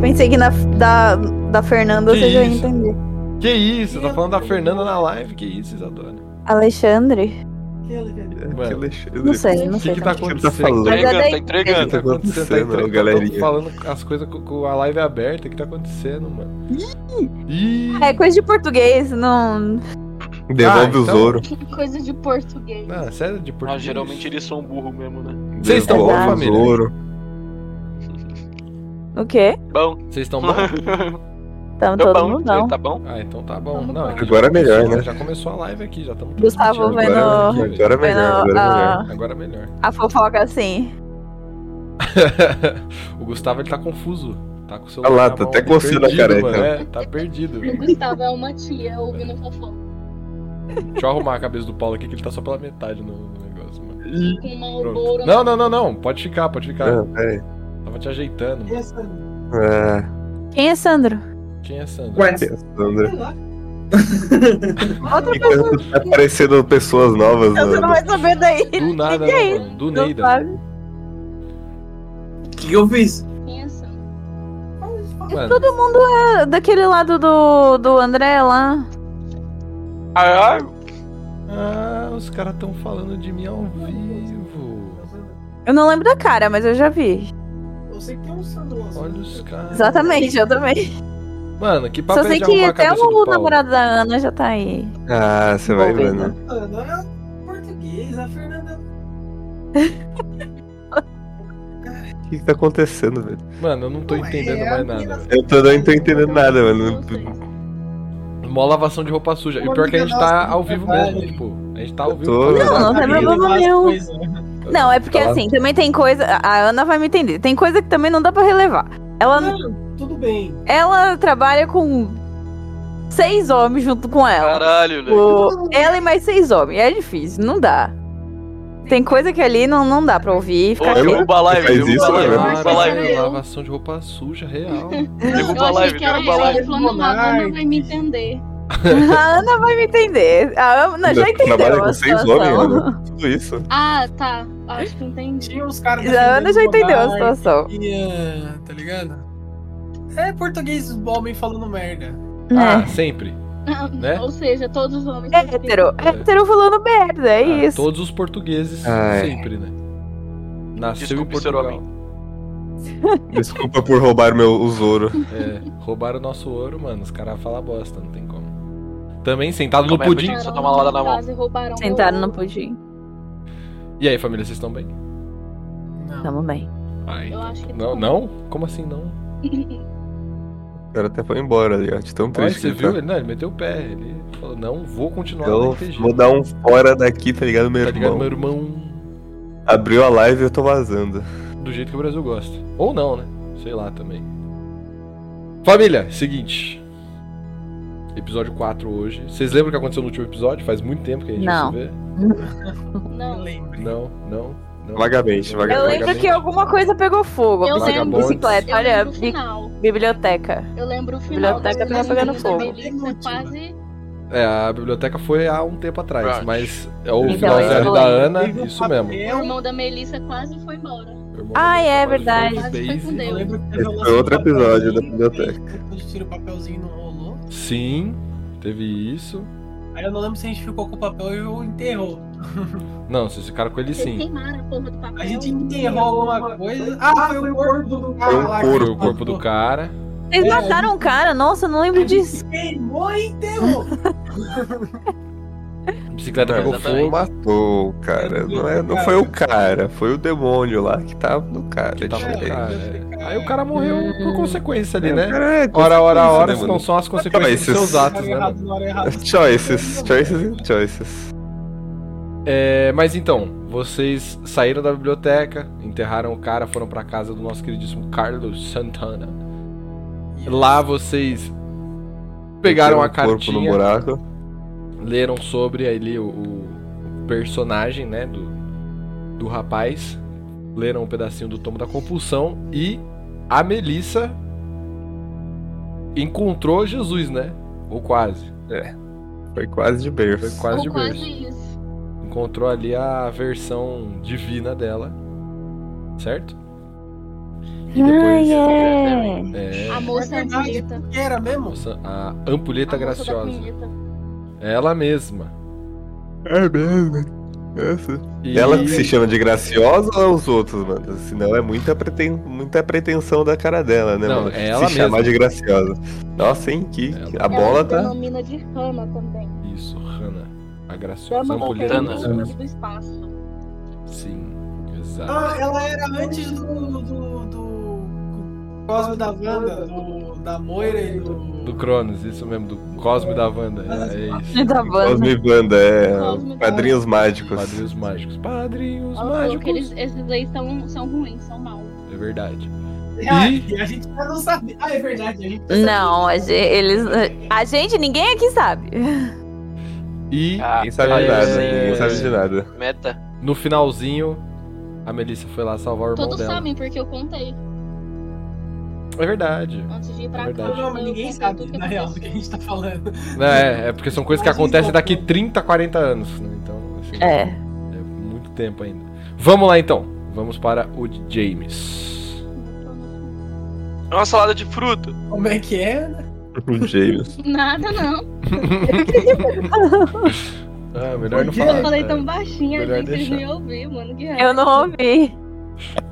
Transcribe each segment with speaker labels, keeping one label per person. Speaker 1: pensei que na, da, da Fernanda
Speaker 2: Que
Speaker 1: você já ia
Speaker 2: isso?
Speaker 1: entender.
Speaker 2: Que isso? Tá
Speaker 3: Meu
Speaker 2: falando da Fernanda na live? Que isso, Isadora?
Speaker 1: Alexandre?
Speaker 2: Mano,
Speaker 4: Alexandre.
Speaker 1: Não sei,
Speaker 2: O
Speaker 1: não
Speaker 2: que,
Speaker 1: sei.
Speaker 2: que tá
Speaker 1: também.
Speaker 4: que
Speaker 2: acontecendo?
Speaker 4: tá falando?
Speaker 1: Mas é
Speaker 3: Entregando,
Speaker 1: daí-
Speaker 3: tá entregando.
Speaker 2: Tá
Speaker 4: Tá acontecendo,
Speaker 2: entrando- tô
Speaker 4: galerinha?
Speaker 2: falando as coisas com, com a live aberta. O que tá acontecendo, mano? Ih!
Speaker 1: É coisa de português, não.
Speaker 4: Devolve
Speaker 2: Ah,
Speaker 4: o
Speaker 2: então-
Speaker 4: Zoro.
Speaker 5: Coisa de português.
Speaker 2: Ah, sério de português?
Speaker 3: Ah, geralmente eles são burro mesmo, né?
Speaker 2: Vocês estão
Speaker 1: bom,
Speaker 4: Devolve
Speaker 2: família?
Speaker 4: o Zoro.
Speaker 1: O quê?
Speaker 3: Bom.
Speaker 2: Vocês estão bom?
Speaker 1: Então,
Speaker 3: Tá
Speaker 1: todo
Speaker 3: bom,
Speaker 1: mundo não.
Speaker 3: tá bom.
Speaker 2: Ah, então tá bom. Não, é que
Speaker 4: Agora
Speaker 2: já
Speaker 4: é melhor,
Speaker 2: começou,
Speaker 4: né?
Speaker 2: Já começou a live aqui, já estamos
Speaker 1: Gustavo vai
Speaker 4: Agora,
Speaker 1: no-
Speaker 4: agora é
Speaker 1: vai
Speaker 4: melhor,
Speaker 1: no-
Speaker 4: agora é melhor.
Speaker 1: ah,
Speaker 2: Agora é melhor.
Speaker 1: a fofoca assim.
Speaker 2: o Gustavo ele tá confuso. Tá com o celular.
Speaker 4: Olha lá,
Speaker 2: na
Speaker 4: tá
Speaker 2: mão,
Speaker 4: até coçando a
Speaker 2: perdido,
Speaker 4: careca.
Speaker 2: mano, é, tá perdido.
Speaker 5: O Gustavo é uma tia ouvindo fofoca.
Speaker 2: Deixa eu arrumar a cabeça do Paulo aqui que ele tá só pela metade no, no negócio, mano.
Speaker 5: Com uma
Speaker 2: Pronto.
Speaker 1: né?
Speaker 5: ouro.
Speaker 2: Não, não, não, não. Pode ficar, pode ficar.
Speaker 6: É.
Speaker 4: Ah, peraí.
Speaker 2: Tava te ajeitando. mano.
Speaker 4: Ah,
Speaker 1: Quem é Sandro?
Speaker 2: Quem é Sandra?
Speaker 6: Ué, sei
Speaker 4: Sandra.
Speaker 6: lá.
Speaker 1: Outra pessoa.
Speaker 4: Enquanto tá aparecendo pessoas novas
Speaker 1: Então você não
Speaker 4: no,
Speaker 1: vai saber daí.
Speaker 2: Do nada,
Speaker 1: Quem é
Speaker 2: né,
Speaker 1: isso?
Speaker 2: mano? Do
Speaker 1: Não
Speaker 2: Neida.
Speaker 1: sabe.
Speaker 6: O que, que eu fiz?
Speaker 5: Pensa.
Speaker 2: Mano,
Speaker 1: Todo mundo é daquele lado do, do André lá.
Speaker 3: Ah, ah,
Speaker 2: Ah, os caras tão falando de mim ao vivo.
Speaker 1: Eu não lembro da cara, mas eu já vi.
Speaker 6: Eu sei que tem um Sandro lá.
Speaker 2: Olha os caras.
Speaker 1: Exatamente, eu também.
Speaker 2: Mano, que papo
Speaker 1: Só
Speaker 2: é
Speaker 1: sei
Speaker 2: de
Speaker 1: que
Speaker 2: arrumar a
Speaker 1: até
Speaker 2: cabeça
Speaker 1: o
Speaker 2: do Paulo?
Speaker 1: namorado da Ana já tá aí.
Speaker 4: Ah, você vai ver,
Speaker 1: Envolvendo.
Speaker 4: né?
Speaker 6: Ana é português, a Fernanda.
Speaker 4: O que, que tá acontecendo, velho?
Speaker 2: Mano, eu não tô
Speaker 6: Não, é
Speaker 2: entendendo
Speaker 6: a
Speaker 2: mais
Speaker 6: menina
Speaker 2: nada.
Speaker 4: Eu tô, não tô entendendo nada, mano.
Speaker 2: Mó lavação de roupa suja. E
Speaker 6: Uma
Speaker 2: pior que a gente
Speaker 6: amiga
Speaker 2: tá
Speaker 6: nossa é
Speaker 2: ao
Speaker 6: do
Speaker 2: vivo
Speaker 6: trabalho.
Speaker 2: mesmo, tipo. A gente tá ao
Speaker 4: Eu
Speaker 2: vivo.
Speaker 4: tô-
Speaker 2: pra
Speaker 1: Não, não tem
Speaker 2: caralho.
Speaker 1: problema. meu.
Speaker 6: Coisa. né?
Speaker 1: Não, é
Speaker 2: Tá
Speaker 1: porque
Speaker 4: Fala.
Speaker 1: assim, também tem coisa. A Ana vai me entender. Tem coisa que também não dá pra relevar. Ela,
Speaker 6: Não, tudo bem.
Speaker 1: ela trabalha com seis homens junto com ela.
Speaker 3: caralho, velho.
Speaker 1: O- ela e mais seis homens. É difícil, não dá. Tem coisa que ali não, não dá pra ouvir.
Speaker 3: Ô,
Speaker 1: Fica
Speaker 4: Olha,
Speaker 1: quieto.
Speaker 3: derruba a live,
Speaker 4: faz
Speaker 3: derruba a
Speaker 4: isso,
Speaker 3: live,
Speaker 5: né?
Speaker 3: derruba a live.
Speaker 2: Caralho,
Speaker 5: Eu.
Speaker 2: lavação de roupa suja, real.
Speaker 1: É.
Speaker 3: Derruba a
Speaker 5: Eu achei
Speaker 3: live,
Speaker 5: que era
Speaker 3: derruba a
Speaker 5: eu.
Speaker 3: live.
Speaker 5: Ele falou, não, a Ana vai me entender.
Speaker 1: A Ana vai me entender. A Ana já entendeu.
Speaker 4: Trabalha
Speaker 1: a
Speaker 4: com seis
Speaker 1: situação.
Speaker 4: homens, mano. Tudo isso.
Speaker 5: Ah, tá. Acho que entendi.
Speaker 6: Tinha os caras.
Speaker 4: né?
Speaker 1: A Ana já entendeu a
Speaker 6: as
Speaker 1: situação.
Speaker 6: Tá ligado? É português homem falando merda.
Speaker 2: Ah, sempre. Né?
Speaker 5: Ou seja, todos os homens.
Speaker 1: É hétero. É hétero falando merda, é
Speaker 2: Ah,
Speaker 1: isso.
Speaker 2: Todos os portugueses,
Speaker 4: Ai.
Speaker 2: sempre, né? Nasceu
Speaker 3: Desculpe,
Speaker 2: em
Speaker 3: ser
Speaker 2: Portugal.
Speaker 4: Desculpa por roubar meu o Zoro.
Speaker 2: É, roubaram o nosso ouro, mano. Os caras falam bosta, não tem como. Também sentado no
Speaker 3: Como é,
Speaker 2: pudim.
Speaker 3: Só toma uma lada na mão.
Speaker 5: Quase roubaram meu
Speaker 1: Sentaram no
Speaker 5: ouro.
Speaker 1: pudim.
Speaker 2: E aí, família, vocês estão bem?
Speaker 6: Não.
Speaker 1: Tamo bem.
Speaker 2: Ai.
Speaker 5: Eu acho que
Speaker 2: Não, não? Como assim não?
Speaker 4: O cara até foi embora ali, ó. De tão
Speaker 2: Olha, você
Speaker 4: triste que ele
Speaker 2: viu? Ele, não, ele meteu o pé. Ele falou, não, vou
Speaker 4: tá.
Speaker 2: continuar no
Speaker 4: Eu
Speaker 2: RPG.
Speaker 4: vou dar um fora daqui, tá ligado, meu
Speaker 2: Tá ligado,
Speaker 4: irmão?
Speaker 2: meu irmão?
Speaker 4: Abriu a live e eu tô vazando.
Speaker 2: Do jeito que o Brasil gosta. Ou não, né? Sei lá também. Família, seguinte. Episódio 4 hoje. Vocês lembram o que aconteceu no último episódio? Faz muito tempo que a gente
Speaker 1: Não.
Speaker 2: se vê.
Speaker 5: Não.
Speaker 6: lembro.
Speaker 2: Não, não, não.
Speaker 4: Vagamente,
Speaker 2: Não.
Speaker 4: vagamente.
Speaker 1: Eu lembro que alguma coisa pegou fogo.
Speaker 5: Eu
Speaker 2: lembro.
Speaker 1: Bicicleta,
Speaker 5: Eu
Speaker 1: olha,
Speaker 5: lembro o
Speaker 1: bi-
Speaker 5: final.
Speaker 1: biblioteca.
Speaker 5: Eu lembro o final.
Speaker 1: biblioteca
Speaker 5: dos
Speaker 1: tava pegando
Speaker 5: meninos,
Speaker 1: fogo.
Speaker 5: a Melissa Quase.
Speaker 2: É, a biblioteca foi há um tempo atrás,
Speaker 3: Right.
Speaker 2: mas é o
Speaker 1: Então,
Speaker 2: finalzinho
Speaker 1: eu
Speaker 2: ali
Speaker 1: lembro.
Speaker 2: da Ana,
Speaker 6: Teve um
Speaker 2: isso mesmo.
Speaker 5: O
Speaker 6: papel,
Speaker 5: irmão da Melissa quase foi embora.
Speaker 2: Irmão
Speaker 1: Ah,
Speaker 2: da
Speaker 1: é
Speaker 2: Ana,
Speaker 1: verdade.
Speaker 2: quase foi
Speaker 5: Quase foi com
Speaker 2: base.
Speaker 6: Eu lembro que teve
Speaker 4: Esse
Speaker 6: um
Speaker 4: foi outro
Speaker 6: papelzinho,
Speaker 4: episódio da biblioteca.
Speaker 6: Quando tira o papelzinho e não rolou.
Speaker 2: Sim, teve isso.
Speaker 6: Aí eu não lembro se a gente ficou com o papel e eu enterrou.
Speaker 2: Não, vocês ficaram com ele
Speaker 5: Vocês
Speaker 2: sim.
Speaker 5: queimaram a porra do papel.
Speaker 6: A gente enterrou alguma coisa. Ah, foi o corpo do cara
Speaker 4: Foi um
Speaker 6: lá.
Speaker 2: Foi
Speaker 4: couro.
Speaker 2: o corpo do cara.
Speaker 1: Vocês
Speaker 6: É.
Speaker 1: mataram o cara? Nossa, eu não
Speaker 6: A
Speaker 1: lembro disso.
Speaker 6: gente queimou e enterrou.
Speaker 2: A bicicleta
Speaker 4: Não,
Speaker 2: pegou
Speaker 3: exatamente.
Speaker 2: fogo.
Speaker 4: Matou o cara. Não, é, não foi o cara, foi o demônio lá que tava no cara.
Speaker 2: Que
Speaker 4: é
Speaker 2: tava no
Speaker 4: diferente.
Speaker 2: cara, é. Aí o cara morreu
Speaker 1: Hum.
Speaker 2: por consequência ali,
Speaker 4: O
Speaker 2: né?
Speaker 4: cara é
Speaker 2: Ora, ora,
Speaker 4: consequência,
Speaker 2: ora,
Speaker 4: né,
Speaker 2: se
Speaker 4: mano?
Speaker 2: não são as consequências dos
Speaker 4: esses-
Speaker 2: seus atos, né? mano?
Speaker 6: Errado, na hora errada.
Speaker 4: Choices, choices and choices.
Speaker 2: É, mas então, vocês saíram da biblioteca, enterraram o cara, foram pra casa do nosso queridíssimo Carlos Santana.
Speaker 6: É.
Speaker 2: Lá vocês pegaram a
Speaker 4: Meteu o um corpo no
Speaker 2: cartinha,
Speaker 4: buraco.
Speaker 2: leram sobre ali o, o personagem, né, do, do rapaz, leram um pedacinho do tomo da compulsão e a Melissa encontrou Jesus, né? Ou quase.
Speaker 4: Foi quase de berço.
Speaker 2: Foi quase de
Speaker 5: Ou
Speaker 2: berço.
Speaker 5: quase isso. Ah,
Speaker 2: Encontrou ali a versão divina dela, certo?
Speaker 5: Ah,
Speaker 2: E depois.
Speaker 7: Ai, é.
Speaker 2: é,
Speaker 5: A
Speaker 6: É
Speaker 5: moça é
Speaker 6: verdade,
Speaker 5: bonita.
Speaker 6: que era mesmo?
Speaker 2: nossa, a ampulheta
Speaker 5: A moça da
Speaker 2: graciosa.
Speaker 5: punheta.
Speaker 2: Ela mesma.
Speaker 4: É mesmo. Essa.
Speaker 2: E-
Speaker 4: Ela que se chama de graciosa ou é os outros, mano? Senão é muita, preten... muita pretensão da cara dela, né,
Speaker 2: Não,
Speaker 4: mano?
Speaker 2: é ela
Speaker 4: se
Speaker 2: mesma.
Speaker 4: chamar
Speaker 2: É
Speaker 4: de graciosa. Nossa, hein? Que...
Speaker 2: Ela.
Speaker 4: A bola
Speaker 5: Ela
Speaker 4: tá.
Speaker 5: denomina de Hannah também.
Speaker 2: Isso, Hannah. A graciosa
Speaker 5: Dama da
Speaker 2: ampulheta
Speaker 3: Hannah.
Speaker 5: Terra
Speaker 2: graciosa.
Speaker 5: do Espaço.
Speaker 2: Sim, exato.
Speaker 6: Ah, ela era antes do. do. do Cosmo da Wanda, do, da Moira e do.
Speaker 2: Do Cronos, isso mesmo, do Cosmo e da Wanda. É, é isso.
Speaker 1: Da
Speaker 4: Cosmo
Speaker 1: banda.
Speaker 4: e Wanda, é.
Speaker 5: Cosmo e
Speaker 4: Padrinhos mágicos.
Speaker 2: Padrinhos mágicos. Padrinhos
Speaker 5: Ela falou que
Speaker 2: mágicos.
Speaker 5: eles, esses aí são, são ruins, são maus.
Speaker 2: É verdade.
Speaker 6: Ah,
Speaker 2: E-
Speaker 6: e a gente já não sabia. Ah, é verdade, a gente já
Speaker 1: Não, a gente, eles. A gente, ninguém aqui sabe.
Speaker 2: E
Speaker 3: Ah,
Speaker 4: Ninguém sabe de
Speaker 2: É,
Speaker 4: nada,
Speaker 2: sim,
Speaker 4: ninguém
Speaker 2: é.
Speaker 4: sabe de nada.
Speaker 3: meta.
Speaker 2: no finalzinho, a Melissa foi lá salvar o irmão
Speaker 5: Todos
Speaker 2: dela.
Speaker 5: sabem, porque eu contei.
Speaker 2: É verdade.
Speaker 5: Antes de ir pra
Speaker 2: É verdade.
Speaker 5: casa.
Speaker 6: Não, mas
Speaker 5: eu
Speaker 6: ninguém
Speaker 5: contei
Speaker 6: sabe,
Speaker 5: tudo que
Speaker 6: na real, do que a
Speaker 5: aconteceu.
Speaker 6: gente tá falando.
Speaker 2: É, é porque são coisas que
Speaker 6: Mas
Speaker 2: acontecem
Speaker 6: isso-
Speaker 2: daqui 30, 40 anos. né? Então, assim,
Speaker 1: É.
Speaker 2: é muito tempo ainda. Vamos lá então. Vamos para o de James.
Speaker 3: É uma salada de fruta.
Speaker 6: Como é que é?
Speaker 4: O um James.
Speaker 5: Nada, não.
Speaker 2: Ah, melhor não
Speaker 6: Por quê?
Speaker 4: É,
Speaker 2: falar.
Speaker 5: eu falei tão
Speaker 2: cara.
Speaker 5: baixinho
Speaker 2: melhor
Speaker 5: assim que vocês
Speaker 2: deixar.
Speaker 5: nem ouviram, mano. Que
Speaker 1: Eu não ouvi.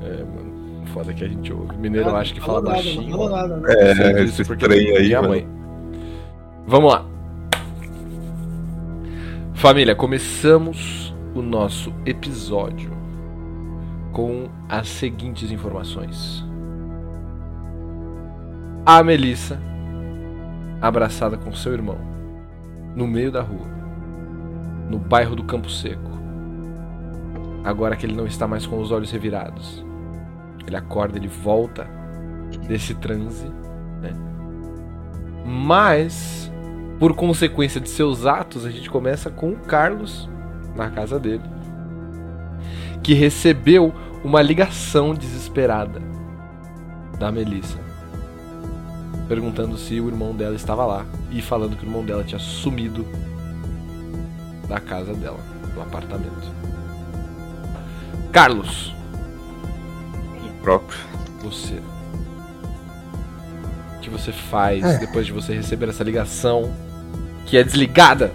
Speaker 2: É, mano. Foda que a gente ouve. Mineiro acho que fala
Speaker 6: Falou nada,
Speaker 2: baixinho.
Speaker 6: não falou nada, né?
Speaker 4: É,
Speaker 2: Sei disso
Speaker 4: esse
Speaker 2: porque
Speaker 4: estranho aí,
Speaker 2: minha
Speaker 4: mano.
Speaker 2: mãe. Vamos lá. Família, começamos o nosso episódio com as seguintes informações. A Melissa, abraçada com seu irmão, no meio da rua, no bairro do Campo Seco. Agora que ele não está mais com os olhos revirados, ele acorda, ele volta desse transe mas, por consequência de seus atos, a gente começa com o Carlos na casa dele, que recebeu uma ligação desesperada da Melissa, perguntando se o irmão dela estava lá e falando que o irmão dela tinha sumido da casa dela, do apartamento. Carlos,
Speaker 4: próprio.
Speaker 2: você. O que você faz
Speaker 4: É.
Speaker 2: depois de você receber essa ligação que é desligada?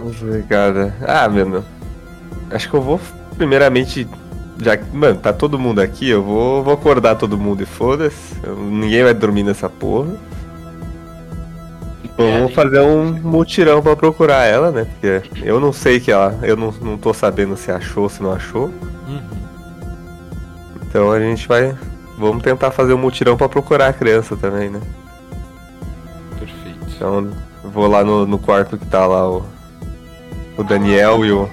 Speaker 4: Obrigada. Ah, mano. Acho que eu vou primeiramente. Já que, mano, tá todo mundo aqui, eu vou, vou acordar todo mundo e foda-se. Eu- Ninguém vai dormir nessa porra. Então,
Speaker 3: É,
Speaker 4: vamos
Speaker 3: aí-
Speaker 4: fazer um mutirão pra procurar ela, né? Porque eu não sei que ela. Eu não, não tô sabendo se achou, se não achou.
Speaker 2: Uhum.
Speaker 4: Então a gente vai. Vamos tentar fazer um mutirão pra procurar a criança também, né?
Speaker 2: Perfeito.
Speaker 4: Então vou lá no, no quarto que tá lá o, o Daniel e o.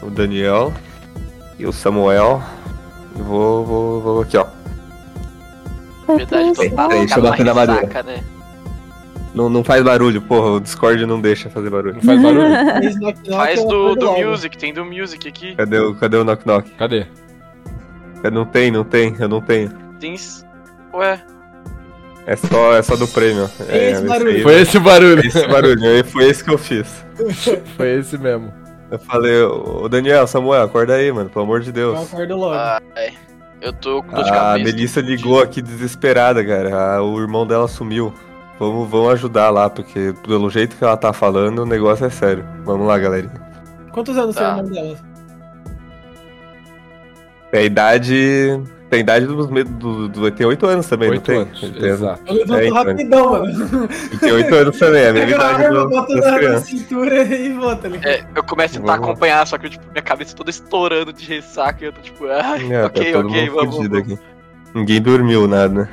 Speaker 4: O Daniel e o Samuel. E vou, vou, vou aqui, ó.
Speaker 3: É Verdade,
Speaker 4: Eita,
Speaker 3: total.
Speaker 4: deixa eu bater na madeira.
Speaker 3: Saca, né?
Speaker 4: Não, não faz barulho, porra, o Discord não deixa fazer
Speaker 2: Não
Speaker 4: barulho.
Speaker 2: faz barulho?
Speaker 6: Eles não- não-
Speaker 3: Faz
Speaker 6: não-
Speaker 3: do,
Speaker 6: não-
Speaker 3: do
Speaker 6: logo.
Speaker 3: music, tem do music aqui.
Speaker 4: Cadê o, cadê o knock knock?
Speaker 2: Cadê?
Speaker 4: Eu não tenho, não tem, eu não tenho.
Speaker 3: Tem. s- Ué,
Speaker 4: É só, é só do prêmio. É,
Speaker 6: Esse
Speaker 4: é
Speaker 6: barulho.
Speaker 4: aí. é
Speaker 2: Foi esse o barulho.
Speaker 4: Esse barulho, aí foi esse que eu fiz.
Speaker 2: Foi esse mesmo.
Speaker 4: Eu falei, ô Daniel, Samuel, acorda aí, mano, pelo amor de
Speaker 6: Eu
Speaker 4: Deus.
Speaker 6: acordo logo.
Speaker 3: Ah, é. Eu tô com dor de
Speaker 4: A
Speaker 3: cabeça.
Speaker 4: Ah, Melissa ligou aqui desesperada, cara. Ah, O irmão dela sumiu. Vamos, vamos ajudar lá, porque pelo jeito que ela tá falando, o negócio é sério. Vamos lá, galerinha.
Speaker 6: Quantos anos tem o
Speaker 3: tá.
Speaker 6: irmão dela?
Speaker 4: Tem a idade. Tem a idade dos. me- Do, do- tem 8 anos também, não
Speaker 2: Oito
Speaker 4: tem?
Speaker 2: anos.
Speaker 4: Tem-
Speaker 2: Exato.
Speaker 6: Eu levanto
Speaker 4: É, então.
Speaker 6: rapidão, mano.
Speaker 4: Tem 8 anos também, é a mesma
Speaker 6: Pega a
Speaker 4: idade
Speaker 6: arma,
Speaker 4: do,
Speaker 6: boto
Speaker 4: das
Speaker 6: na, na
Speaker 4: crianças.
Speaker 6: cintura e vou, tá ligado?
Speaker 3: É, eu começo a tentar
Speaker 4: Vamos lá.
Speaker 3: acompanhar, só que tipo, minha cabeça toda estourando de ressaca e eu tô tipo, ah,
Speaker 4: É,
Speaker 3: ok,
Speaker 4: tá todo
Speaker 3: ok,
Speaker 4: mundo
Speaker 3: vamos.
Speaker 4: fudido
Speaker 3: vamos.
Speaker 4: aqui. Ninguém dormiu nada.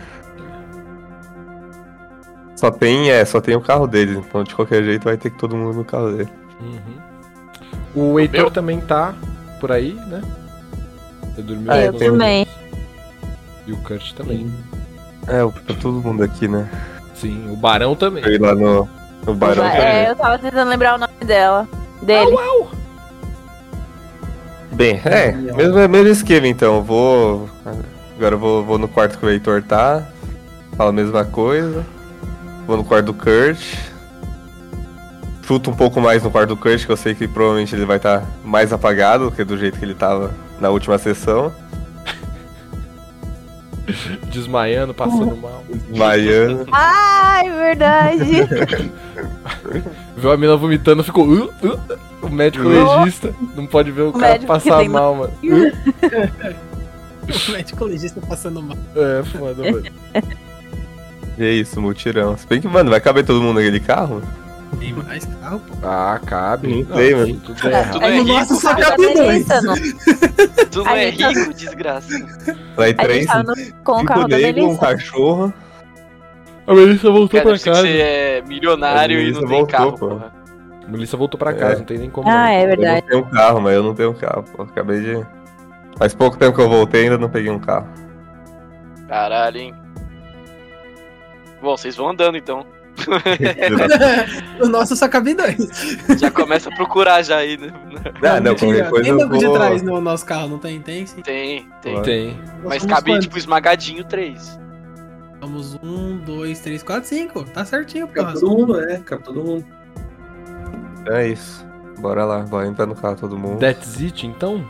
Speaker 4: Só tem, é, só tem o carro deles, então de qualquer jeito vai ter que todo mundo no carro dele.
Speaker 2: Uhum. O Heitor
Speaker 3: meu?
Speaker 2: também tá por aí, né? Você dormiu
Speaker 4: Ah,
Speaker 2: com
Speaker 4: eu
Speaker 2: os
Speaker 1: também.
Speaker 2: outros. E o Kurt também.
Speaker 4: É, o- tá todo mundo aqui, né?
Speaker 2: Sim, o Barão também.
Speaker 4: Eu ir lá no, no barão também.
Speaker 1: É, eu tava tentando lembrar o nome dela. Dele.
Speaker 4: Bem, é, mesmo, mesmo esquema então, eu vou. Agora eu vou, vou no quarto que o Heitor tá, fala a mesma coisa. Vou no quarto do Kurt. Chuto um pouco mais no quarto do Kurt, que eu sei que provavelmente ele vai estar mais apagado do que do jeito que ele tava na última sessão.
Speaker 2: desmaiando,
Speaker 4: Uhum.
Speaker 2: passando mal.
Speaker 4: Baiana.
Speaker 1: Ai, verdade.
Speaker 2: Viu a mina vomitando, ficou. "Uh, uh", o médico
Speaker 1: Nossa.
Speaker 2: legista não pode ver o, cara
Speaker 1: médico que
Speaker 2: passar
Speaker 1: tem-
Speaker 2: mal, mano.
Speaker 3: É.
Speaker 6: O médico legista passando mal.
Speaker 2: É, foda, mano.
Speaker 4: E é isso, mutirão. Se bem que, mano, vai caber todo mundo naquele carro?
Speaker 6: Tem mais carro, pô.
Speaker 2: Ah, cabe.
Speaker 4: Não sei, mano.
Speaker 2: Tudo é errado.
Speaker 3: Tudo é rico,
Speaker 6: Nossa, só
Speaker 1: A gente
Speaker 3: cara.
Speaker 1: tá
Speaker 6: cabe dois.
Speaker 1: pensando.
Speaker 3: Tu não
Speaker 1: A
Speaker 3: é
Speaker 1: gente tá-
Speaker 3: rico, desgraça.
Speaker 4: Vai
Speaker 1: A gente
Speaker 4: três,
Speaker 1: tá
Speaker 4: cinco
Speaker 1: no- com o carro da
Speaker 4: negros, um
Speaker 1: Melissa.
Speaker 4: cachorro.
Speaker 2: A Melissa voltou
Speaker 3: Cara,
Speaker 2: pra
Speaker 3: deve ser que
Speaker 2: casa.
Speaker 3: você é milionário
Speaker 4: Mas
Speaker 3: e
Speaker 4: isso
Speaker 3: não tem
Speaker 4: voltou,
Speaker 3: carro,
Speaker 4: pô.
Speaker 3: porra.
Speaker 2: A Melissa voltou pra
Speaker 4: É.
Speaker 2: casa, não tem nem como.
Speaker 1: Ah,
Speaker 2: não.
Speaker 1: é
Speaker 4: Eu não
Speaker 1: verdade.
Speaker 4: tenho um carro, mas eu não tenho um carro, pô. Acabei de. Faz pouco tempo que eu voltei ainda não peguei um carro.
Speaker 3: Caralho, hein. Bom, vocês vão andando então.
Speaker 4: Ah,
Speaker 6: o nosso só cabe dois.
Speaker 3: Já começa a procurar já aí, né?
Speaker 4: ah, não, qualquer coisa
Speaker 6: tem
Speaker 4: eu
Speaker 6: banco
Speaker 4: vou...
Speaker 6: de trás né? no nosso carro, não tem? Tem sim.
Speaker 3: Tem,
Speaker 1: é.
Speaker 3: tem.
Speaker 4: Claro.
Speaker 2: Tem.
Speaker 6: Nós
Speaker 3: Mas
Speaker 6: somos
Speaker 3: cabe,
Speaker 6: quantos?
Speaker 3: tipo, esmagadinho três.
Speaker 6: Somos um, dois, três, quatro, cinco. Tá certinho, pô.
Speaker 7: Cabe todo mundo, é. Cabe todo mundo.
Speaker 4: Então é isso. Bora lá, bora entrar no carro todo mundo.
Speaker 2: That's it, então?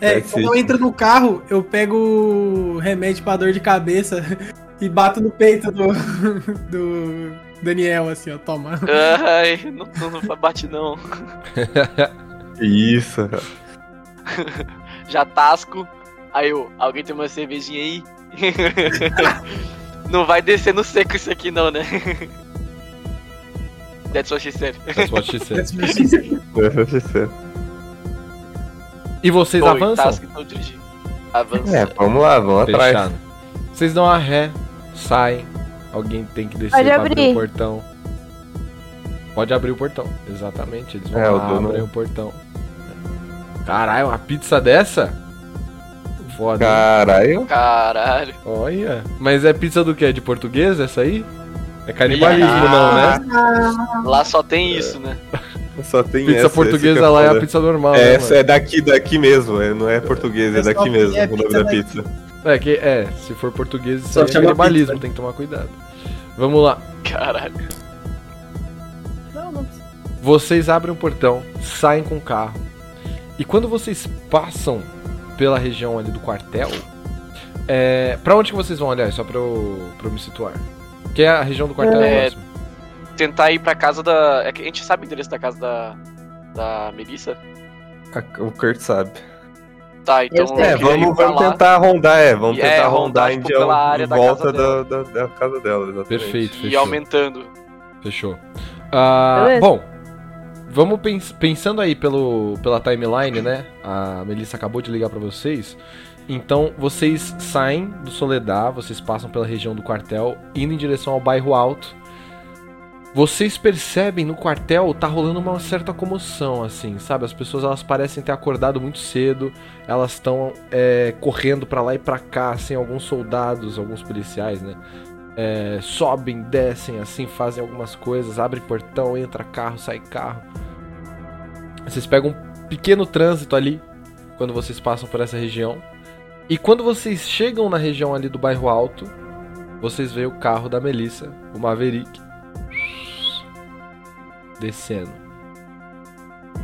Speaker 6: É,
Speaker 4: That's
Speaker 6: quando eu
Speaker 4: it.
Speaker 6: entro no carro, eu pego o remédio pra dor de cabeça e bato no peito do, do Daniel, assim, ó, toma.
Speaker 3: Ai, não, não, não bate não.
Speaker 4: Isso, cara.
Speaker 3: Já tasco. Aí eu, alguém tem uma cervejinha aí? não vai descer no seco isso aqui não, né? That's what she said.
Speaker 2: That's what she said.
Speaker 4: Deve
Speaker 2: E vocês
Speaker 3: Bom, e
Speaker 2: avançam?
Speaker 3: Tasco, então, dirigir. Avança.
Speaker 4: É, vamos lá, vamos atrás.
Speaker 2: Fechado. Vocês dão a ré, saem. Alguém tem que descer
Speaker 1: Pode
Speaker 2: pra abrir o
Speaker 1: abrir.
Speaker 2: portão. Pode abrir o portão, exatamente. Eles vão
Speaker 4: É, o
Speaker 2: lá,
Speaker 4: dono-
Speaker 2: abrem o portão. Caralho, uma pizza dessa? Foda. hein?
Speaker 4: Caralho.
Speaker 3: Caralho.
Speaker 2: Olha. Mas é pizza do quê? De português essa aí? É canibalismo,
Speaker 3: Ah,
Speaker 2: não, né?
Speaker 3: Lá só
Speaker 4: É.
Speaker 3: tem isso, né?
Speaker 4: Só tem
Speaker 2: Pizza
Speaker 4: essa, esse que
Speaker 2: portuguesa
Speaker 4: é
Speaker 2: lá é a
Speaker 4: foda.
Speaker 2: pizza normal.
Speaker 4: É,
Speaker 2: né,
Speaker 4: essa é daqui, daqui mesmo, é, não é português, é
Speaker 6: Pessoal,
Speaker 4: daqui
Speaker 6: é
Speaker 4: mesmo, o
Speaker 6: pizza
Speaker 4: nome da
Speaker 6: daqui.
Speaker 4: pizza.
Speaker 2: mano? é, que, é, se for português, isso
Speaker 7: Só
Speaker 2: aí é
Speaker 7: chama
Speaker 2: canibalismo,
Speaker 7: pizza.
Speaker 2: tem que tomar cuidado. Vamos lá.
Speaker 3: Caralho.
Speaker 1: Não, não precisa.
Speaker 2: Vocês abrem o portão, saem com o carro. E quando vocês passam pela região ali do quartel, é, para onde que vocês vão, aliás, só pra eu, pra eu me situar? Que é a região do quartel
Speaker 3: É.
Speaker 2: é, próximo.
Speaker 3: Tentar ir pra casa da. é que A gente sabe o endereço da casa da. Da Melissa?
Speaker 4: A- O Kurt sabe.
Speaker 3: Tá, então.
Speaker 1: Eu sei.
Speaker 3: eu
Speaker 4: É,
Speaker 3: queria ir
Speaker 4: vamos,
Speaker 3: pra
Speaker 4: vamos
Speaker 3: lá.
Speaker 4: tentar rondar, é, vamos
Speaker 3: E é,
Speaker 4: tentar
Speaker 3: rondar,
Speaker 4: rondar em,
Speaker 3: tipo,
Speaker 4: dia-
Speaker 3: pela área
Speaker 4: em
Speaker 3: da
Speaker 4: volta
Speaker 3: casa
Speaker 4: da,
Speaker 3: dela.
Speaker 4: da, da casa dela, exatamente.
Speaker 2: Perfeito,
Speaker 3: E
Speaker 2: fechou.
Speaker 3: aumentando.
Speaker 2: Fechou. Ah,
Speaker 1: Beleza.
Speaker 2: bom, vamos pens- pensando aí pelo, pela timeline, né? A Melissa acabou de ligar pra vocês. Então, vocês saem do Soledad, vocês passam pela região do quartel, indo em direção ao bairro alto. Vocês percebem no quartel tá rolando uma certa comoção, assim, sabe? As pessoas elas parecem ter acordado muito cedo, elas estão correndo pra lá e pra cá, assim, alguns soldados, alguns policiais, né? É, sobem, descem, assim, fazem algumas coisas, abre portão, entra carro, sai carro. Vocês pegam um pequeno trânsito ali quando vocês passam por essa região. E quando vocês chegam na região ali do bairro alto, vocês veem o carro da Melissa, o Maverick, descendo.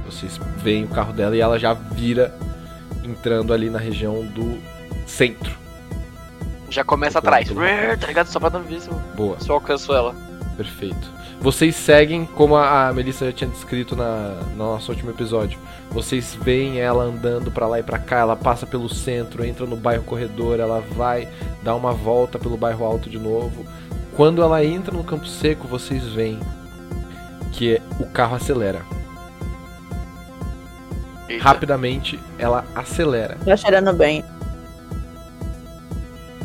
Speaker 2: Vocês veem o carro dela e ela já vira entrando ali na região do centro.
Speaker 3: Já começa atrás. Rrr, Tá ligado? Só pra não ver se eu,
Speaker 2: Boa.
Speaker 3: se eu alcanço ela.
Speaker 2: Perfeito. Vocês seguem, como a a Melissa já tinha descrito na, no nosso último episódio, vocês veem ela andando pra lá e pra cá, ela passa pelo centro, entra no bairro corredor, ela vai dar uma volta pelo bairro alto de novo. Quando ela entra no campo seco, vocês veem que o carro acelera.
Speaker 3: Eita.
Speaker 2: Rapidamente ela acelera.
Speaker 1: Tá cheirando bem.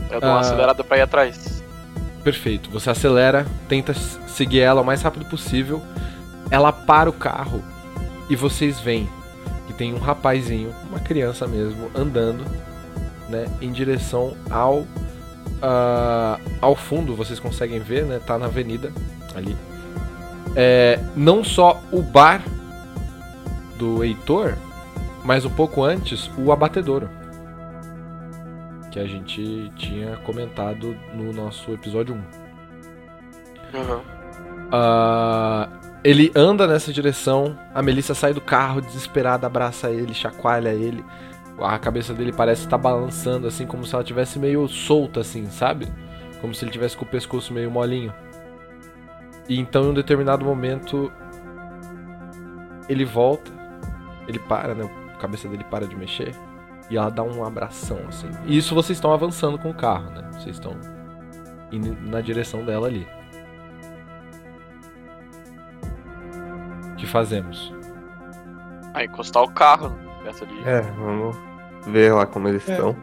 Speaker 3: Eu dou uma
Speaker 2: Ah.
Speaker 3: acelerada pra ir atrás.
Speaker 2: Perfeito. Você acelera, tenta s- seguir ela o mais rápido possível. Ela para o carro e vocês veem que tem um rapazinho, uma criança mesmo, andando, né, em direção ao ah, ao fundo. Vocês conseguem ver, né? Tá na avenida ali. É, não só o bar do Heitor, mas um pouco antes o abatedouro que a gente tinha comentado no nosso episódio 1.
Speaker 3: Uhum.
Speaker 2: Ah, ele anda nessa direção, a Melissa sai do carro desesperada, abraça ele, chacoalha ele. A cabeça dele parece estar balançando, assim, como se ela tivesse meio solta, assim, sabe? Como se ele tivesse com o pescoço meio molinho. E então, em um determinado momento, ele volta, ele para, né? A cabeça dele para de mexer. E ela dá um abração, assim. E isso vocês estão avançando com o carro, né? Vocês estão indo na direção dela ali. O que fazemos?
Speaker 3: Ah, encostar o carro perto de.
Speaker 4: É, vamos ver lá como eles
Speaker 6: É.
Speaker 4: estão.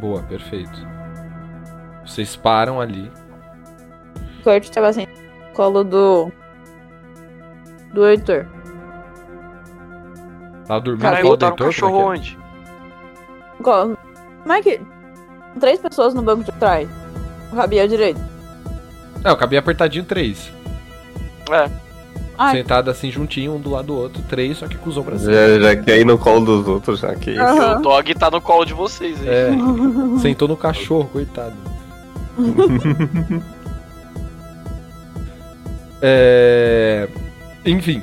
Speaker 2: Boa, perfeito. Vocês param ali.
Speaker 1: O Kurt tava assim, no colo do. Do Heitor.
Speaker 2: Tá dormindo
Speaker 1: Cara,
Speaker 2: igual
Speaker 3: Caralho,
Speaker 2: o
Speaker 3: botaram o
Speaker 2: Heitor,
Speaker 3: cachorro
Speaker 2: como é
Speaker 3: onde?
Speaker 1: Go- Como é que. Três pessoas no banco de trás. O Rabi é direito.
Speaker 2: que é? Não, eu acabei apertadinho três.
Speaker 3: É,
Speaker 1: Ai.
Speaker 2: Sentado assim juntinho, um do lado do outro, três, só que com os ombros assim.
Speaker 4: Já, já que aí no colo dos outros, já que
Speaker 2: Ah.
Speaker 4: isso.
Speaker 1: Aham.
Speaker 3: o dog tá no colo de vocês aí.
Speaker 2: É, sentou no cachorro, coitado. É, Enfim.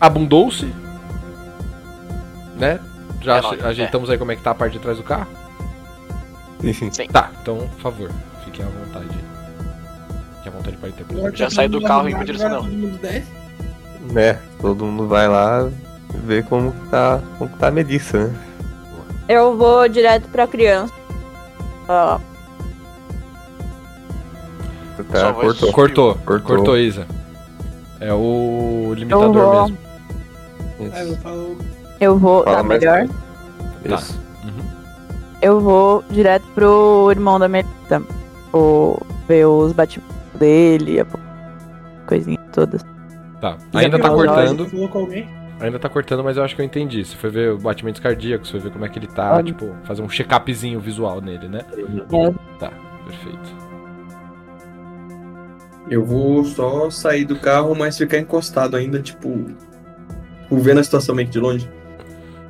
Speaker 2: Abundou-se. Né? Já
Speaker 3: É
Speaker 2: aje-
Speaker 3: nóis,
Speaker 2: ajeitamos aí como é que tá a parte de trás do carro?
Speaker 3: Sim.
Speaker 2: Tá, então, por favor, fiquem à vontade. Fiquem à vontade pra interpretar.
Speaker 3: Já saí do carro e fui direção dela.
Speaker 6: Todo mundo desce.
Speaker 4: Né? Todo mundo vai lá ver como que tá, como que tá a Melissa, né?
Speaker 1: Eu vou direto pra criança. Ó,
Speaker 4: Tá,
Speaker 3: Só vai-
Speaker 4: cortou.
Speaker 2: Cortou, cortou,
Speaker 4: Cortou.
Speaker 2: Isa. É o
Speaker 1: eu
Speaker 2: limitador
Speaker 1: vou.
Speaker 2: mesmo.
Speaker 6: Aí eu falo,
Speaker 1: Eu vou.
Speaker 4: Fala
Speaker 1: Tá
Speaker 4: mais
Speaker 1: melhor?
Speaker 2: É, Tá.
Speaker 4: Isso.
Speaker 1: Eu vou direto pro irmão da Melita. Vou ver os batimentos dele, a coisinha toda.
Speaker 2: Tá.
Speaker 6: "Já
Speaker 2: Ainda tá
Speaker 6: viu a
Speaker 2: cortando.
Speaker 6: loja? Colocou alguém?
Speaker 2: Ainda tá cortando, mas eu acho que eu entendi. Você foi ver batimentos cardíacos, foi ver como é que ele tá,
Speaker 1: Olha.
Speaker 2: tipo, fazer um check-upzinho visual nele, né?
Speaker 1: É.
Speaker 2: Tá, perfeito.
Speaker 7: Eu vou só sair do carro, mas ficar encostado ainda, tipo. tipo, Vendo a situação meio que de longe.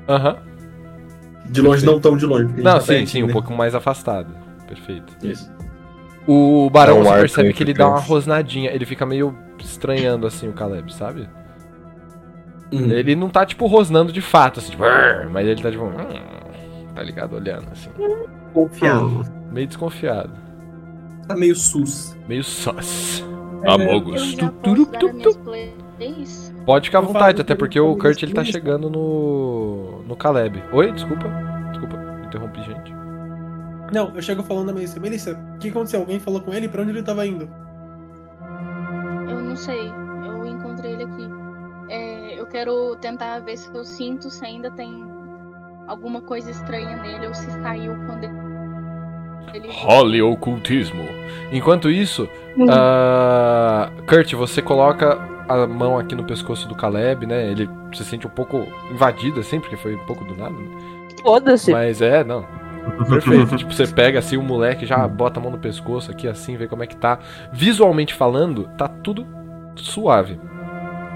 Speaker 2: Aham.
Speaker 7: De longe, não tão de longe. porque a gente
Speaker 2: Não,
Speaker 7: tá
Speaker 2: sim,
Speaker 7: perto,
Speaker 2: sim, um
Speaker 7: né?
Speaker 2: pouco mais afastado. Perfeito.
Speaker 7: Isso.
Speaker 2: O Barão
Speaker 4: É um
Speaker 2: você
Speaker 4: ar
Speaker 2: percebe
Speaker 4: que
Speaker 2: que ele
Speaker 4: fica-
Speaker 2: dá uma rosnadinha, ele fica meio estranhando assim o Caleb, sabe?
Speaker 7: Hum.
Speaker 2: Ele não tá, tipo, rosnando de fato, assim, tipo, "Arr", mas ele tá, tipo, "Hum", tá ligado, olhando, assim.
Speaker 7: Confiado.
Speaker 2: Meio desconfiado.
Speaker 7: Tá meio sus.
Speaker 2: Meio sós.
Speaker 5: Eu
Speaker 2: Amogos.
Speaker 5: já posso dar as minhas plays?
Speaker 2: Pode ficar à
Speaker 6: Eu
Speaker 2: vontade,
Speaker 6: falo
Speaker 2: até
Speaker 6: que
Speaker 2: porque
Speaker 6: eu
Speaker 2: o
Speaker 6: também
Speaker 2: Kurt ele tá
Speaker 6: esqueço.
Speaker 2: chegando no. no Caleb. Oi, desculpa. Desculpa, interrompi, gente.
Speaker 6: Não, eu chego falando da Melissa. Melissa, o que aconteceu? Alguém falou com ele? Pra onde ele tava indo?
Speaker 5: Eu não sei. Eu encontrei ele aqui. É, eu quero tentar ver se eu sinto se ainda tem alguma coisa estranha nele ou se saiu quando ele.
Speaker 2: Role ocultismo. Enquanto isso, ah, Kurt, você coloca a mão aqui no pescoço do Caleb, né? Ele se sente um pouco invadido assim, porque foi um pouco do nada. né?
Speaker 1: Foda-se.
Speaker 2: Mas é, não. Perfeito. tipo, você pega assim o moleque, já bota a mão no pescoço aqui assim, vê como é que tá. Visualmente falando, tá tudo suave.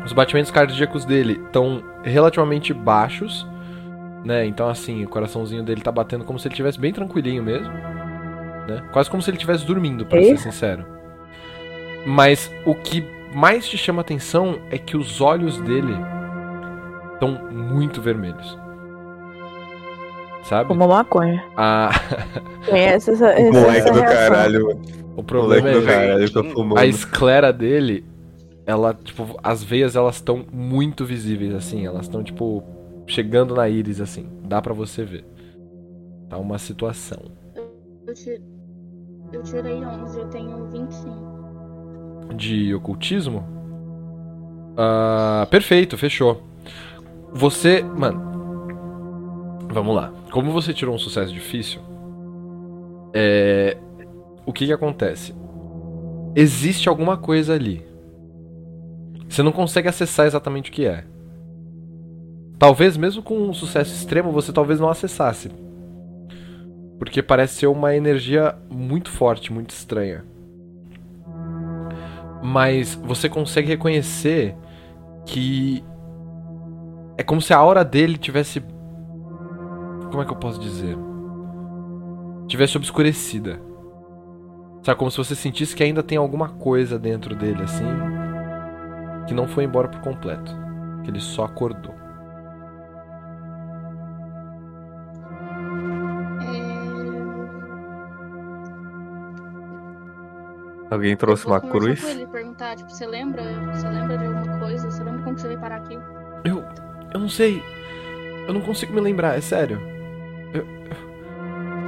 Speaker 2: Os batimentos cardíacos dele estão relativamente baixos, né? Então assim, o coraçãozinho dele tá batendo como se ele tivesse bem tranquilinho mesmo, né? Quase como se ele estivesse dormindo, pra
Speaker 1: Eita.
Speaker 2: ser sincero. Mas o que mais te chama atenção é que os olhos dele estão muito vermelhos. Sabe?
Speaker 1: Como maconha.
Speaker 2: A-
Speaker 1: Conhece essa.
Speaker 4: O
Speaker 1: essa
Speaker 4: moleque
Speaker 1: essa
Speaker 4: do
Speaker 1: reação.
Speaker 4: caralho, mano.
Speaker 2: o
Speaker 4: O
Speaker 2: problema
Speaker 4: moleque
Speaker 2: é
Speaker 4: do
Speaker 2: que
Speaker 4: caralho tá fumando.
Speaker 2: a esclera dele, ela, tipo, as veias elas estão muito visíveis, assim, elas estão, tipo, chegando na íris, assim, dá pra você ver. Tá uma situação.
Speaker 5: Eu, ti- eu tirei 11, eu tenho 25.
Speaker 2: de ocultismo? Ah, perfeito, fechou. Você, mano, vamos lá. Como você tirou um sucesso difícil, é, o que que acontece? Existe alguma coisa ali. Você não consegue acessar exatamente o que é. Talvez mesmo com um sucesso extremo você talvez não acessasse. Porque parece ser uma energia muito forte, muito estranha mas você consegue reconhecer que é como se a aura dele tivesse como é que eu posso dizer? Tivesse obscurecida. Sabe como se você sentisse que ainda tem alguma coisa dentro dele assim, que não foi embora por completo, que ele só acordou.
Speaker 5: É,
Speaker 4: Alguém trouxe
Speaker 5: Eu vou
Speaker 4: uma
Speaker 5: conversar
Speaker 4: cruz?
Speaker 5: com ele, perguntar, tipo, você lembra? Você lembra de alguma coisa? Você lembra como que você veio parar aqui?
Speaker 2: Eu. Eu não sei. Eu não consigo me lembrar, é sério. Eu.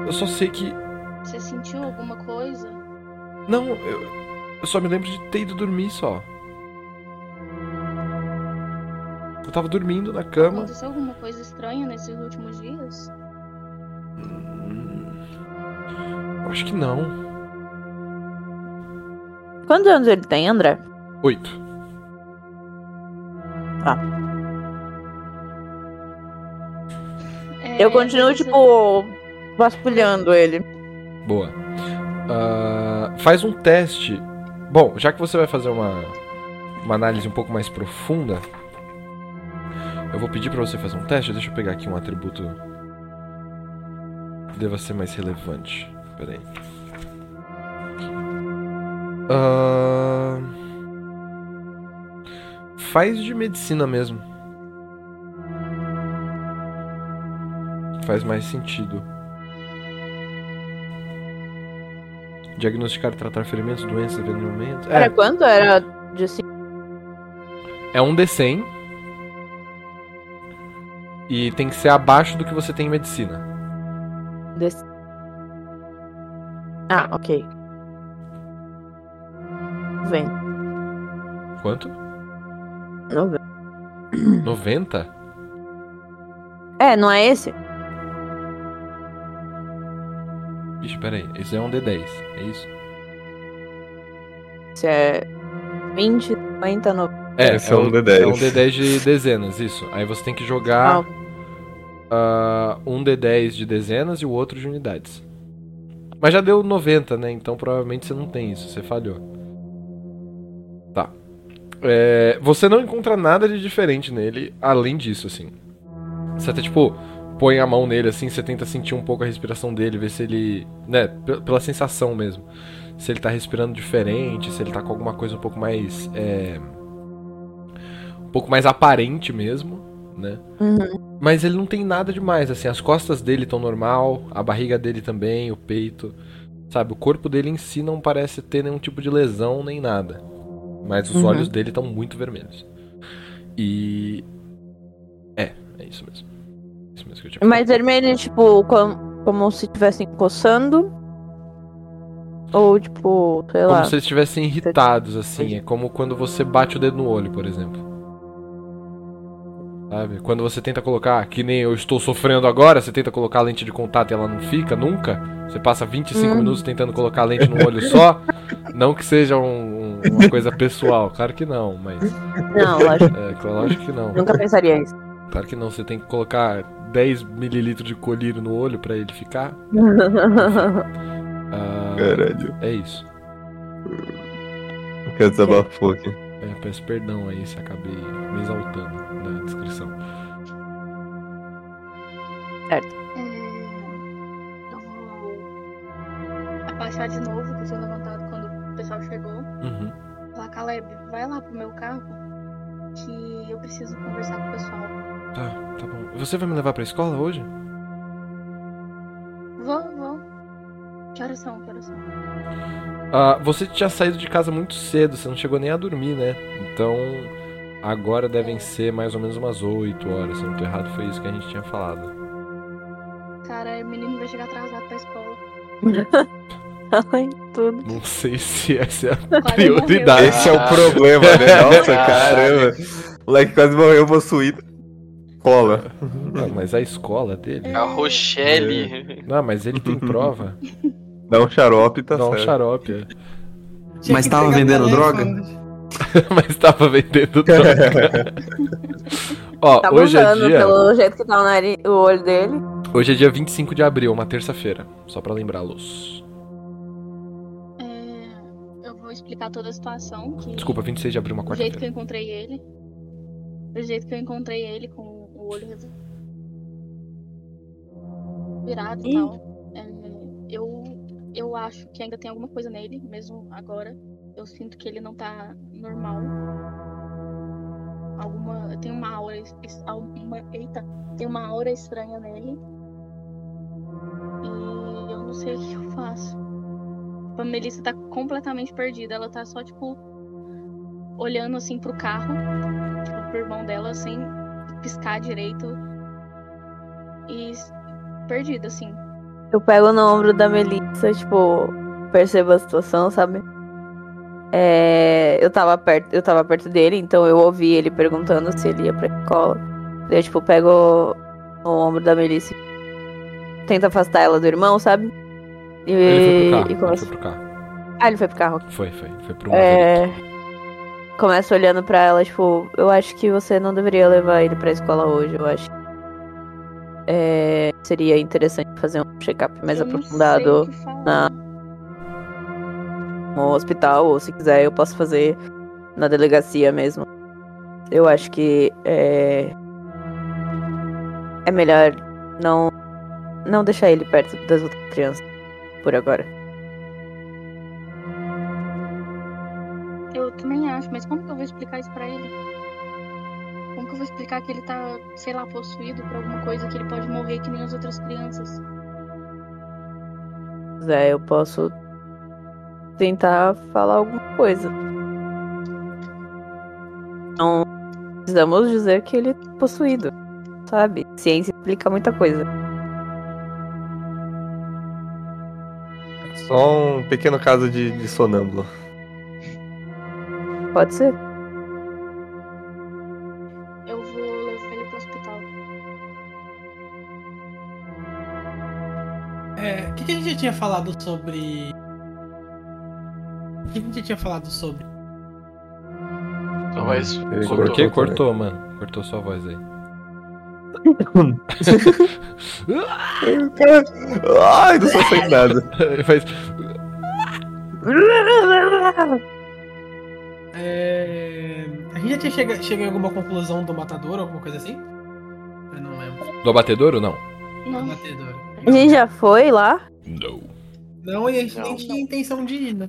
Speaker 2: Eu só sei que.
Speaker 5: Você sentiu alguma coisa?
Speaker 2: Não, eu. Eu só me lembro de ter ido dormir só. Eu tava dormindo na cama.
Speaker 5: Aconteceu alguma coisa estranha nesses últimos dias?
Speaker 2: Hum, eu Acho que não.
Speaker 1: Quantos anos ele tem, André?
Speaker 2: Oito.
Speaker 5: É,
Speaker 1: Eu continuo,
Speaker 5: mas
Speaker 1: tipo, vasculhando ele.
Speaker 2: Boa. Ah, faz um teste. Bom, já que você vai fazer uma, uma análise um pouco mais profunda, eu vou pedir pra você fazer um teste. Deixa eu pegar aqui um atributo que deva ser mais relevante. Pera aí. Ah, Faz de medicina mesmo. Faz mais sentido. Diagnosticar, tratar ferimentos, doenças, envenenamento.
Speaker 1: Era
Speaker 2: É,
Speaker 1: quanto? Era de cinco.
Speaker 2: é um D100. E tem que ser abaixo do que você tem em medicina.
Speaker 1: desse- Ah, ok. Vem.
Speaker 2: Quanto?
Speaker 1: não vem.
Speaker 4: Hum.
Speaker 2: 90?
Speaker 1: É, não é esse?
Speaker 2: Vixe, peraí. Esse é um D10, é isso?
Speaker 1: Esse é 20, 50, 90.
Speaker 2: É,
Speaker 4: Esse é um D10.
Speaker 2: É um D10 de dezenas, isso. Aí você tem que jogar ah, um D10 de dezenas e o outro de unidades. Mas já deu 90, né? Então provavelmente você não tem isso, você falhou. Tá. É, você não encontra nada de diferente nele, além disso, assim. Você até, tipo, põe a mão nele, assim, você tenta sentir um pouco a respiração dele, ver se ele... Né, pe- pela sensação mesmo. Se ele tá respirando diferente, se ele tá com alguma coisa um pouco mais... é, um pouco mais aparente mesmo, né?
Speaker 1: Uhum.
Speaker 2: Mas ele não tem nada demais, assim, as costas dele estão normal, a barriga dele também, o peito, sabe? O corpo dele em si não parece ter nenhum tipo de lesão nem nada. Mas os
Speaker 1: Uhum.
Speaker 2: olhos dele estão muito vermelhos. E. É, é isso mesmo. É Isso mesmo que eu tinha
Speaker 1: Mas
Speaker 2: falado.
Speaker 1: vermelho, tipo, como, como se estivessem coçando. Ou, tipo, sei lá.
Speaker 2: Como se eles estivessem irritados, assim. É como quando você bate o dedo no olho, por exemplo. Sabe? Quando você tenta colocar, que nem eu estou sofrendo agora, você tenta colocar a lente de contato e ela não fica nunca. Você passa 25
Speaker 1: Hum.
Speaker 2: minutos tentando colocar a lente num olho só. Não que seja um- um- uma coisa pessoal, claro que não, mas.
Speaker 1: Não, lógico.
Speaker 2: É, cl- lógico que não.
Speaker 1: Nunca pensaria isso.
Speaker 2: Claro que não, você tem que colocar 10 mililitros de colírio no olho pra ele ficar. Ah,
Speaker 4: Caralho,
Speaker 2: é isso.
Speaker 4: eu quero desabafar aqui.
Speaker 2: É, peço perdão aí se acabei me exaltando na descrição.
Speaker 5: É, Eu vou abaixar de novo, que eu tinha levantado quando o pessoal chegou.
Speaker 2: Uhum.
Speaker 5: Falar, Caleb, vai lá pro meu carro, que eu preciso conversar com o pessoal.
Speaker 2: Tá, tá bom. Você vai me levar pra escola hoje?
Speaker 5: Vou, vou. Que horas são? Que horas são?
Speaker 2: Ah, você tinha saído de casa muito cedo, você não chegou nem a dormir, né? Então, agora devem ser mais ou menos umas 8 horas. Se eu não tô errado, foi isso que a gente tinha falado.
Speaker 5: Cara, o menino vai chegar atrasado pra escola.
Speaker 1: Ai, tudo.
Speaker 2: Não sei se essa é a
Speaker 5: Quase
Speaker 2: Prioridade.
Speaker 5: morreu.
Speaker 4: Esse é o problema, né? Nossa,
Speaker 3: Ah.
Speaker 4: caramba. O moleque quase morreu possuído. Cola.
Speaker 2: Ah, mas a escola dele?
Speaker 3: A Rochelle.
Speaker 2: Não, mas ele tem prova.
Speaker 4: Dá um xarope e tá
Speaker 2: Dá um
Speaker 4: certo.
Speaker 2: xarope. é.
Speaker 6: Tinha
Speaker 8: Mas
Speaker 6: que
Speaker 8: tava
Speaker 6: pegar
Speaker 8: vendendo
Speaker 6: o
Speaker 8: droga?
Speaker 6: telefone.
Speaker 2: mas tava vendendo droga. Ó,
Speaker 1: Tá
Speaker 2: hoje é
Speaker 1: usando
Speaker 2: dia.
Speaker 1: pelo jeito que tá o, nariz, o olho dele.
Speaker 2: Hoje é dia 25 de abril, uma terça-feira. Só pra lembrá-los.
Speaker 5: É, eu vou explicar toda a situação. Que
Speaker 2: Desculpa, 26 de abril, uma
Speaker 5: Do jeito que
Speaker 2: quarta-feira.
Speaker 5: eu encontrei ele. Do jeito que eu encontrei ele com o olho revu- virado e
Speaker 1: Ih.
Speaker 5: tal. é, eu, eu acho que ainda tem alguma coisa nele, mesmo agora. Eu sinto que ele não tá normal. Alguma. Tem uma aura. es- es- Uma, eita, tem uma aura estranha nele. E eu não sei o que eu faço. a Melissa tá completamente perdida. Ela tá só, tipo, olhando assim pro carro, tipo, pro irmão dela, sem piscar direito. E s- perdida, assim.
Speaker 1: Eu pego no ombro da Melissa, tipo, percebo a situação, sabe? É, eu tava perto, eu tava perto dele, então eu ouvi ele perguntando se ele ia pra escola. Daí Eu, tipo, pego no ombro da Melissa e tento afastar ela do irmão, sabe? E,
Speaker 2: Ele
Speaker 1: e
Speaker 2: foi pro carro. Ele
Speaker 1: começo-
Speaker 2: foi pro carro.
Speaker 1: Ah, ele foi pro carro.
Speaker 2: Foi, foi. Foi pro
Speaker 1: É,
Speaker 2: Maverick.
Speaker 1: começa olhando pra ela, tipo, eu acho que você não deveria levar ele pra escola hoje, eu acho. É, seria interessante fazer um check-up mais
Speaker 5: Eu não
Speaker 1: aprofundado.
Speaker 5: sei o que falar.
Speaker 1: na- no um hospital, ou se quiser eu posso fazer na delegacia mesmo. Eu acho que é. É melhor não. Não deixar ele perto das outras crianças por agora.
Speaker 5: Eu também acho, mas como que eu vou explicar isso pra ele? Como que eu vou explicar que ele tá, sei lá, possuído por alguma coisa, que ele pode morrer que nem as outras crianças?
Speaker 1: Se quiser, eu posso tentar falar alguma coisa. Não precisamos dizer que ele é possuído, sabe? Ciência explica muita coisa.
Speaker 4: Só um pequeno caso de, de sonâmbulo.
Speaker 1: Pode ser?
Speaker 5: Eu vou levar ele pro hospital.
Speaker 6: É, o que, que a gente já tinha falado sobre. O que a gente já tinha falado sobre?
Speaker 3: Sua voz
Speaker 4: Ele
Speaker 3: cortou.
Speaker 2: Por que
Speaker 4: Cortou
Speaker 2: cortou, mano? Cortou sua voz aí.
Speaker 4: Ai, não sou sem nada.
Speaker 2: Ele faz.
Speaker 6: É, A gente já tinha chega, chega em alguma conclusão do matador, alguma coisa assim? Eu não lembro.
Speaker 2: Do abatedouro, não?
Speaker 6: É
Speaker 5: Não,
Speaker 6: Matador.
Speaker 1: A gente já foi lá?
Speaker 2: Não.
Speaker 6: Não, e a gente nem
Speaker 3: Não.
Speaker 6: tinha intenção de ir, né?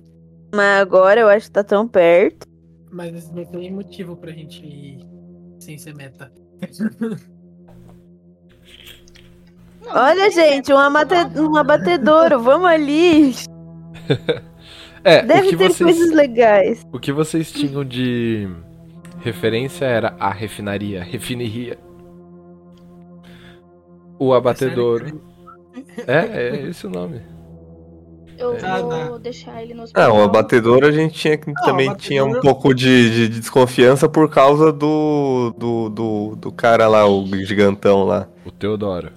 Speaker 1: Mas agora eu acho que tá tão perto.
Speaker 6: Mas assim, não tem motivo pra gente ir sem ser meta.
Speaker 5: não,
Speaker 1: Olha,
Speaker 5: não tem
Speaker 8: é
Speaker 5: tá?
Speaker 1: gente, um, abate... um abatedouro, vamos ali.
Speaker 2: É, o
Speaker 1: Deve
Speaker 2: que
Speaker 1: ter
Speaker 2: vocês.
Speaker 1: coisas legais.
Speaker 2: O que vocês tinham de referência era a refinaria, refineria. O abatedouro. É, é esse o nome.
Speaker 5: Eu
Speaker 6: Ah,
Speaker 5: vou
Speaker 6: tá.
Speaker 5: deixar ele no
Speaker 4: Ah,
Speaker 5: hospital.
Speaker 4: o abatedor a gente tinha, que-
Speaker 6: Ah, o
Speaker 4: também
Speaker 6: abatedor-
Speaker 4: tinha um pouco de, de- de desconfiança por causa do, do, do, do cara lá, o gigantão lá.
Speaker 2: O Teodoro.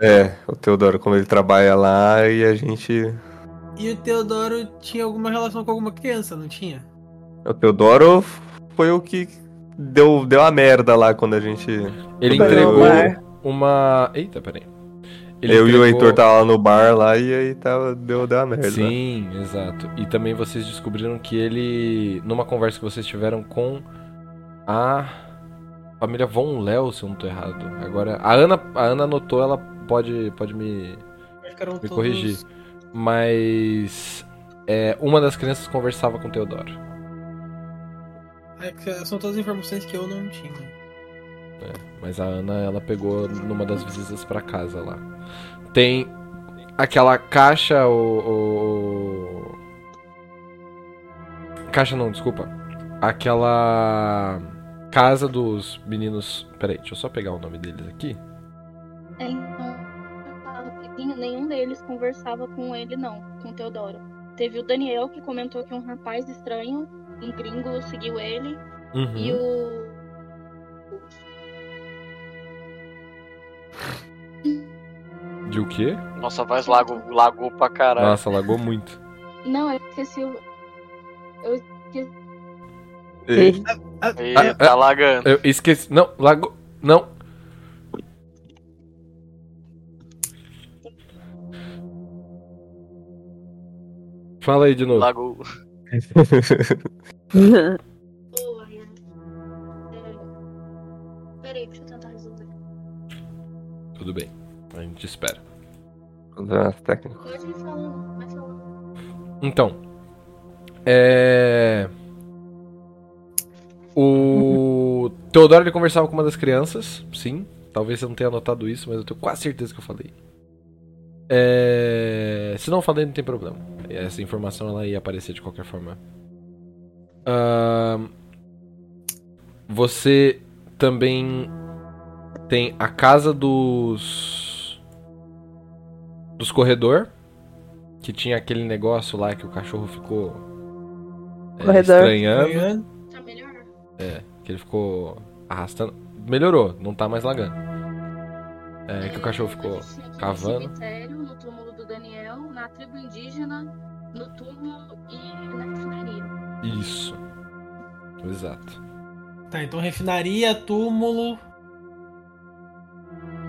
Speaker 4: É, o Teodoro, como ele trabalha lá e a gente.
Speaker 6: E o Teodoro tinha alguma relação com alguma criança, não tinha?
Speaker 4: O Teodoro foi o que deu, deu a merda lá quando a gente.
Speaker 2: Ele
Speaker 4: Pegou
Speaker 2: entregou
Speaker 4: o bar.
Speaker 2: uma. Eita, peraí. Ele
Speaker 4: eu e o
Speaker 2: entregou-
Speaker 4: Heitor tava lá no bar lá e aí tava, deu, deu a merda.
Speaker 2: Sim, exato. E também vocês descobriram que ele, numa conversa que vocês tiveram com a família Von Léo, se eu não tô errado. Agora, a Ana, a Ana anotou, ela pode, pode me,
Speaker 6: Acho que eram
Speaker 2: me corrigir. Mas é, uma das crianças conversava com o Teodoro.
Speaker 6: É que São todas informações que eu não tinha.
Speaker 2: Mas a Ana, ela pegou numa das visitas pra casa lá. Tem aquela caixa, o. o- Caixa não, desculpa. Aquela. Casa dos meninos. Peraí, deixa eu só pegar o nome deles aqui.
Speaker 5: É, então, nem- nenhum deles conversava com ele, não, com o Teodoro. Teve o Daniel que comentou que um rapaz estranho, um gringo, seguiu ele. E
Speaker 2: Uhum.
Speaker 5: o.
Speaker 2: De o quê?
Speaker 3: Nossa, a voz lagou, lagou pra caralho.
Speaker 2: Nossa, lagou muito.
Speaker 5: Não, eu esqueci o. Eu esqueci.
Speaker 1: Sim.
Speaker 3: Ih,
Speaker 2: Ah,
Speaker 3: tá lagando.
Speaker 2: Eu esqueci. Não, lagou. Não. Fala aí de novo.
Speaker 3: Lagou.
Speaker 5: Boa, Ian. É, Peraí, deixa eu tentar resolver.
Speaker 2: Tudo bem. A gente espera.
Speaker 4: Problemas técnicos.
Speaker 5: Pode ir falando, vai falando.
Speaker 2: Então. É. O Teodoro ele conversava com uma das crianças, sim. Talvez você não tenha anotado isso, mas eu tenho quase certeza que eu falei. É... Se não falei, não tem problema. Essa informação ela ia aparecer de qualquer forma. Ahn, você também tem a casa dos dos corredor que tinha aquele negócio lá que o cachorro ficou é, né?
Speaker 1: Corredor.
Speaker 2: estranhando.
Speaker 6: Amanhã,
Speaker 5: Tá melhor?
Speaker 2: Que ele ficou arrastando. Melhorou, não tá mais lagando. É, que o cachorro ficou.
Speaker 5: Mas tinha aqui
Speaker 2: cavando.
Speaker 5: No cemitério, no túmulo do Daniel, na tribo indígena, no túmulo e na refinaria.
Speaker 2: Isso. Exato.
Speaker 6: Tá, então refinaria, túmulo.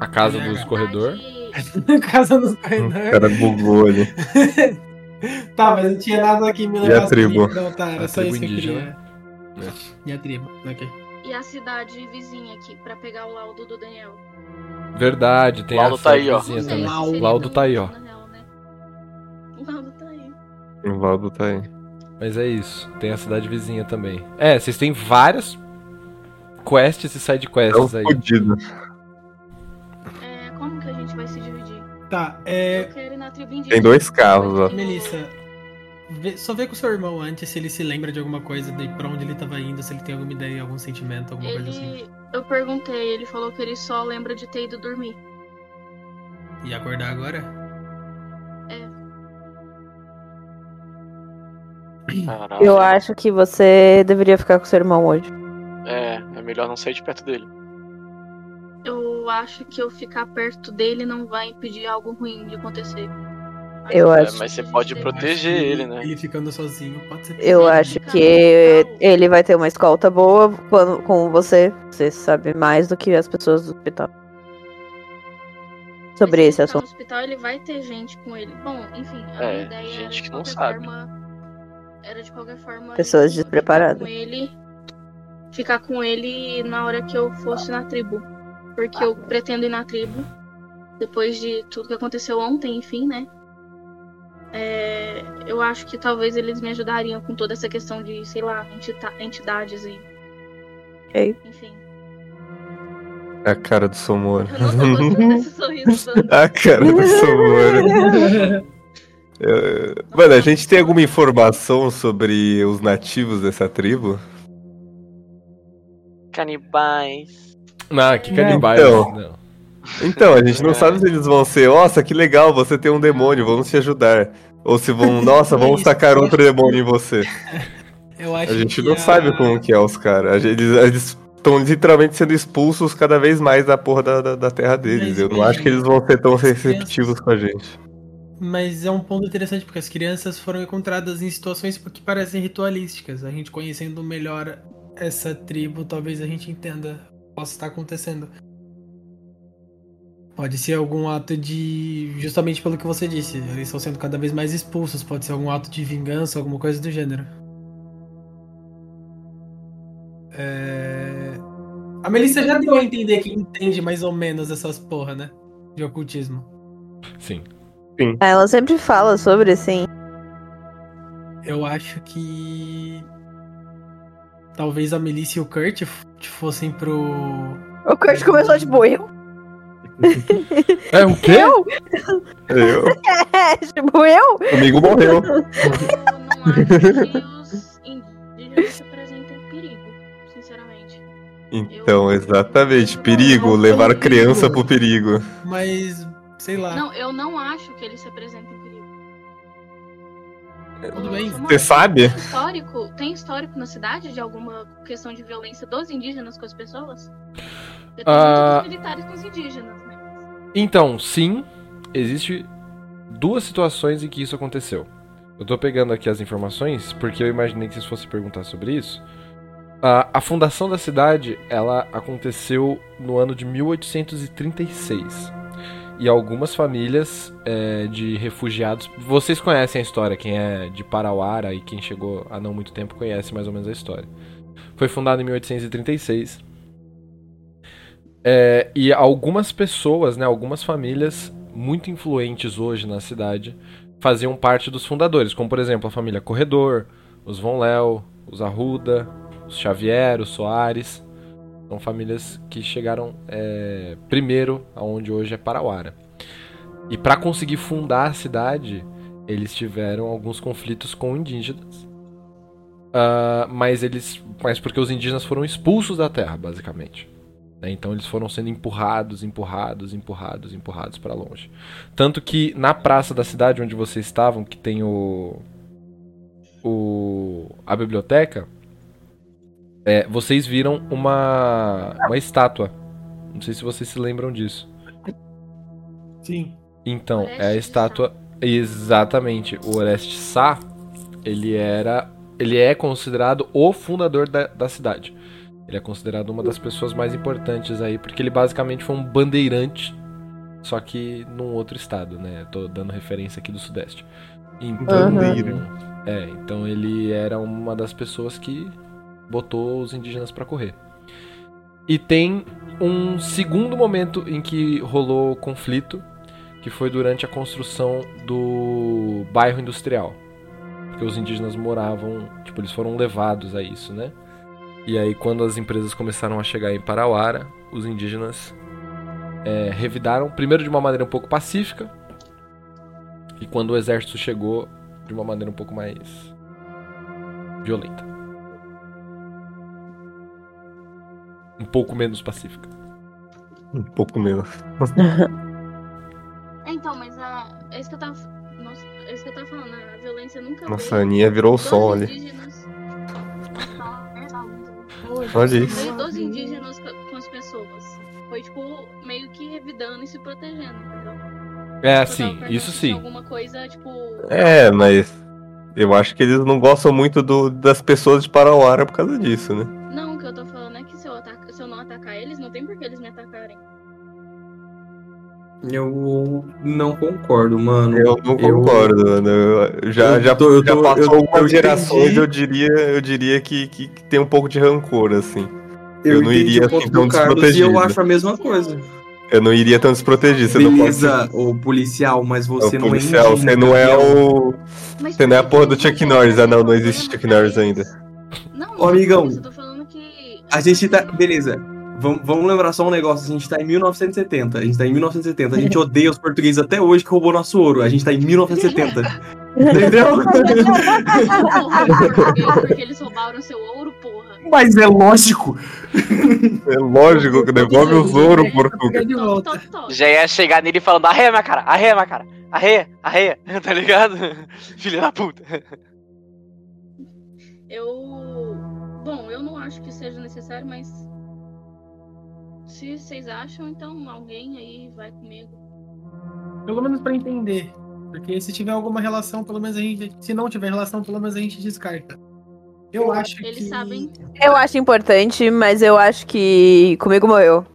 Speaker 2: A casa dos
Speaker 5: Tá
Speaker 2: corredor.
Speaker 5: Cidade-
Speaker 6: Casa dos
Speaker 4: O
Speaker 6: corredores.
Speaker 4: cara bugou ali.
Speaker 6: Tá, mas não tinha nada aqui me
Speaker 4: E
Speaker 6: levar
Speaker 4: a tribo?
Speaker 6: Não, tá, era
Speaker 2: A
Speaker 6: só
Speaker 2: tribo
Speaker 6: isso que eu queria.
Speaker 2: indígena. né?
Speaker 6: E a tribo, ok.
Speaker 5: E a cidade vizinha aqui, pra pegar o laudo do Daniel.
Speaker 2: Verdade, tem
Speaker 3: Laudo
Speaker 2: essa
Speaker 3: tá aí, ó.
Speaker 2: vizinha
Speaker 5: Não sei
Speaker 2: também.
Speaker 5: se
Speaker 6: Laudo.
Speaker 5: seria
Speaker 2: Laudo tá aí, ó.
Speaker 5: na real, né? O laudo tá aí.
Speaker 4: O Valdo tá aí.
Speaker 2: Mas é isso. Tem a cidade vizinha também. É, vocês têm várias quests e side
Speaker 4: É um
Speaker 2: quests aí.
Speaker 4: fudido.
Speaker 5: É, como que a gente vai se dividir?
Speaker 6: Tá, é.
Speaker 5: Eu quero ir na tribo indígena.
Speaker 4: Tem dois carros, ó.
Speaker 6: Melissa, vê- só vê com seu irmão antes se ele se lembra de alguma coisa, de pra onde ele tava indo, se ele tem alguma ideia, algum sentimento, alguma coisa assim.
Speaker 5: Ele, eu perguntei, ele falou que ele só lembra de ter ido dormir.
Speaker 6: E acordar agora?
Speaker 3: Caralho.
Speaker 8: Eu acho que você deveria ficar com seu irmão hoje.
Speaker 3: É, é melhor não sair de perto dele.
Speaker 5: Eu acho que eu ficar perto dele não vai impedir algo ruim de acontecer.
Speaker 8: Eu
Speaker 3: É,
Speaker 8: acho
Speaker 3: mas você pode
Speaker 5: Ele-
Speaker 3: proteger
Speaker 6: Acho que
Speaker 3: ele, né?
Speaker 6: Ele ficando sozinho, pode ser.
Speaker 8: Eu acho que ele vai ter uma escolta boa quando, com você. Você sabe mais do que as pessoas do hospital. Sobre
Speaker 5: Mas
Speaker 8: esse
Speaker 5: se ele tá
Speaker 8: assunto.
Speaker 5: No hospital ele vai ter gente com ele. Bom, enfim, a
Speaker 3: É,
Speaker 5: minha ideia era
Speaker 3: gente
Speaker 5: de
Speaker 3: que não
Speaker 5: qualquer
Speaker 3: sabe.
Speaker 5: forma. Era de qualquer forma.
Speaker 8: Pessoas
Speaker 5: eu ficar
Speaker 8: despreparadas.
Speaker 5: Com ele, ficar com ele na hora que eu fosse na tribo.
Speaker 3: Ah.
Speaker 5: Porque eu pretendo ir na tribo. Depois de tudo que aconteceu ontem, enfim, né? É, eu acho que talvez eles me ajudariam com toda essa questão de, sei lá, entita- entidades e.
Speaker 8: Ok.
Speaker 5: Enfim.
Speaker 4: É a cara do Somoro.
Speaker 5: Eu não tô gostando desse sorriso. Sandra.
Speaker 4: a cara do Somoro. Eu- Mano, a gente tem alguma informação sobre os nativos dessa tribo?
Speaker 3: Canibais.
Speaker 2: Não, Ah, que canibais.
Speaker 4: Então.
Speaker 2: Não.
Speaker 4: Então, a gente não
Speaker 3: É.
Speaker 4: sabe se eles vão ser, nossa, que legal, você tem um demônio, vamos te ajudar. Ou se vão, nossa, vamos tacar outro demônio em você.
Speaker 6: Eu acho
Speaker 4: A gente
Speaker 6: que
Speaker 4: não
Speaker 6: a-
Speaker 4: sabe como que é os caras. A gente- Eles estão literalmente sendo expulsos cada vez mais da porra da, da- da terra deles.
Speaker 6: Mas,
Speaker 4: Eu não
Speaker 6: mas,
Speaker 4: acho que eles vão ser tão
Speaker 6: as crianças-
Speaker 4: receptivos com a gente.
Speaker 6: Mas é um ponto interessante, porque as crianças foram encontradas em situações que parecem ritualísticas. A gente conhecendo melhor essa tribo, talvez a gente entenda o que possa estar acontecendo. Pode ser algum ato de. Justamente pelo que você disse, eles estão sendo cada vez mais expulsos. Pode ser algum ato de vingança, alguma coisa do gênero. É... A Melissa já deu a entender que entende mais ou menos essas porra, né? De ocultismo.
Speaker 2: Sim.
Speaker 8: Ah, ela sempre fala sobre, assim.
Speaker 6: Eu acho que. Talvez a Melissa e o Kurt f- fossem pro.
Speaker 8: O Kurt começou, tipo, eu?
Speaker 2: É o quê?
Speaker 8: Eu?
Speaker 4: Eu,
Speaker 8: É, tipo, eu?
Speaker 4: amigo morreu.
Speaker 5: Eu não acho que os indígenas representem perigo, sinceramente.
Speaker 4: Então, exatamente. Perigo, levar criança pro perigo.
Speaker 6: Mas. Sei lá.
Speaker 5: Não, eu não acho que eles representem perigo.
Speaker 6: Tudo bem.
Speaker 4: Você sabe?
Speaker 5: Tem histórico, tem histórico na cidade de alguma questão de violência dos indígenas com as pessoas? Porque tem
Speaker 2: Ah.
Speaker 5: muito dos militares com os indígenas, né?
Speaker 2: Então, sim, existe duas situações em que isso aconteceu. Eu tô pegando aqui as informações porque eu imaginei que vocês fossem perguntar sobre isso. A, a fundação da cidade, ela aconteceu no ano de 1836. E algumas famílias eh, de refugiados. Vocês conhecem a história, quem é de Parauara e quem chegou há não muito tempo conhece mais ou menos a história. Foi fundada em 1836. É, e algumas pessoas, né, algumas famílias muito influentes hoje na cidade faziam parte dos fundadores, como por exemplo a família Corredor, os Von Léo, os Arruda, os Xavier, os Soares. São famílias que chegaram é, primeiro aonde hoje é Parauara. E para conseguir fundar a cidade, Eles tiveram alguns conflitos com indígenas. Ah, mas eles. Mas porque os indígenas foram expulsos da terra, basicamente. né? Então eles foram sendo empurrados, empurrados, empurrados, empurrados pra longe. Tanto que na praça da cidade onde vocês estavam, que tem o. o a biblioteca, é, vocês viram uma. uma estátua. Não sei se vocês se lembram disso.
Speaker 6: Sim.
Speaker 2: Então, é a
Speaker 5: Orestes
Speaker 2: estátua. Exatamente. O Orestes Sá, ele era. Ele é considerado o fundador da, da cidade. Ele é considerado uma das pessoas mais importantes aí, porque ele basicamente foi um bandeirante, só que num outro estado, né? Tô dando referência aqui do Sudeste. Então,
Speaker 4: Bandeirante.
Speaker 2: é, então ele era uma das pessoas que botou os indígenas pra correr. E tem um segundo momento em que rolou conflito, que foi durante a construção do bairro industrial. Porque os indígenas moravam, tipo, eles foram levados a isso, né? E aí, quando as empresas começaram a chegar em Parauara, os indígenas é, revidaram, primeiro de uma maneira um pouco pacífica, e quando o exército chegou, de uma maneira um pouco mais violenta. Um pouco menos pacífica.
Speaker 4: Um pouco menos.
Speaker 5: É, então, mas a. É isso que eu tava. Nossa, é isso que eu tava falando. A violência nunca
Speaker 4: Nossa, a
Speaker 5: veio.
Speaker 4: Aninha virou o
Speaker 5: dos né,
Speaker 4: sol ali.
Speaker 5: indígenos-
Speaker 4: Olha
Speaker 5: Não
Speaker 4: isso.
Speaker 5: veio dos indígenas co- com as pessoas. Foi tipo meio que revidando e se protegendo, entendeu? Tipo,
Speaker 2: É,
Speaker 5: Eu tava
Speaker 2: sim,
Speaker 5: perguntando
Speaker 2: isso
Speaker 5: se
Speaker 2: sim.
Speaker 5: Alguma coisa, tipo.
Speaker 4: É, mas eu acho que eles não gostam muito do- das pessoas de Parauara por causa disso, né?
Speaker 5: Não, o que eu tô falando é que se eu, ataca- se eu não atacar eles, não tem por que eles me atacarem.
Speaker 7: Eu não concordo, mano.
Speaker 4: Eu não
Speaker 7: Eu-
Speaker 4: concordo, mano. Eu- já,
Speaker 7: Eu
Speaker 4: já,
Speaker 7: tô- eu
Speaker 4: já
Speaker 7: tô-
Speaker 4: passou
Speaker 7: eu- eu
Speaker 4: algumas
Speaker 7: entendi.
Speaker 4: gerações, eu diria, eu diria que, que, que tem um pouco de rancor, assim. eu não
Speaker 7: entendi
Speaker 4: iria assim,
Speaker 7: o ponto
Speaker 4: tão
Speaker 7: do Carlos e eu
Speaker 4: desprotegido.
Speaker 7: acho a mesma
Speaker 5: assim,
Speaker 7: coisa.
Speaker 4: Eu não iria tão desprotegido, você não
Speaker 7: Beleza, o policial, mas
Speaker 4: pode
Speaker 7: você
Speaker 4: ser o
Speaker 7: não
Speaker 4: policial,
Speaker 7: é
Speaker 4: você
Speaker 7: indígena,
Speaker 4: não é
Speaker 7: entendeu?
Speaker 4: o...
Speaker 5: Mas
Speaker 4: Você não é a
Speaker 5: por que
Speaker 4: porra
Speaker 5: que
Speaker 4: do
Speaker 5: eles não
Speaker 4: Chuck Norris. Ah, não, não
Speaker 5: atacaram
Speaker 4: existe Chuck
Speaker 5: eles?
Speaker 4: Norris ainda.
Speaker 5: Não,
Speaker 7: Ô, amigão.
Speaker 5: Eu tô falando que.
Speaker 7: A gente tá. Beleza. Vamos, vamos lembrar só um negócio. A gente tá em 1970. A gente tá em 1970. A gente odeia os portugueses até hoje que roubou nosso ouro. A gente tá em 1970. Entendeu?
Speaker 5: Porque eles roubaram seu ouro, porra.
Speaker 7: Mas é lógico.
Speaker 4: É lógico que devolve os ouro, Portuga.
Speaker 6: Fica de volta.
Speaker 5: Tó, tó, tó.
Speaker 3: Já ia chegar nele falando, arreia, minha cara, arreia, minha cara, arreia, arreia, tá ligado? Filha da puta.
Speaker 5: Eu. Bom, eu não acho que seja necessário, mas. Se vocês acham, então alguém aí vai comigo.
Speaker 6: Pelo menos pra entender. Porque se tiver alguma relação, pelo menos a gente. Se não tiver relação, pelo menos a gente descarta. Eu acho que.
Speaker 5: Eles sabem.
Speaker 8: Eu acho importante, mas eu acho que comigo morreu.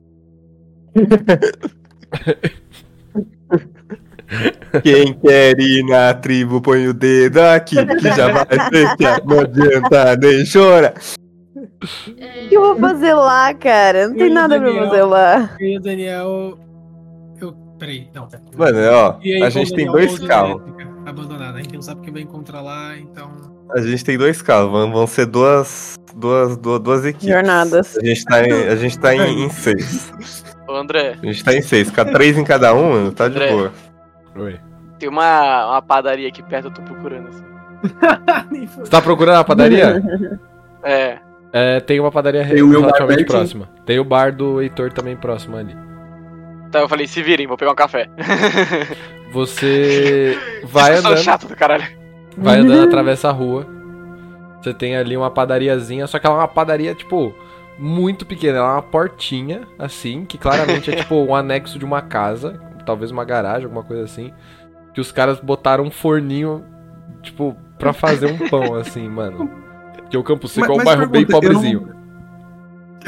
Speaker 4: Quem quer ir na tribo põe o dedo aqui, que já vai ser que não adianta nem chora.
Speaker 5: É,
Speaker 8: O
Speaker 1: Uhum.
Speaker 8: que eu vou fazer lá, cara? Não tem
Speaker 6: Eu e o
Speaker 8: nada pra
Speaker 6: Daniel.
Speaker 8: fazer lá.
Speaker 6: E o Daniel. Eu. Peraí, não. pera.
Speaker 4: Mano, ó,
Speaker 6: E aí, é
Speaker 4: a
Speaker 6: quando
Speaker 4: gente
Speaker 6: o
Speaker 4: tem
Speaker 6: Daniel
Speaker 4: dois
Speaker 6: volta,
Speaker 4: carros.
Speaker 6: ele fica Abandonado. A gente não sabe o que vai encontrar lá, então.
Speaker 4: A gente tem dois carros, vão vão ser duas, duas, duas, duas equipes.
Speaker 8: Jornadas.
Speaker 4: A gente tá em, a gente tá em, em seis.
Speaker 3: Ô, André,
Speaker 4: A gente tá em seis. Ficar três em cada um, mano, tá de
Speaker 3: André.
Speaker 4: boa.
Speaker 2: Oi.
Speaker 3: tem uma, uma padaria aqui perto, eu tô procurando. Assim.
Speaker 6: Nem foi.
Speaker 2: Você tá procurando a padaria?
Speaker 3: É,
Speaker 2: É, tem uma padaria
Speaker 7: Tem o Will
Speaker 2: relativamente
Speaker 7: Barberton.
Speaker 2: próxima. Tem o bar do Heitor também próximo ali.
Speaker 3: então eu falei, se virem, vou pegar um café.
Speaker 2: Você vai
Speaker 3: Discussão
Speaker 2: andando,
Speaker 3: chata do caralho.
Speaker 2: vai
Speaker 7: Uhum.
Speaker 2: andando, atravessa a rua. Você tem ali uma padariazinha, só que ela é uma padaria, tipo, muito pequena. Ela é uma portinha, assim, que claramente é tipo um anexo de uma casa, talvez uma garagem, alguma coisa assim. Que os caras botaram um forninho, tipo, pra fazer um pão, assim, mano. Porque o Campo Seco
Speaker 7: Mas-
Speaker 2: é um
Speaker 7: mas
Speaker 2: bairro bem
Speaker 7: pergunta, eu não-
Speaker 2: pobrezinho.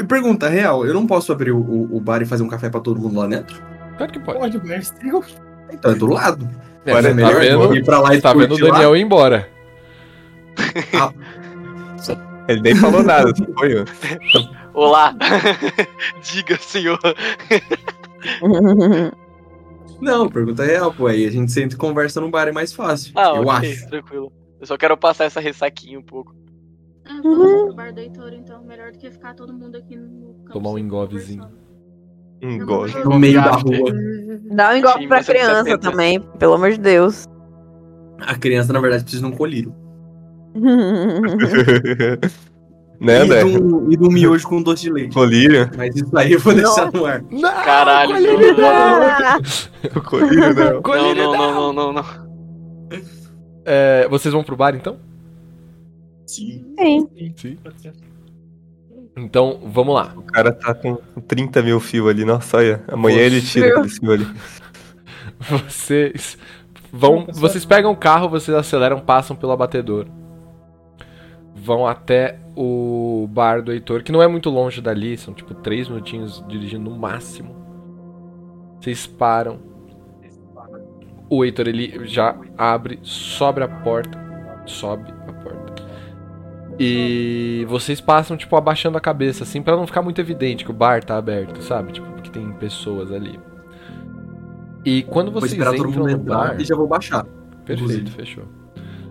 Speaker 7: Pergunta real, eu não posso abrir o, o- o bar e fazer um café pra todo mundo lá dentro?
Speaker 2: Claro que pode.
Speaker 6: Pode, mestre. Eu-
Speaker 7: Então é do lado.
Speaker 2: É,
Speaker 4: Olha,
Speaker 2: você
Speaker 7: é
Speaker 2: tá
Speaker 7: melhor
Speaker 2: vendo?
Speaker 7: ir pra lá e
Speaker 2: Tá vendo o
Speaker 7: curtir lá.
Speaker 2: Daniel ir embora.
Speaker 4: Ele nem falou nada, só foi eu.
Speaker 3: Olá. Diga, senhor.
Speaker 7: Não, pergunta é real, pô. Aí a gente senta e conversa no bar, é mais fácil.
Speaker 3: Ah,
Speaker 7: eu
Speaker 3: ok,
Speaker 7: acho.
Speaker 3: tranquilo. Eu só quero passar essa ressaquinha um pouco.
Speaker 5: Ah, vamos pro bar do Heitor, então. Melhor do que ficar todo mundo aqui no campo.
Speaker 2: Tomar um
Speaker 5: seco
Speaker 2: engovezinho.
Speaker 5: conversando.
Speaker 4: Um gole.
Speaker 7: No meio da rua.
Speaker 8: Dá um golpe pra criança
Speaker 3: 1970.
Speaker 8: também, pelo amor de Deus.
Speaker 7: A criança, na verdade, precisa de um colírio.
Speaker 4: né,
Speaker 7: e, de
Speaker 4: André?
Speaker 7: um, e de um miojo com doce de leite.
Speaker 4: Colírio?
Speaker 7: Mas isso aí eu vou deixar no ar.
Speaker 3: Caralho.
Speaker 1: Ah,
Speaker 4: O colírio, né? não.
Speaker 3: Não, não, não, não, não, não.
Speaker 2: É, vocês vão pro bar então?
Speaker 1: Sim.
Speaker 2: Sim. Então, vamos lá.
Speaker 4: O cara tá com 30 mil fios ali. Nossa, olha. Amanhã
Speaker 2: Poxa.
Speaker 4: ele tira aquele fio ali.
Speaker 2: Vocês vão, vocês pegam o carro, vocês aceleram, passam pelo abatedor. Vão até o bar do Heitor, que não é muito longe dali, são tipo 3 minutinhos dirigindo no máximo. Vocês param. O Heitor ele já abre, sobe a porta, sobe a porta. E vocês passam tipo abaixando a cabeça assim pra não ficar muito evidente que o bar tá aberto, sabe? Tipo, porque tem pessoas ali. E quando
Speaker 7: Vou
Speaker 2: vocês
Speaker 7: esperar todo
Speaker 2: entram
Speaker 7: mundo
Speaker 2: no
Speaker 7: entrar
Speaker 2: bar,
Speaker 7: e já vou baixar.
Speaker 2: Perfeito,
Speaker 7: Inclusive.
Speaker 2: fechou.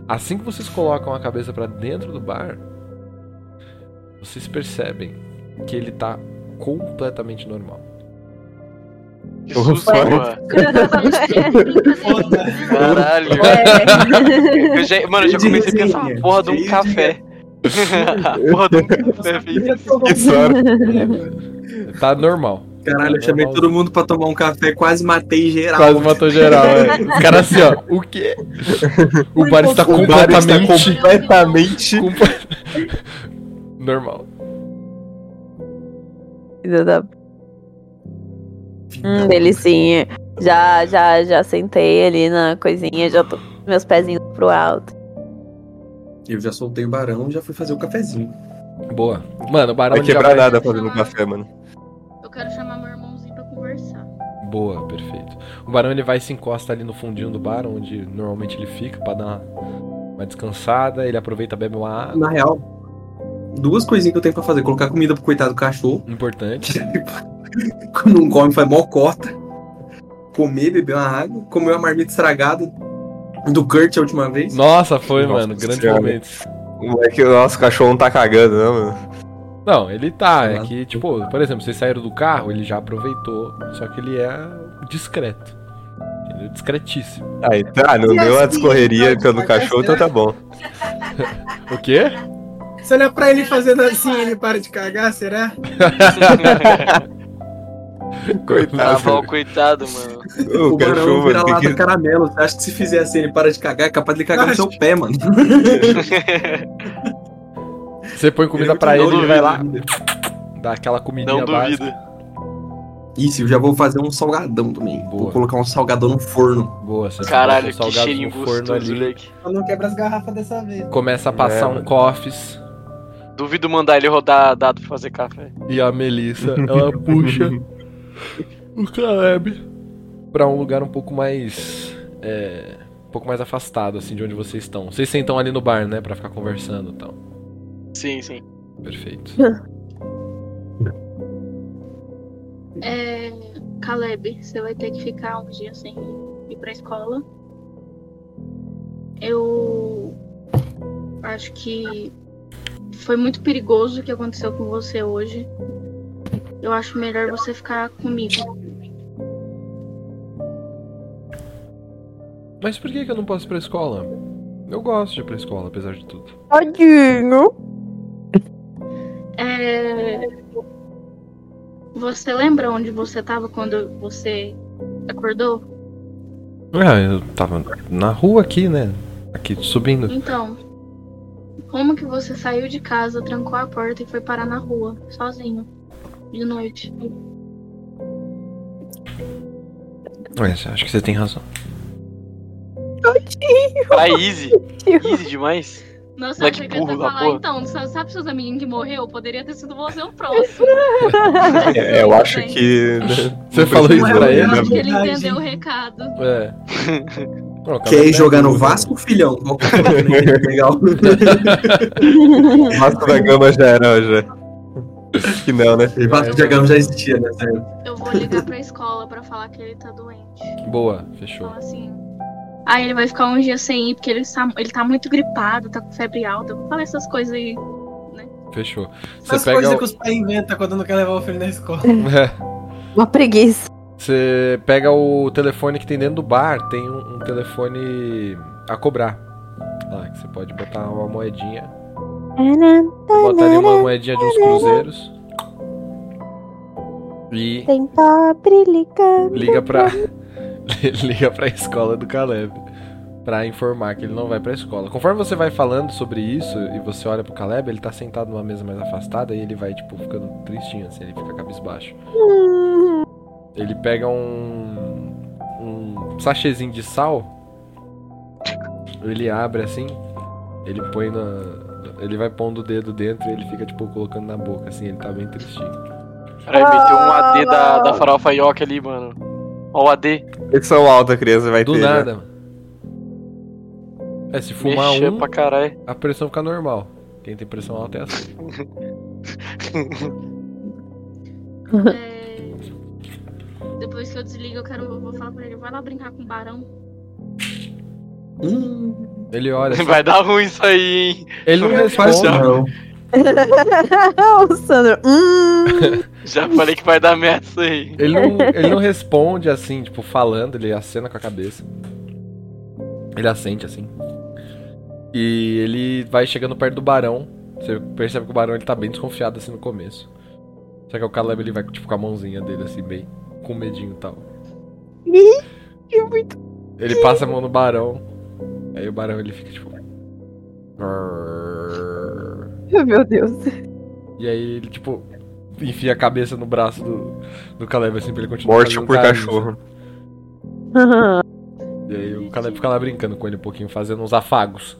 Speaker 2: Assim que vocês colocam a cabeça pra dentro do bar, vocês percebem que ele tá completamente normal.
Speaker 3: Que susto,
Speaker 4: Ufa.
Speaker 3: porra.
Speaker 6: Foda.
Speaker 3: Caralho. Eu já, mano, eu já
Speaker 7: De
Speaker 3: comecei a pensar
Speaker 7: resenha.
Speaker 3: a porra de um
Speaker 7: De
Speaker 3: café. A porra de um café, filho.
Speaker 4: Isso, olha.
Speaker 2: Tá normal.
Speaker 7: Caralho, eu chamei todo mundo pra tomar um café, quase matei geral.
Speaker 2: Quase matou geral, é. Os caras assim, ó. O quê? O bar está
Speaker 4: O bar está
Speaker 2: completamente.
Speaker 4: tá completamente
Speaker 2: compa- normal.
Speaker 8: Filho da- Hum, delicinha. Já, já, já sentei ali na coisinha, já tô com meus pezinhos pro alto.
Speaker 7: Eu já soltei o barão e já fui fazer o cafezinho.
Speaker 2: Boa. Mano, o barão
Speaker 4: Vai
Speaker 2: já
Speaker 4: quebrar
Speaker 2: vai-
Speaker 4: nada fazendo café, mano.
Speaker 5: Eu quero chamar meu irmãozinho pra conversar.
Speaker 2: Boa, perfeito. O barão ele vai e se encosta ali no fundinho do bar, onde normalmente ele fica, pra dar uma descansada. Ele aproveita, bebe uma água.
Speaker 7: Na real, duas coisinhas que eu tenho pra fazer: colocar comida pro coitado do cachorro,
Speaker 2: Importante.
Speaker 7: quando um não come, faz mocota. Comer, beber uma água, comer uma marmita estragada do Kurt a última vez.
Speaker 2: Nossa, foi,
Speaker 4: Nossa
Speaker 2: mano. Grandes
Speaker 4: Senhora.
Speaker 2: momentos.
Speaker 4: O moleque, nossa, o cachorro não tá cagando, não, mano.
Speaker 2: Não, ele tá. É
Speaker 7: Nossa.
Speaker 2: que, tipo, por exemplo, vocês saíram do carro, ele já aproveitou. Só que ele é discreto. Ele é discretíssimo.
Speaker 4: Aí tá, não deu uma descorreria pelo cachorro, então tá bom.
Speaker 2: O quê?
Speaker 6: Se olhar pra ele fazendo assim, ele para de cagar, será?
Speaker 3: Tá
Speaker 4: Coitado.
Speaker 3: bom, coitado, mano.
Speaker 4: O,
Speaker 7: o barão
Speaker 4: cachorro,
Speaker 7: vira
Speaker 4: mano,
Speaker 7: lá
Speaker 4: tem que...
Speaker 7: do caramelo. Você acha que se fizer assim ele para de cagar? É capaz de ele cagar no seu pé, mano.
Speaker 2: Você põe comida
Speaker 7: Ele
Speaker 2: pra
Speaker 7: não
Speaker 2: ele, ele
Speaker 7: duvido.
Speaker 2: vai lá, dá aquela comidinha
Speaker 3: Não
Speaker 2: básica.
Speaker 3: duvido.
Speaker 7: Isso, eu já vou fazer um salgadão também.
Speaker 2: Boa.
Speaker 7: Vou colocar um salgadão no forno.
Speaker 2: Boa, você
Speaker 3: Caralho,
Speaker 2: bota
Speaker 3: que
Speaker 2: os salgados
Speaker 3: cheirinho
Speaker 2: no forno
Speaker 3: gostoso,
Speaker 2: ali.
Speaker 3: moleque.
Speaker 6: Só não quebra as garrafas dessa vez.
Speaker 2: Começa a
Speaker 4: É,
Speaker 2: passar um
Speaker 4: mano.
Speaker 2: coffees.
Speaker 3: Duvido mandar ele rodar dado pra fazer café.
Speaker 2: E a Melissa, ela puxa o Caleb pra um lugar um pouco mais. É, um pouco mais afastado, assim, de onde vocês estão. Vocês sentam ali no bar, né, pra ficar conversando e tal.
Speaker 3: Sim, sim.
Speaker 2: Perfeito.
Speaker 5: É, Caleb, você vai ter que ficar um dia sem ir pra escola. Eu acho que foi muito perigoso o que aconteceu com você hoje. Eu acho melhor você ficar comigo.
Speaker 2: Mas por que, que eu não posso ir pra escola? Eu gosto de ir pra escola, apesar de tudo.
Speaker 1: Tadinho.
Speaker 5: É, Você lembra onde você tava quando você acordou?
Speaker 2: Ah, eu tava na rua aqui, né? Aqui subindo.
Speaker 5: Então, como que você saiu de casa, trancou a porta e foi parar na rua, sozinho, de noite?
Speaker 2: Mas acho que você tem razão.
Speaker 3: Pra Easy. Easy demais.
Speaker 5: Nossa,
Speaker 3: Moleque
Speaker 5: eu achei que ia
Speaker 3: burro da
Speaker 5: falar,
Speaker 3: porra.
Speaker 5: então, sa- sabe seus amiguinhos que morreu? Poderia ter sido você o próximo.
Speaker 4: É, eu acho que. né,
Speaker 2: Você
Speaker 4: não
Speaker 2: falou
Speaker 4: precisa,
Speaker 2: isso pra
Speaker 4: né,
Speaker 2: ele?
Speaker 5: Eu acho que ele
Speaker 6: verdade,
Speaker 5: entendeu o
Speaker 6: hein?
Speaker 5: recado.
Speaker 2: É. Não,
Speaker 7: Quer
Speaker 2: cara,
Speaker 7: ir jogar no
Speaker 2: né?
Speaker 7: Vasco, filhão? Qualquer coisa, né? Legal.
Speaker 4: O Vasco da Gama já era, já. Acho que não, né?
Speaker 7: O Vasco de Gama já existia, né?
Speaker 5: Eu vou ligar pra escola pra falar que ele tá doente.
Speaker 2: Boa, fechou.
Speaker 5: Falar assim. Aí ele vai ficar um dia sem ir, porque ele tá, ele tá muito gripado, tá com febre alta. Eu vou falar essas coisas aí.
Speaker 2: Fechou. Você
Speaker 6: Essas
Speaker 2: pega.
Speaker 6: coisas
Speaker 2: o-
Speaker 6: que os pais inventam quando não quer levar o filho na escola.
Speaker 2: É,
Speaker 8: Uma preguiça.
Speaker 2: Você pega o telefone que tem dentro do bar, tem um, um telefone a cobrar. Lá, que você pode botar uma moedinha.
Speaker 9: É, né?
Speaker 2: Você bota ali uma moedinha de uns cruzeiros. E
Speaker 9: Tem pobre ligando.
Speaker 2: liga pra. liga pra escola do Caleb. Pra informar que ele não vai pra escola. Conforme você vai falando sobre isso e você olha pro Caleb, ele tá sentado numa mesa mais afastada e ele vai, tipo, ficando tristinho, assim, ele fica cabisbaixo. Ele pega um. um sachêzinho de sal. Ele abre assim. Ele põe na. Ele vai pondo o dedo dentro e ele fica, tipo, colocando na boca, assim, ele tá bem tristinho.
Speaker 3: Peraí, meteu um AD da, da farofa ioca ali, mano. Ó o AD.
Speaker 4: Edição alta, criança, vai
Speaker 2: Do
Speaker 4: ter. né?
Speaker 2: nada, mano. É, se fumar
Speaker 3: Mexer
Speaker 2: um,
Speaker 3: pra caralho.
Speaker 2: a pressão fica normal. Quem tem pressão alta é assim.
Speaker 5: É, Depois que eu desligo, eu quero. Eu vou falar pra ele, vai lá brincar com o barão.
Speaker 2: Ele olha. assim,
Speaker 3: Vai dar ruim isso aí, hein?
Speaker 2: Ele não
Speaker 7: Faz
Speaker 2: responde.
Speaker 7: isso não.
Speaker 1: o Sandro. Hum.
Speaker 3: Já falei que vai dar merda isso aí.
Speaker 2: Ele não, ele não responde assim, tipo, falando, ele acena com a cabeça. Ele assente assim. E ele vai chegando perto do barão. Você percebe que o barão ele tá bem desconfiado assim no começo. Só que o Caleb ele vai tipo com a mãozinha dele assim, bem com medinho e tal. Ele passa a mão no barão. Aí o barão ele fica tipo.
Speaker 1: Meu Deus.
Speaker 2: E aí ele tipo enfia a cabeça no braço do, do Caleb assim pra ele continuar.
Speaker 4: Morte
Speaker 2: fazendo
Speaker 4: por
Speaker 2: carinho,
Speaker 4: cachorro.
Speaker 2: E aí o Caleb fica lá brincando com ele um pouquinho, fazendo uns afagos.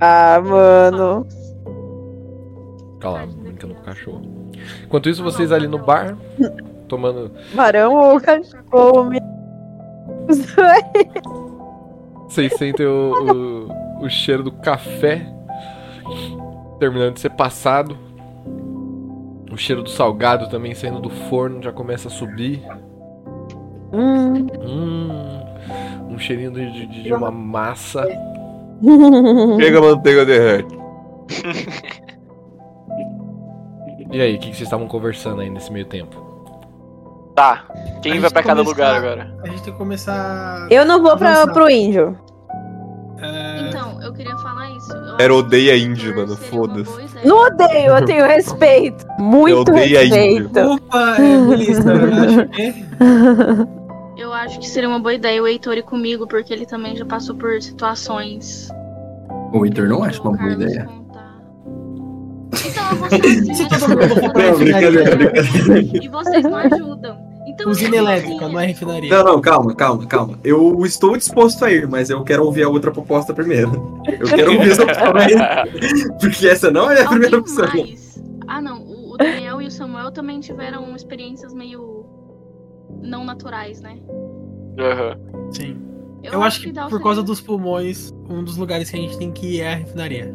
Speaker 1: Ah, mano.
Speaker 2: Fica lá, brincando com o cachorro. Enquanto isso, vocês ali no bar, tomando.
Speaker 1: Barão ou cachorro? me- Os dois.
Speaker 2: Vocês sentem o, o, o cheiro do café terminando de ser passado. O cheiro do salgado também saindo do forno já começa a subir. Hum, um cheirinho de, de- de uma massa.
Speaker 4: Pega a manteiga derrete.
Speaker 2: E aí, o que, que vocês estavam conversando aí nesse meio tempo?
Speaker 3: Tá,
Speaker 6: A
Speaker 3: quem vai
Speaker 6: gente
Speaker 3: pra cada
Speaker 6: começou-
Speaker 3: lugar agora?
Speaker 6: A gente tem que começar.
Speaker 8: Eu não vou pra,
Speaker 6: Avançar.
Speaker 8: pro índio.
Speaker 6: é,
Speaker 5: Então, eu queria falar isso. Eu
Speaker 4: Era
Speaker 5: acho
Speaker 4: odeia
Speaker 5: que
Speaker 4: índio,
Speaker 5: seria
Speaker 4: mano,
Speaker 5: uma
Speaker 4: foda-se.
Speaker 5: boa ideia.
Speaker 8: Não odeio, eu tenho respeito.
Speaker 4: Eu
Speaker 8: Muito
Speaker 4: odeio a
Speaker 8: respeito.
Speaker 6: Opa, é beleza, eu acho que.
Speaker 5: Eu acho que seria uma boa ideia o Heitor ir comigo, porque ele também já passou por situações.
Speaker 7: O Heitor não acha
Speaker 5: que o
Speaker 7: uma boa
Speaker 5: Carlos
Speaker 7: ideia.
Speaker 5: contar. Então eu vou assim, sozinha.
Speaker 6: Se todo mundo for pra
Speaker 7: Não, brincadeira.
Speaker 5: assim, E vocês não ajudam. Então, eu
Speaker 6: Usina
Speaker 5: vou
Speaker 6: elétrica,
Speaker 5: sozinha.
Speaker 6: não é refinaria.
Speaker 7: Não, não, calma, calma, calma. Eu estou disposto a ir, mas eu quero ouvir a outra proposta primeiro. Eu quero ouvir essa opção aí, porque essa não é a
Speaker 5: Alguém
Speaker 7: primeira opção.
Speaker 5: mais? Ah, não. O o Daniel e o Samuel também tiveram experiências meio não naturais, né?
Speaker 3: Aham.
Speaker 6: Sim. Eu acho que
Speaker 5: dá o
Speaker 6: por causa
Speaker 5: certo.
Speaker 6: dos pulmões, um dos lugares que a gente tem que ir é a refinaria.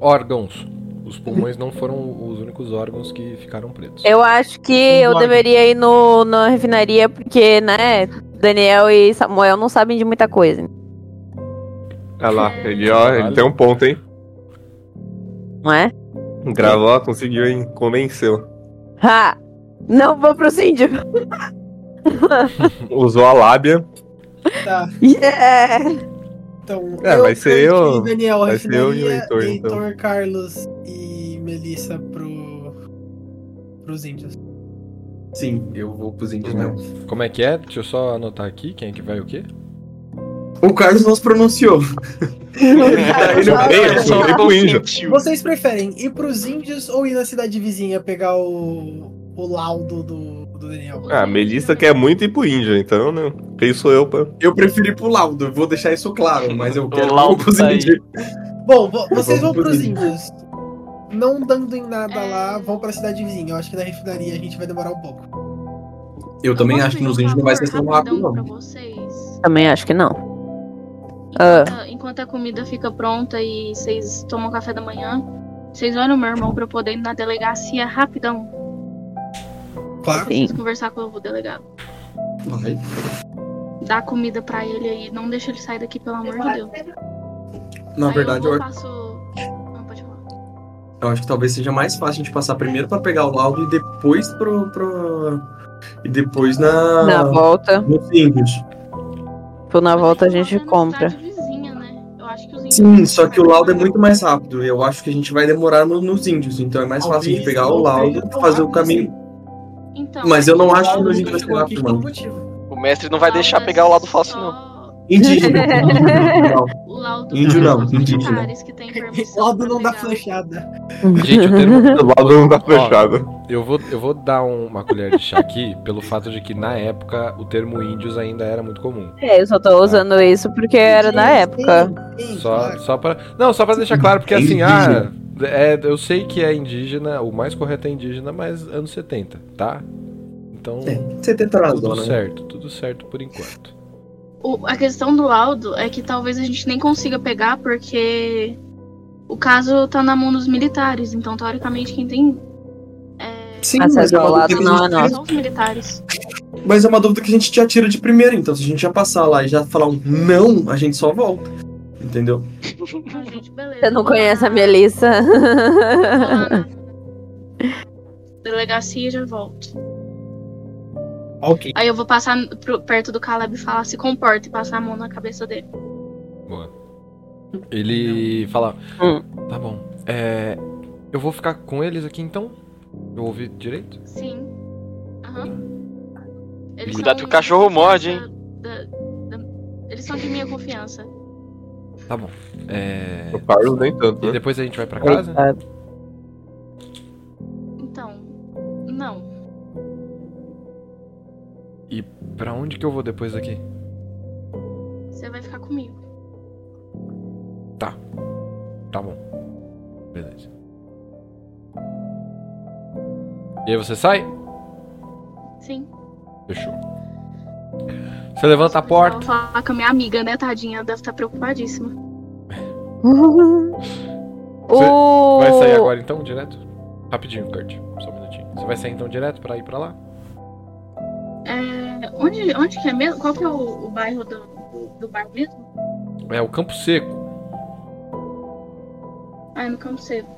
Speaker 2: Órgãos. Os pulmões não foram os únicos órgãos que ficaram pretos.
Speaker 8: Eu acho que eu
Speaker 6: Concordo.
Speaker 8: deveria ir no, na refinaria, porque, né, Daniel e Samuel não sabem de muita coisa.
Speaker 4: Olha lá, ele, ó, ele tem um ponto, hein?
Speaker 8: Não é?
Speaker 4: Gravou, ó, conseguiu, hein? Convenceu.
Speaker 8: Ha! Não vou pro síndio.
Speaker 4: Usou a lábia.
Speaker 6: Tá,
Speaker 8: Yeah!
Speaker 6: então.
Speaker 4: É, vai ser eu-
Speaker 6: Kaique, Daniel,
Speaker 4: vai ser eu e o
Speaker 6: refinaria,
Speaker 4: Heitor, então.
Speaker 6: Heitor, Carlos e Melissa pro. pros índios.
Speaker 7: Sim, eu vou pros índios mesmo.
Speaker 2: Como é que é? Deixa eu só anotar aqui quem é que vai o quê.
Speaker 7: O Carlos não se pronunciou.
Speaker 4: Ele
Speaker 7: não
Speaker 4: veio, ele só veio pro índio.
Speaker 6: Vocês preferem ir pros índios ou ir na cidade vizinha pegar o. o laudo do, do Daniel?
Speaker 4: Ah, a Melissa quer muito ir pro índio, então, né? Quem sou eu, pô?
Speaker 7: Eu preferi pro laudo, eu vou deixar isso claro, mas eu quero
Speaker 3: laudo
Speaker 7: ir pros
Speaker 3: tá aí.
Speaker 7: índios.
Speaker 6: Bom, vo- vocês vão
Speaker 7: Vamos
Speaker 6: pros
Speaker 7: pros
Speaker 6: índios. Não dando em nada
Speaker 5: É.
Speaker 6: lá, vão pra cidade vizinha. Eu acho que na refinaria a gente vai demorar um pouco.
Speaker 7: Eu também
Speaker 5: posso
Speaker 7: acho que
Speaker 5: pedir um
Speaker 7: nos índios não vai ser tão
Speaker 5: favor
Speaker 7: rápido,
Speaker 5: rapidão pra
Speaker 7: não.
Speaker 5: vocês?
Speaker 8: Também acho que não. Ah.
Speaker 5: Enquanto, enquanto a comida fica pronta e vocês tomam café da manhã, vocês olham meu irmão pra eu poder ir na delegacia rapidão.
Speaker 6: Claro.
Speaker 8: Sim.
Speaker 5: Preciso conversar com o delegado.
Speaker 7: Vai.
Speaker 5: Dá comida pra ele aí. Não deixa ele sair daqui, pelo amor de Deus.
Speaker 7: Na
Speaker 5: Aí
Speaker 7: verdade,
Speaker 5: eu,
Speaker 7: eu,
Speaker 5: vou, faço... Não, pode falar.
Speaker 7: eu acho que talvez seja mais fácil a gente passar primeiro pra pegar o laudo e depois pro, pro, E depois na.
Speaker 1: Na volta,
Speaker 7: Nos índios.
Speaker 1: tipo, na
Speaker 5: Mas
Speaker 1: volta a
Speaker 5: tem
Speaker 1: gente
Speaker 5: uma
Speaker 1: compra.
Speaker 5: cidade vizinha, né? Eu acho que os
Speaker 7: Sim, só que o laudo é muito mais rápido. Eu acho que a gente vai demorar no- nos índios. Então é mais fácil a gente pegar o laudo e fazer o caminho.
Speaker 5: Então,
Speaker 7: Mas eu não
Speaker 5: o
Speaker 7: acho que é um
Speaker 5: laudo
Speaker 7: a gente vai ser rápido, mano.
Speaker 3: O mestre não vai deixar
Speaker 5: é
Speaker 3: pegar Ah, o lado fácil, não.
Speaker 5: só-
Speaker 7: Indígena. Não.
Speaker 5: O laudo só
Speaker 7: Índio não,
Speaker 5: os
Speaker 7: indígena.
Speaker 5: militares que têm permissão
Speaker 6: Logo não
Speaker 5: pra
Speaker 6: dá
Speaker 5: pegar.
Speaker 6: flechada.
Speaker 2: Gente, eu tenho uma-
Speaker 4: O lado não tá
Speaker 2: Ó,
Speaker 4: fechado.
Speaker 2: Eu vou, eu vou dar um- uma colher de chá aqui, pelo fato de que na época o termo índios ainda era muito comum.
Speaker 8: É, eu só tô usando isso porque era na época.
Speaker 6: Sim, sim,
Speaker 2: Só,
Speaker 6: claro.
Speaker 2: só para Não, só pra deixar claro, porque assim, ah, é, eu sei que é indígena, o mais correto é indígena, mas anos 70, tá? Então,
Speaker 7: É, 70 na
Speaker 2: tudo
Speaker 7: zona. né?
Speaker 2: certo, tudo certo por enquanto.
Speaker 5: O- a questão do laudo é que talvez a gente nem consiga pegar porque o caso tá na mão dos militares. Então, teoricamente, quem tem.
Speaker 7: Sim,
Speaker 8: Acesso
Speaker 7: mas é, uma dúvida
Speaker 8: ao laudo
Speaker 7: que a
Speaker 8: não é
Speaker 7: gente-
Speaker 8: nosso.
Speaker 5: São os militares.
Speaker 7: mas é uma dúvida que a gente já tira de primeira. Então se a gente já passar lá e já falar um não, a gente só volta. Entendeu?
Speaker 5: Então, gente, beleza.
Speaker 8: Você não
Speaker 5: Vou lá
Speaker 8: conhece a
Speaker 5: na-
Speaker 8: Melissa?
Speaker 5: vou lá na Delegacia e já volto.
Speaker 6: Ok.
Speaker 5: Aí eu vou passar pro- perto do Caleb e falar se comporta e passar a mão na cabeça dele.
Speaker 2: Boa. Ele fala: Tá bom, é, eu vou ficar com eles aqui então? Eu ouvi direito?
Speaker 5: Sim. Aham. Eles
Speaker 3: Cuidado
Speaker 5: são
Speaker 3: que o cachorro morde, hein?
Speaker 5: da- da- Eles são de minha confiança.
Speaker 2: Tá bom. É,
Speaker 4: O Carlos nem tanto,
Speaker 2: e
Speaker 4: né?
Speaker 2: depois a gente vai pra casa?
Speaker 1: Coitado.
Speaker 5: Então, não.
Speaker 2: Pra onde que eu vou depois daqui?
Speaker 5: Você vai ficar comigo.
Speaker 2: Tá bom. Beleza. E aí você sai?
Speaker 5: Sim.
Speaker 2: Fechou. Você levanta a porta.
Speaker 5: Vou falar com a minha amiga, né, tadinha? Deve estar preocupadíssima.
Speaker 8: O...
Speaker 2: Vai sair agora então, direto? Rapidinho, Kurt. Só um minutinho. Você vai sair então direto pra ir pra lá?
Speaker 5: É, onde, onde que é mesmo? Qual que é o, o bairro do, do, do bar mesmo?
Speaker 2: É o Campo Seco.
Speaker 5: Ah, no Campo Seco.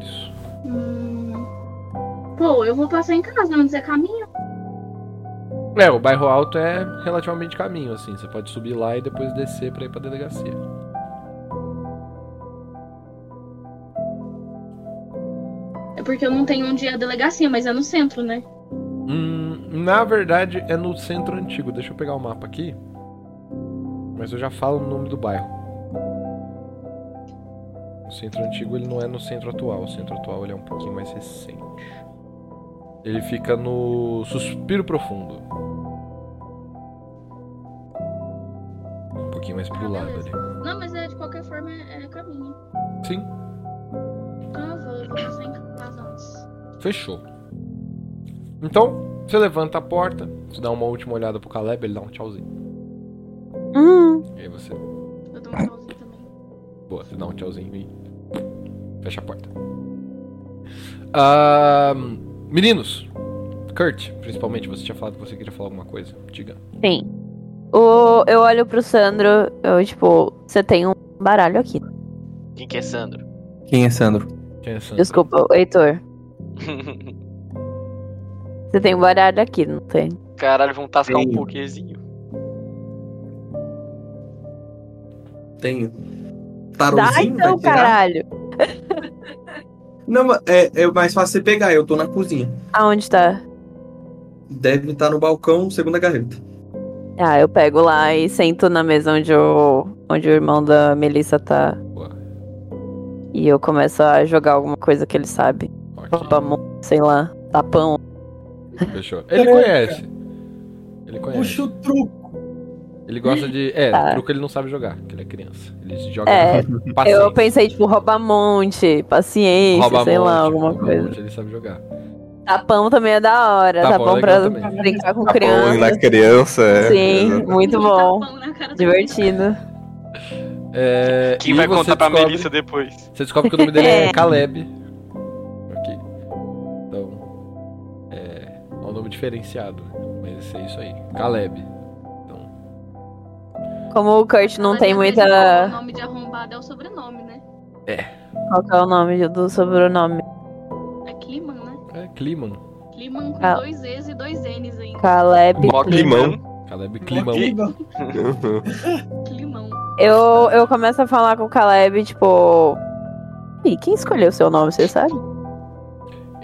Speaker 2: Isso.
Speaker 5: Hum. Pô, eu vou passar em casa, onde você caminha.
Speaker 2: É, o bairro alto é relativamente caminho, assim. Você pode subir lá e depois descer pra ir pra delegacia.
Speaker 5: É porque eu não tenho onde ir à delegacia, mas é no centro, né?
Speaker 2: Hum, na verdade, é no centro antigo. Deixa eu pegar o mapa aqui. Mas eu já falo o nome do bairro. O centro antigo ele não é no centro atual. O centro atual ele é um pouquinho mais recente. Ele fica no Suspiro Profundo. Um pouquinho mais pro
Speaker 5: Ah,
Speaker 2: lado ali.
Speaker 5: beleza. Não, mas é, de qualquer forma é, é caminho.
Speaker 2: Sim,
Speaker 5: Então eu vou, eu vou passar em casa antes.
Speaker 2: fechou. Então, você levanta a porta, você dá uma última olhada pro Caleb, ele dá um tchauzinho.
Speaker 1: Hum,
Speaker 2: E aí você
Speaker 5: Eu dou um pauzinho também.
Speaker 2: Boa, você dá um tchauzinho e. Fecha a porta. Ahn, meninos! Kurt, principalmente, você tinha falado que você queria falar alguma coisa. Diga.
Speaker 8: Sim. O... Eu olho pro Sandro, eu, tipo, você tem um baralho aqui.
Speaker 3: Quem que é Sandro?
Speaker 7: Quem é Sandro?
Speaker 2: Quem é Sandro?
Speaker 8: Desculpa, Heitor. Você tem um baralho aqui, não tem?
Speaker 3: Caralho, vamos tascar um
Speaker 7: Tenho.
Speaker 3: pokerzinho.
Speaker 7: Tem.
Speaker 8: Dá
Speaker 7: Tarozinho?
Speaker 8: então,
Speaker 7: vai tirar?
Speaker 8: caralho.
Speaker 7: Não, mas é, é mais fácil você pegar. Eu tô na cozinha.
Speaker 8: Aonde tá?
Speaker 7: Deve estar no balcão, segunda gaveta.
Speaker 8: Ah, eu pego lá e sento na mesa onde o, onde o irmão da Melissa tá.
Speaker 2: Boa.
Speaker 8: E eu começo a jogar alguma coisa que ele sabe. Roupa,
Speaker 2: Ok,
Speaker 8: mão, sei lá, tapão.
Speaker 2: fechou. Ele conhece. Ele conhece.
Speaker 6: Puxa o truco.
Speaker 2: Ele gosta de. É,
Speaker 8: Tá.
Speaker 2: truco ele não sabe jogar, porque ele é criança. Ele joga um
Speaker 8: É,
Speaker 2: paciência.
Speaker 8: Eu pensei, tipo, roupa monte, paciência,
Speaker 2: Rouba
Speaker 8: sei lá,
Speaker 2: monte,
Speaker 8: alguma
Speaker 2: rouba
Speaker 8: coisa.
Speaker 2: monte, ele sabe jogar.
Speaker 8: Tapão também é da hora.
Speaker 2: Tapão é
Speaker 8: tapão
Speaker 2: legal
Speaker 8: pra
Speaker 2: também. né?
Speaker 8: brincar com
Speaker 4: Tá bom, e
Speaker 8: criança.
Speaker 4: na criança. é,
Speaker 8: Sim,
Speaker 4: exato.
Speaker 8: muito bom.
Speaker 5: Tapão tá na cara da-
Speaker 8: Divertido.
Speaker 2: É,
Speaker 3: Quem
Speaker 2: e
Speaker 3: vai
Speaker 2: você
Speaker 3: contar pra
Speaker 2: descobre-
Speaker 3: Melissa depois?
Speaker 2: Você descobre que o nome dele é
Speaker 8: É.
Speaker 2: Caleb. Aqui. Então. É. É um nome diferenciado, né? Mas é isso aí. Caleb. Então.
Speaker 8: Como o Kurt não
Speaker 5: Ela
Speaker 8: tem
Speaker 5: devia dizer que O
Speaker 8: muita.
Speaker 5: nome de arrombado é o sobrenome, né?
Speaker 8: Qual que é o nome do sobrenome?
Speaker 5: É Kliman, né?
Speaker 2: É Kliman.
Speaker 5: Liman com
Speaker 1: Ah.
Speaker 5: dois E's e dois N's ainda.
Speaker 1: Caleb.
Speaker 4: Mó climão.
Speaker 2: Caleb Climão.
Speaker 4: Uhum.
Speaker 5: Climão.
Speaker 1: Eu,
Speaker 4: né?
Speaker 1: eu começo a falar com o Caleb, tipo. E quem escolheu seu nome, você sabe?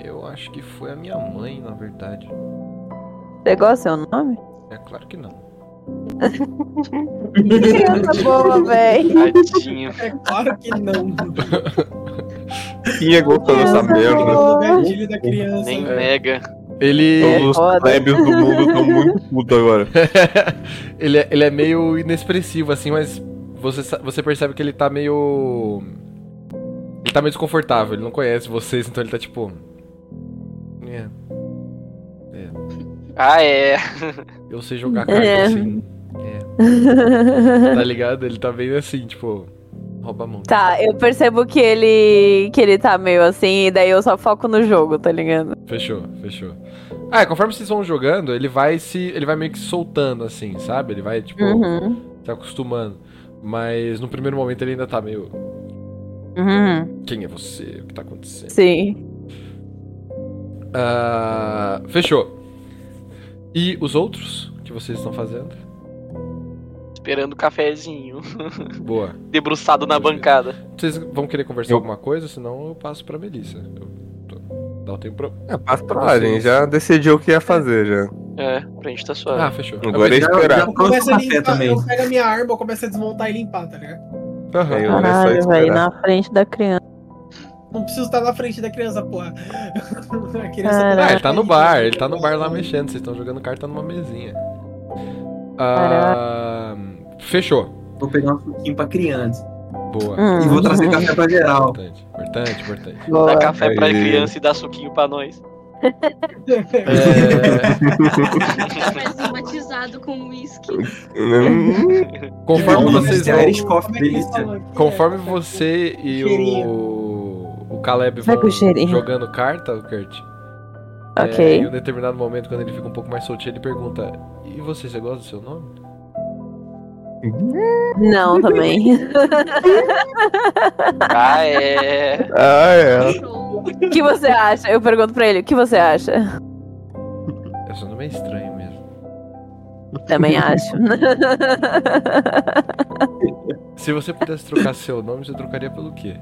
Speaker 2: Eu acho que foi a minha mãe, na verdade.
Speaker 1: Você gosta do seu nome?
Speaker 2: É claro que não.
Speaker 1: Criança boa, véi.
Speaker 3: Tadinho.
Speaker 6: É claro que não.
Speaker 4: Quem é gostando dessa merda?
Speaker 6: O gatilho da criança.
Speaker 3: Nem
Speaker 2: É.
Speaker 6: velho.
Speaker 3: mega.
Speaker 2: Ele.
Speaker 4: Todos os
Speaker 1: foda.
Speaker 4: Klebios do mundo estão muito putos agora.
Speaker 2: ele, é, ele é meio inexpressivo, assim, mas você, sa- você percebe que ele tá meio. Ele tá meio desconfortável, ele não conhece vocês, então ele tá tipo. É,
Speaker 3: Ah, é.
Speaker 2: eu sei jogar carta
Speaker 1: É.
Speaker 2: assim. Tá ligado? Ele tá meio assim, tipo. Rouba a mão.
Speaker 1: tá, eu percebo que ele. que ele tá meio assim, e daí eu só foco no jogo, tá ligado?
Speaker 2: Fechou, fechou. Ah, conforme vocês vão jogando, ele vai se. Ele vai meio que se soltando, assim, sabe? Ele vai, tipo,
Speaker 1: Uhum.
Speaker 2: se acostumando. Mas no primeiro momento ele ainda tá meio.
Speaker 1: Uhum.
Speaker 2: Quem é você? O que tá acontecendo?
Speaker 1: Sim.
Speaker 2: Ah, fechou. E os outros que vocês estão fazendo?
Speaker 3: Esperando o cafezinho.
Speaker 2: Boa.
Speaker 3: Debruçado na bancada.
Speaker 2: Vocês vão querer conversar
Speaker 4: Eu-
Speaker 2: alguma coisa? Senão eu passo pra Melissa. Eu tô- Dá o tempo pra.
Speaker 4: É, passa pra lá, gente. Já decidiu o que ia fazer já.
Speaker 3: É, pra gente tá suave.
Speaker 2: Ah, fechou.
Speaker 4: Agora é
Speaker 7: Já-
Speaker 4: esperar.
Speaker 7: já trouxe o
Speaker 6: Começa a
Speaker 7: café
Speaker 6: limpar,
Speaker 7: também.
Speaker 6: eu pego a minha arma, eu começo a desmontar e limpar, tá ligado?
Speaker 2: Aham.
Speaker 4: Aí eu- Agora é só
Speaker 1: Caralho, véi,
Speaker 4: esperar.
Speaker 1: na frente da criança.
Speaker 6: Não preciso estar na frente da criança, porra. A criança
Speaker 1: Caralho.
Speaker 2: Ah, ele tá no bar, ele tá no bar lá mexendo. Vocês estão jogando carta numa mesinha. Ah, fechou.
Speaker 7: Vou pegar um suquinho pra criança.
Speaker 2: Boa.
Speaker 1: Hum.
Speaker 7: E
Speaker 8: Uhum.
Speaker 7: vou trazer café pra geral.
Speaker 2: Importante, importante, importante.
Speaker 3: Dá
Speaker 1: Boa.
Speaker 3: café pra
Speaker 4: Aí.
Speaker 3: criança e dá suquinho pra nós.
Speaker 2: É,
Speaker 5: Cafézinho um batizado com uísque.
Speaker 4: Hum,
Speaker 2: conforme
Speaker 7: Não, é
Speaker 2: vocês
Speaker 7: não,
Speaker 2: vão.
Speaker 7: Irish coffee, delícia.
Speaker 2: Conforme você e
Speaker 6: Cheirinho.
Speaker 2: o, o Caleb
Speaker 1: Vai
Speaker 2: vão
Speaker 1: com cheirinho.
Speaker 2: jogando carta, o Kurt. é,
Speaker 1: Ok.
Speaker 2: em um determinado momento, quando ele fica um pouco mais soltinho, ele pergunta: E você, você gosta do seu nome?
Speaker 1: Não, também.
Speaker 3: Ah, é.
Speaker 4: Ah, é.
Speaker 5: Show.
Speaker 1: O que você acha? Eu pergunto pra ele, o que você acha?
Speaker 2: É, seu nome é estranho mesmo.
Speaker 1: Também acho.
Speaker 2: Se você pudesse trocar seu nome, você trocaria pelo quê?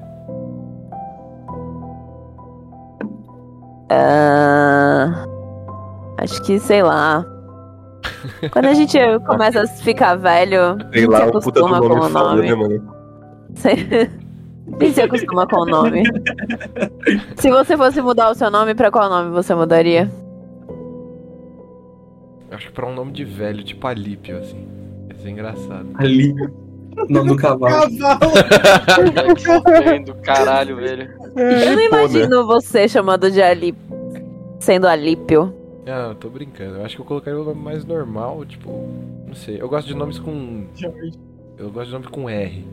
Speaker 1: Ah, acho que, sei lá. Quando a gente começa a ficar velho,
Speaker 4: Sei lá,
Speaker 1: Se
Speaker 4: o puta do
Speaker 1: acostuma com o
Speaker 4: nome foda,
Speaker 1: nome.
Speaker 4: né, mano?
Speaker 1: quem se acostuma com o nome? Se você fosse mudar o seu nome, pra qual nome você mudaria?
Speaker 2: Acho que pra um nome de velho, tipo Alípio, assim. Ia ser engraçado.
Speaker 7: Ali. O nome do cavalo.
Speaker 6: Cavalo. né,
Speaker 3: Ai, que estranho do caralho, velho.
Speaker 1: Eu não
Speaker 4: pô, né?
Speaker 1: imagino você chamando de Alípio. Sendo Alípio.
Speaker 2: Ah, eu tô brincando. Eu acho que eu colocaria um nome mais normal, tipo. Não sei. Eu gosto de nomes com. Eu gosto de nome com R.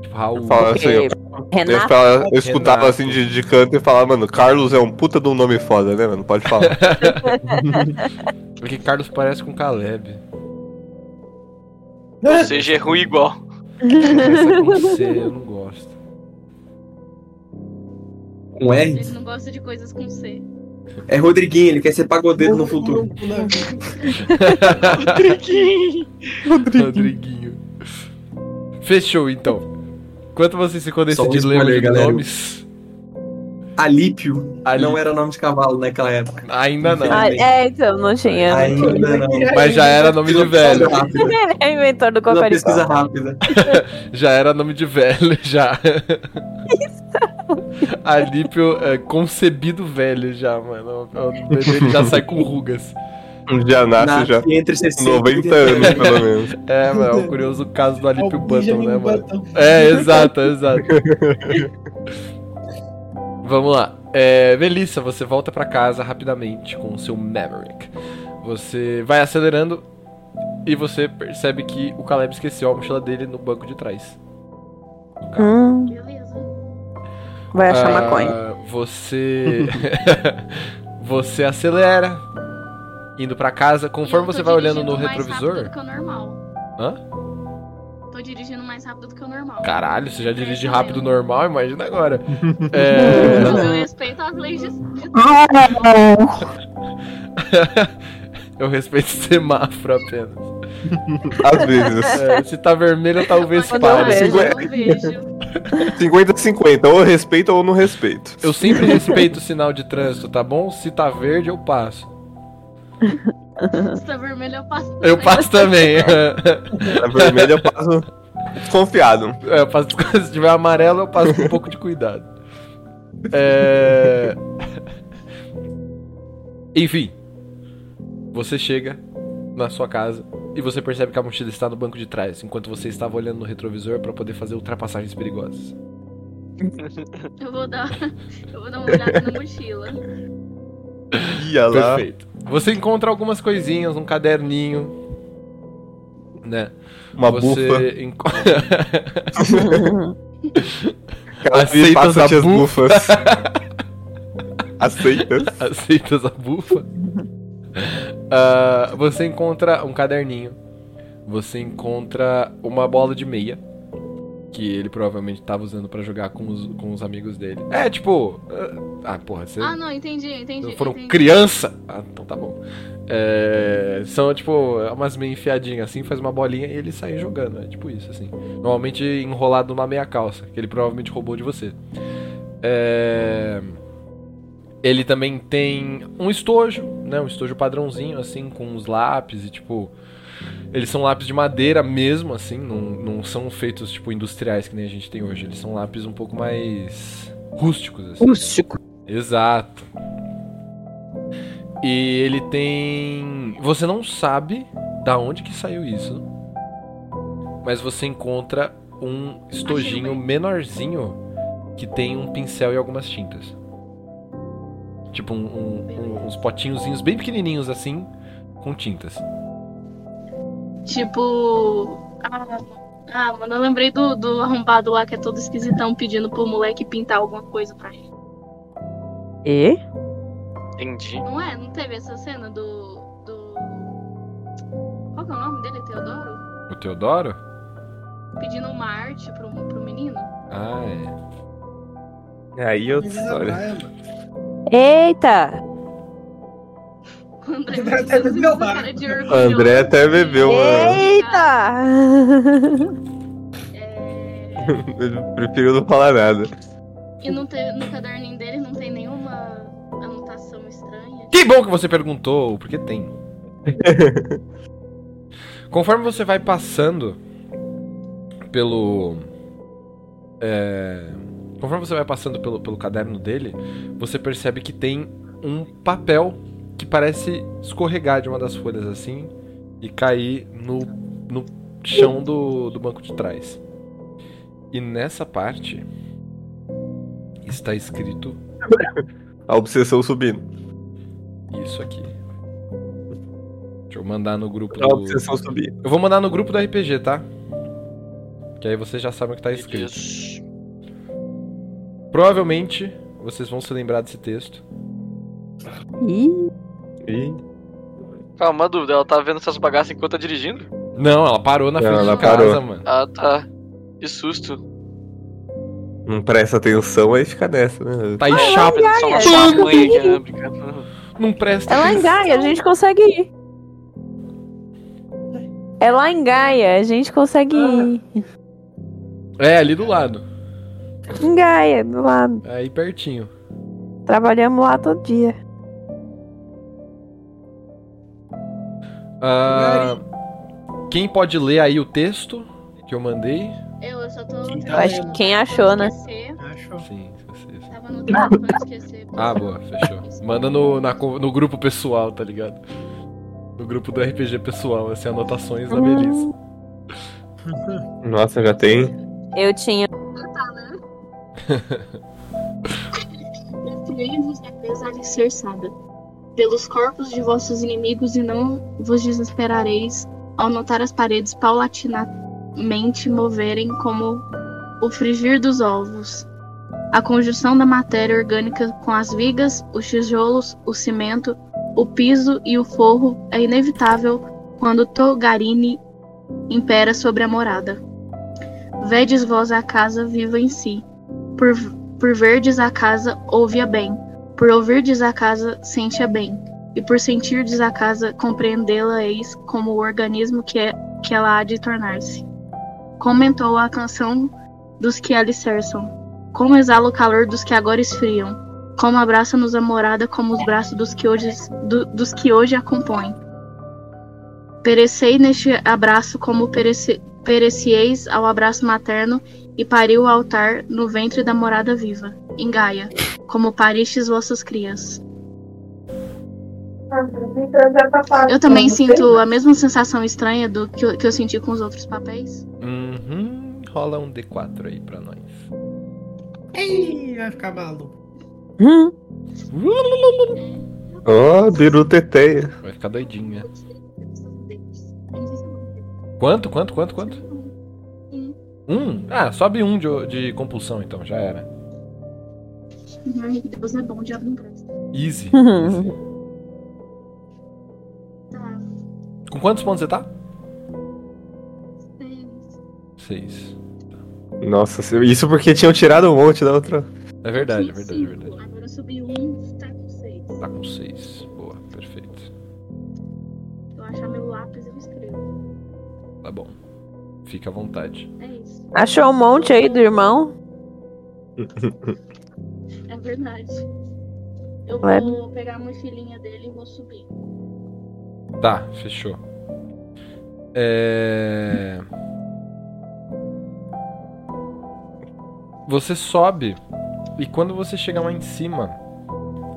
Speaker 2: Tipo, Raul.
Speaker 4: Fala assim, eu, eu,
Speaker 1: Renato?
Speaker 4: ficava- eu escutava
Speaker 2: Renato.
Speaker 4: assim de, de canto e falava, mano, Carlos é um puta de um nome foda, né, mano? Pode falar.
Speaker 2: Porque Carlos parece com Caleb.
Speaker 3: Ou seja, é ruim igual.
Speaker 2: Começa com C, eu não gosto.
Speaker 7: Com R.
Speaker 5: Ele não gosta de coisas com C.
Speaker 7: É Rodriguinho, ele quer ser pagodeiro no futuro.
Speaker 6: né?
Speaker 2: Rodriguinho. Fechou, então. Enquanto vocês ficam
Speaker 7: Só um
Speaker 2: decidindo lembrar
Speaker 7: spoiler,
Speaker 2: de
Speaker 7: galera.
Speaker 2: nomes,
Speaker 7: Alípio Ah,
Speaker 2: Ali-
Speaker 7: não é- era nome de cavalo naquela época.
Speaker 2: ainda não.
Speaker 1: Ah, é, então, não tinha.
Speaker 7: Ainda não.
Speaker 2: Mas já era nome
Speaker 7: Fiz uma
Speaker 2: de velho.
Speaker 7: pesquisa rápida.
Speaker 1: Ele é inventor do
Speaker 7: Fiz uma
Speaker 1: Cocoricó.
Speaker 7: pesquisa rápida.
Speaker 2: Já era nome de velho, já. Alípio é concebido velho já, mano. O bebê ele já sai com rugas.
Speaker 4: já Um nasce
Speaker 7: Nasce
Speaker 4: já.
Speaker 7: entre 60 e
Speaker 4: 90
Speaker 7: 80
Speaker 4: anos, pelo menos.
Speaker 2: É, mano, é o curioso caso do Alípio Button, né, mano?
Speaker 6: Button.
Speaker 2: É, exato, exato. Vamos lá. É, Melissa, você volta pra casa rapidamente com o seu Maverick. Você vai acelerando e você percebe que o Caleb esqueceu a mochila dele no banco de trás. do carro.
Speaker 1: Hum,
Speaker 5: Beleza.
Speaker 1: vai achar
Speaker 2: Ah,
Speaker 1: maconha.
Speaker 2: Você. você acelera, indo pra casa. Conforme
Speaker 5: E eu tô
Speaker 2: você vai olhando no
Speaker 5: dirigindo mais rápido
Speaker 2: retrovisor.
Speaker 5: do que o normal.
Speaker 2: Hã?
Speaker 5: tô dirigindo mais rápido do que o normal.
Speaker 2: Caralho, você já dirige
Speaker 5: É,
Speaker 2: rápido
Speaker 5: entendeu?
Speaker 2: normal? Imagina agora. É,
Speaker 5: Mas Eu respeito as leis de.
Speaker 2: eu respeito semáforo apenas.
Speaker 4: Às vezes.
Speaker 2: É, se tá vermelho, talvez
Speaker 1: Quando eu
Speaker 2: pare.
Speaker 1: vejo.
Speaker 5: Eu vejo.
Speaker 4: 50-50, ou respeito ou não respeito.
Speaker 2: Eu sempre respeito o sinal de trânsito, tá bom? Se tá verde, eu passo.
Speaker 8: Uhum.
Speaker 5: Se tá vermelho, eu passo.
Speaker 2: Eu passo também.
Speaker 1: tá-
Speaker 4: Na vermelha eu passo desconfiado.
Speaker 2: É, eu passo- se tiver amarelo, eu passo com um pouco de cuidado. É... Enfim. Você chega na sua casa e você percebe que a mochila está no banco de trás, enquanto você estava olhando no retrovisor para poder fazer ultrapassagens perigosas.
Speaker 5: Eu vou dar. Eu vou dar uma olhada na mochila.
Speaker 4: Ia lá.
Speaker 2: Perfeito. Você encontra algumas coisinhas, um caderninho, né?
Speaker 4: Uma bufa.
Speaker 2: você enco-
Speaker 4: Ela
Speaker 2: Aceitas
Speaker 4: passa
Speaker 2: a
Speaker 4: as
Speaker 2: bufa?
Speaker 4: bufas. Aceitas.
Speaker 2: Aceitas a bufa? Ah, você encontra um caderninho. Você encontra uma bola de meia. Que ele provavelmente tava usando pra jogar com os, com os amigos dele. É, tipo. Ah, porra, você.
Speaker 5: Ah, não, entendi, entendi.
Speaker 2: foram
Speaker 5: entendi.
Speaker 2: criança! Ah, então tá bom. É, são, tipo, umas meia enfiadinhas assim, faz uma bolinha e ele sai jogando. É tipo isso, assim. Normalmente enrolado numa meia calça, que ele provavelmente roubou de você. É, Ele também tem um estojo, né? Um estojo padrãozinho, assim, com uns lápis e tipo. Eles são lápis de madeira mesmo, assim, não, não são feitos, tipo, industriais que nem a gente tem hoje. Eles são lápis um pouco mais rústicos, assim.
Speaker 1: Rústico.
Speaker 2: Exato. E ele tem. Você não sabe da onde que saiu isso. Mas você encontra um estojinho
Speaker 5: Achei, mãe.
Speaker 2: menorzinho que tem um pincel e algumas tintas. Tipo um- um- um- uns potinhozinhos bem pequenininhos assim, com tintas.
Speaker 5: Tipo. Ah, ah, mano, eu lembrei do, do arrombado lá que é todo esquisitão pedindo pro moleque pintar alguma coisa pra ele.
Speaker 1: E?
Speaker 3: Entendi.
Speaker 5: Não é? Não teve essa cena do. do... Qual que é o nome dele? Teodoro?
Speaker 2: O Teodoro?
Speaker 5: Pedindo uma arte pro, pro menino?
Speaker 2: Ah, é.
Speaker 4: Aí eu. Olha.
Speaker 6: Olha.
Speaker 8: Eita!
Speaker 5: O André
Speaker 6: André
Speaker 5: Batista,
Speaker 6: até bebeu né?
Speaker 5: com
Speaker 6: barco.
Speaker 5: cara de
Speaker 4: O
Speaker 5: orgulho.
Speaker 4: André até bebeu, mano.
Speaker 8: Eita!
Speaker 5: É,
Speaker 4: Eu prefiro não falar nada.
Speaker 5: E não teve, no caderninho dele não tem nenhuma anotação estranha.
Speaker 2: Que bom que você perguntou, porque tem. Conforme você vai passando pelo. é, conforme você vai passando pelo, pelo caderno dele, você percebe que tem um papel que parece escorregar de uma das folhas assim e cair no, no chão do, do banco de trás. E nessa parte está escrito
Speaker 4: A obsessão subindo.
Speaker 2: isso aqui. Deixa eu mandar no grupo
Speaker 4: A
Speaker 2: do.
Speaker 4: obsessão subindo.
Speaker 2: Eu vou mandar no grupo do RPG, tá? Que aí vocês já sabem o que tá escrito.
Speaker 3: Isso.
Speaker 2: Provavelmente vocês vão se lembrar desse texto.
Speaker 1: Ih,
Speaker 4: Ih,
Speaker 3: Calma, uma dúvida, ela tá vendo essas bagaças enquanto tá dirigindo?
Speaker 2: Não, ela parou na
Speaker 4: Não,
Speaker 2: frente
Speaker 4: ela
Speaker 2: de casa,
Speaker 4: parou.
Speaker 2: mano.
Speaker 3: Ah, tá. Que susto.
Speaker 4: não presta atenção, aí fica nessa, né?
Speaker 2: Tá em chapa.
Speaker 3: Só
Speaker 1: ai,
Speaker 3: uma
Speaker 1: ai.
Speaker 3: champanhe aqui, né? Brincando.
Speaker 2: Não presta.
Speaker 8: É lá em Gaia, a gente consegue ir. É lá em Gaia, a gente consegue ir.
Speaker 2: É, ali do lado.
Speaker 8: Ah. Em Gaia, do lado.
Speaker 2: É Aí pertinho.
Speaker 8: Trabalhamos lá todo dia.
Speaker 2: Ah, quem pode ler aí o texto que eu mandei?
Speaker 5: Eu, eu só tô.
Speaker 6: Quem tá
Speaker 5: tava
Speaker 6: acho
Speaker 5: anotando
Speaker 8: quem
Speaker 5: pra não
Speaker 8: achou, né?
Speaker 5: esquecer.
Speaker 6: Achou.
Speaker 2: Sim, sim, sim.
Speaker 5: Tava anotando pra não esquecer.
Speaker 2: Ah, boa, fechou. Manda no, na co- no grupo pessoal, tá ligado? No grupo do RPG pessoal, assim, anotações da Melissa.
Speaker 4: Nossa, já tem.
Speaker 8: Eu tinha.
Speaker 5: Destruí-vos, apesar de ser sada. Pelos corpos de vossos inimigos e não vos desesperareis ao notar as paredes paulatinamente moverem como o frigir dos ovos. A conjunção da matéria orgânica com as vigas, os tijolos, o cimento, o piso e o forro é inevitável quando Togarini impera sobre a morada. Vedes vós a casa viva em si. Por, por verdes a casa, ouve-a bem. Por ouvirdes a casa, sente-a bem. E por sentirdes a casa, compreendê-la eis como o organismo que, é, que ela há de tornar-se. Comentou a canção dos que alicerçam. Como exala o calor dos que agora esfriam. Como abraça-nos a morada como os braços dos que hoje, do- dos que hoje a compõem. Perecei neste abraço como perece, perecieis ao abraço materno e pariu o altar no ventre da morada viva, em Gaia, como paristes vossas crias. Eu também sinto a mesma sensação estranha do que eu, que eu senti com os outros papéis.
Speaker 2: Uhum. Rola um D4 aí pra nós.
Speaker 6: Ei, vai ficar maluco.
Speaker 1: Hum,
Speaker 4: Ó, oh, biruteteia.
Speaker 2: Vai ficar doidinho, né? Quanto, quanto, quanto, quanto? Um? Ah, sobe um de, de compulsão então, já era.
Speaker 5: Ai, Deus é bom, diabo não presta.
Speaker 2: Easy.
Speaker 1: Uhum.
Speaker 2: Easy.
Speaker 5: Tá,
Speaker 2: Com quantos pontos você tá?
Speaker 5: seis.
Speaker 2: Seis.
Speaker 4: Nossa, isso porque tinham tirado um monte da outra.
Speaker 2: É verdade, é
Speaker 5: Tinha
Speaker 2: verdade, é
Speaker 5: cinco,
Speaker 2: verdade.
Speaker 5: Agora subiu um, tá com seis.
Speaker 2: Tá com seis. Boa, perfeito.
Speaker 5: Eu achar meu lápis, eu escrevo.
Speaker 2: Tá bom. Fica à vontade.
Speaker 5: É isso.
Speaker 1: Achou um monte aí do irmão?
Speaker 5: É verdade. Eu
Speaker 1: Vai.
Speaker 5: vou pegar a mochilinha dele e vou subir.
Speaker 2: Tá, fechou. É... Você sobe e quando você chega lá em cima,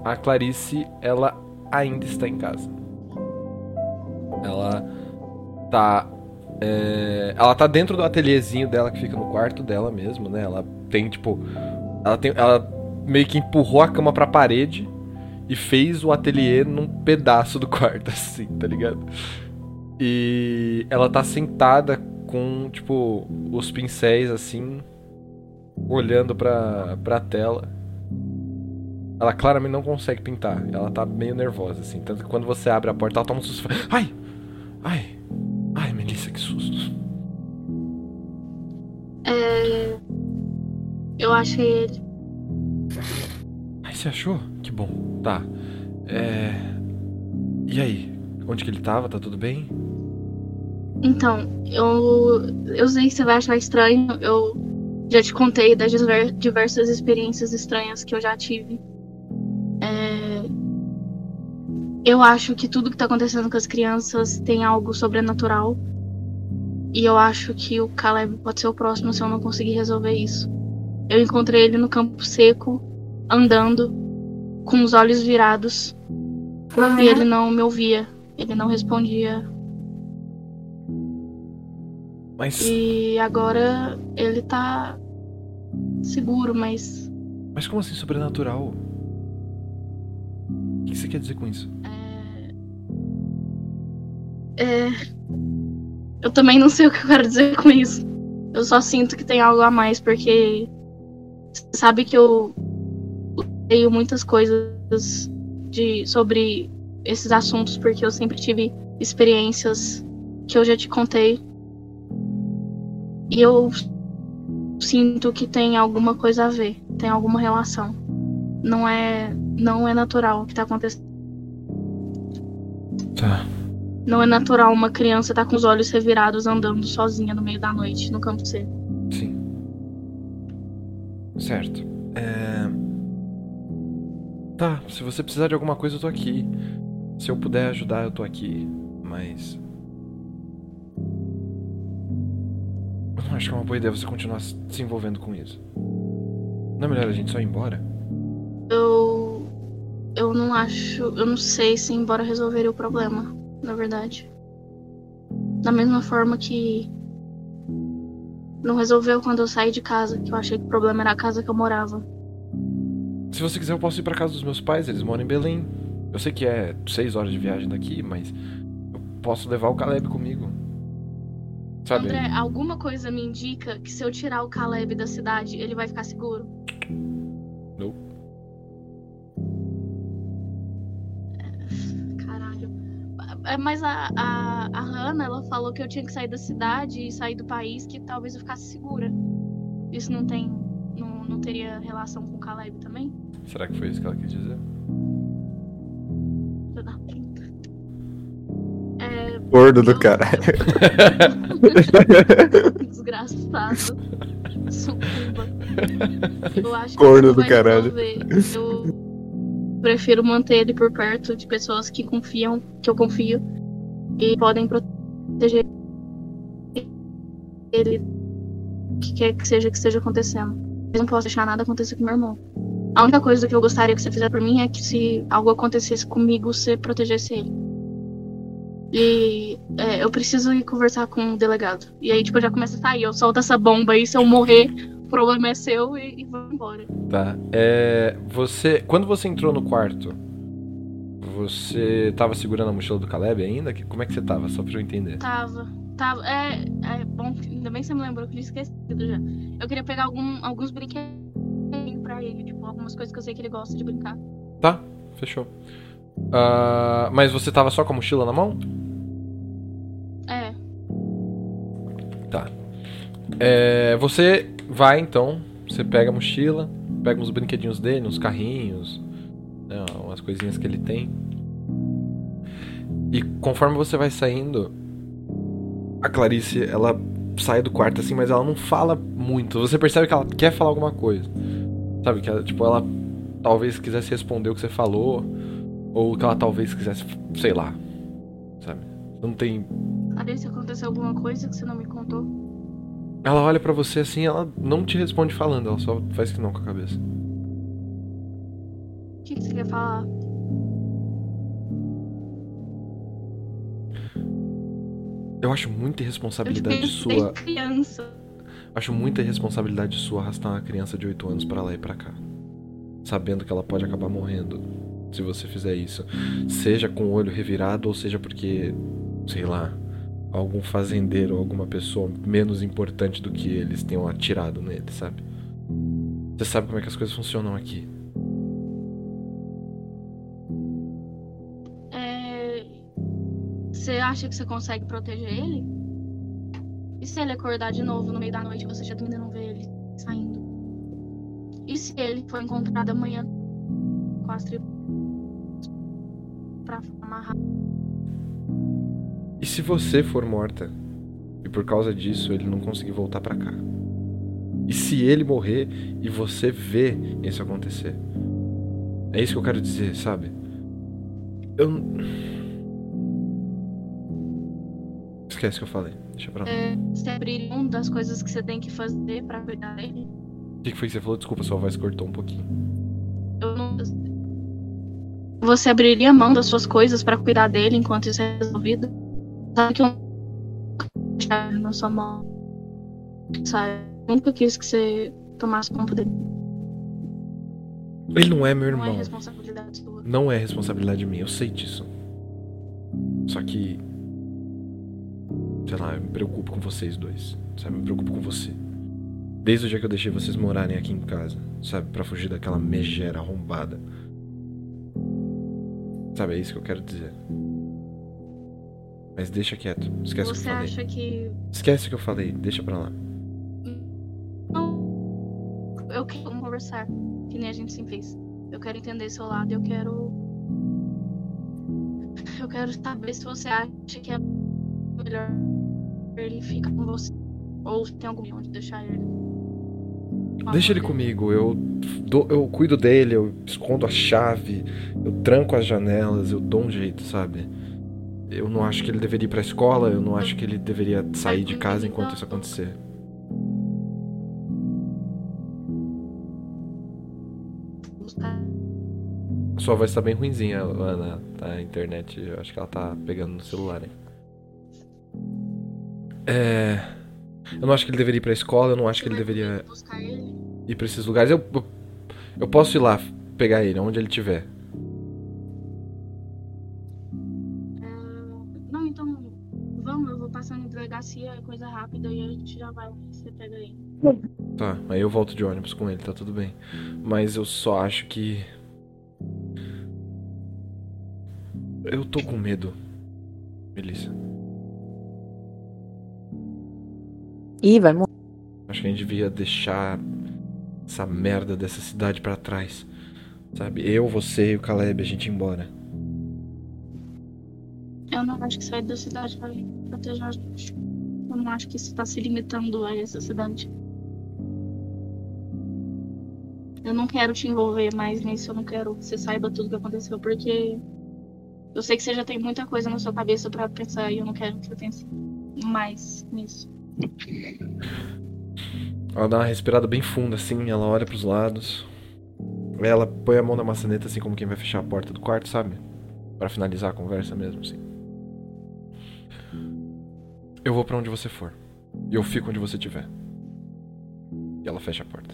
Speaker 2: a Clarice ela ainda está em casa. Ela tá é, ela tá dentro do ateliêzinho dela que fica no quarto dela mesmo, né? Ela tem tipo ela tem ela meio que empurrou a cama pra parede e fez o ateliê num pedaço do quarto, assim, tá ligado? E ela tá sentada com, tipo, os pincéis, assim, olhando pra, pra tela. Ela claramente não consegue pintar, ela tá meio nervosa, assim. Tanto que quando você abre a porta, ela toma um susto. e fala, Ai! Ai! Ai, Melissa, que susto.
Speaker 5: É... Eu achei ele.
Speaker 2: Ai, você achou? Que bom. Tá. É. E aí? Onde que ele tava? Tá tudo bem?
Speaker 5: Então, eu, eu sei que você vai achar estranho. Eu já te contei das diver- diversas experiências estranhas que eu já tive. É, Eu acho que tudo que tá acontecendo com as crianças tem algo sobrenatural. E eu acho que o Caleb pode ser o próximo se eu não conseguir resolver isso. Eu encontrei ele no campo seco, andando, com os olhos virados. E ele não me ouvia, ele não respondia.
Speaker 2: Mas.
Speaker 5: E agora ele tá seguro, mas
Speaker 2: Mas como assim sobrenatural? O que você quer dizer com isso?
Speaker 5: é, eu também não sei o que eu quero dizer com isso. Eu só sinto que tem algo a mais, porque você sabe que eu leio muitas coisas de, sobre esses assuntos, porque eu sempre tive experiências que eu já te contei. E eu sinto que tem alguma coisa a ver, tem alguma relação. Não é, não é natural o que tá acontecendo.
Speaker 2: Tá.
Speaker 5: Não é natural uma criança estar com os olhos revirados andando sozinha no meio da noite no campo seco.
Speaker 2: Sim. Certo. É... Tá, se você precisar de alguma coisa, eu tô aqui. Se eu puder ajudar, eu tô aqui. Mas. Eu não acho que é uma boa ideia você continuar se se envolvendo com isso. Não é melhor a gente só ir embora?
Speaker 5: Eu. Eu não acho. Eu não sei se embora resolveria o problema, na verdade. Da mesma forma que. Não resolveu quando eu saí de casa, que eu achei que o problema era a casa que eu morava.
Speaker 2: Se você quiser, eu posso ir pra casa dos meus pais, eles moram em Belém. Eu sei que é seis horas de viagem daqui, mas eu posso levar o Caleb comigo. Sabe?
Speaker 5: André, alguma coisa me indica que se eu tirar o Caleb da cidade, ele vai ficar seguro?
Speaker 2: Não.
Speaker 5: É, Caralho. é, mas a, a, a Hannah, ela falou que eu tinha que sair da cidade e sair do país, que talvez eu ficasse segura. Isso não tem. Não, não teria relação com o Caleb também?
Speaker 2: Será que foi isso que ela quis dizer?
Speaker 5: Filho da puta. É,
Speaker 4: Gordo do
Speaker 5: eu-
Speaker 4: caralho.
Speaker 5: Desgraçado. Sucuba. Eu acho que
Speaker 4: Corno
Speaker 5: isso
Speaker 4: do
Speaker 5: vai
Speaker 4: caralho.
Speaker 5: resolver. Eu prefiro manter ele por perto de pessoas que confiam, que eu confio, e podem proteger ele o que quer que seja que esteja acontecendo. Eu não posso deixar nada acontecer com meu irmão. A única coisa que eu gostaria que você fizesse por mim é que se algo acontecesse comigo, você protegesse ele. E é, eu preciso ir conversar com o delegado. E aí, tipo, eu já começa a sair. Eu solto essa bomba aí, se eu morrer, o problema é seu e, e vou embora.
Speaker 2: Tá. É, você. Quando você entrou no quarto, você tava segurando a mochila do Caleb ainda? Que- Como é que você tava? Só pra eu entender.
Speaker 5: Tava, tava. É, é bom, que- ainda bem que você me lembrou, que eu tinha esquecido já. Eu queria pegar algum, alguns brinquedinhos pra ele, tipo, algumas coisas que eu sei que ele gosta de brincar.
Speaker 2: Fechou. Ah, mas você tava só com a mochila na mão?
Speaker 5: É,
Speaker 2: É, você vai então, você pega a mochila, pega uns brinquedinhos dele, uns carrinhos, né, umas coisinhas que ele tem. E conforme você vai saindo, a Clarice, ela sai do quarto assim, mas ela não fala muito. Você percebe que ela quer falar alguma coisa. Sabe, que ela, tipo, ela talvez quisesse responder o que você falou, ou que ela talvez quisesse, sei lá, sabe. Não tem
Speaker 5: sabe se aconteceu alguma coisa que você não me contou?
Speaker 2: Ela olha pra você assim, ela não te responde falando, ela só faz que não com a cabeça.
Speaker 5: O que que você quer falar?
Speaker 2: Eu acho muita
Speaker 5: Eu te
Speaker 2: irresponsabilidade
Speaker 5: pensei
Speaker 2: sua.
Speaker 5: criança.
Speaker 2: Acho muita irresponsabilidade sua arrastar uma criança de 8 anos pra lá e pra cá. Sabendo que ela pode acabar morrendo se você fizer isso. Seja com o olho revirado ou seja porque, sei lá, algum fazendeiro ou alguma pessoa menos importante do que eles tenham atirado nele, sabe? Você sabe como é que as coisas funcionam aqui.
Speaker 5: É, Você acha que você consegue proteger ele? E se ele acordar de novo no meio da noite e você já ainda não vê ele saindo? E se ele for encontrado amanhã com as tripas pra amarrar?
Speaker 2: E se você for morta e por causa disso ele não conseguir voltar pra cá? E se ele morrer e você vê isso acontecer? É isso que eu quero dizer, sabe? Eu. n- Esquece o que eu falei. Deixa pra lá.
Speaker 5: É, se abrir uma das coisas que você tem que fazer pra cuidar dele?
Speaker 2: O que que foi que você falou? Desculpa, sua voz cortou um pouquinho.
Speaker 5: Eu não. Você abriria mão das suas coisas pra cuidar dele enquanto isso é resolvido? Sabe que eu nunca vou deixar ele na sua mão. Sabe? Eu Nunca quis que você tomasse conta dele.
Speaker 2: Ele não é meu
Speaker 5: Não é
Speaker 2: irmão.
Speaker 5: responsabilidade sua.
Speaker 2: Não é responsabilidade minha, eu sei disso. Só que. Sei lá, eu me preocupo com vocês dois. Sabe? Eu me preocupo com você. Desde o dia que eu deixei vocês morarem aqui em casa, sabe? Pra fugir daquela megera arrombada. Sabe? É isso que eu quero dizer. Mas deixa quieto. Esquece o que eu
Speaker 5: você
Speaker 2: falei.
Speaker 5: acha que.
Speaker 2: Esquece o que eu falei. Deixa pra lá.
Speaker 5: Não. Eu quero conversar, que nem a gente sempre fez. Eu quero entender seu lado, eu quero. Eu quero saber se você acha que é melhor ele ficar com você. Ou se tem algum jeito de deixar ele. Ah, Com a
Speaker 2: Deixa ele
Speaker 5: mãe
Speaker 2: comigo, eu, dou- eu cuido dele, eu escondo a chave, eu tranco as janelas, eu dou um jeito, sabe? Eu não acho que ele deveria ir pra escola, eu não acho que ele deveria sair de casa enquanto isso acontecer.
Speaker 5: dele, buscar.
Speaker 2: Sua voz tá bem ruinzinha, Ana, tá na internet, eu acho que ela tá pegando no celular, hein? É. Eu não acho que ele deveria ir pra escola, eu não acho que ele
Speaker 5: Você vai
Speaker 2: deveria
Speaker 5: comigo né, buscar ele?
Speaker 2: ir pra esses lugares. Eu, eu- eu posso ir lá pegar ele, onde ele estiver.
Speaker 5: É, Não, então. Vamos, eu vou passando em delegacia, é coisa rápida e a gente já vai. Você pega ele.
Speaker 2: Tá, aí eu volto de ônibus com ele, tá tudo bem. Mas eu só acho que. Eu tô com medo Melissa.
Speaker 8: Ih, vai morrer.
Speaker 2: Acho que a gente devia deixar essa merda dessa cidade pra trás. Sabe? Eu, você e o Caleb, a gente ir embora.
Speaker 5: Eu não acho que sair da cidade vai proteger a gente. Eu não acho que isso tá se limitando a essa cidade. Eu não quero te envolver mais nisso, eu não quero que você saiba tudo que aconteceu, porque eu sei que você já tem muita coisa na sua cabeça pra pensar e eu não quero que você pense mais nisso.
Speaker 2: Ela dá uma respirada bem funda, assim, ela olha pros lados. Ela põe a mão na maçaneta, assim como quem vai fechar a porta do quarto, sabe? Pra finalizar a conversa mesmo, assim. Eu vou pra onde você for. E eu fico onde você estiver. E ela fecha a porta.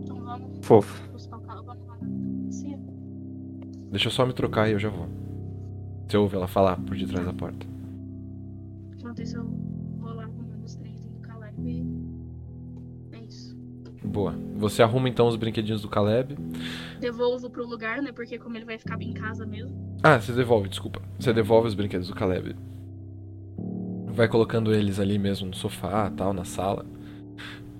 Speaker 5: Então vamos
Speaker 4: Fofo.
Speaker 5: buscar o carro, vamos lá na delegacia.
Speaker 2: Deixa eu só me trocar e eu já vou. Você ouve ela falar por detrás da porta.
Speaker 5: Enquanto isso, eu vou lá arrumando os trens do Caleb e. É isso.
Speaker 2: Boa. Você arruma então os brinquedinhos do Caleb.
Speaker 5: Devolvo pro lugar, né? Porque como ele vai ficar em casa mesmo.
Speaker 2: Ah, você devolve, desculpa. Você devolve os brinquedos do Caleb. Vai colocando eles ali mesmo no sofá, tal, na sala.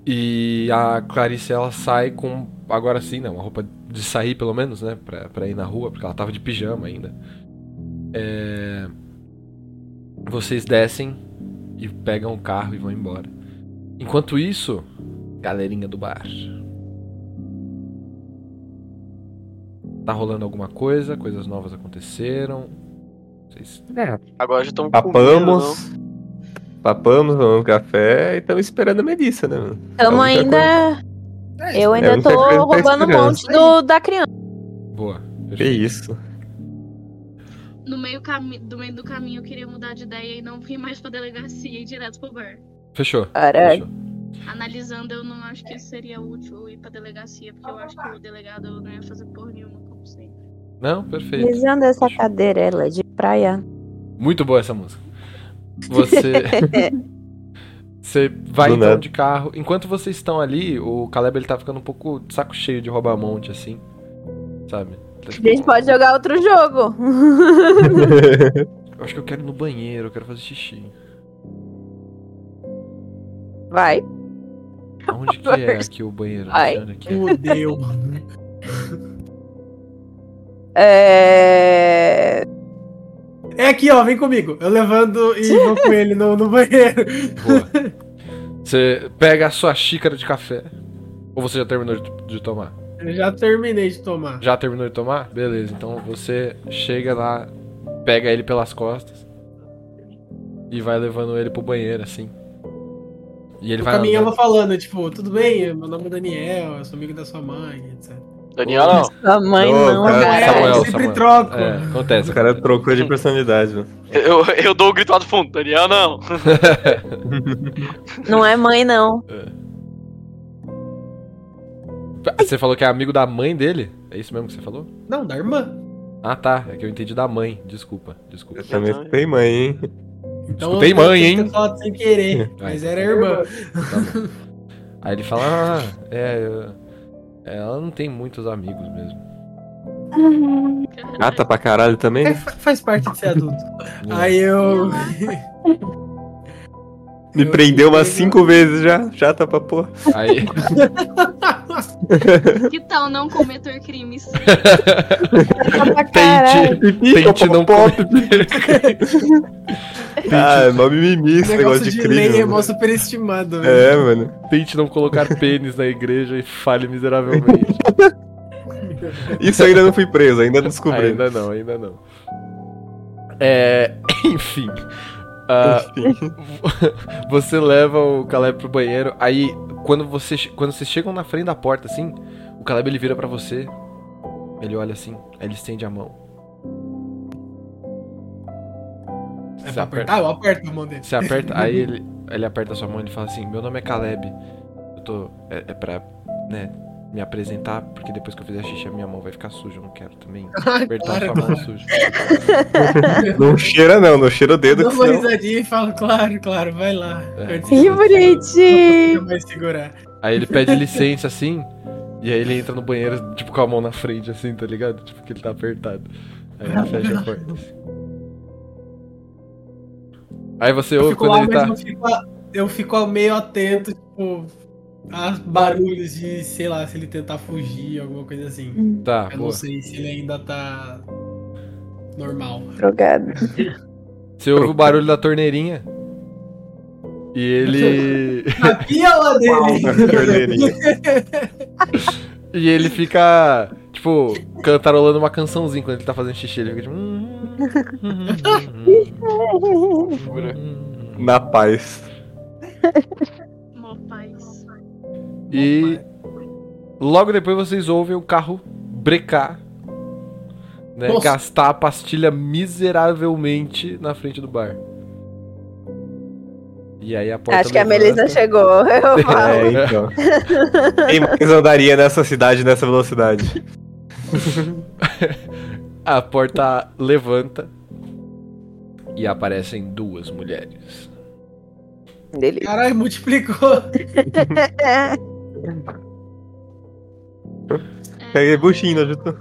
Speaker 2: E a Clarice ela sai com agora sim, né, uma roupa de sair pelo menos, né, pra, pra ir na rua, porque ela tava de pijama ainda. É... Vocês descem e pegam o carro e vão embora. Enquanto isso, galerinha do bar. Tá rolando alguma coisa, coisas novas aconteceram. Vocês
Speaker 3: Agora já estamos
Speaker 4: Papamos. Papamos, tomamos café e estamos esperando a Melissa, né, mano?
Speaker 8: Tamo
Speaker 4: É a única
Speaker 8: ainda.
Speaker 6: É,
Speaker 4: é a
Speaker 8: Eu ainda
Speaker 4: única
Speaker 8: tô
Speaker 4: coisa que tá
Speaker 8: roubando um
Speaker 4: esperando.
Speaker 8: monte do, da criança.
Speaker 2: Boa.
Speaker 4: Que isso.
Speaker 5: No meio, cami... do meio do caminho eu queria mudar de ideia e não vir mais pra delegacia e ir direto pro bar.
Speaker 2: Fechou.
Speaker 1: Caralho.
Speaker 2: Fechou.
Speaker 5: Analisando, eu não acho que seria útil ir pra delegacia, porque eu acho que o delegado não ia fazer porra nenhuma, como sempre.
Speaker 2: Não, perfeito.
Speaker 9: Visando essa
Speaker 2: Fechou.
Speaker 9: cadeira, ela é de praia.
Speaker 2: Muito boa essa música. Você. Você vai
Speaker 4: Do
Speaker 2: então
Speaker 4: nada.
Speaker 2: de carro. Enquanto vocês estão ali, o Caleb ele tá ficando um pouco de saco cheio de roubar monte, assim. Sabe? Tá
Speaker 8: A gente
Speaker 2: tipo,
Speaker 8: pode jogar outro jogo.
Speaker 2: Eu acho que eu quero ir no banheiro, eu quero fazer xixi.
Speaker 8: Vai.
Speaker 2: Onde que é aqui o banheiro?
Speaker 8: Ai.
Speaker 2: Onde que é?
Speaker 6: Fudeu.
Speaker 8: É...
Speaker 6: É aqui, ó, vem comigo. Eu levanto e vou com ele no, no banheiro.
Speaker 2: Boa. Você pega a sua xícara de café. Ou você já terminou de- de tomar?
Speaker 6: Eu já terminei de tomar.
Speaker 2: Já terminou de tomar? Beleza, então você chega lá, pega ele pelas costas e vai levando ele pro banheiro, assim. E ele
Speaker 6: No
Speaker 2: vai
Speaker 6: caminho
Speaker 2: andando.
Speaker 6: ela falando, tipo, tudo bem, meu nome é Daniel, eu sou amigo da sua mãe, etc.
Speaker 3: Daniel, não.
Speaker 1: Sua mãe
Speaker 4: Ô,
Speaker 1: não,
Speaker 4: cara,
Speaker 1: cara.
Speaker 6: eu
Speaker 2: É, Samuel,
Speaker 6: sempre
Speaker 2: Samuel.
Speaker 6: troco.
Speaker 2: É, acontece.
Speaker 4: O cara trocou de personalidade, mano.
Speaker 3: Eu, eu dou o grito lá do fundo. Daniel, não.
Speaker 8: Não é mãe, não.
Speaker 2: Você falou que é amigo da mãe dele? É isso mesmo que você falou?
Speaker 6: Não, da irmã.
Speaker 2: Ah, tá. É que eu entendi da mãe. Desculpa, desculpa.
Speaker 4: Eu também escutei mãe, hein?
Speaker 6: Então
Speaker 2: Escutei
Speaker 6: eu
Speaker 2: mãe,
Speaker 6: tentei
Speaker 2: hein? É.
Speaker 6: ter falado sem querer, mas era a irmã.
Speaker 2: Tá bom. Aí ele fala, ah, é, eu- é, ela não tem muitos amigos mesmo.
Speaker 4: Gata pra caralho também,
Speaker 6: É,
Speaker 4: né?
Speaker 6: fa- faz parte de ser adulto. Aí eu.
Speaker 4: Me
Speaker 6: Eu
Speaker 4: prendeu umas
Speaker 6: escutei,
Speaker 4: cinco vezes já. Chata pra porra.
Speaker 2: Aí,
Speaker 5: Que tal não cometer crimes?
Speaker 2: tente,
Speaker 4: é
Speaker 2: tente não
Speaker 4: pop.
Speaker 2: tente
Speaker 4: Ah, é mó mimimi esse negócio
Speaker 6: Esse negócio
Speaker 4: de
Speaker 6: de lei
Speaker 4: crime.
Speaker 6: é mó
Speaker 4: mano.
Speaker 6: superestimado, velho.
Speaker 4: É, mano.
Speaker 2: Tente não colocar pênis na igreja e fale miseravelmente.
Speaker 4: Isso eu ainda não fui preso, ainda não descobri.
Speaker 2: Ainda não, ainda não. É. Enfim. Ah,
Speaker 4: Enfim.
Speaker 2: você leva o Caleb pro banheiro. Aí, quando, você, quando vocês chegam na frente da porta, assim, o Caleb ele vira pra você. Ele olha assim, aí ele estende a mão.
Speaker 6: É
Speaker 2: Você aperta-
Speaker 6: pra apertar? Ah, eu aperto a mão dele.
Speaker 2: você aperta, aí ele, ele aperta a sua mão e ele fala assim: Meu nome é Caleb. Eu tô. É, é pra, né, me apresentar, porque depois que eu fizer xixi a minha mão vai ficar suja. Eu não quero também apertar
Speaker 6: Ah, claro,
Speaker 2: a sua mão suja.
Speaker 4: Não cheira, não, não cheira o dedo
Speaker 6: Dou
Speaker 4: que
Speaker 6: uma
Speaker 4: senão...
Speaker 6: risadinha e falo, claro, claro, vai lá.
Speaker 2: É.
Speaker 6: Antes
Speaker 9: Que
Speaker 6: de
Speaker 9: bonitinho!
Speaker 6: não mais segurar.
Speaker 2: Aí ele pede licença assim, e aí ele entra no banheiro, tipo, com a mão na frente, assim, tá ligado? Tipo, que ele tá apertado. Aí ele fecha a porta. assim. Aí você
Speaker 6: Eu
Speaker 2: ouve
Speaker 6: fico
Speaker 2: quando
Speaker 6: lá,
Speaker 2: ele
Speaker 6: mas
Speaker 2: tá.
Speaker 6: eu, fico, a- eu fico meio atento, tipo, a barulhos de, sei lá, se ele tentar fugir, alguma coisa assim.
Speaker 2: Tá,
Speaker 6: eu
Speaker 2: boa.
Speaker 6: não sei se ele ainda tá normal.
Speaker 9: Drogado.
Speaker 2: Você ouve o barulho da torneirinha. E ele.
Speaker 6: A piola dele!
Speaker 2: E ele fica, tipo, cantarolando uma cançãozinha quando ele tá fazendo xixi. Ele fica tipo. "Hum, hum, hum, hum, hum".
Speaker 4: Na paz.
Speaker 5: Mó paz.
Speaker 2: E logo depois vocês ouvem o carro brecar. Né,
Speaker 6: Nossa.
Speaker 2: gastar a pastilha miseravelmente na frente do bar. E aí a porta.
Speaker 8: Acho que a
Speaker 2: levanta.
Speaker 8: Melissa chegou. Eu falo.
Speaker 4: É, então. Quem mais andaria nessa cidade nessa velocidade?
Speaker 2: A porta levanta. E aparecem duas mulheres.
Speaker 8: Dele.
Speaker 6: Caralho, multiplicou!
Speaker 4: Peguei buchinho, né, não ajudou.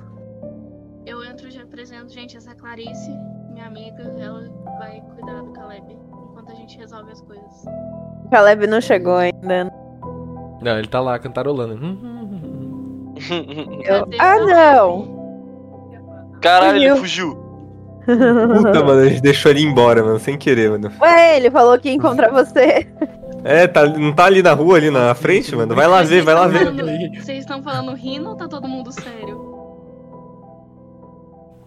Speaker 5: É, Eu entro e já apresento, gente, essa Clarice, minha amiga, ela vai cuidar do Caleb enquanto a gente resolve as coisas.
Speaker 8: O Caleb não chegou ainda. né?
Speaker 2: Não, ele tá lá cantarolando. Hum, hum, hum, hum.
Speaker 8: Eu-
Speaker 5: Cadê o
Speaker 8: Ah,
Speaker 5: Caleb?
Speaker 8: não!
Speaker 3: Caralho, ele
Speaker 8: Fugiu.
Speaker 3: fugiu.
Speaker 8: Uhum.
Speaker 4: Puta, mano, a gente deixou ele embora, mano, sem querer, mano.
Speaker 8: Ué, ele falou que ia encontrar você.
Speaker 4: É, tá, não tá ali na rua, ali na frente, mano? Vai lá ver, vai lá ver.
Speaker 5: Vocês estão falando rindo ou tá todo mundo sério?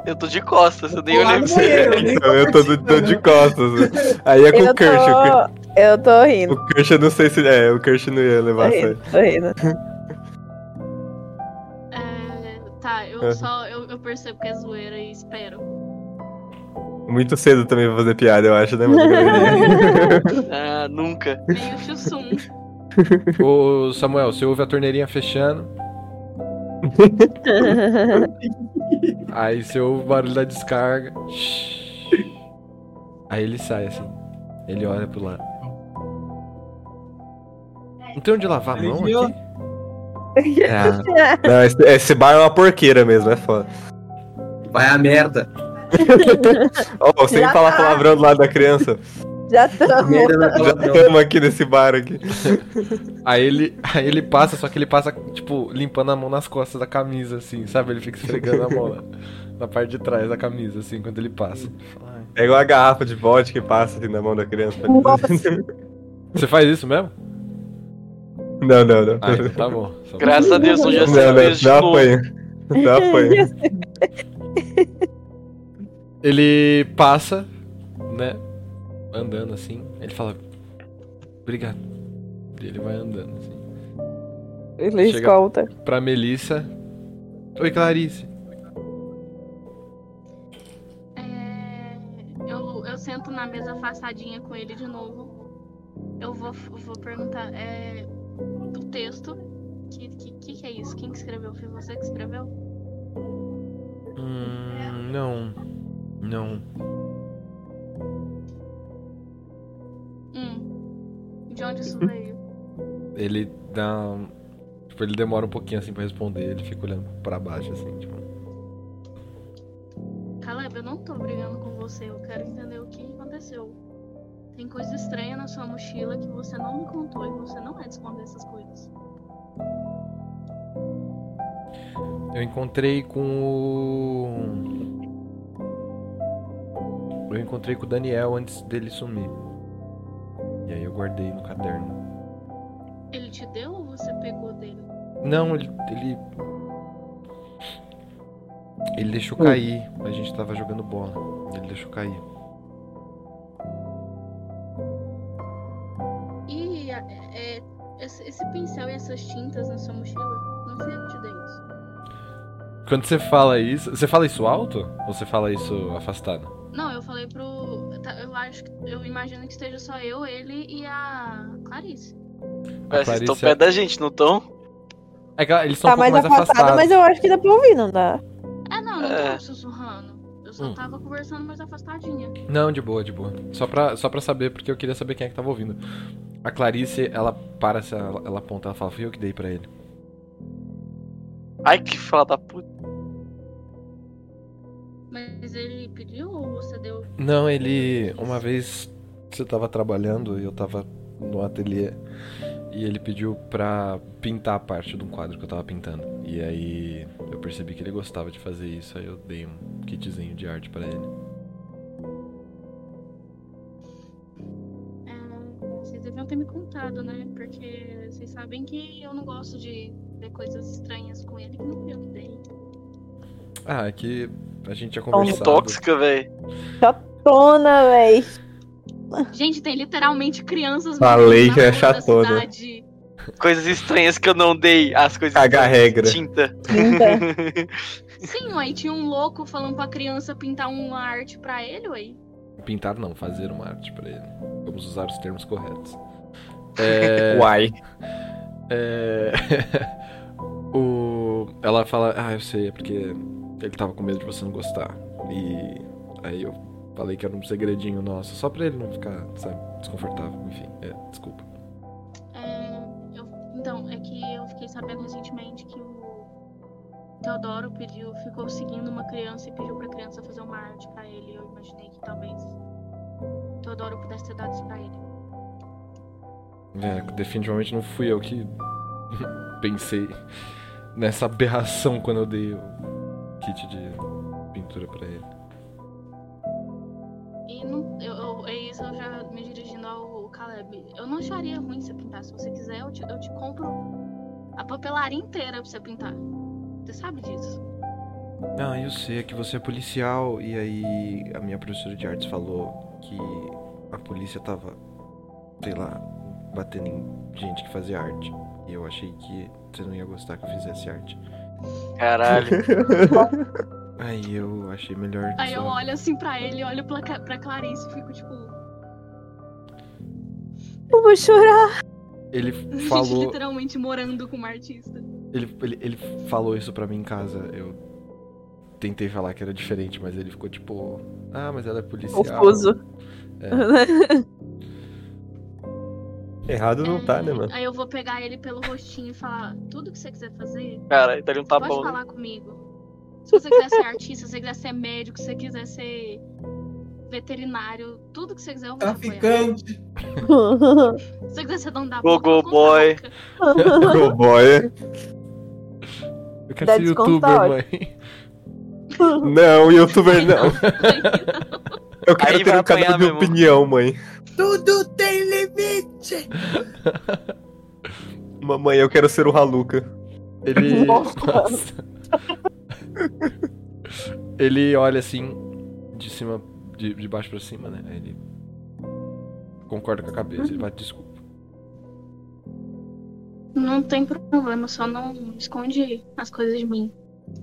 Speaker 3: Eu tô de costas, eu nem
Speaker 6: Tô lá
Speaker 3: olhei
Speaker 6: no
Speaker 3: pra você.
Speaker 6: banheiro, né? nem
Speaker 4: Então, Eu tô, do- tô de costas. mano. Aí é com
Speaker 8: Eu
Speaker 4: o Kirsch. o Kirsch-
Speaker 8: tô... Eu tô rindo.
Speaker 4: O Kirsch eu não sei se. É, o Kirsch não ia
Speaker 8: Tô
Speaker 4: levar
Speaker 8: rindo,
Speaker 4: essa.
Speaker 8: tô rindo.
Speaker 5: É, tá, eu
Speaker 4: É.
Speaker 5: só eu, eu percebo que é zoeira e espero.
Speaker 4: Muito cedo também pra fazer piada, eu acho, né, mano?
Speaker 3: Ah, nunca.
Speaker 5: Meio chussum.
Speaker 2: Ô Samuel, você ouve a torneirinha fechando, aí você ouve o barulho da descarga. Aí ele sai assim. Ele olha pro lado. Não tem onde lavar a mão aqui?
Speaker 4: Ah, não, esse, esse bar é uma porqueira mesmo, é foda.
Speaker 7: Vai a merda.
Speaker 4: Ó, oh, sem
Speaker 8: Já
Speaker 4: falar
Speaker 8: tá.
Speaker 4: palavrão do lado da criança.
Speaker 8: Já estamos.
Speaker 7: Merda na
Speaker 4: Já estamos aqui nesse bar aqui.
Speaker 2: Aí ele, aí ele passa, só que ele passa, tipo, limpando a mão nas costas da camisa, assim, sabe? Ele fica esfregando a mão lá, na parte de trás da camisa, assim, quando ele passa.
Speaker 4: É igual a garrafa de vodka que passa assim na mão da criança.
Speaker 2: Você faz isso mesmo?
Speaker 4: Não, não, não.
Speaker 2: Ah, então tá bom. Só-
Speaker 3: Graças a Deus, não já
Speaker 4: Não,
Speaker 3: sei
Speaker 4: não,
Speaker 3: vezes de
Speaker 4: não
Speaker 3: novo.
Speaker 4: apanha. Não apanha.
Speaker 2: Ele passa, né? Andando assim. Ele fala: Obrigado. E ele vai andando assim.
Speaker 9: Ele
Speaker 2: Chega.
Speaker 9: escolta.
Speaker 2: Pra Melissa: Oi, Clarice.
Speaker 5: É, eu, eu sento na mesa afastadinha com ele de novo. Eu vou, eu vou perguntar é, do texto. O que, que, que que é isso? Quem que escreveu? Foi você que escreveu?
Speaker 2: Hum, não. Não.
Speaker 5: Hum. De onde isso veio?
Speaker 2: Ele dá. um- Tipo, ele demora um pouquinho assim pra responder. Ele fica olhando pra baixo assim, tipo.
Speaker 5: Caleb, eu não tô brigando com você. Eu quero entender o que aconteceu. Tem coisa estranha na sua mochila que você não me contou e você não é de esconder essas coisas.
Speaker 2: Eu encontrei com o. Eu encontrei com o Daniel antes dele sumir. E aí eu guardei no caderno.
Speaker 5: Ele te deu ou você pegou dele?
Speaker 2: Não, ele. Ele, ele deixou cair. A gente tava jogando bola. Ele deixou cair.
Speaker 5: E a- é, esse, esse pincel e essas tintas na sua mochila? Não fui eu que te dei isso.
Speaker 2: Quando você fala isso. Você fala isso alto? Ou você fala isso afastado?
Speaker 5: Não, eu falei pro. tá, Eu acho que. Eu imagino que esteja só eu, ele e a Clarice.
Speaker 3: Parece que estão
Speaker 2: Clarice-
Speaker 3: É, perto da gente, não estão?
Speaker 2: É que eles estão
Speaker 9: Tá
Speaker 2: um pouco
Speaker 9: mais
Speaker 2: mais
Speaker 9: afastado,
Speaker 2: afastados.
Speaker 9: mas eu acho que dá pra ouvir, não dá?
Speaker 5: Ah, não, não
Speaker 3: É.
Speaker 5: tava sussurrando. Eu só
Speaker 2: Hum.
Speaker 5: tava conversando mais afastadinha.
Speaker 2: Não, de boa, de boa. Só pra, só pra saber, porque eu queria saber quem é que tava ouvindo. A Clarice, ela para, essa- ela, ela aponta, ela fala, fui eu que dei pra ele.
Speaker 3: Ai, que fala da puta.
Speaker 5: Mas ele pediu ou você deu?
Speaker 2: Não, ele. Uma vez você tava trabalhando e eu tava no ateliê. E ele pediu pra pintar a parte de um quadro que eu tava pintando. E aí eu percebi que ele gostava de fazer isso, aí eu dei um kitzinho de arte pra ele.
Speaker 5: É, vocês deviam ter me contado, né? Porque vocês sabem que eu não gosto de ver coisas estranhas com ele que não eu que dei.
Speaker 2: Ah, é que a gente tinha
Speaker 3: Que
Speaker 2: conversado.
Speaker 3: tóxica, véi.
Speaker 9: Tona, véi.
Speaker 5: Gente, tem literalmente crianças
Speaker 4: Falei
Speaker 5: morando
Speaker 4: que
Speaker 5: na
Speaker 4: é
Speaker 5: rua da
Speaker 4: chatona.
Speaker 5: cidade.
Speaker 3: Coisas estranhas que eu não dei. As coisas.
Speaker 4: Caga a regra.
Speaker 3: Tinta.
Speaker 9: Tinta.
Speaker 5: Sim, ué, e tinha um louco falando pra criança pintar uma arte pra ele, ué.
Speaker 2: Pintar não, fazer uma arte pra ele. Vamos usar os termos corretos. É...
Speaker 4: Uai.
Speaker 2: É... o... Ela fala, ah, eu sei, é porque ele tava com medo de você não gostar. E aí eu falei que era um segredinho nosso, só pra ele não ficar, sabe, desconfortável. Enfim, é, desculpa.
Speaker 5: É, eu- então, é que eu fiquei sabendo recentemente que o Teodoro pediu, ficou seguindo uma criança e pediu pra criança fazer uma arte pra ele. Eu imaginei que talvez Teodoro pudesse ter dado isso pra ele.
Speaker 2: É, definitivamente não fui eu que pensei nessa aberração quando eu dei o kit de pintura pra ele.
Speaker 5: E não, eu, eu- é isso, eu já me dirigindo ao Caleb. Eu não acharia ruim você pintar. Se você quiser, eu te, eu te compro a papelaria inteira pra você pintar. Você sabe disso.
Speaker 2: Ah, eu sei, é que você é policial e aí a minha professora de artes falou que a polícia tava, sei lá, batendo em gente que fazia arte. E eu achei que você não ia gostar que eu fizesse arte.
Speaker 3: Caralho.
Speaker 2: Aí eu achei melhor
Speaker 5: Aí eu
Speaker 2: só-
Speaker 5: olho assim pra ele, olho pra, Ca- pra Clarice e fico tipo.
Speaker 9: Eu vou chorar.
Speaker 2: Ele
Speaker 5: Gente,
Speaker 2: falou,
Speaker 5: literalmente morando com uma artista.
Speaker 2: ele, ele, ele falou isso pra mim em casa. Eu tentei falar que era diferente, mas ele ficou tipo, ah, mas ela é policial.
Speaker 1: Confuso.
Speaker 2: É.
Speaker 4: Errado não tá, né, mano?
Speaker 5: Aí eu vou pegar ele pelo rostinho e falar: tudo que você quiser fazer,
Speaker 3: Cara, daria um
Speaker 5: pode
Speaker 3: tapão. né?
Speaker 5: falar comigo. Se você quiser ser artista, se você quiser ser médico, se você quiser ser veterinário, tudo que você quiser, eu vou
Speaker 6: Tá
Speaker 5: te apoiar.
Speaker 6: Traficante.
Speaker 5: Se você quiser ser dono da
Speaker 3: Go,
Speaker 5: boca, eu
Speaker 3: go,
Speaker 5: compro a
Speaker 3: boy.
Speaker 5: boca.
Speaker 4: Cowboy.
Speaker 2: Eu quero
Speaker 1: Dá
Speaker 2: ser
Speaker 1: desconto,
Speaker 2: youtuber,
Speaker 1: tá
Speaker 2: mãe.
Speaker 4: Não, youtuber não. Eu quero
Speaker 3: Aí
Speaker 4: ter
Speaker 3: vai
Speaker 4: um canal
Speaker 3: apanhar
Speaker 4: de
Speaker 3: mesmo.
Speaker 4: opinião, mãe.
Speaker 6: Tudo tem limite.
Speaker 4: Mamãe, eu quero ser o Haluca.
Speaker 2: Ele.
Speaker 9: Nossa.
Speaker 2: ele olha assim, de cima, de, de baixo pra cima, né? Aí Ele concorda com a cabeça, ele bate desculpa.
Speaker 5: Não tem problema, só não esconde as coisas de mim.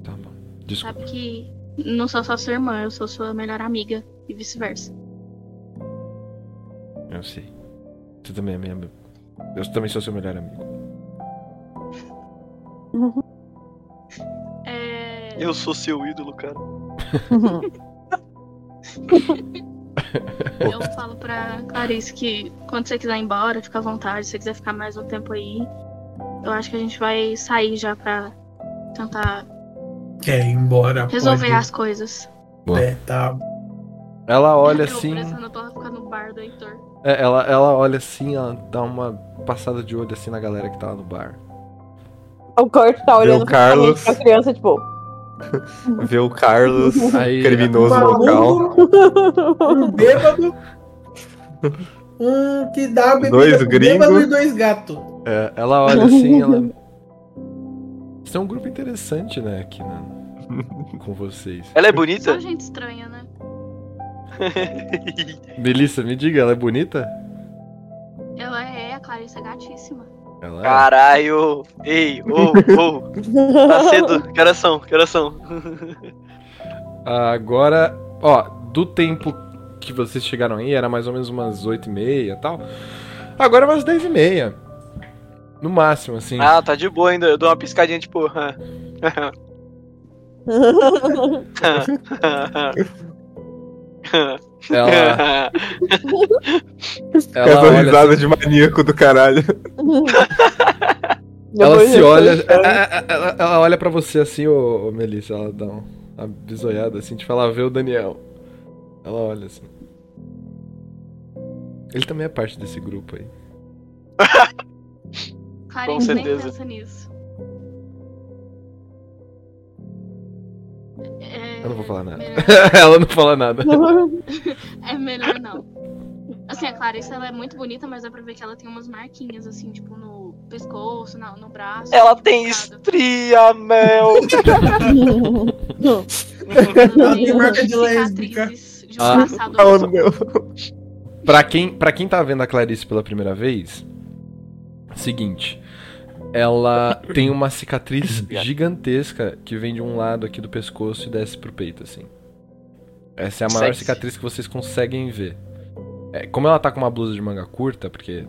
Speaker 2: Tá bom.
Speaker 5: Sabe
Speaker 2: Desculpa.
Speaker 5: que não sou só sua irmã, eu sou sua melhor amiga e vice-versa.
Speaker 2: Eu sei. Você também é minha. Eu também sou seu melhor amigo.
Speaker 5: É...
Speaker 3: Eu sou seu ídolo, cara.
Speaker 2: É.
Speaker 5: Eu falo pra Clarice que quando você quiser ir embora, fica à vontade. Se você quiser ficar mais um tempo aí, eu acho que a gente vai sair já pra tentar
Speaker 6: Quer ir embora?
Speaker 5: resolver
Speaker 6: pode.
Speaker 5: as coisas.
Speaker 6: É, tá.
Speaker 2: Ela olha
Speaker 5: eu
Speaker 2: assim.
Speaker 5: Pensando pra ela ficar no bar do Heitor.
Speaker 2: é, ela, ela olha assim, ela dá uma passada de olho assim na galera que tá lá no bar.
Speaker 9: O Kurt tá olhando Carlos.
Speaker 4: Carlos.
Speaker 9: pra criança, tipo.
Speaker 4: Ver o Carlos,
Speaker 2: Aí-
Speaker 4: criminoso local.
Speaker 6: Maluco, Um bêbado. Um que dá bebida.
Speaker 4: Dois
Speaker 6: pro
Speaker 4: gringo.
Speaker 6: Bêbado e dois gatos.
Speaker 2: É, ela olha assim, ela. Você é um grupo interessante, né, aqui, né? Com vocês.
Speaker 3: Ela é
Speaker 5: Só
Speaker 3: bonita?
Speaker 5: gente estranha, né?
Speaker 2: Melissa, me diga, ela é bonita?
Speaker 5: Ela é, a Clarice é gatíssima.
Speaker 2: Ela é.
Speaker 3: Caralho. Ei, ô, ô. Tá cedo. Que horas são? Que horas são?
Speaker 2: Agora, ó, do tempo que vocês chegaram aí, era mais ou menos umas 8 e meia e tal. Agora é umas 10 e meia. No máximo, assim.
Speaker 3: Ah, tá de boa ainda. Eu dou uma piscadinha, tipo. ah.
Speaker 2: Ela, ela,
Speaker 4: Essa
Speaker 2: olha,
Speaker 4: risada de maníaco do caralho.
Speaker 2: ela se olha. Ela, ela- ela olha pra você assim, ô, ô, Melissa, ela dá um- uma bisoiada assim, tipo, ela vê o Daniel. Ela olha assim. Ele também é parte desse grupo aí.
Speaker 5: Clarence nem
Speaker 3: certeza.
Speaker 5: pensa nisso. É-
Speaker 2: Eu não vou falar nada.
Speaker 5: melhor-
Speaker 2: Ela não fala nada.
Speaker 5: É melhor não. Assim, a Clarice ela é muito bonita, mas dá pra ver que ela tem umas marquinhas, assim, tipo, no pescoço, na- no braço.
Speaker 3: Ela
Speaker 5: tipo,
Speaker 3: tem
Speaker 5: cada-
Speaker 3: estria, meu!
Speaker 5: Ela
Speaker 6: tem marca de lésbica.
Speaker 5: cicatrizes de um
Speaker 2: Ah.
Speaker 5: passado
Speaker 1: Oh, meu.
Speaker 2: Pra quem, pra quem tá vendo a Clarice pela primeira vez, seguinte. Ela tem uma cicatriz gigantesca que vem de um lado aqui do pescoço e desce pro peito, assim. Essa é a maior
Speaker 3: Sexy.
Speaker 2: cicatriz que vocês conseguem ver. É, como ela tá com uma blusa de manga curta, porque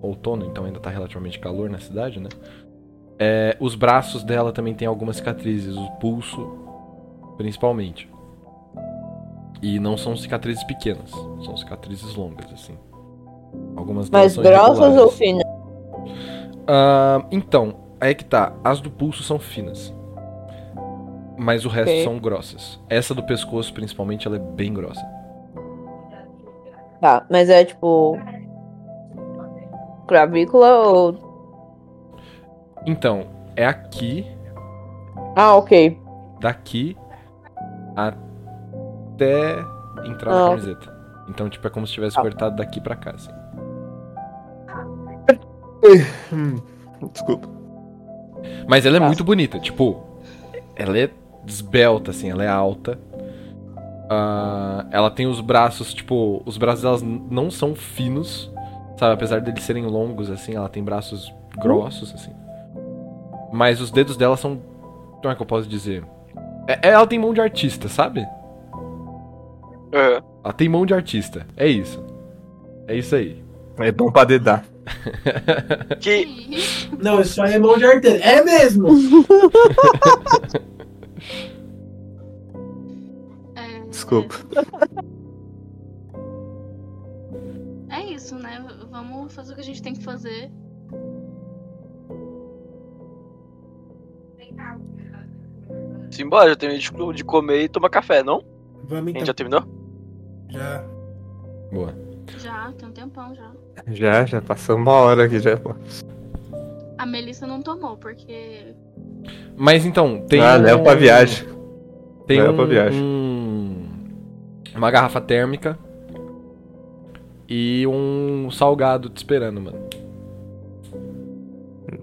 Speaker 2: outono, então ainda tá relativamente calor na cidade, né? É, os braços dela também tem algumas cicatrizes, o pulso, principalmente. E não são cicatrizes pequenas, são cicatrizes longas, assim. Algumas delas
Speaker 9: Mas
Speaker 2: são
Speaker 9: grossas
Speaker 2: irregulares.
Speaker 9: ou finas?
Speaker 2: Ah, então, aí que tá. As do pulso são finas. Mas o resto
Speaker 9: Ok.
Speaker 2: são grossas. Essa do pescoço, principalmente, ela é bem grossa.
Speaker 9: Tá, mas é tipo. Clavícula ou.
Speaker 2: Então, é aqui,
Speaker 9: Ah, ok.
Speaker 2: daqui, até entrar na
Speaker 9: Ah.
Speaker 2: camiseta. Então, tipo, é como se tivesse
Speaker 9: Ah.
Speaker 2: cortado daqui pra cá, assim.
Speaker 4: Desculpa.
Speaker 2: Mas ela é
Speaker 9: Tá.
Speaker 2: muito bonita, tipo, ela é esbelta, assim, ela é alta. Ah, ela tem os braços, tipo, os braços delas n- não são finos, sabe? Apesar deles serem longos, assim, ela tem braços grossos, assim. Mas os dedos dela são. Como é que eu posso dizer? É- é- ela tem mão de artista, sabe?
Speaker 3: É.
Speaker 2: Ela tem mão de artista. É isso. É isso aí.
Speaker 4: É bom pra dedar.
Speaker 3: Que.
Speaker 6: Não, isso aí é mão de arteiro. É mesmo!
Speaker 5: É,
Speaker 4: Desculpa.
Speaker 5: É isso, né? Vamos fazer o que a gente tem que fazer.
Speaker 3: Simbora, já terminei de- de comer e tomar café, não?
Speaker 6: Vamos
Speaker 3: A gente
Speaker 6: então.
Speaker 3: já terminou?
Speaker 6: Já.
Speaker 2: Boa.
Speaker 5: Já, tem um tempão já.
Speaker 4: Já, já passou uma hora aqui já, é pô.
Speaker 5: A Melissa não tomou, porque.
Speaker 2: Mas então, tem.
Speaker 4: ah, leva pra
Speaker 2: um-
Speaker 4: viagem.
Speaker 2: Tem
Speaker 4: Leva
Speaker 2: um,
Speaker 4: pra viagem.
Speaker 2: um- uma garrafa térmica e um salgado te esperando, mano.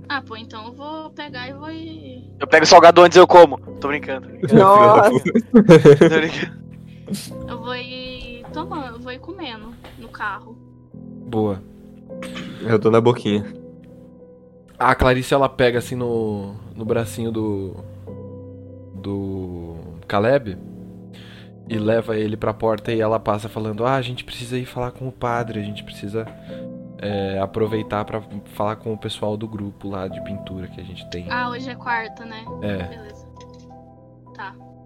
Speaker 5: Ah, pô, então eu vou pegar e vou ir.
Speaker 3: Eu pego salgado antes e eu como. Tô brincando. Tô
Speaker 9: Nossa.
Speaker 3: brincando.
Speaker 5: Eu vou ir tomando, eu vou ir comendo no carro.
Speaker 2: Boa.
Speaker 4: Eu dou na boquinha.
Speaker 2: A Clarice ela pega assim no no bracinho do do Caleb e leva ele pra porta e ela passa falando: "Ah, a gente precisa ir falar com o padre, a gente precisa é, aproveitar pra falar com o pessoal do grupo lá de pintura que a gente tem.
Speaker 5: Ah, hoje é quarta, né?
Speaker 2: É,
Speaker 5: Beleza.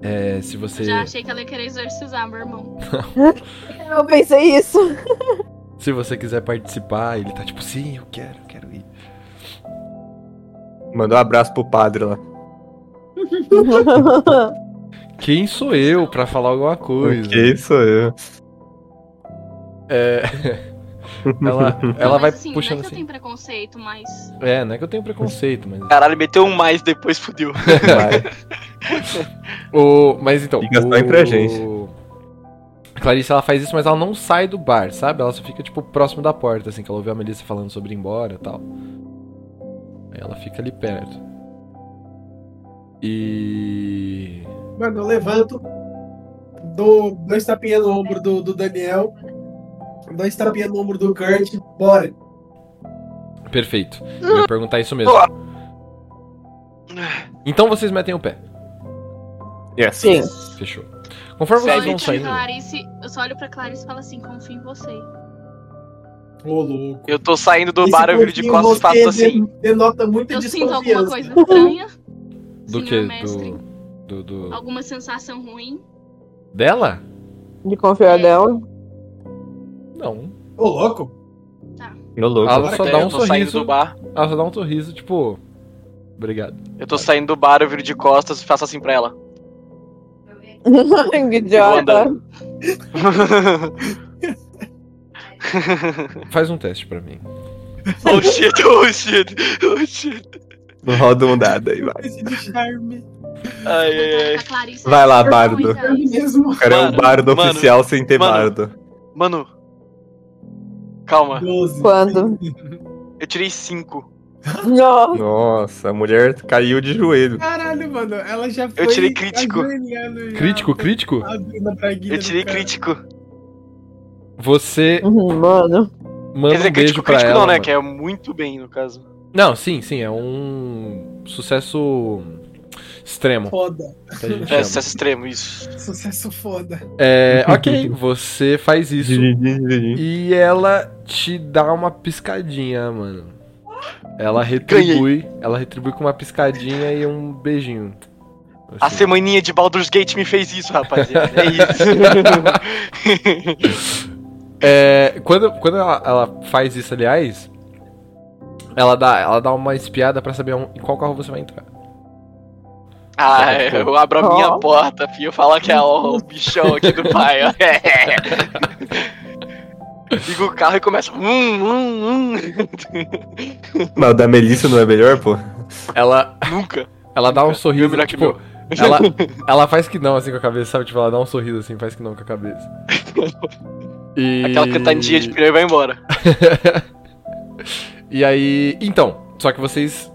Speaker 2: é, se você
Speaker 5: Eu já achei que ela ia querer exorcizar meu irmão.
Speaker 9: Eu pensei isso.
Speaker 2: Se você quiser participar, ele tá tipo, sim, eu quero, eu quero ir.
Speaker 4: Mandou um abraço pro padre lá.
Speaker 2: Quem sou eu pra falar alguma coisa?
Speaker 4: Que sou eu.
Speaker 2: É, ela ela
Speaker 5: Mas,
Speaker 2: vai
Speaker 5: assim,
Speaker 2: puxando
Speaker 5: não é que eu
Speaker 2: assim.
Speaker 5: tenho preconceito, mas.
Speaker 2: É, não é que eu tenho preconceito, mas.
Speaker 3: Caralho, meteu um mais depois, fudeu.
Speaker 4: Vai.
Speaker 2: O, mas então.
Speaker 4: Fica só
Speaker 2: o-
Speaker 4: entre a gente.
Speaker 2: A Clarice ela faz isso, mas ela não sai do bar, sabe? Ela só fica, tipo, próximo da porta, assim, que ela ouviu a Melissa falando sobre ir embora e tal. Aí ela fica ali perto. E.
Speaker 6: Mano, eu levanto, dou dois tapinhas no ombro do, do Daniel, dois tapinhas no ombro do Kurt, bora.
Speaker 2: Perfeito. Eu ia perguntar isso mesmo. Então vocês metem o pé.
Speaker 4: Yes.
Speaker 9: Sim.
Speaker 2: Fechou. Conforme vocês
Speaker 5: Eu só,
Speaker 2: vão
Speaker 5: olho pra
Speaker 2: saindo.
Speaker 5: Clarice, eu só olho pra Clarice e falo assim: confio em você.
Speaker 6: Ô, louco.
Speaker 3: Eu tô saindo do
Speaker 6: Esse
Speaker 3: bar, eu viro de
Speaker 6: confio em
Speaker 3: costas e
Speaker 6: você
Speaker 3: faço assim.
Speaker 6: de- Denota muita
Speaker 5: Eu sinto
Speaker 6: desconfiança.
Speaker 5: alguma coisa estranha.
Speaker 2: Do
Speaker 5: senhor
Speaker 2: que?
Speaker 5: é mestre.
Speaker 2: Do. Do. do-
Speaker 5: Alguma sensação ruim.
Speaker 2: Dela?
Speaker 9: De confiar nela.
Speaker 2: Não.
Speaker 6: Ô, louco.
Speaker 4: Meu louco.
Speaker 2: Ela só
Speaker 3: É,
Speaker 2: dá um
Speaker 3: eu tô saindo
Speaker 2: sorriso.
Speaker 3: do bar.
Speaker 2: Ela só dá um sorriso, tipo. Obrigado.
Speaker 3: Eu tô saindo do bar, eu viro de costas e faço assim pra ela.
Speaker 9: que idiota.
Speaker 3: andando.
Speaker 2: Faz um teste pra mim.
Speaker 3: Oh shit, oh shit, oh shit.
Speaker 4: Roda um dado aí, vai.
Speaker 6: Esse de charme.
Speaker 3: Ai,
Speaker 2: É.
Speaker 3: ai, ai.
Speaker 4: Vai lá,
Speaker 5: assim,
Speaker 4: bardo.
Speaker 9: mesmo.
Speaker 4: O cara é um
Speaker 3: Mano,
Speaker 4: bardo
Speaker 3: mano,
Speaker 4: oficial sem ter
Speaker 3: mano.
Speaker 4: bardo.
Speaker 3: Mano. Calma,
Speaker 6: 12.
Speaker 9: Quando?
Speaker 3: eu tirei 5.
Speaker 9: Não.
Speaker 4: Nossa, a mulher caiu de joelho.
Speaker 6: Caralho, mano, ela já foi.
Speaker 3: tirei crítico.
Speaker 6: ajoelhando já,
Speaker 2: Crítico,
Speaker 6: foi
Speaker 2: crítico?
Speaker 6: abrindo a braguilha
Speaker 3: Eu
Speaker 6: do
Speaker 3: tirei
Speaker 6: cara.
Speaker 3: crítico.
Speaker 2: Você
Speaker 9: Uhum, Mano.
Speaker 2: manda
Speaker 3: Quer dizer,
Speaker 2: um beijo
Speaker 3: crítico,
Speaker 2: pra
Speaker 3: crítico
Speaker 2: ela.
Speaker 3: não, né?
Speaker 2: mano.
Speaker 3: Que é muito bem, no caso.
Speaker 2: Não, sim, sim, é um sucesso extremo.
Speaker 6: Foda.
Speaker 2: que a gente
Speaker 3: É,
Speaker 2: chama.
Speaker 3: sucesso extremo, isso.
Speaker 6: Sucesso foda.
Speaker 2: É, ok, você faz isso e ela te dá uma piscadinha, mano. Ela retribui, ela retribui com uma piscadinha e um beijinho.
Speaker 3: A
Speaker 2: Assim.
Speaker 3: semaninha de Baldur's Gate me fez isso, rapaziada. É isso.
Speaker 2: É, quando quando ela, ela faz isso, aliás, ela dá, ela dá uma espiada pra saber em qual carro você vai entrar.
Speaker 3: ah, eu abro a minha porta, filho. Fala que é o o bichão aqui do pai, ó. Liga o carro e começa. Hum, hum, hum.
Speaker 4: Mas o da Melissa não é melhor, pô?
Speaker 2: Ela,
Speaker 3: Nunca.
Speaker 2: ela dá um sorriso,
Speaker 3: melhor que
Speaker 2: tipo, ela, ela faz que não assim com a cabeça, sabe? Tipo, ela dá um sorriso assim, faz que não com a cabeça. E...
Speaker 3: Aquela cantadinha de pneu e vai embora.
Speaker 2: E aí. Então, só que vocês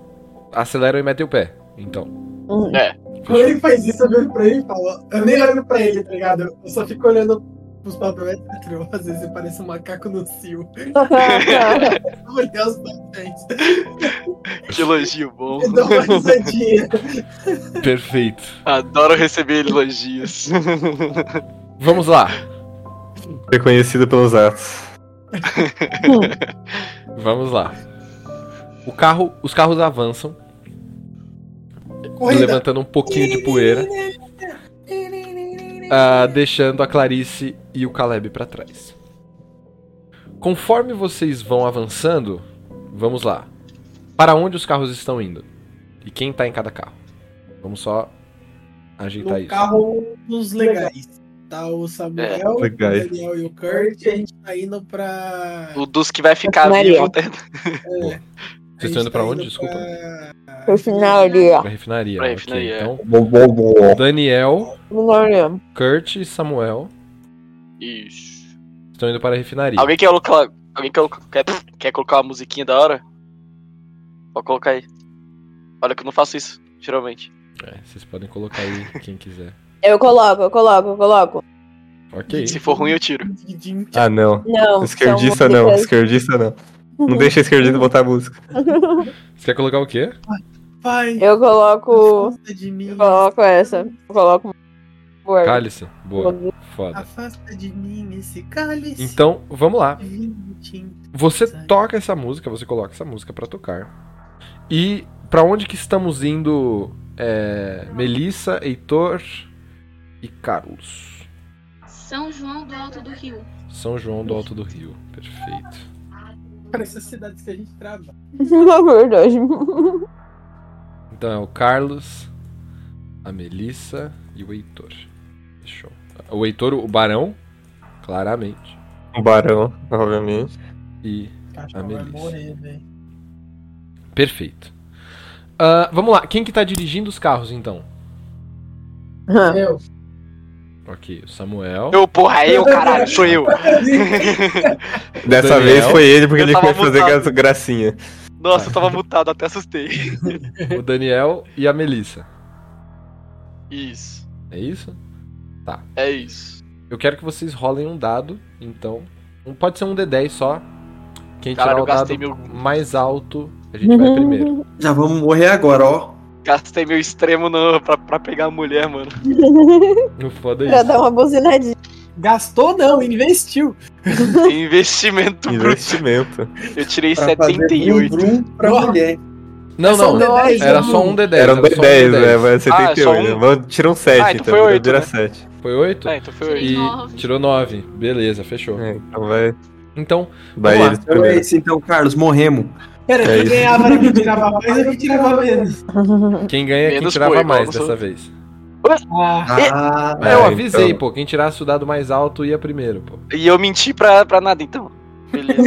Speaker 2: aceleram e metem o pé. Então.
Speaker 9: Uhum.
Speaker 6: Quando ele faz isso, eu olho pra ele e falo. Eu nem olho pra ele, tá ligado? Eu só fico olhando pros papéis criou. Às vezes ele parece um macaco no cio. Meu Deus, papéis.
Speaker 3: Que elogio bom.
Speaker 6: Eu dou uma risadinha.
Speaker 2: Perfeito.
Speaker 3: Adoro receber elogios.
Speaker 2: Vamos lá.
Speaker 4: Reconhecido pelos atos.
Speaker 2: Vamos lá. O carro. Os carros avançam,
Speaker 6: Corrida.
Speaker 2: levantando um pouquinho de poeira, ah, deixando a Clarice e o Caleb pra trás. Conforme vocês vão avançando, vamos lá. Para onde os carros estão indo? E quem tá em cada carro? Vamos só ajeitar
Speaker 6: No
Speaker 2: tá isso.
Speaker 6: carro dos legais. Tá o Samuel, o
Speaker 4: Legais.
Speaker 6: Daniel e o Kurt. E a gente tá indo pra.
Speaker 3: O dos que vai ficar
Speaker 9: Maria.
Speaker 3: vivo. tá-
Speaker 2: Vocês estão indo pra onde? Desculpa.
Speaker 9: Foi final ali, ó.
Speaker 2: Pra refinaria.
Speaker 3: Pra
Speaker 2: ok.
Speaker 3: refinaria, é.
Speaker 2: Então, Daniel,
Speaker 9: Final ali.
Speaker 2: Kurt e Samuel
Speaker 3: Isso.
Speaker 2: estão indo para a refinaria.
Speaker 3: Alguém quer colocar. Alguém quer, quer, quer colocar uma musiquinha da hora? Pode colocar aí. Olha que eu não faço isso, geralmente.
Speaker 2: É, vocês podem colocar aí quem quiser.
Speaker 9: Eu coloco, eu coloco, eu coloco.
Speaker 2: Ok.
Speaker 3: Se for ruim, eu tiro.
Speaker 6: é
Speaker 4: Ah, não.
Speaker 9: Não.
Speaker 4: Esquerdista
Speaker 9: são
Speaker 4: não,
Speaker 9: músicas-
Speaker 4: esquerdista não. Não deixa esquerdista botar música.
Speaker 2: Você quer colocar o quê?
Speaker 6: Pai,
Speaker 9: Eu coloco.
Speaker 6: afasta de mim.
Speaker 9: Eu coloco essa. Eu coloco. Boa.
Speaker 2: Cálice. Boa. Foda.
Speaker 6: Afasta de mim esse cálice.
Speaker 2: Então, vamos lá.
Speaker 6: divino tinto.
Speaker 2: Você toca essa música, você coloca essa música pra tocar. E pra onde que estamos indo, é, Melissa, Heitor e Carlos?
Speaker 5: São João do Alto do Rio.
Speaker 2: São João do Alto do Rio. Perfeito.
Speaker 6: Parece as cidades que a gente trabalha.
Speaker 9: Na verdade.
Speaker 2: Então é o Carlos, a Melissa e o Heitor. Fechou. O Heitor, o Barão, claramente.
Speaker 4: Um barão, obviamente.
Speaker 2: E.
Speaker 7: Tá
Speaker 6: Acho que
Speaker 2: A
Speaker 6: ela vai
Speaker 2: Melissa.
Speaker 6: morrer, velho.
Speaker 2: Perfeito. Ah, vamos lá, quem que tá dirigindo os carros então?
Speaker 6: Eu.
Speaker 2: Ok, o Samuel.
Speaker 3: Eu, porra, é eu, caralho, sou eu.
Speaker 4: Dessa
Speaker 2: Daniel.
Speaker 4: vez foi ele porque
Speaker 3: Eu
Speaker 4: ele
Speaker 3: tava
Speaker 4: foi fazer
Speaker 3: mutado.
Speaker 4: gra- gracinha.
Speaker 3: Nossa, eu tava mutado, até assustei.
Speaker 2: O Daniel e a Melissa.
Speaker 3: Isso.
Speaker 2: É isso?
Speaker 3: É isso.
Speaker 2: Eu quero que vocês rolem um dado, então. Um- Pode ser um D10 só. Quem tirar
Speaker 3: Caralho,
Speaker 2: é o
Speaker 3: eu gastei
Speaker 2: dado
Speaker 3: meu,
Speaker 2: mais alto, a gente vai primeiro.
Speaker 7: Já vamos morrer agora, ó.
Speaker 3: gastei meu extremo no, pra, pra pegar a mulher, mano.
Speaker 2: Não foda é
Speaker 9: pra
Speaker 2: isso.
Speaker 9: dar uma buzinadinha.
Speaker 6: Gastou não, investiu.
Speaker 3: Investimento bruto.
Speaker 4: Investimento.
Speaker 3: Eu tirei
Speaker 7: Pra fazer
Speaker 3: 78.
Speaker 7: brum, brum pra
Speaker 6: Nossa.
Speaker 7: mulher.
Speaker 2: Não,
Speaker 9: né?
Speaker 6: só um
Speaker 2: não.
Speaker 6: D10,
Speaker 2: Era
Speaker 6: não.
Speaker 2: só um D10.
Speaker 4: Era um
Speaker 2: só
Speaker 4: D10, né?
Speaker 2: D10.
Speaker 4: Mas
Speaker 3: Ah, só
Speaker 4: 78, né?
Speaker 3: um?
Speaker 4: Vamos- Tira um 7,
Speaker 3: Ah, então
Speaker 4: então.
Speaker 3: foi
Speaker 4: então
Speaker 3: oito,
Speaker 4: vira
Speaker 3: né?
Speaker 4: 7.
Speaker 2: Foi 8?
Speaker 3: É, então foi
Speaker 5: Tirei
Speaker 2: E
Speaker 3: isso.
Speaker 5: nove.
Speaker 2: tirou 9. Beleza, fechou.
Speaker 4: É, então vai,
Speaker 2: Então,
Speaker 4: vai
Speaker 2: lá.
Speaker 4: eles
Speaker 7: Então é
Speaker 4: primeiro.
Speaker 7: isso, então, Carlos, morremos.
Speaker 6: Pera,
Speaker 4: É
Speaker 6: quem
Speaker 4: isso.
Speaker 6: ganhava era quem tirava mais ou quem tirava menos?
Speaker 2: quem ganha é quem
Speaker 3: Menos
Speaker 2: tirava
Speaker 3: foi, É,
Speaker 2: mais
Speaker 3: Carlos.
Speaker 2: dessa vez. É,
Speaker 6: Ah,
Speaker 7: Ah,
Speaker 4: Ah,
Speaker 2: eu avisei,
Speaker 4: então.
Speaker 2: pô. Quem tirasse o dado mais alto ia primeiro, pô.
Speaker 3: E eu menti pra, pra nada, então. Beleza.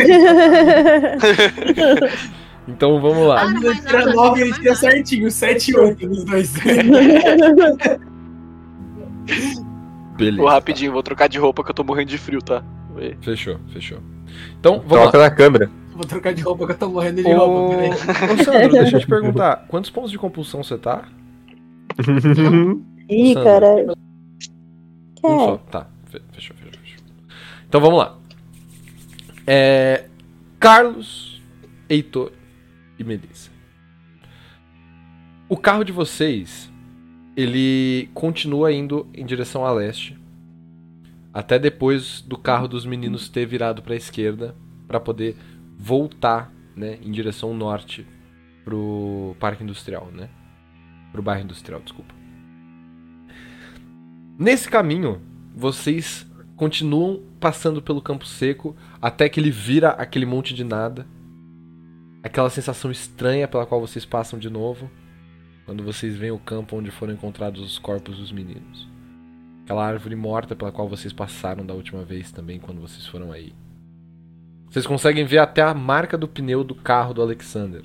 Speaker 2: Então vamos lá.
Speaker 5: Ah, não, mas
Speaker 6: Tira
Speaker 5: não,
Speaker 6: 9,
Speaker 5: mas
Speaker 6: ele tira
Speaker 5: não.
Speaker 6: certinho, 7 e 8 nos dois.
Speaker 3: Ah,
Speaker 2: Beleza.
Speaker 3: Vou rapidinho, vou trocar de roupa que eu tô morrendo de frio, tá? Ué.
Speaker 2: Fechou, fechou. Então, vamos
Speaker 4: Toca
Speaker 2: lá.
Speaker 4: na câmera.
Speaker 6: Vou trocar de roupa que eu tô morrendo de
Speaker 2: Ô,
Speaker 6: roupa, peraí.
Speaker 2: ô, Sandro, deixa eu te perguntar, quantos pontos de compulsão você tá?
Speaker 9: Ih,
Speaker 2: Sandra.
Speaker 9: caralho.
Speaker 2: Um só.
Speaker 9: É,
Speaker 2: Tá, fe- fechou, fechou, fechou. Então vamos lá. É, Carlos, Heitor e Melissa. O carro de vocês, ele continua indo em direção a leste. Até depois do carro dos meninos ter virado para a esquerda para poder voltar, né, em direção norte pro parque industrial, né? Pro bairro industrial, desculpa. Nesse caminho, vocês continuam passando pelo campo seco até que ele vira aquele monte de nada. Aquela sensação estranha pela qual vocês passam de novo quando vocês veem o campo onde foram encontrados os corpos dos meninos. Aquela árvore morta pela qual vocês passaram da última vez também quando vocês foram aí. Vocês conseguem ver até a marca do pneu do carro do Alexander.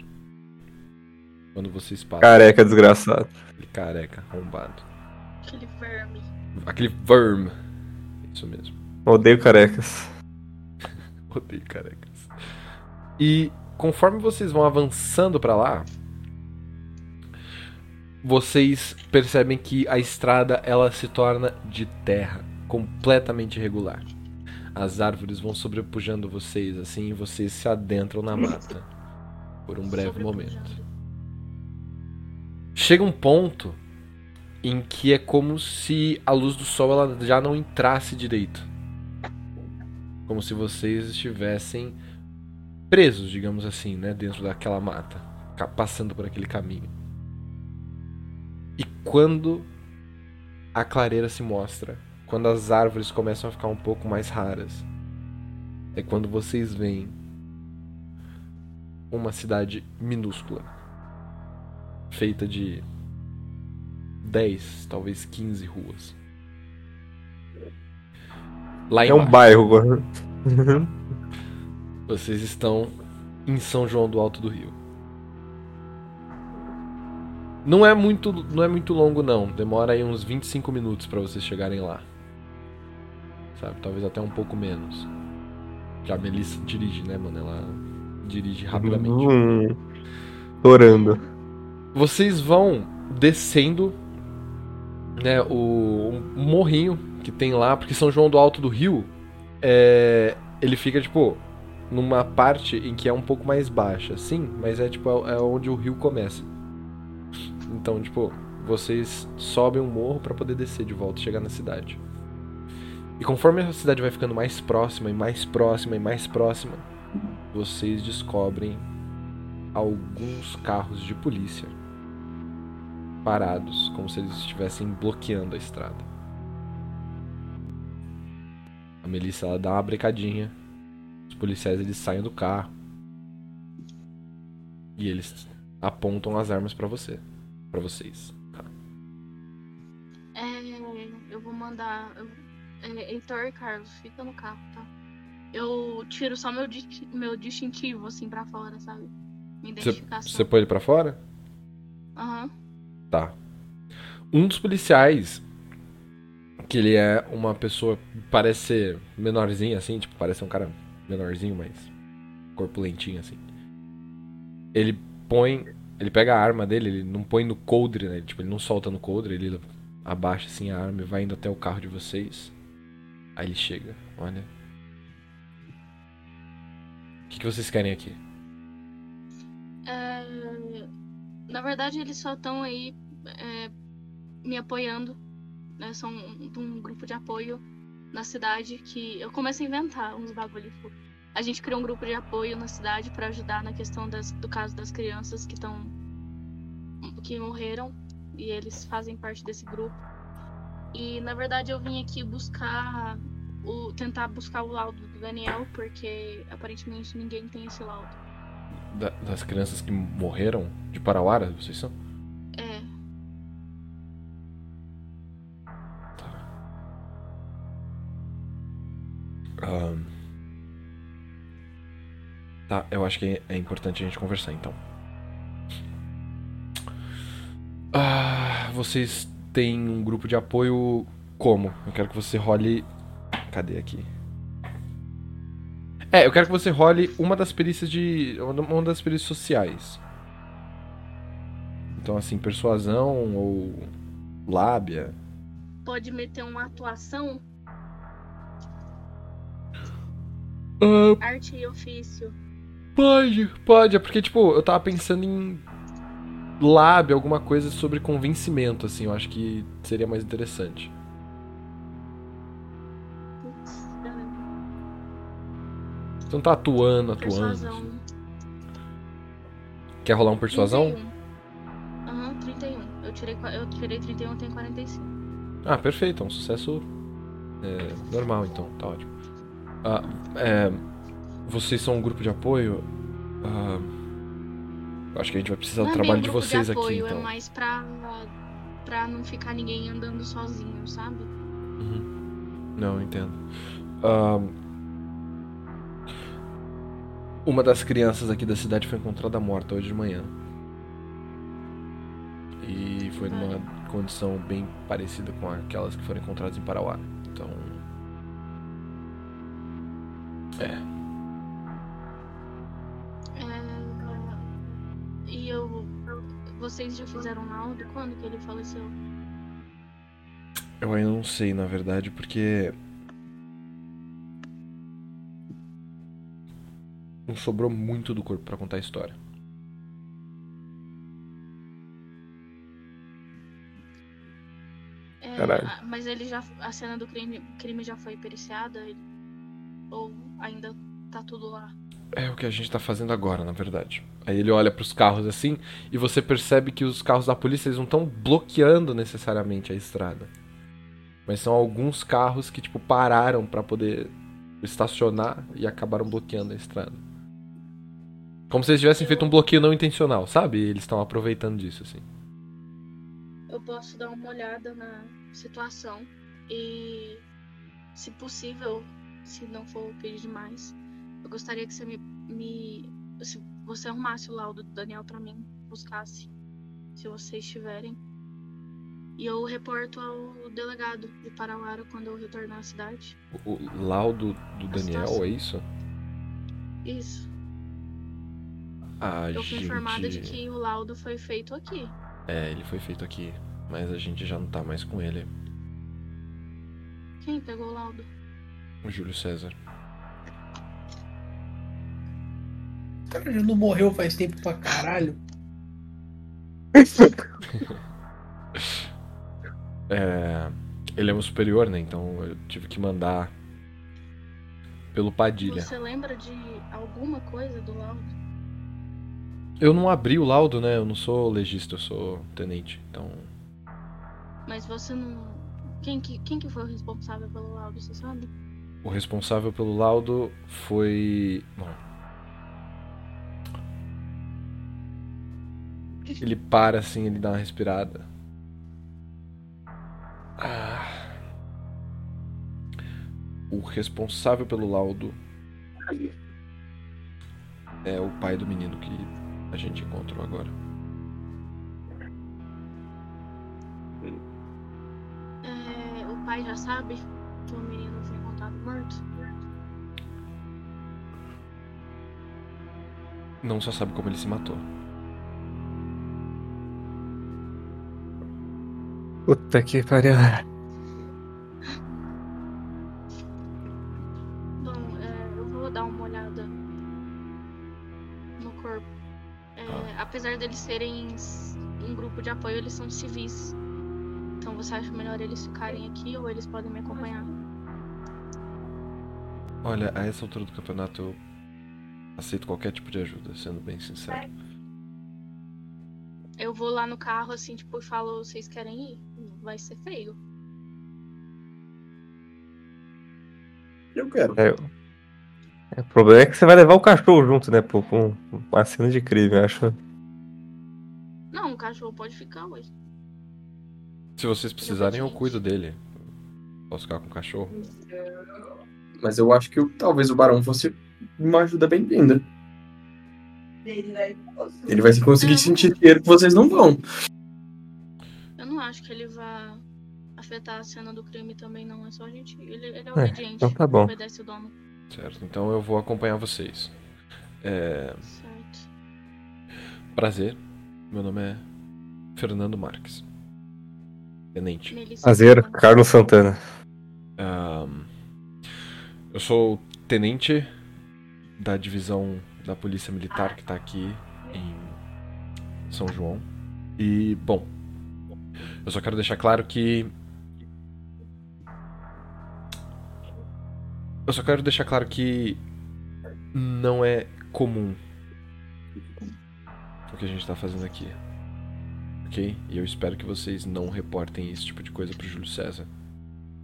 Speaker 2: Quando vocês passam,
Speaker 4: Careca, desgraçado.
Speaker 2: aquele careca, arrombado.
Speaker 5: Aquele verme.
Speaker 2: Aquele verme. Isso mesmo.
Speaker 4: Odeio carecas.
Speaker 2: Odeio carecas. E conforme vocês vão avançando pra lá, vocês percebem que a estrada ela se torna de terra, completamente irregular. As árvores vão sobrepujando vocês assim, e vocês se adentram na mata por um breve momento. Chega um ponto em que é como se a luz do sol ela já não entrasse direito. Como se vocês estivessem presos, digamos assim, né, dentro daquela mata, ca- passando por aquele caminho. E quando a clareira se mostra, quando as árvores começam a ficar um pouco mais raras, é quando vocês veem uma cidade minúscula, feita de 10, talvez 15 ruas. Lá
Speaker 4: É um
Speaker 2: embaixo.
Speaker 4: bairro, agora.
Speaker 2: Vocês estão em São João do Alto do Rio. Não é muito, não é muito longo não. Demora aí uns 25 minutos pra vocês chegarem lá. Sabe, talvez até um pouco menos. Já a Melissa dirige, né, mano? Ela dirige rapidamente.
Speaker 4: Hum, Torando.
Speaker 2: Vocês vão descendo né, o um morrinho que tem lá, porque São João do Alto do Rio, é, ele fica tipo numa parte em que é um pouco mais baixa, sim, mas é tipo é é onde o rio começa. Então, tipo, vocês sobem o morro pra poder descer de volta e chegar na cidade. E conforme a cidade vai ficando mais próxima e mais próxima e mais próxima, vocês descobrem alguns carros de polícia parados, como se eles estivessem bloqueando a estrada. A Melissa ela dá uma brecadinha. Os policiais eles saem do carro. E eles apontam as armas pra você, Pra vocês. tá?
Speaker 5: É, eu vou mandar. Eu, é, Heitor e Carlos, fica no carro, tá? Eu tiro só meu, dis- meu distintivo assim pra fora, sabe? Minha
Speaker 2: Você- Você
Speaker 5: identificação.
Speaker 2: põe ele pra fora?
Speaker 5: Aham.
Speaker 2: Tá. Um dos policiais, que ele é uma pessoa, parece ser menorzinho assim, tipo, parece um cara menorzinho, mas corpulentinho assim. Ele põe, ele pega a arma dele, ele não põe no coldre, né? Tipo, ele não solta no coldre, ele abaixa assim a arma e vai indo até o carro de vocês. Aí ele chega, olha. O que, que vocês querem aqui?
Speaker 5: É, na verdade, eles só estão aí é, me apoiando. Né? São um, um grupo de apoio na cidade que eu começo a inventar uns bagulho. tipo, A gente criou um grupo de apoio na cidade para ajudar na questão das- do caso das crianças que estão que morreram e eles fazem parte desse grupo. E na verdade eu vim aqui buscar o tentar buscar o laudo do Daniel porque aparentemente ninguém tem esse laudo.
Speaker 2: Da- das crianças que morreram de Parauara, vocês são?
Speaker 5: É,
Speaker 2: Ahn. Tá, eu acho que é importante a gente conversar então. Ah, vocês têm um grupo de apoio como? Eu quero que você role. Cadê aqui? É, eu quero que você role uma das perícias de. uma das perícias sociais. Então assim, persuasão ou lábia.
Speaker 5: Pode meter uma atuação? Arte e ofício.
Speaker 2: Pode, pode. É porque, tipo, eu tava pensando em lábio, alguma coisa sobre convencimento, assim. Eu acho que seria mais interessante.
Speaker 5: Putz, cara,
Speaker 2: Então tá atuando, atuando.
Speaker 5: Persuasão.
Speaker 2: Quer rolar um persuasão?
Speaker 5: 31. Aham, 31. Eu tirei, qua- eu tirei 31, tem 45.
Speaker 2: Ah, perfeito. É um sucesso é, normal, então. Tá ótimo. Ah, é, vocês são um grupo de apoio? Ah, eu acho que a gente vai precisar
Speaker 5: Não
Speaker 2: do
Speaker 5: é
Speaker 2: Então, trabalho
Speaker 5: bem
Speaker 2: de
Speaker 5: um grupo
Speaker 2: vocês
Speaker 5: de
Speaker 2: aqui,
Speaker 5: apoio,
Speaker 2: então.
Speaker 5: É mais pra, pra não ficar ninguém andando sozinho, sabe?
Speaker 2: Não, eu entendo. Ahn, uma das crianças aqui da cidade foi encontrada morta hoje de manhã. E foi numa condição bem parecida com aquelas que foram encontradas em Parauá. Então. É.
Speaker 5: É, E eu. Vocês já fizeram laudo? Quando que ele faleceu?
Speaker 2: Eu ainda não sei, na verdade, porque. Não sobrou muito do corpo pra contar a história.
Speaker 5: É,
Speaker 4: Caralho.
Speaker 5: a- Mas ele já. A cena do crime, crime já foi periciada? Ele- Ou ainda tá tudo lá?
Speaker 2: É o que a gente tá fazendo agora, na verdade. Aí ele olha pros carros assim e você percebe que os carros da polícia eles não estão bloqueando necessariamente a estrada. Mas são alguns carros que tipo pararam pra poder estacionar e acabaram bloqueando a estrada. Como se eles tivessem feito um bloqueio não intencional, sabe? E eles estão aproveitando disso assim.
Speaker 5: Eu posso dar uma olhada na situação e. Se possível, se não for pedir demais, eu gostaria que você me. me se você arrumasse o laudo do Daniel pra mim, buscasse, se vocês tiverem. E eu reporto ao delegado de Parauara quando eu retornar à cidade.
Speaker 2: O o laudo do Daniel é isso?
Speaker 5: Isso.
Speaker 2: Ah,
Speaker 5: Eu fui informada de
Speaker 2: gente.
Speaker 5: que o laudo foi feito aqui.
Speaker 2: É, ele foi feito aqui, mas a gente já não tá mais com ele.
Speaker 5: Quem pegou o laudo?
Speaker 2: O Júlio César.
Speaker 6: Cara, ele não morreu faz tempo pra caralho.
Speaker 2: É, ele é meu superior, né? Então eu tive que mandar pelo Padilha.
Speaker 5: Você lembra de alguma coisa do laudo?
Speaker 2: Eu não abri o laudo, né? Eu não sou legista, eu sou tenente. Então,
Speaker 5: Mas você não. Quem que, quem que foi o responsável pelo laudo, você sabe?
Speaker 2: o responsável pelo laudo foi. Bom. Ele para assim, ele dá uma respirada. Ah. O responsável pelo laudo é o pai do menino que a gente encontrou agora.
Speaker 5: É, o pai já sabe que o menino foi encontrado morto.
Speaker 2: Não só sabe como ele se matou.
Speaker 4: Puta que pariu.
Speaker 5: Bom, é, eu vou dar uma olhada no corpo. É, Apesar deles serem s- um grupo de apoio, eles são civis. Então você acha melhor eles ficarem aqui ou eles podem me acompanhar?
Speaker 2: Olha, a essa altura do campeonato eu aceito qualquer tipo de ajuda, sendo bem sincero.
Speaker 5: Eu vou lá no carro, assim, tipo, e falo, vocês querem ir? Vai ser feio.
Speaker 7: Eu quero.
Speaker 4: É, é, o problema é que você vai levar o cachorro junto, né, pô? Com uma cena de crime, eu acho.
Speaker 5: Não, o cachorro pode ficar hoje.
Speaker 2: Se vocês precisarem, eu cuido dele. Posso ficar com o cachorro?
Speaker 7: Mas eu acho que o- talvez o Barão fosse uma ajuda bem-vinda. Ele vai conseguir sentir dinheiro que vocês não vão.
Speaker 5: Eu não acho que ele vá afetar a cena do crime também, não. É só a gente. Ele, ele é
Speaker 4: É,
Speaker 5: obediente.
Speaker 4: então tá bom.
Speaker 5: Obedece o dono.
Speaker 2: Certo, então eu vou acompanhar vocês. É,
Speaker 5: Certo.
Speaker 2: prazer, meu nome é Fernando Marques. Tenente.
Speaker 5: Melissa.
Speaker 4: Prazer, Carlos Santana.
Speaker 2: Ahn, eu sou tenente da divisão da Polícia Militar que tá aqui em São João. E, bom, eu só quero deixar claro que. Eu só quero deixar claro que não é comum o que a gente tá fazendo aqui. Ok? E eu espero que vocês não reportem esse tipo de coisa pro Júlio César.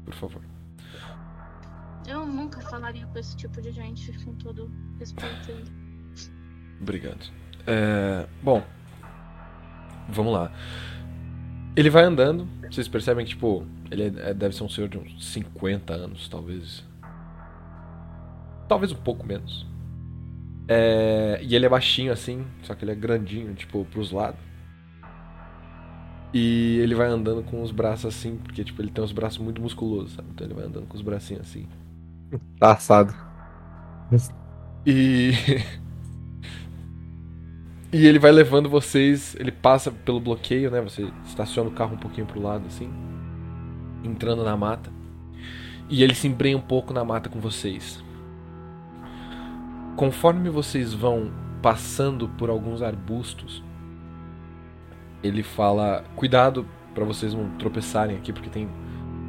Speaker 2: Por favor.
Speaker 5: Eu nunca falaria com esse tipo de gente, com todo respeito.
Speaker 2: Obrigado. É, bom, vamos lá. Ele vai andando, vocês percebem que, tipo, ele é- é- deve ser um senhor de uns 50 anos, talvez. Talvez um pouco menos. É, e ele é baixinho assim, só que ele é grandinho, tipo, pros lados. E ele vai andando com os braços assim, porque, tipo, ele tem os braços muito musculosos, sabe? Então ele vai andando com os bracinhos assim.
Speaker 4: Tá assado.
Speaker 2: E. e ele vai levando vocês. Ele passa pelo bloqueio, né? Você estaciona o carro um pouquinho pro lado, assim. Entrando na mata. E ele se embrenha um pouco na mata com vocês. Conforme vocês vão passando por alguns arbustos, ele fala: Cuidado pra vocês não tropeçarem aqui, porque tem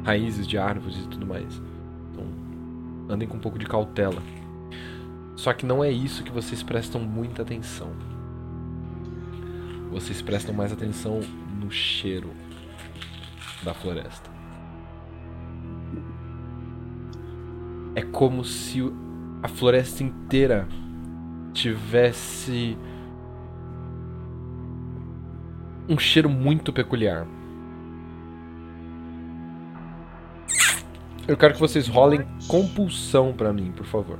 Speaker 2: raízes de árvores e tudo mais. Então, andem com um pouco de cautela. Só que não é isso que vocês prestam muita atenção. Vocês prestam mais atenção no cheiro da floresta. É como se o- a floresta inteira tivesse um cheiro muito peculiar. Eu quero que vocês rolem compulsão pra mim, por favor.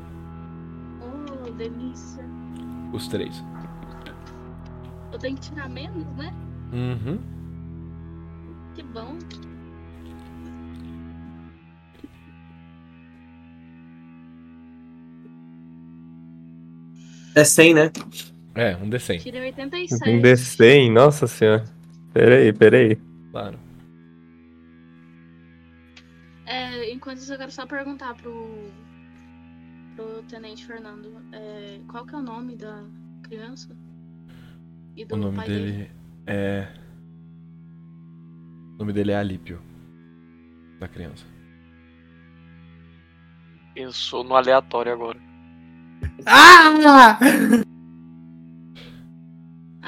Speaker 5: Oh, delícia.
Speaker 2: Os três.
Speaker 5: Eu tenho que tirar menos, né?
Speaker 2: Uhum.
Speaker 5: Que bom.
Speaker 7: É 100, né?
Speaker 2: É, um D100,
Speaker 5: Tirei 87.
Speaker 4: Um D100, nossa senhora. Peraí, peraí.
Speaker 2: claro.
Speaker 5: É, enquanto isso, eu quero só perguntar pro, pro Tenente Fernando é, qual que é o nome da criança? E do
Speaker 2: O nome
Speaker 5: pai
Speaker 2: dele é. O nome dele é Alípio. Da criança.
Speaker 3: Pensou no aleatório agora.
Speaker 6: Ah!
Speaker 5: Ai,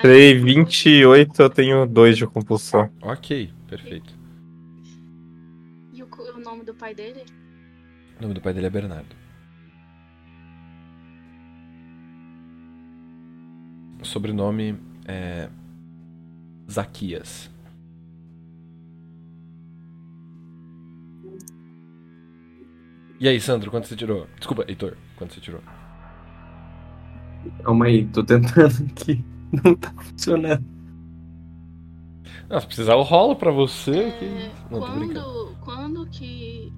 Speaker 4: Tirei 28, eu tenho 2 de compulsão.
Speaker 2: Ok, perfeito.
Speaker 5: E o, co- o nome do pai dele?
Speaker 2: O nome do pai dele é Bernardo. O sobrenome é. Zaquias. E aí, Sandro, quanto você tirou? Desculpa, Heitor, quanto você tirou?
Speaker 7: Calma aí, tô tentando aqui. Não tá funcionando.
Speaker 2: Ah, se precisar, eu rolo pra você. que-
Speaker 5: É,
Speaker 2: Não, tô brincando.
Speaker 5: quando, quando que.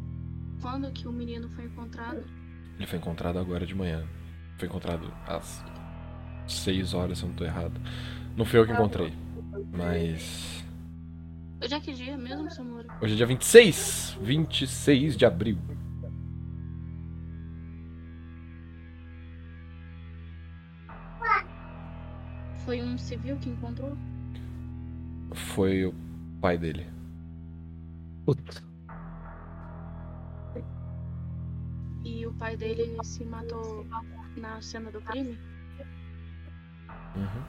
Speaker 5: Quando que o menino foi encontrado?
Speaker 2: Ele foi encontrado agora de manhã. Foi encontrado às 6 horas, se eu não tô errado. Não fui eu que encontrei. Mas.
Speaker 5: Hoje é que dia mesmo, Samora?
Speaker 2: Hoje é dia 26! 26 de abril.
Speaker 5: Foi um civil que encontrou?
Speaker 2: Foi o pai dele.
Speaker 5: E o pai dele se matou na cena do crime?
Speaker 2: Uhum.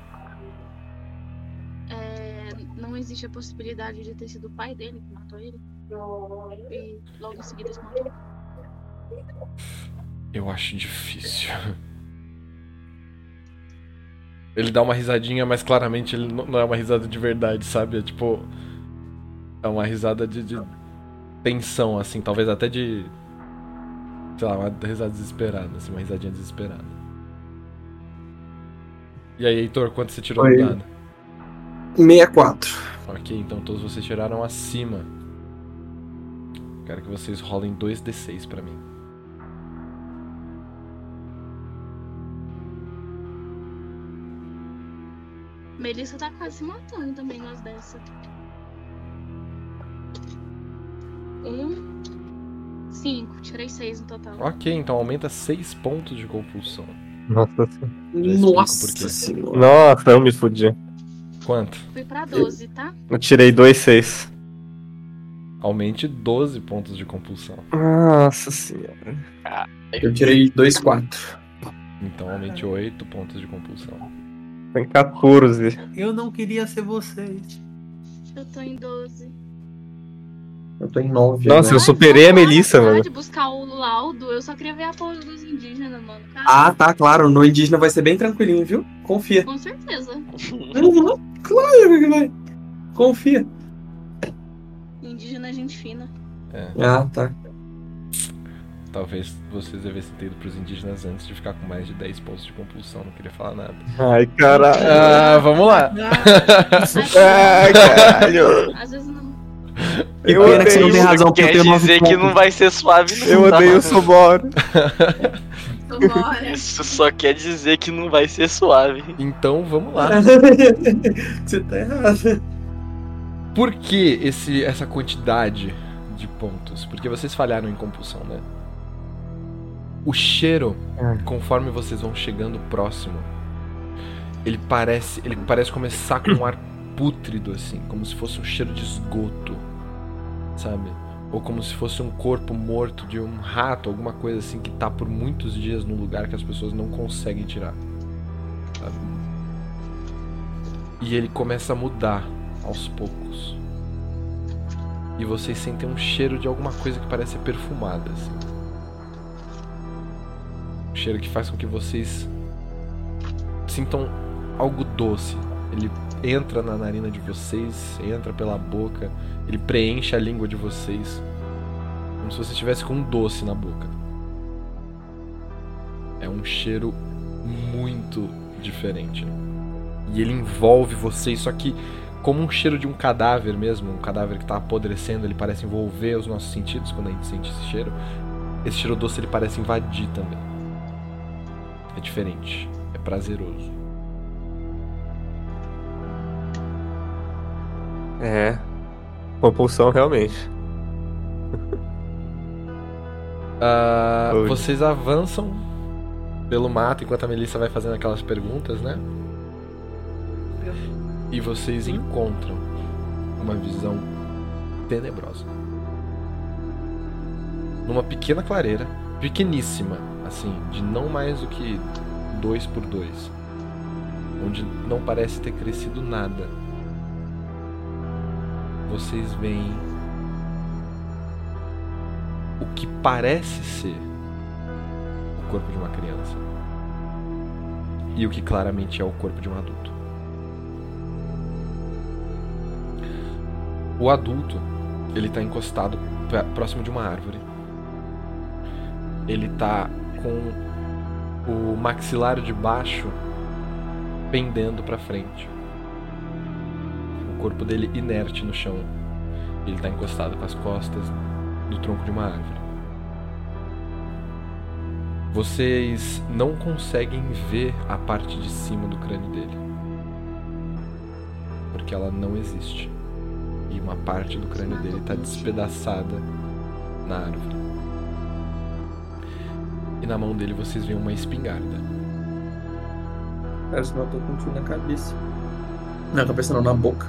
Speaker 5: É, não existe a possibilidade de ter sido o pai dele que matou ele? E logo em seguida se matou?
Speaker 2: Eu acho difícil. Ele dá uma risadinha, mas claramente ele não não é uma risada de verdade, sabe? É tipo. É uma risada de, de tensão, assim, talvez até de. Sei lá, uma risada desesperada, assim, uma risadinha desesperada. E aí, Heitor, quanto você tirou
Speaker 7: Oi.
Speaker 2: no dado?
Speaker 7: 64.
Speaker 2: Ok, então todos vocês tiraram acima. Quero que vocês rolem 2d6 pra mim.
Speaker 5: Melissa tá quase se matando também nas dessa. Um. Cinco. Tirei seis no total.
Speaker 2: Ok, então aumenta 6 pontos de compulsão.
Speaker 4: Nossa, senhora.
Speaker 2: Nossa explico por quê.
Speaker 7: senhora.
Speaker 4: Nossa, eu me fudi.
Speaker 2: Quanto?
Speaker 5: Fui pra 12, tá?
Speaker 4: Eu tirei dois seis.
Speaker 2: Aumente 12 pontos de compulsão.
Speaker 4: Nossa senhora.
Speaker 7: Eu tirei 2,4.
Speaker 2: Então aumente 8 pontos de compulsão.
Speaker 4: Tem 14.
Speaker 6: Eu não queria ser vocês.
Speaker 5: Eu tô em 12.
Speaker 7: Eu tô em 9.
Speaker 4: Nossa, eu superei a Melissa, mano.
Speaker 5: de buscar o laudo, eu só queria ver a porra dos indígenas, mano. Cara,
Speaker 7: Ah, tá, claro. No indígena vai ser bem tranquilinho, viu?
Speaker 4: Ah.
Speaker 7: Confia.
Speaker 5: com certeza.
Speaker 7: Uhum, claro que vai. Confia.
Speaker 5: Indígena é gente fina.
Speaker 7: Ah, tá.
Speaker 2: Talvez vocês devessem ter ido pros indígenas antes de ficar com mais de 10 pontos de compulsão. Não queria falar nada.
Speaker 4: Ai, caralho.
Speaker 2: Ah, vamos lá.
Speaker 4: Ai, caralho.
Speaker 5: Às vezes não.
Speaker 7: Que
Speaker 4: Eu
Speaker 7: pena que você não
Speaker 4: odeio.
Speaker 7: tem razão, porque eu
Speaker 3: Quer
Speaker 7: tenho 9
Speaker 3: dizer
Speaker 7: pontos.
Speaker 3: que não vai ser suave nunca.
Speaker 4: Eu odeio o
Speaker 3: mano.
Speaker 4: Soboro.
Speaker 5: Bora.
Speaker 3: Isso só quer dizer que não vai ser suave.
Speaker 2: Então vamos lá.
Speaker 7: Você tá errado.
Speaker 2: Por que esse, essa quantidade de pontos? Porque vocês falharam em compulsão, né? O cheiro,
Speaker 4: Ah.
Speaker 2: conforme vocês vão chegando próximo, ele parece, ele parece começar com um ar pútrido assim, como se fosse um cheiro de esgoto, sabe? Ou como se fosse um corpo morto de um rato, alguma coisa assim que tá por muitos dias num lugar que as pessoas não conseguem tirar. sabe? E ele começa a mudar aos poucos. E vocês sentem um cheiro de alguma coisa que parece perfumada, assim. Um cheiro que faz com que vocês sintam algo doce. Ele entra na narina de vocês, entra pela boca, ele preenche a língua de vocês. Como se você estivesse com um doce na boca. É um cheiro muito diferente. E ele envolve vocês, só que como um cheiro de um cadáver mesmo, um cadáver que tá apodrecendo, ele parece envolver os nossos sentidos quando a gente sente esse cheiro. Esse cheiro doce ele parece invadir também. É diferente, é prazeroso.
Speaker 4: É. Compulsão, realmente.
Speaker 2: Ah,
Speaker 4: Oi.
Speaker 2: vocês avançam pelo mato enquanto a Melissa vai fazendo aquelas perguntas, né? E vocês encontram uma visão tenebrosa. Numa pequena clareira, pequeníssima, assim, de não mais do que dois por dois, onde não parece ter crescido nada. Vocês veem o que parece ser o corpo de uma criança e o que claramente é o corpo de um adulto. O adulto, ele tá encostado pra- próximo de uma árvore. Ele tá com o maxilar de baixo pendendo pra frente. O corpo dele inerte no chão. Ele tá encostado com as costas do tronco de uma árvore. Vocês não conseguem ver a parte de cima do crânio dele. Porque ela não existe. E uma parte do crânio dele está despedaçada na árvore. E na mão dele vocês veem uma espingarda.
Speaker 7: Cara, você matou com um tiro na cabeça. Na cabeça não, na boca.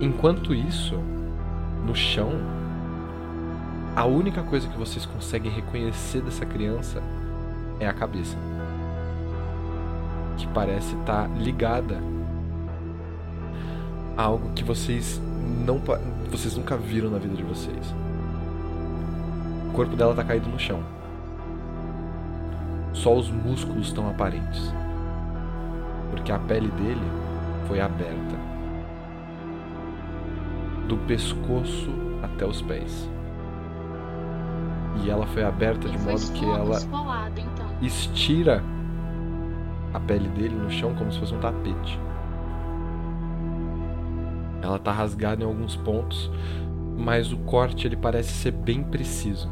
Speaker 2: Enquanto isso, no chão, a única coisa que vocês conseguem reconhecer dessa criança é a cabeça. Que parece estar ligada a algo que vocês não pa- vocês nunca viram na vida de vocês. O corpo dela tá caído no chão. Só os músculos estão aparentes. Porque a pele dele foi aberta do pescoço até os pés. E ela foi aberta de
Speaker 5: Foi
Speaker 2: modo que
Speaker 5: esco-
Speaker 2: ela
Speaker 5: esfolado, então.
Speaker 2: estira a pele dele no chão como se fosse um tapete. Ela tá rasgada em alguns pontos, mas o corte ele parece ser bem preciso.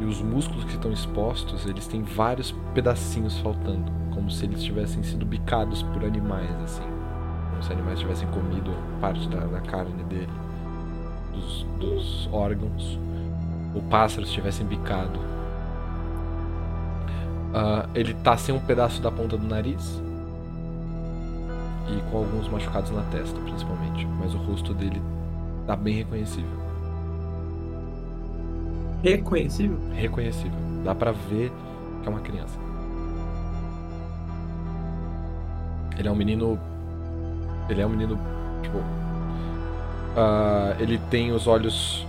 Speaker 2: E os músculos que estão expostos, eles têm vários pedacinhos faltando, como se eles tivessem sido bicados por animais assim, como se animais tivessem comido parte da, da carne dele, dos, dos órgãos, ou pássaros tivessem bicado. Ah, ele tá sem um pedaço da ponta do nariz e com alguns machucados na testa, principalmente. Mas o rosto dele tá bem reconhecível.
Speaker 7: Reconhecível?
Speaker 2: Reconhecível. Dá pra ver que é uma criança. Ele é um menino. Ele é um menino. Tipo. ah, ele tem os olhos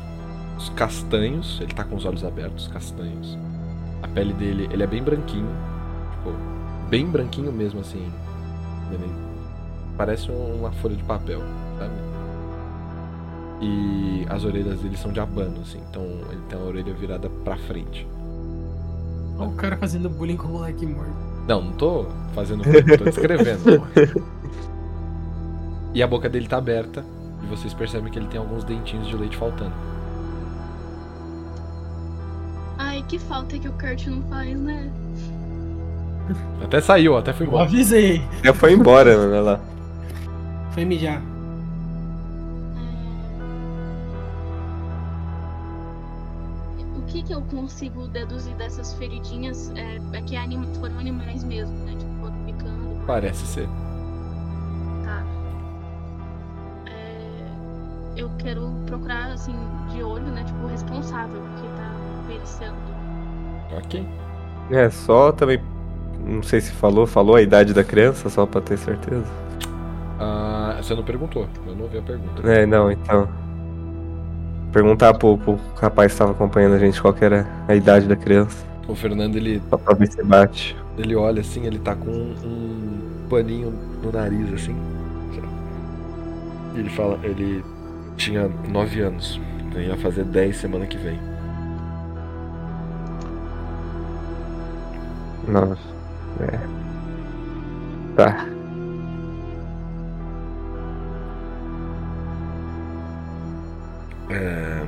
Speaker 2: os castanhos. Ele tá com os olhos abertos, castanhos. A pele dele, ele é bem branquinho. Tipo, bem branquinho mesmo, assim. Ele parece um, uma folha de papel, sabe? E as orelhas dele são de abano, assim. Então ele tem a orelha virada pra frente.
Speaker 6: Olha o cara fazendo bullying com o moleque morto.
Speaker 2: Não, não tô fazendo bullying, tô descrevendo. porra. e a boca dele tá aberta e vocês percebem que ele tem alguns dentinhos de leite faltando.
Speaker 5: Ai, que falta que o Kurt não faz, né?
Speaker 2: Até saiu, até foi
Speaker 6: Eu
Speaker 2: embora.
Speaker 6: avisei.
Speaker 4: Já foi embora, mano, olha lá.
Speaker 6: Foi mijar.
Speaker 5: É, O que que eu consigo deduzir dessas feridinhas é, é que anima- foram animais mesmo, né? Tipo, foram picando.
Speaker 2: Parece ser.
Speaker 5: Tá. É, eu quero procurar, assim, de olho, né? Tipo, o responsável que tá periciando.
Speaker 2: Ok.
Speaker 4: É, só também. Não sei se falou, falou a idade da criança, só pra ter certeza.
Speaker 2: Ah, você não perguntou, eu não ouvi a pergunta.
Speaker 4: É, não, então. Perguntar pro, pro rapaz que tava acompanhando a gente qual que era a idade da criança.
Speaker 2: O Fernando, ele,
Speaker 4: Só pra ver se bate.
Speaker 2: ele olha assim, ele tá com um, um paninho no nariz, assim. E ele fala, ele tinha 9 anos, então ia fazer 10 semana que vem.
Speaker 4: Nossa. É. Tá.
Speaker 2: É.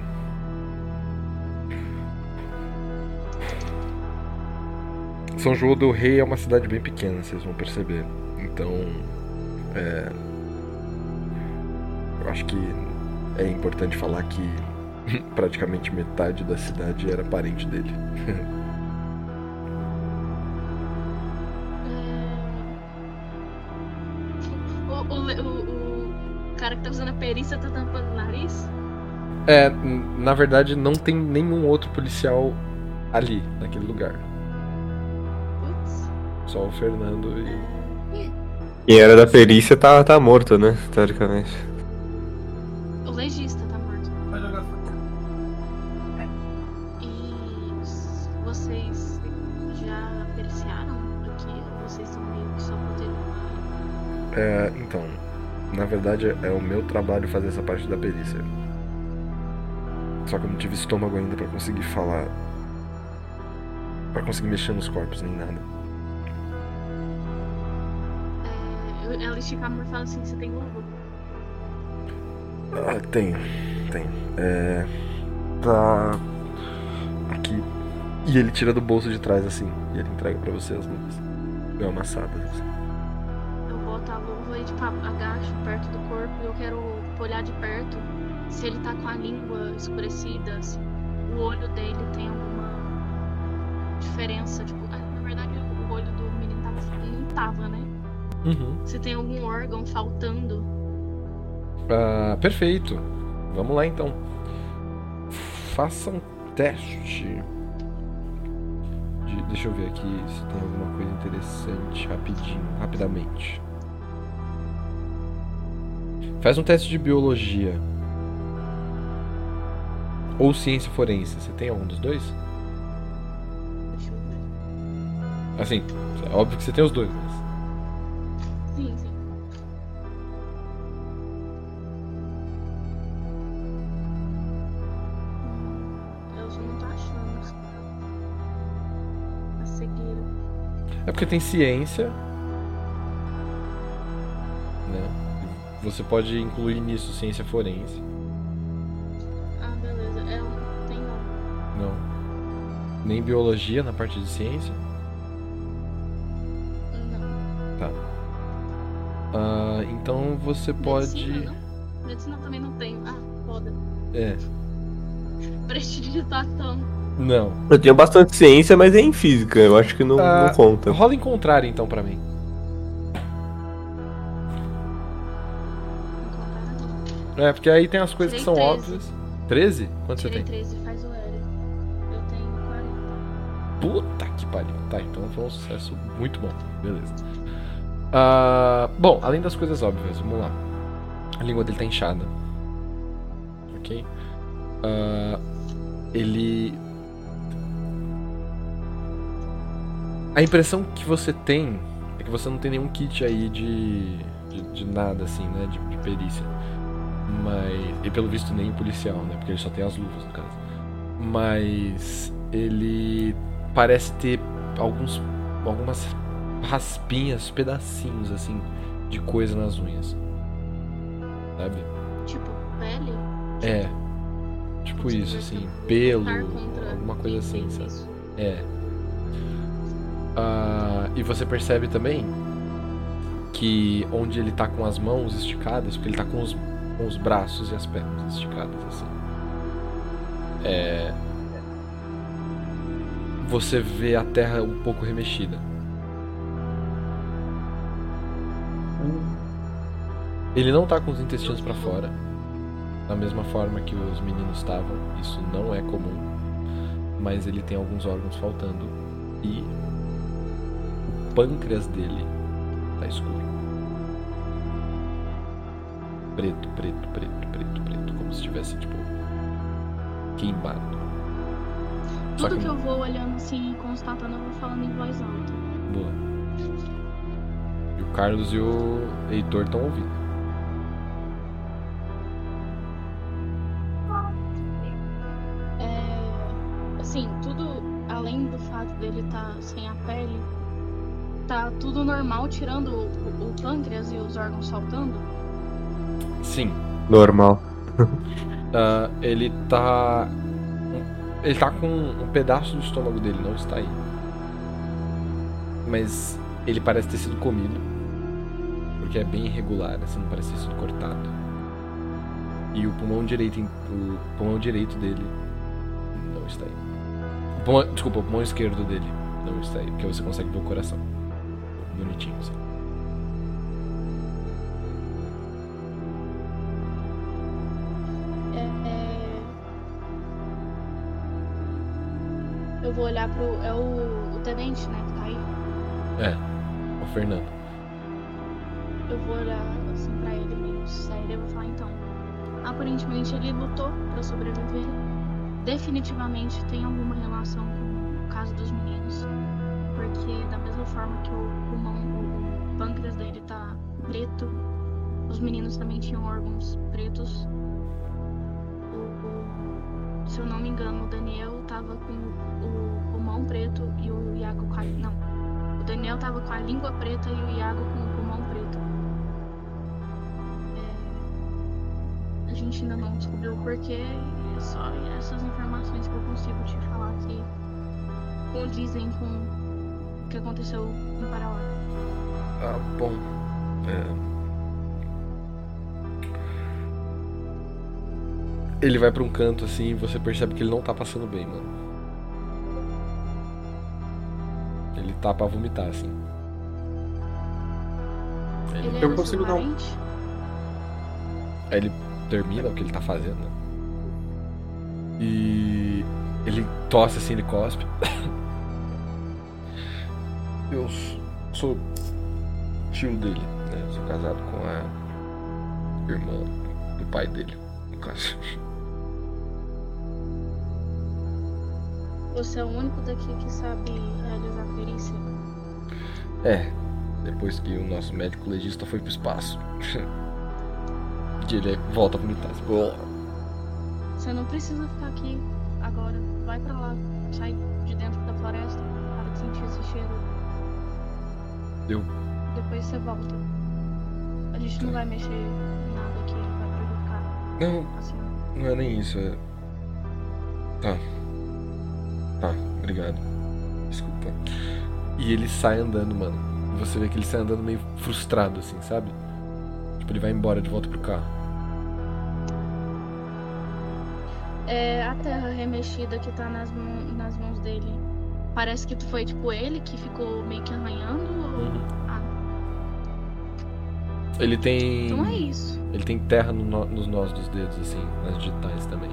Speaker 2: São João do Rei é uma cidade bem pequena, vocês vão perceber. Então, é, eu acho que é importante falar que praticamente metade da cidade era parente dele.
Speaker 5: É, O, o, le- o- o cara que tá fazendo a perícia tá tampando o nariz?
Speaker 2: É, n- na verdade, não tem nenhum outro policial ali, naquele lugar.
Speaker 5: Putz.
Speaker 2: Só o Fernando e.
Speaker 4: Quem era da perícia tá, tá morto, né? Teoricamente.
Speaker 5: O legista tá morto.
Speaker 7: Vai jogar fora.
Speaker 5: E s- vocês já periciaram aqui? Vocês estão meio que só protegendo.
Speaker 2: É, então, na verdade é o meu trabalho fazer essa parte da perícia. Só que eu não tive estômago ainda pra conseguir falar. Pra conseguir mexer nos corpos nem nada.
Speaker 5: É, eu- ela estica a mão e fala assim, você tem luva?
Speaker 2: Ah, tem, tem. É. Tá. Aqui. E ele tira do bolso de trás assim. E ele entrega pra você as luvas. Meio amassadas. Assim.
Speaker 5: Eu boto a luva e tipo, a- agacho perto do corpo e eu quero tipo, olhar de perto se ele tá com a língua escurecida, se o olho dele tem alguma diferença. Tipo, ah, na verdade o olho do menino tava, não tava, né? Se tem algum órgão faltando.
Speaker 2: Ah, perfeito. Vamos lá então. Faça um teste. De- deixa eu ver aqui se tem alguma coisa interessante rapidinho, rapidamente. Faz um teste de biologia. Ou ciência forense. Você tem algum dos dois?
Speaker 5: Deixa eu ver.
Speaker 2: Assim, é óbvio que você tem os dois, mas.
Speaker 5: Sim, sim. Hum, Eu já não tô achando. A cegueira.
Speaker 2: É porque porque tem ciência. Né? Você pode incluir nisso ciência forense.
Speaker 5: Ah, beleza. Eu não tenho não.
Speaker 2: Não. Nem biologia na parte de ciência.
Speaker 5: Não.
Speaker 2: Ah, então você pode.
Speaker 5: Medicina, não? Medicina também não tenho. Ah, foda.
Speaker 2: É.
Speaker 5: Prestidigitação.
Speaker 2: Não.
Speaker 4: Eu tenho bastante ciência, mas é em física. Eu acho que não,
Speaker 2: Ah,
Speaker 4: não conta.
Speaker 2: Rola encontrar então pra mim.
Speaker 5: Não contaram, não.
Speaker 2: É, porque aí tem as coisas que são
Speaker 5: Tirei 13.
Speaker 2: óbvias. 13? Quanto você
Speaker 5: Tirei
Speaker 2: tem?
Speaker 5: 13, faz o L. Eu tenho 40.
Speaker 2: Puta que pariu. Tá, então foi um sucesso muito bom. Beleza. Ah, bom, além das coisas óbvias, vamos lá. A língua dele tá inchada. Ok? Ah, ele. A impressão que você tem é que você não tem nenhum kit aí de. de, de nada assim, né? De, de perícia. Mas. E pelo visto nem policial, né? Porque ele só tem as luvas, no caso. Mas. Ele parece ter alguns algumas raspinhas, pedacinhos assim de coisa nas unhas. Sabe?
Speaker 5: Tipo, pele?
Speaker 2: É. Tipo isso assim, pelo, alguma coisa assim, sabe? É. Ah, e você percebe também que onde ele tá com as mãos esticadas, porque ele tá com os, com os braços e as pernas esticadas assim. É. Você vê a terra um pouco remexida. Ele não tá com os intestinos pra fora. Da mesma forma que os meninos estavam. Isso não é comum mas ele tem alguns órgãos faltando e o pâncreas dele tá escuro. Preto, preto, preto, preto, preto, como se tivesse tipo queimado. Só
Speaker 5: Tudo
Speaker 2: que-
Speaker 5: que eu vou olhando assim e constatando, eu vou falando em voz alta.
Speaker 2: Boa. E o Carlos e o Heitor estão ouvindo.
Speaker 5: É, assim, tudo além do fato dele estar sem a pele, tá tudo normal, tirando o, o- o pâncreas e os órgãos saltando.
Speaker 2: Sim,
Speaker 4: Normal.
Speaker 2: ah, ele tá. um- Ele tá com um pedaço do estômago dele, não está aí. Mas ele parece ter sido comido. Porque é bem irregular, assim, não parece ter sido cortado. E o pulmão direito, em- o pulmão direito dele não está aí. O pulmão- desculpa, o pulmão esquerdo dele não está aí, porque você consegue ver o coração. Bonitinho, assim.
Speaker 5: É, Eu vou olhar pro. É o, o tenente, né, que tá aí.
Speaker 2: O Fernando.
Speaker 5: Eu vou olhar assim pra ele meio sério, eu vou falar então. Aparentemente ele lutou pra sobreviver. Definitivamente tem alguma relação com o caso dos meninos. Porque da mesma forma que o pulmão, o pâncreas dele tá preto, os meninos também tinham órgãos pretos. O- o- se eu não me engano, o Daniel tava com o pulmão preto e o Iago com a. Não. O Daniel tava com a língua preta e o Iago com o pulmão preto. É, a gente ainda não descobriu o porquê, é só essas informações que eu consigo te falar que condizem com o que aconteceu no Parauá.
Speaker 2: Ah, bom. É. Ele vai pra um canto assim e você percebe que ele não tá passando bem, mano. Ele tá pra vomitar, assim. Ele
Speaker 5: Ele é
Speaker 7: Eu
Speaker 5: era
Speaker 7: consigo
Speaker 5: seu
Speaker 7: dar um-
Speaker 5: parente?
Speaker 2: termina o que ele tá fazendo. né? E ele tosse assim, ele cospe. Eu s- sou tio dele, né? Sou casado com a irmã do pai dele, no caso.
Speaker 5: Você é o único daqui que sabe realizar perícia.
Speaker 2: É, depois que o nosso médico legista foi pro espaço. E ele volta a vomitar. assim, "Bô".
Speaker 5: Você não precisa ficar aqui agora. Vai pra lá. Sai de dentro da floresta. Para de sentir esse cheiro Depois você volta. A gente não vai mexer em nada que ele vai provocar.
Speaker 2: Não,
Speaker 5: Assim,
Speaker 2: Não é nem isso, é. Tá. Tá, obrigado. Desculpa. E ele sai andando, mano. Você vê que ele sai andando meio frustrado, assim, sabe? Tipo, ele vai embora de volta pro carro.
Speaker 5: É a terra remexida que tá nas, mão- nas mãos dele. Parece que foi tipo ele que ficou meio que arranhando. ou- Ah,
Speaker 2: Ele tem.
Speaker 5: então é isso.
Speaker 2: Ele tem terra no nó- nos nós dos dedos, assim, nas digitais também.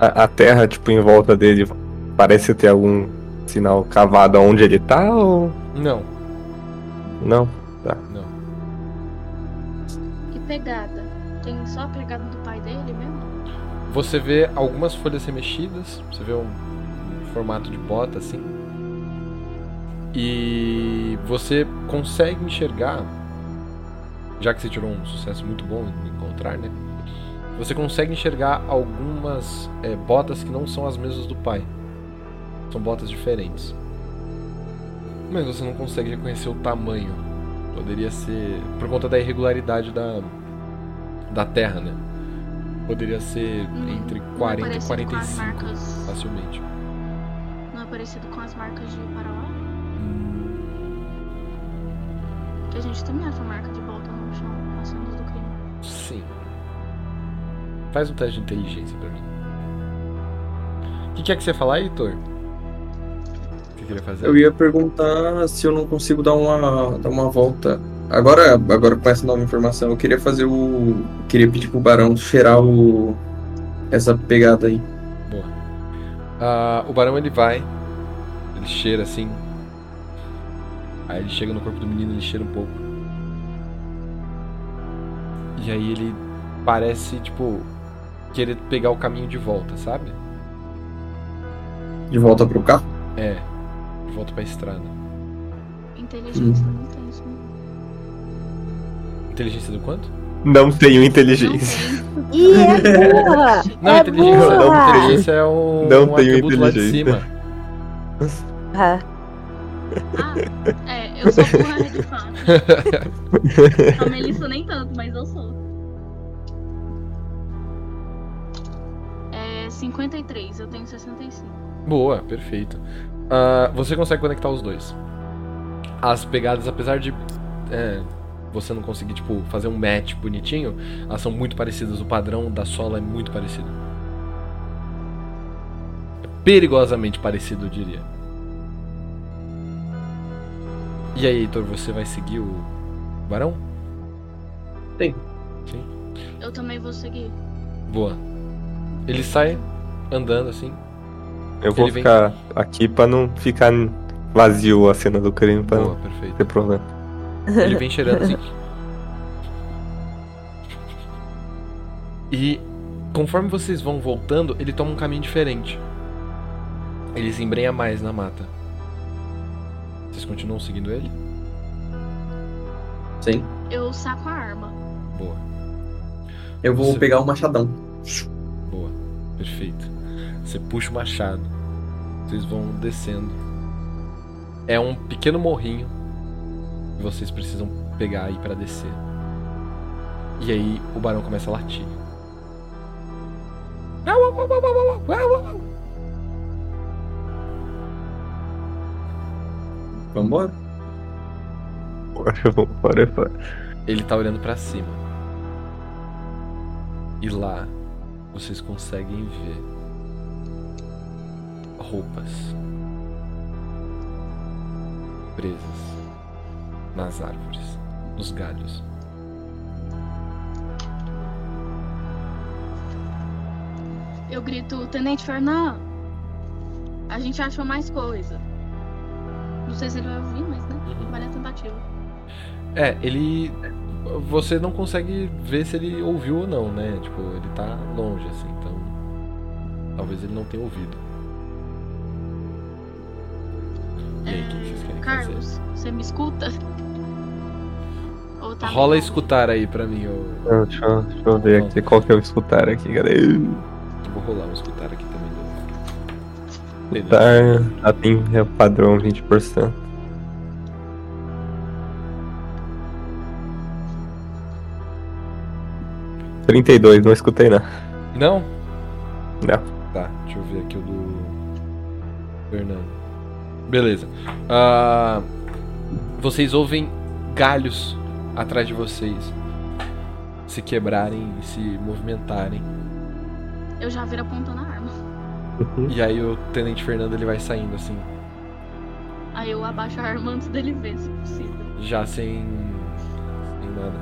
Speaker 4: A, a terra, tipo, em volta dele parece ter algum sinal cavado aonde ele tá ou.
Speaker 2: Não,
Speaker 4: Não?
Speaker 2: não.
Speaker 5: E pegada. Tem só a pegada do pai dele mesmo?
Speaker 2: Você vê algumas folhas remexidas, você vê um, um formato de bota assim. E você consegue enxergar, já que você tirou um sucesso muito bom em encontrar, né? Você consegue enxergar algumas eh, botas que não são as mesmas do pai. São botas diferentes. Mas você não consegue reconhecer o tamanho. Poderia ser. Por conta da irregularidade da. da terra, né? Poderia ser
Speaker 5: Hum,
Speaker 2: entre
Speaker 5: não é
Speaker 2: 40 e
Speaker 5: parecido com as
Speaker 2: 45
Speaker 5: marcas-
Speaker 2: facilmente.
Speaker 5: Não é parecido com as marcas de Parauá? Que a gente também acha marca de volta no chão, passando do crime.
Speaker 2: Sim. Faz um teste de inteligência pra mim. O que, que é que você ia falar, Heitor? O que queria fazer?
Speaker 7: Eu ia perguntar se eu não consigo dar uma, dar uma volta. Agora, agora com essa nova informação, eu queria fazer o. Queria pedir pro Barão cheirar o. Essa pegada aí.
Speaker 2: Ah, o barão ele vai, ele cheira assim. Aí ele chega no corpo do menino, ele cheira um pouco. E aí ele parece, tipo, querer pegar o caminho de volta, sabe?
Speaker 7: De volta pro carro?
Speaker 2: É, de volta pra estrada.
Speaker 5: Inteligência não tem isso. né?
Speaker 2: Inteligência do quanto?
Speaker 4: Não tenho
Speaker 5: Não
Speaker 4: inteligência.
Speaker 5: tem.
Speaker 9: Ih, é burra!
Speaker 2: Não,
Speaker 9: é
Speaker 2: inteligência,
Speaker 9: burra!
Speaker 4: não tem.
Speaker 2: inteligência é um,
Speaker 4: Não
Speaker 2: um
Speaker 4: tenho
Speaker 2: atributo lá de
Speaker 4: inteligência.
Speaker 2: cima.
Speaker 8: Ah,
Speaker 5: Ah, é, eu sou burra de fato. A Melissa nem tanto, mas eu sou. É 53, eu tenho 65.
Speaker 2: Boa, perfeito. Ah, você consegue conectar os dois. As pegadas, apesar de é, você não conseguir tipo, fazer um match bonitinho, elas são muito parecidas. O padrão da sola é muito parecido. É perigosamente parecido, eu diria. E aí, Heitor, você vai seguir o barão?
Speaker 5: Eu também vou seguir.
Speaker 2: Boa. Ele sai andando assim.
Speaker 4: Eu vou
Speaker 2: Ele vem-
Speaker 4: ficar aqui pra não ficar vazio a cena do crime, pra
Speaker 2: Boa,
Speaker 4: não
Speaker 2: perfeito.
Speaker 4: ter problema.
Speaker 2: Ele vem cheirando assim. E conforme vocês vão voltando, ele toma um caminho diferente. Ele se embrenha mais na mata. Vocês continuam seguindo ele?
Speaker 7: Sim.
Speaker 5: Eu saco a arma.
Speaker 2: Boa,
Speaker 7: Eu vou
Speaker 2: Você-
Speaker 7: pegar o machadão.
Speaker 2: boa, perfeito. Você puxa o machado. Vocês vão descendo. É um pequeno morrinho. que Vocês precisam pegar aí pra descer. E aí o barão começa a latir.
Speaker 7: Vambora?
Speaker 4: Bora, bora, bora.
Speaker 2: Ele tá olhando pra cima. E lá vocês conseguem ver roupas presas nas árvores, nos galhos.
Speaker 5: Eu grito, Tenente Fernando, a gente achou mais coisa. Não sei se ele vai ouvir, mas né?
Speaker 2: Uhum.
Speaker 5: Vale a tentativa.
Speaker 2: É, ele você não consegue ver se ele ouviu ou não, né? Tipo, ele tá longe assim, então talvez ele não tenha ouvido. E aí, o que vocês querem fazer?
Speaker 5: Carlos, você me escuta? Ou tá
Speaker 2: Rola
Speaker 5: bom?
Speaker 2: escutar aí pra mim, eu,
Speaker 4: Não, Deixa, eu- deixa eu ver aqui qual que eu escutar aqui, cara.
Speaker 2: eu vou rolar um escutar aqui também. do-
Speaker 4: Tá. Escutar. Ah, tem é padrão 20%. 32, não escutei nada.
Speaker 2: Não?
Speaker 4: Não.
Speaker 2: Tá, deixa eu ver aqui o do. Fernando. Beleza. Ah, vocês ouvem galhos atrás de vocês se quebrarem e se movimentarem.
Speaker 5: Eu já viro apontando a arma.
Speaker 4: Uhum.
Speaker 2: E aí o Tenente Fernando ele vai saindo assim,
Speaker 5: Aí eu abaixo a arma antes dele ver, se possível.
Speaker 2: já sem. sem nada.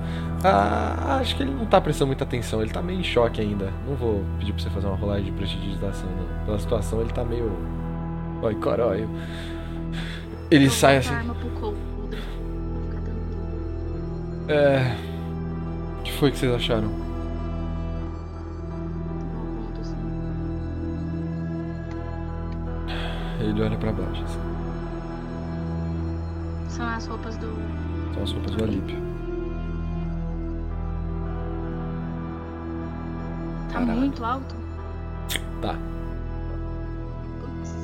Speaker 2: Ah, acho que ele não tá prestando muita atenção, ele tá meio em choque ainda. Não vou pedir pra você fazer uma rolagem de prestigitação, não. Pela situação ele tá meio. Oi, corói. Ele
Speaker 5: Eu
Speaker 2: sai
Speaker 5: abaixo
Speaker 2: assim.
Speaker 5: a arma pro Cole, pro Dre, pra ficar tranquilo.
Speaker 2: É. O que foi que vocês acharam?
Speaker 5: Eu aponto assim.
Speaker 2: Ele olha pra baixo. Assim.
Speaker 5: São as roupas do.
Speaker 2: São as roupas do Alípio.
Speaker 5: Tá
Speaker 2: Caralho.
Speaker 5: muito alto?
Speaker 2: Tá.
Speaker 5: Putz.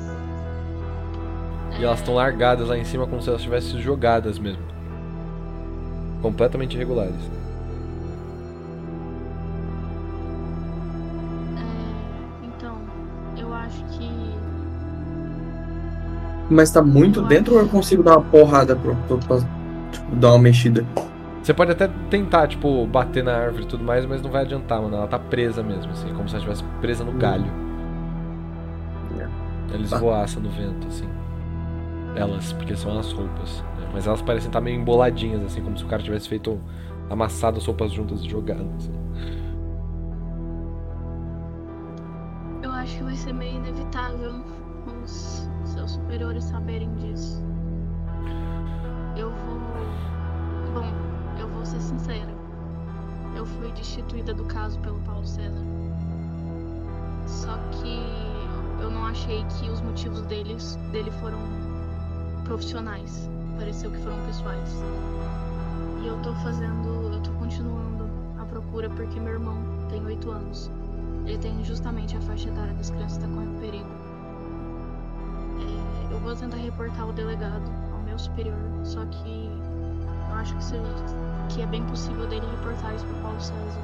Speaker 5: É,
Speaker 2: E elas estão largadas lá em cima como se elas tivessem jogadas mesmo. Completamente irregulares.
Speaker 5: É, então, eu acho que.
Speaker 7: Mas tá muito dentro ou eu consigo dar uma porrada pra, pra- pra, tipo, dar uma mexida?
Speaker 2: Você pode até tentar, tipo, bater na árvore e tudo mais, mas não vai adiantar, mano. Ela tá presa mesmo, assim, como se ela estivesse presa no galho. Eles
Speaker 7: Tá.
Speaker 2: voaçam no vento, assim. Elas, porque são as roupas. né? Mas elas parecem estar meio emboladinhas, assim, como se o cara tivesse feito amassado as roupas juntas e jogado. assim.
Speaker 5: Eu acho que vai ser meio inevitável os seus superiores saberem disso. Eu vou. Bom, eu vou ser sincera. Eu fui destituída do caso pelo Paulo César. Só que eu não achei que os motivos deles, dele foram profissionais. Pareceu que foram pessoais. E eu tô fazendo. eu tô continuando a procura porque meu irmão tem oito anos. Ele tem justamente a faixa etária das crianças que está correndo perigo. É, eu vou tentar reportar o delegado ao meu superior, só que eu acho que, se- que é bem possível dele reportar isso pro Paulo César,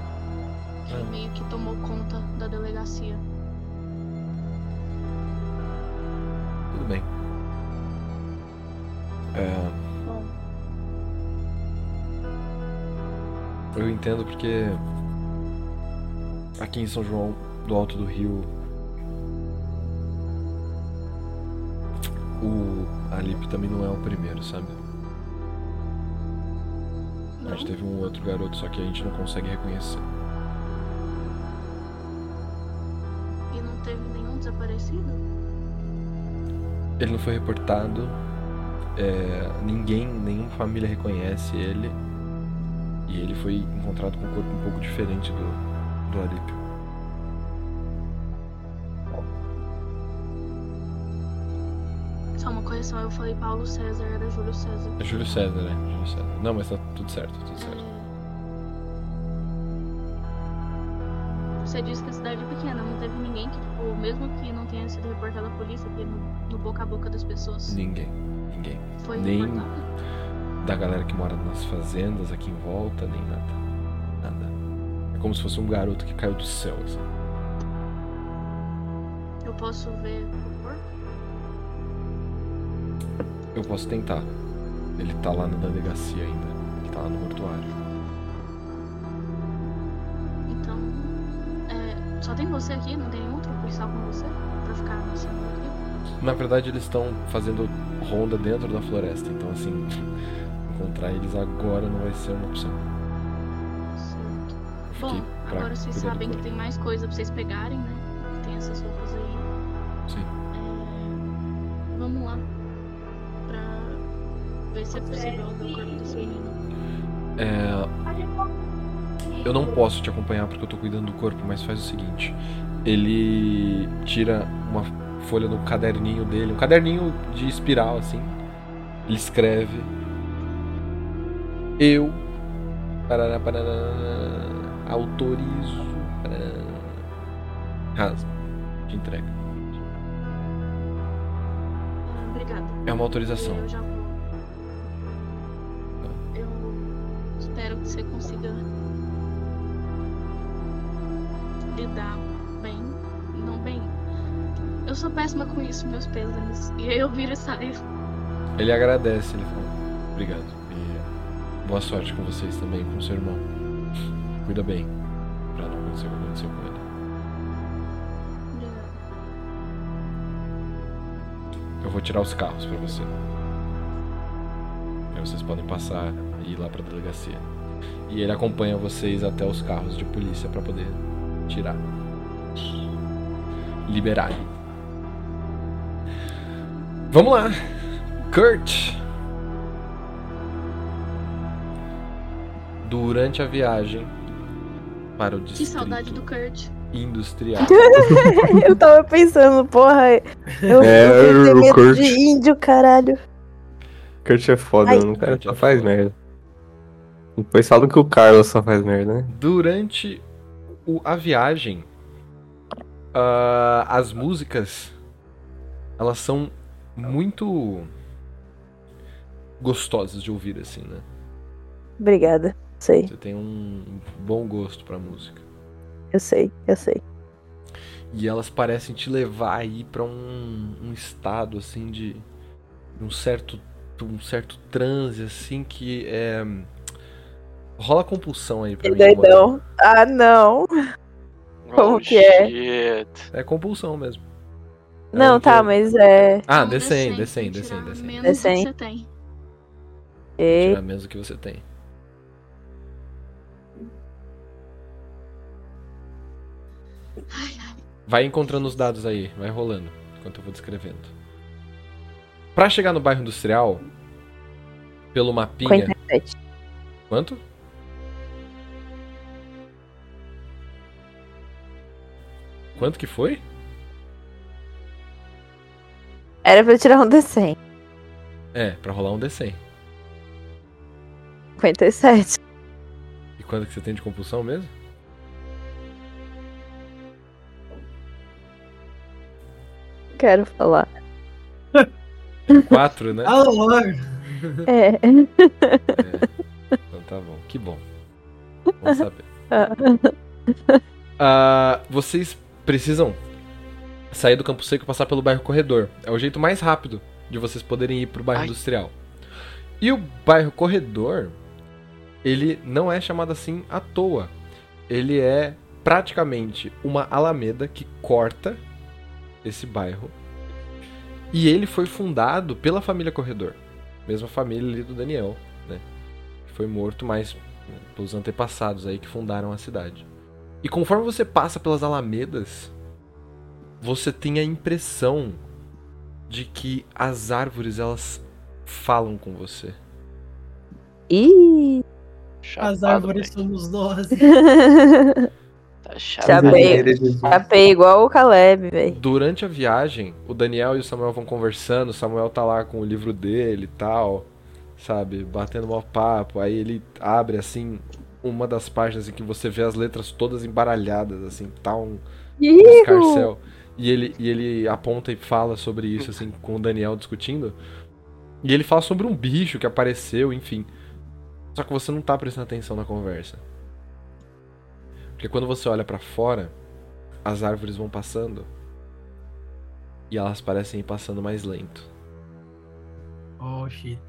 Speaker 5: que
Speaker 2: Ah.
Speaker 5: meio que tomou conta da delegacia.
Speaker 2: Tudo bem. É,
Speaker 5: Bom,
Speaker 2: eu entendo porque aqui em São João do Alto do Rio o Alip também não é o primeiro, sabe? A gente
Speaker 5: não,
Speaker 2: teve um outro garoto, só que a gente não consegue reconhecer.
Speaker 5: e não teve nenhum desaparecido?
Speaker 2: Ele não foi reportado. é, ninguém, nenhuma família reconhece ele. E ele foi encontrado com um corpo um pouco diferente do, do Alípio.
Speaker 5: Só uma correção, eu falei Paulo César, era Júlio César.
Speaker 2: É Júlio César, né? Júlio César. Não, mas tá tudo certo, tudo certo.
Speaker 5: É. Você disse que a cidade é pequena, não teve ninguém que, tipo, mesmo que não tenha sido reportado à polícia, que no, no boca a boca das pessoas
Speaker 2: Ninguém, ninguém.
Speaker 5: foi
Speaker 2: nem-
Speaker 5: reportado.
Speaker 2: Da galera que mora nas fazendas aqui em volta, nem nada. Nada. É como se fosse um garoto que caiu do céu, assim.
Speaker 5: Eu posso ver o corpo?
Speaker 2: Eu posso tentar. Ele tá lá na delegacia ainda. Ele tá lá no mortuário.
Speaker 5: Então, é, só tem você aqui, não tem outro policial com você? Pra ficar anunciando aqui?
Speaker 2: Na verdade, eles estão fazendo ronda dentro da floresta, então assim, encontrar eles agora não vai ser uma opção.
Speaker 5: Certo.
Speaker 2: Eu
Speaker 5: Bom,
Speaker 2: fiquei pra
Speaker 5: agora vocês
Speaker 2: cuidar do
Speaker 5: sabem que
Speaker 2: corpo.
Speaker 5: tem mais coisa pra vocês pegarem, né? Tem essas roupas aí.
Speaker 2: Sim.
Speaker 5: É, Vamos lá. Pra ver se é possível ver o corpo desse menino.
Speaker 2: É, eu não posso te acompanhar porque eu tô cuidando do corpo, mas faz o seguinte: ele tira uma folha do caderninho dele, um caderninho de espiral assim. Ele escreve: Eu parará, parará, autorizo. Parará, rasgo, te entrega.
Speaker 5: Ah, Obrigada.
Speaker 2: É uma autorização. É.
Speaker 5: Eu já vou. Eu espero que você consiga lidar bem, não bem. Eu sou péssima com isso, meus pêsames. E aí eu viro e saio.
Speaker 2: Ele agradece, ele fala: Obrigado. E boa sorte com vocês também, com seu irmão. Cuida bem, pra não acontecer o que aconteceu com ele.
Speaker 5: Obrigada.
Speaker 2: Eu vou tirar os carros pra você. Aí vocês podem passar e ir lá pra delegacia. E ele acompanha vocês até os carros de polícia pra poder tirar. Liberar. Vamos lá. Kurt. Durante a viagem para o
Speaker 5: Que
Speaker 2: distrito
Speaker 5: saudade do Kurt.
Speaker 2: industrial.
Speaker 8: Eu tava pensando, porra. Eu
Speaker 4: É,
Speaker 8: eu tenho
Speaker 4: eu
Speaker 8: medo
Speaker 4: curto.
Speaker 8: de índio, caralho.
Speaker 4: Kurt é foda,
Speaker 8: Ai.
Speaker 4: mano. O cara
Speaker 2: Kurt é
Speaker 4: só faz
Speaker 2: foda.
Speaker 4: merda. Depois falam que o Carlos só faz merda, né?
Speaker 2: Durante o- a viagem, ah, as músicas elas são muito gostosas de ouvir, assim, né?
Speaker 8: Obrigada. Sei,
Speaker 2: Você tem um bom gosto pra música.
Speaker 8: eu sei, eu sei.
Speaker 2: E elas parecem te levar aí pra um, um estado, assim, de de um certo, um certo transe, assim, que é. Rola compulsão aí pra
Speaker 8: Que
Speaker 2: mim. Morena.
Speaker 8: doidão. Ah, não. Como
Speaker 3: Oh,
Speaker 8: que é?
Speaker 3: shit.
Speaker 2: É compulsão mesmo. É
Speaker 8: Não,
Speaker 2: um
Speaker 8: tá,
Speaker 2: jogo.
Speaker 8: mas é.
Speaker 2: Ah,
Speaker 5: Então,
Speaker 2: descende,
Speaker 5: descende,
Speaker 2: descende, descende,
Speaker 5: tirar
Speaker 2: descende.
Speaker 5: Menos do que
Speaker 8: Descende.
Speaker 5: você tem.
Speaker 8: Ei,
Speaker 2: Tirar menos do que você tem. Vai encontrando os dados aí, vai rolando, enquanto eu vou descrevendo. Pra chegar no bairro industrial, pelo mapinha.
Speaker 8: 57.
Speaker 2: Quanto? 57. Quanto que foi?
Speaker 8: Era pra eu tirar um D100.
Speaker 2: É, pra rolar um D100.
Speaker 8: 57.
Speaker 2: E quanto que você tem de compulsão mesmo?
Speaker 8: Quero falar.
Speaker 2: Quatro, né?
Speaker 6: Ah, logo.
Speaker 8: É.
Speaker 2: Então tá bom, que bom. Vamos saber. Ah, vocês precisam sair do Campo Seco e passar pelo bairro Corredor. É o jeito mais rápido de vocês poderem ir pro bairro
Speaker 3: Ai.
Speaker 2: industrial. E o bairro Corredor, ele não é chamado assim à toa. Ele é praticamente uma alameda que corta esse bairro. E ele foi fundado pela família Corredor. Mesma família ali do Daniel, né? Que foi morto, mas né, pelos antepassados aí que fundaram a cidade. E conforme você passa pelas alamedas, você tem a impressão de que as árvores elas falam com você.
Speaker 8: Ih.
Speaker 6: As
Speaker 3: Chapado,
Speaker 6: árvores
Speaker 3: moleque.
Speaker 6: somos nós.
Speaker 3: Tá
Speaker 8: Já
Speaker 3: chapado.
Speaker 8: bem. Tapei igual o Caleb, velho.
Speaker 2: Durante a viagem, o Daniel e o Samuel vão conversando, o Samuel tá lá com o livro dele e tal, sabe, batendo mó papo, aí ele abre assim uma das páginas em que você vê as letras todas embaralhadas, assim, tá um um escarcel. E ele, e ele aponta e fala sobre isso, assim, com o Daniel discutindo. E ele fala sobre um bicho que apareceu, enfim. Só que você não tá prestando atenção na conversa. Porque quando você olha pra fora, as árvores vão passando. E elas parecem ir passando mais lento.
Speaker 6: Oh, shit.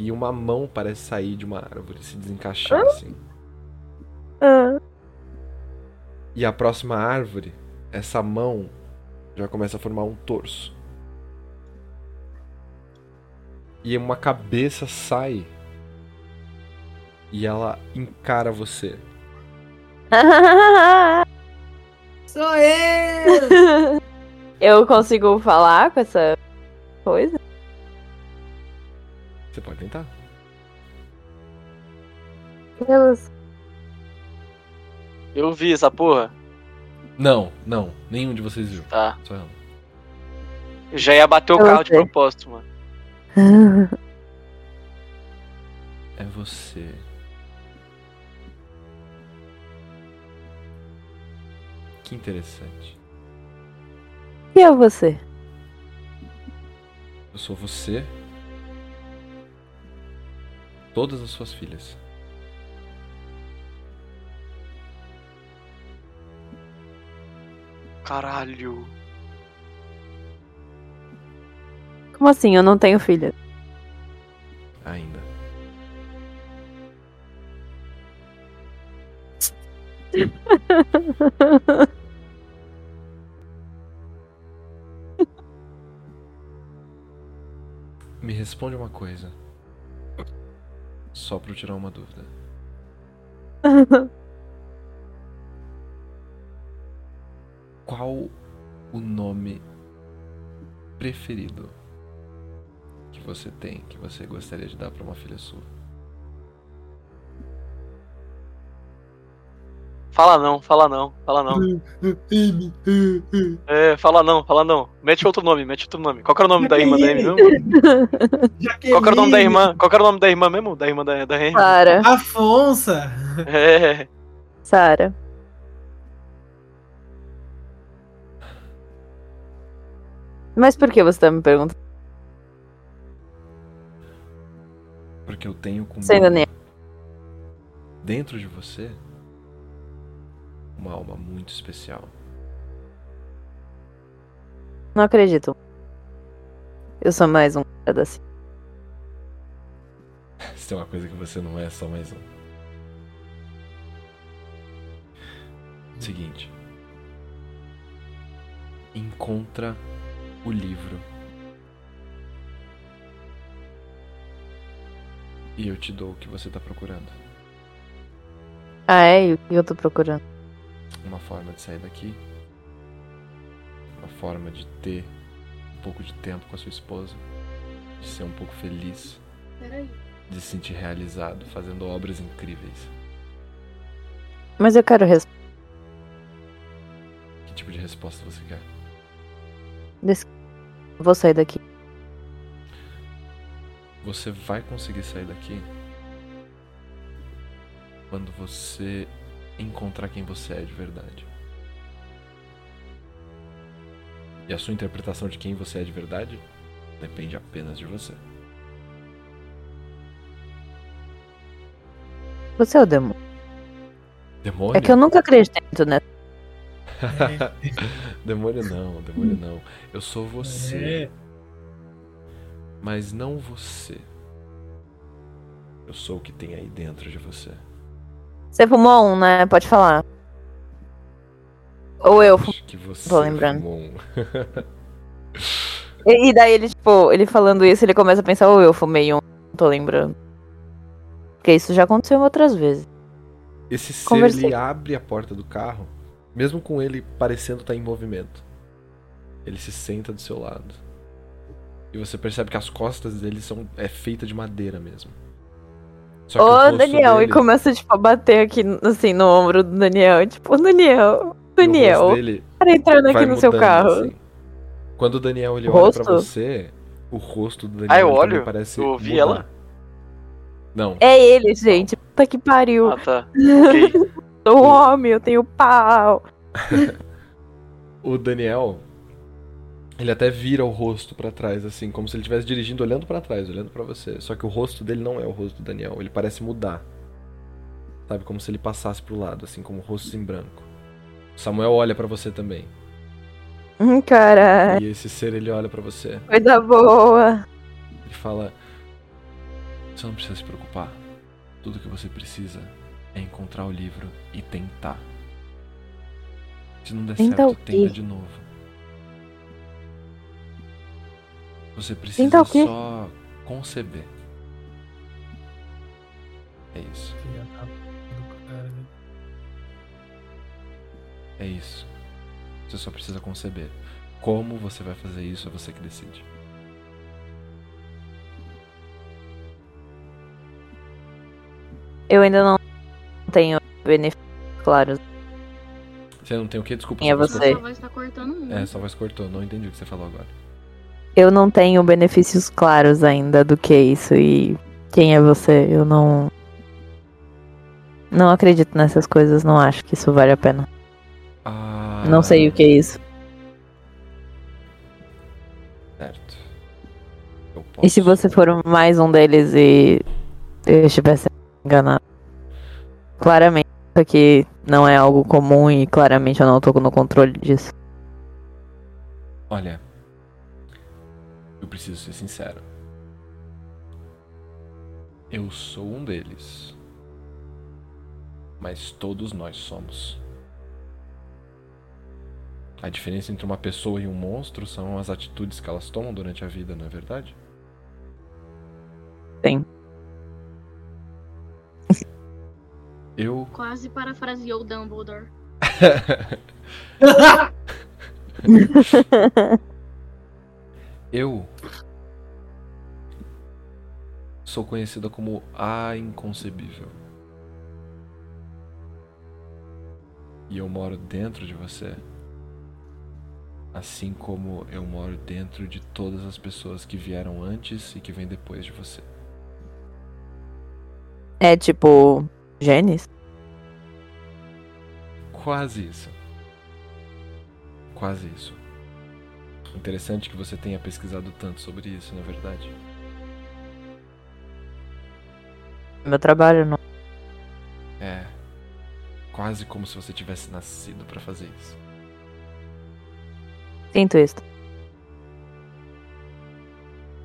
Speaker 2: E uma mão parece sair de uma árvore, se desencaixar assim.
Speaker 8: Ah,
Speaker 2: E a próxima árvore, essa mão já começa a formar um torso. E uma cabeça sai. E ela encara você.
Speaker 8: Ah.
Speaker 6: Sou eu!
Speaker 8: Eu consigo falar com essa coisa?
Speaker 2: Você pode tentar.
Speaker 8: Elas-
Speaker 3: Eu vi essa porra.
Speaker 2: Não, não. Nenhum de vocês viu.
Speaker 3: Tá.
Speaker 2: Só ela.
Speaker 3: Eu já ia bater o
Speaker 8: Eu
Speaker 3: carro de
Speaker 8: sei.
Speaker 3: propósito, mano.
Speaker 2: É você. Que interessante.
Speaker 8: E é você?
Speaker 2: Eu sou você. Todas as suas filhas.
Speaker 3: Caralho.
Speaker 1: Como assim? Eu não tenho filha.
Speaker 2: Ainda. Me responde uma coisa. Só pra eu tirar uma dúvida. Qual o nome preferido que você tem, que você gostaria de dar pra uma filha sua?
Speaker 3: Fala não, fala não, fala não. É, fala não, fala não. Mete outro nome, mete outro nome. Qual que era o nome da irmã da Amy mesmo? Qual que era o nome da irmã? Qual que era o nome da irmã mesmo? Da irmã da, da Amy?
Speaker 1: Sara.
Speaker 6: Afonso!
Speaker 3: É.
Speaker 1: Sara. Mas por que você tá me perguntando?
Speaker 2: Porque eu tenho com
Speaker 1: Sem Daniel.
Speaker 2: dentro de você uma alma muito especial.
Speaker 1: Não acredito. Eu sou mais um cara da Silva.
Speaker 2: Se tem uma coisa que você não é, é só mais um. Seguinte. Encontra o livro. E eu te dou o que você tá procurando.
Speaker 1: Ah, é? E o que eu tô procurando?
Speaker 2: Uma forma de sair daqui. Uma forma de ter um pouco de tempo com a sua esposa. De ser um pouco feliz.
Speaker 5: Peraí.
Speaker 2: De se sentir realizado, fazendo obras incríveis.
Speaker 1: Mas eu quero res-
Speaker 2: Que tipo de resposta você quer?
Speaker 1: des- Vou sair daqui.
Speaker 2: Você vai conseguir sair daqui quando você encontrar quem você é de verdade. E a sua interpretação de quem você é de verdade depende apenas de você.
Speaker 1: Você é o demônio.
Speaker 2: Demônio?
Speaker 1: É que eu nunca acredito, né?
Speaker 2: demônio não, demônio não. Eu sou você,
Speaker 6: É.
Speaker 2: mas não você. Eu sou o que tem aí dentro de você.
Speaker 1: Você fumou um, né? Pode falar. Ou eu fumei.
Speaker 2: Acho que você
Speaker 1: Tô lembrando.
Speaker 2: fumou um.
Speaker 1: E daí ele, tipo, ele falando isso, ele começa a pensar, ou eu fumei um, não tô lembrando. Porque isso já aconteceu outras vezes.
Speaker 2: Esse ser,
Speaker 1: Conversei.
Speaker 2: ele abre a porta do carro, mesmo com ele parecendo estar em movimento. Ele se senta do seu lado. E você percebe que as costas dele são é feita de madeira mesmo. Só que o
Speaker 1: Ô,
Speaker 2: rosto
Speaker 1: Daniel,
Speaker 2: Tá dele-
Speaker 1: e começa, tipo, a bater aqui, assim, no ombro do Daniel. Tipo, Daniel,
Speaker 2: e o rosto
Speaker 1: Daniel, o
Speaker 2: dele
Speaker 1: cara entrando
Speaker 2: vai
Speaker 1: aqui no seu
Speaker 2: mudando,
Speaker 1: carro.
Speaker 2: assim. Quando o Daniel ele
Speaker 1: O
Speaker 2: olha pra
Speaker 1: rosto?
Speaker 2: você, o rosto do Daniel
Speaker 3: Ah, eu
Speaker 2: ele também
Speaker 3: olho?
Speaker 2: parece
Speaker 3: Eu ouvi
Speaker 2: mudar.
Speaker 3: ela?
Speaker 2: Não,
Speaker 1: É ele, gente. Puta que pariu.
Speaker 3: Ah, tá. Ok.
Speaker 1: eu sou homem, eu tenho pau.
Speaker 2: o Daniel ele até vira o rosto pra trás assim, como se ele estivesse dirigindo olhando pra trás, olhando pra você. Só que o rosto dele não é o rosto do Daniel, ele parece mudar. Sabe como se ele passasse pro lado, assim como rostos em branco. O Samuel olha pra você também.
Speaker 1: Hum, cara,
Speaker 2: E esse ser ele olha pra você
Speaker 1: coisa boa.
Speaker 2: e fala: Você não precisa se preocupar. Tudo que você precisa é encontrar o livro e tentar. Se não der
Speaker 1: Tenta
Speaker 2: certo,
Speaker 1: o quê?
Speaker 2: tenta de novo. Você precisa
Speaker 1: Tenta o quê?
Speaker 2: só conceber. É isso, é isso. Você só precisa conceber. Como você vai fazer isso é você que decide.
Speaker 1: Eu ainda não tenho benefícios claros.
Speaker 2: Você não tem o quê? Desculpa.
Speaker 1: Quem é
Speaker 2: só
Speaker 1: você?
Speaker 2: voz
Speaker 5: Sua voz tá cortando
Speaker 2: cortou.
Speaker 5: muito.
Speaker 2: É, sua voz cortou. Não entendi o que você falou agora.
Speaker 1: Eu não tenho benefícios claros ainda do que é isso. E quem é você? Eu não. Não acredito nessas coisas, não acho que isso vale a pena.
Speaker 2: Ah,
Speaker 1: Não sei o que é isso.
Speaker 2: Certo. Eu
Speaker 1: E se
Speaker 2: posso-
Speaker 1: você for mais um deles e eu estivesse enganado? Claramente, isso aqui não é algo comum e claramente eu não tô no controle disso.
Speaker 2: Olha, eu preciso ser sincero. Eu sou um deles. Mas todos nós somos. A diferença entre uma pessoa e um monstro são as atitudes que elas tomam durante a vida, não é verdade?
Speaker 1: Sim.
Speaker 2: Eu.
Speaker 5: Quase parafraseou Dumbledore.
Speaker 2: Eu sou conhecida como a inconcebível. E eu moro dentro de você. Assim como eu moro dentro de todas as pessoas que vieram antes e que vêm depois de você.
Speaker 1: É tipo. Genes?
Speaker 2: Quase isso. Quase isso. Interessante que você tenha pesquisado tanto sobre isso, na é verdade.
Speaker 1: Meu trabalho não.
Speaker 2: É. Quase como se você tivesse nascido pra fazer isso.
Speaker 1: Sinto isso.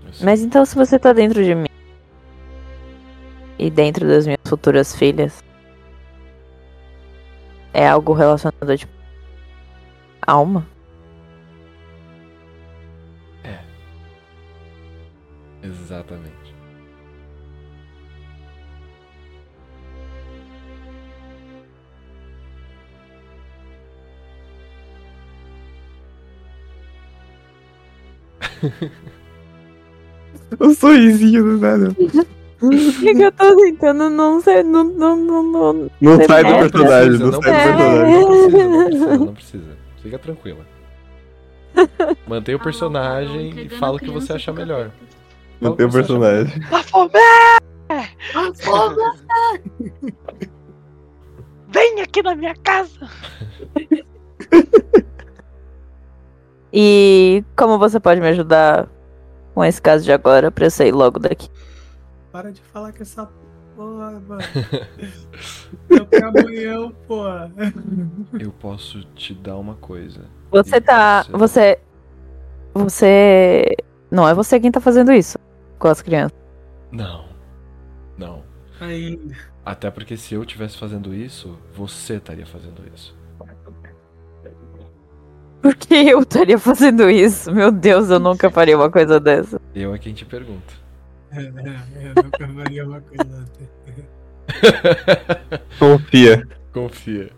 Speaker 2: Eu sei.
Speaker 1: Mas então, se você tá dentro de mim e dentro das minhas futuras filhas, é algo relacionado a tipo. alma?
Speaker 2: Exatamente.
Speaker 4: Um sorrisinho do nada.
Speaker 1: É que eu tô tentando não sei, não, não, não, não.
Speaker 4: Não sai do
Speaker 1: É,
Speaker 4: personagem,
Speaker 2: precisa,
Speaker 4: não
Speaker 2: não
Speaker 4: sai do
Speaker 1: precisa.
Speaker 4: personagem.
Speaker 2: Não precisa, não precisa, não precisa. Fica tranquila. Mantém o personagem e fala o que você achar melhor.
Speaker 4: Não tem o personagem.
Speaker 3: Tá fome? Vem aqui na minha casa!
Speaker 1: E como você pode me ajudar com esse caso de agora pra eu sair logo daqui?
Speaker 6: Para de falar com essa porra, mano. Eu quero amanhã, porra.
Speaker 2: Eu posso te dar uma coisa.
Speaker 1: Você
Speaker 2: E
Speaker 1: tá. Você. Você. Não é você quem tá fazendo isso com as crianças.
Speaker 2: Não. Não.
Speaker 6: Aí,
Speaker 2: Até porque se eu estivesse fazendo isso, você estaria fazendo isso.
Speaker 1: Por que eu estaria fazendo isso? Meu Deus, eu nunca faria uma coisa dessa.
Speaker 2: Eu é quem te pergunta.
Speaker 6: é, é, eu nunca faria uma coisa dessa.
Speaker 4: Confia.
Speaker 2: Confia.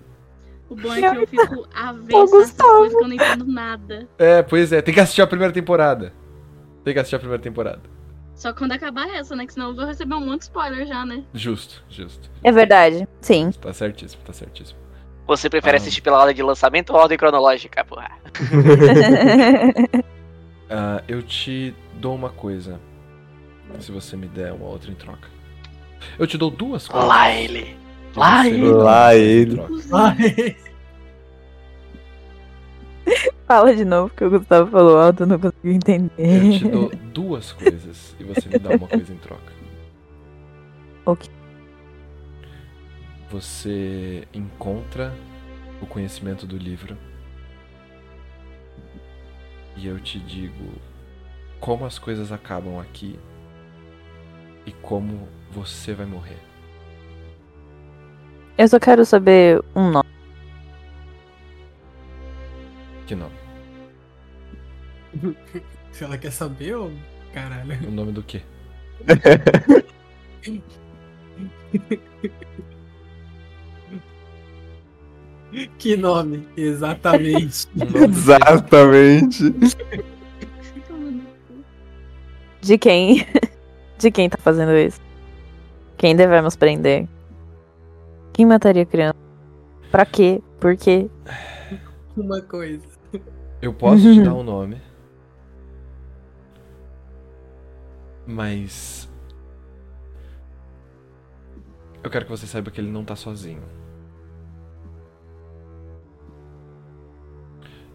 Speaker 5: O bom é que eu fico
Speaker 1: Ô,
Speaker 5: avessa a essas
Speaker 1: Gustavo.
Speaker 5: coisas que eu não entendo nada.
Speaker 2: É, pois é, tem que assistir a primeira temporada. Tem que assistir a primeira temporada.
Speaker 5: Só quando acabar essa, né? Que senão eu vou receber um monte de spoiler já, né?
Speaker 2: Justo, justo.
Speaker 1: É verdade. Sim.
Speaker 2: Tá certíssimo, tá certíssimo.
Speaker 3: Você prefere
Speaker 2: Ah.
Speaker 3: assistir pela ordem de lançamento ou ordem cronológica, porra?
Speaker 2: Ah, eu te dou uma coisa. Se você me der uma outra em troca. Eu te dou duas coisas.
Speaker 3: Lá ele!
Speaker 2: que
Speaker 3: lá
Speaker 2: você me
Speaker 3: ele.
Speaker 2: dá uma
Speaker 4: Lá
Speaker 2: coisa em
Speaker 4: ele.
Speaker 2: troca.
Speaker 6: Ai,
Speaker 1: Fala de novo que o Gustavo falou alto, eu não consigo
Speaker 2: Eu te
Speaker 1: entender.
Speaker 2: dou duas coisas e você me dá uma coisa em troca.
Speaker 1: O quê?
Speaker 2: Você encontra o conhecimento do livro. E eu te digo como as coisas acabam aqui e como você vai morrer.
Speaker 1: Eu só quero saber um nome.
Speaker 2: Que não.
Speaker 6: se ela quer saber, ô caralho.
Speaker 2: O nome do quê?
Speaker 6: Que nome? Exatamente.
Speaker 2: Um nome do quê?
Speaker 4: Exatamente.
Speaker 1: De quem. De quem tá fazendo isso? Quem devemos prender? Quem mataria criança? Pra quê? Por quê?
Speaker 6: Uma coisa.
Speaker 2: Eu posso te dar um nome. Mas. Eu quero que você saiba que ele não tá sozinho.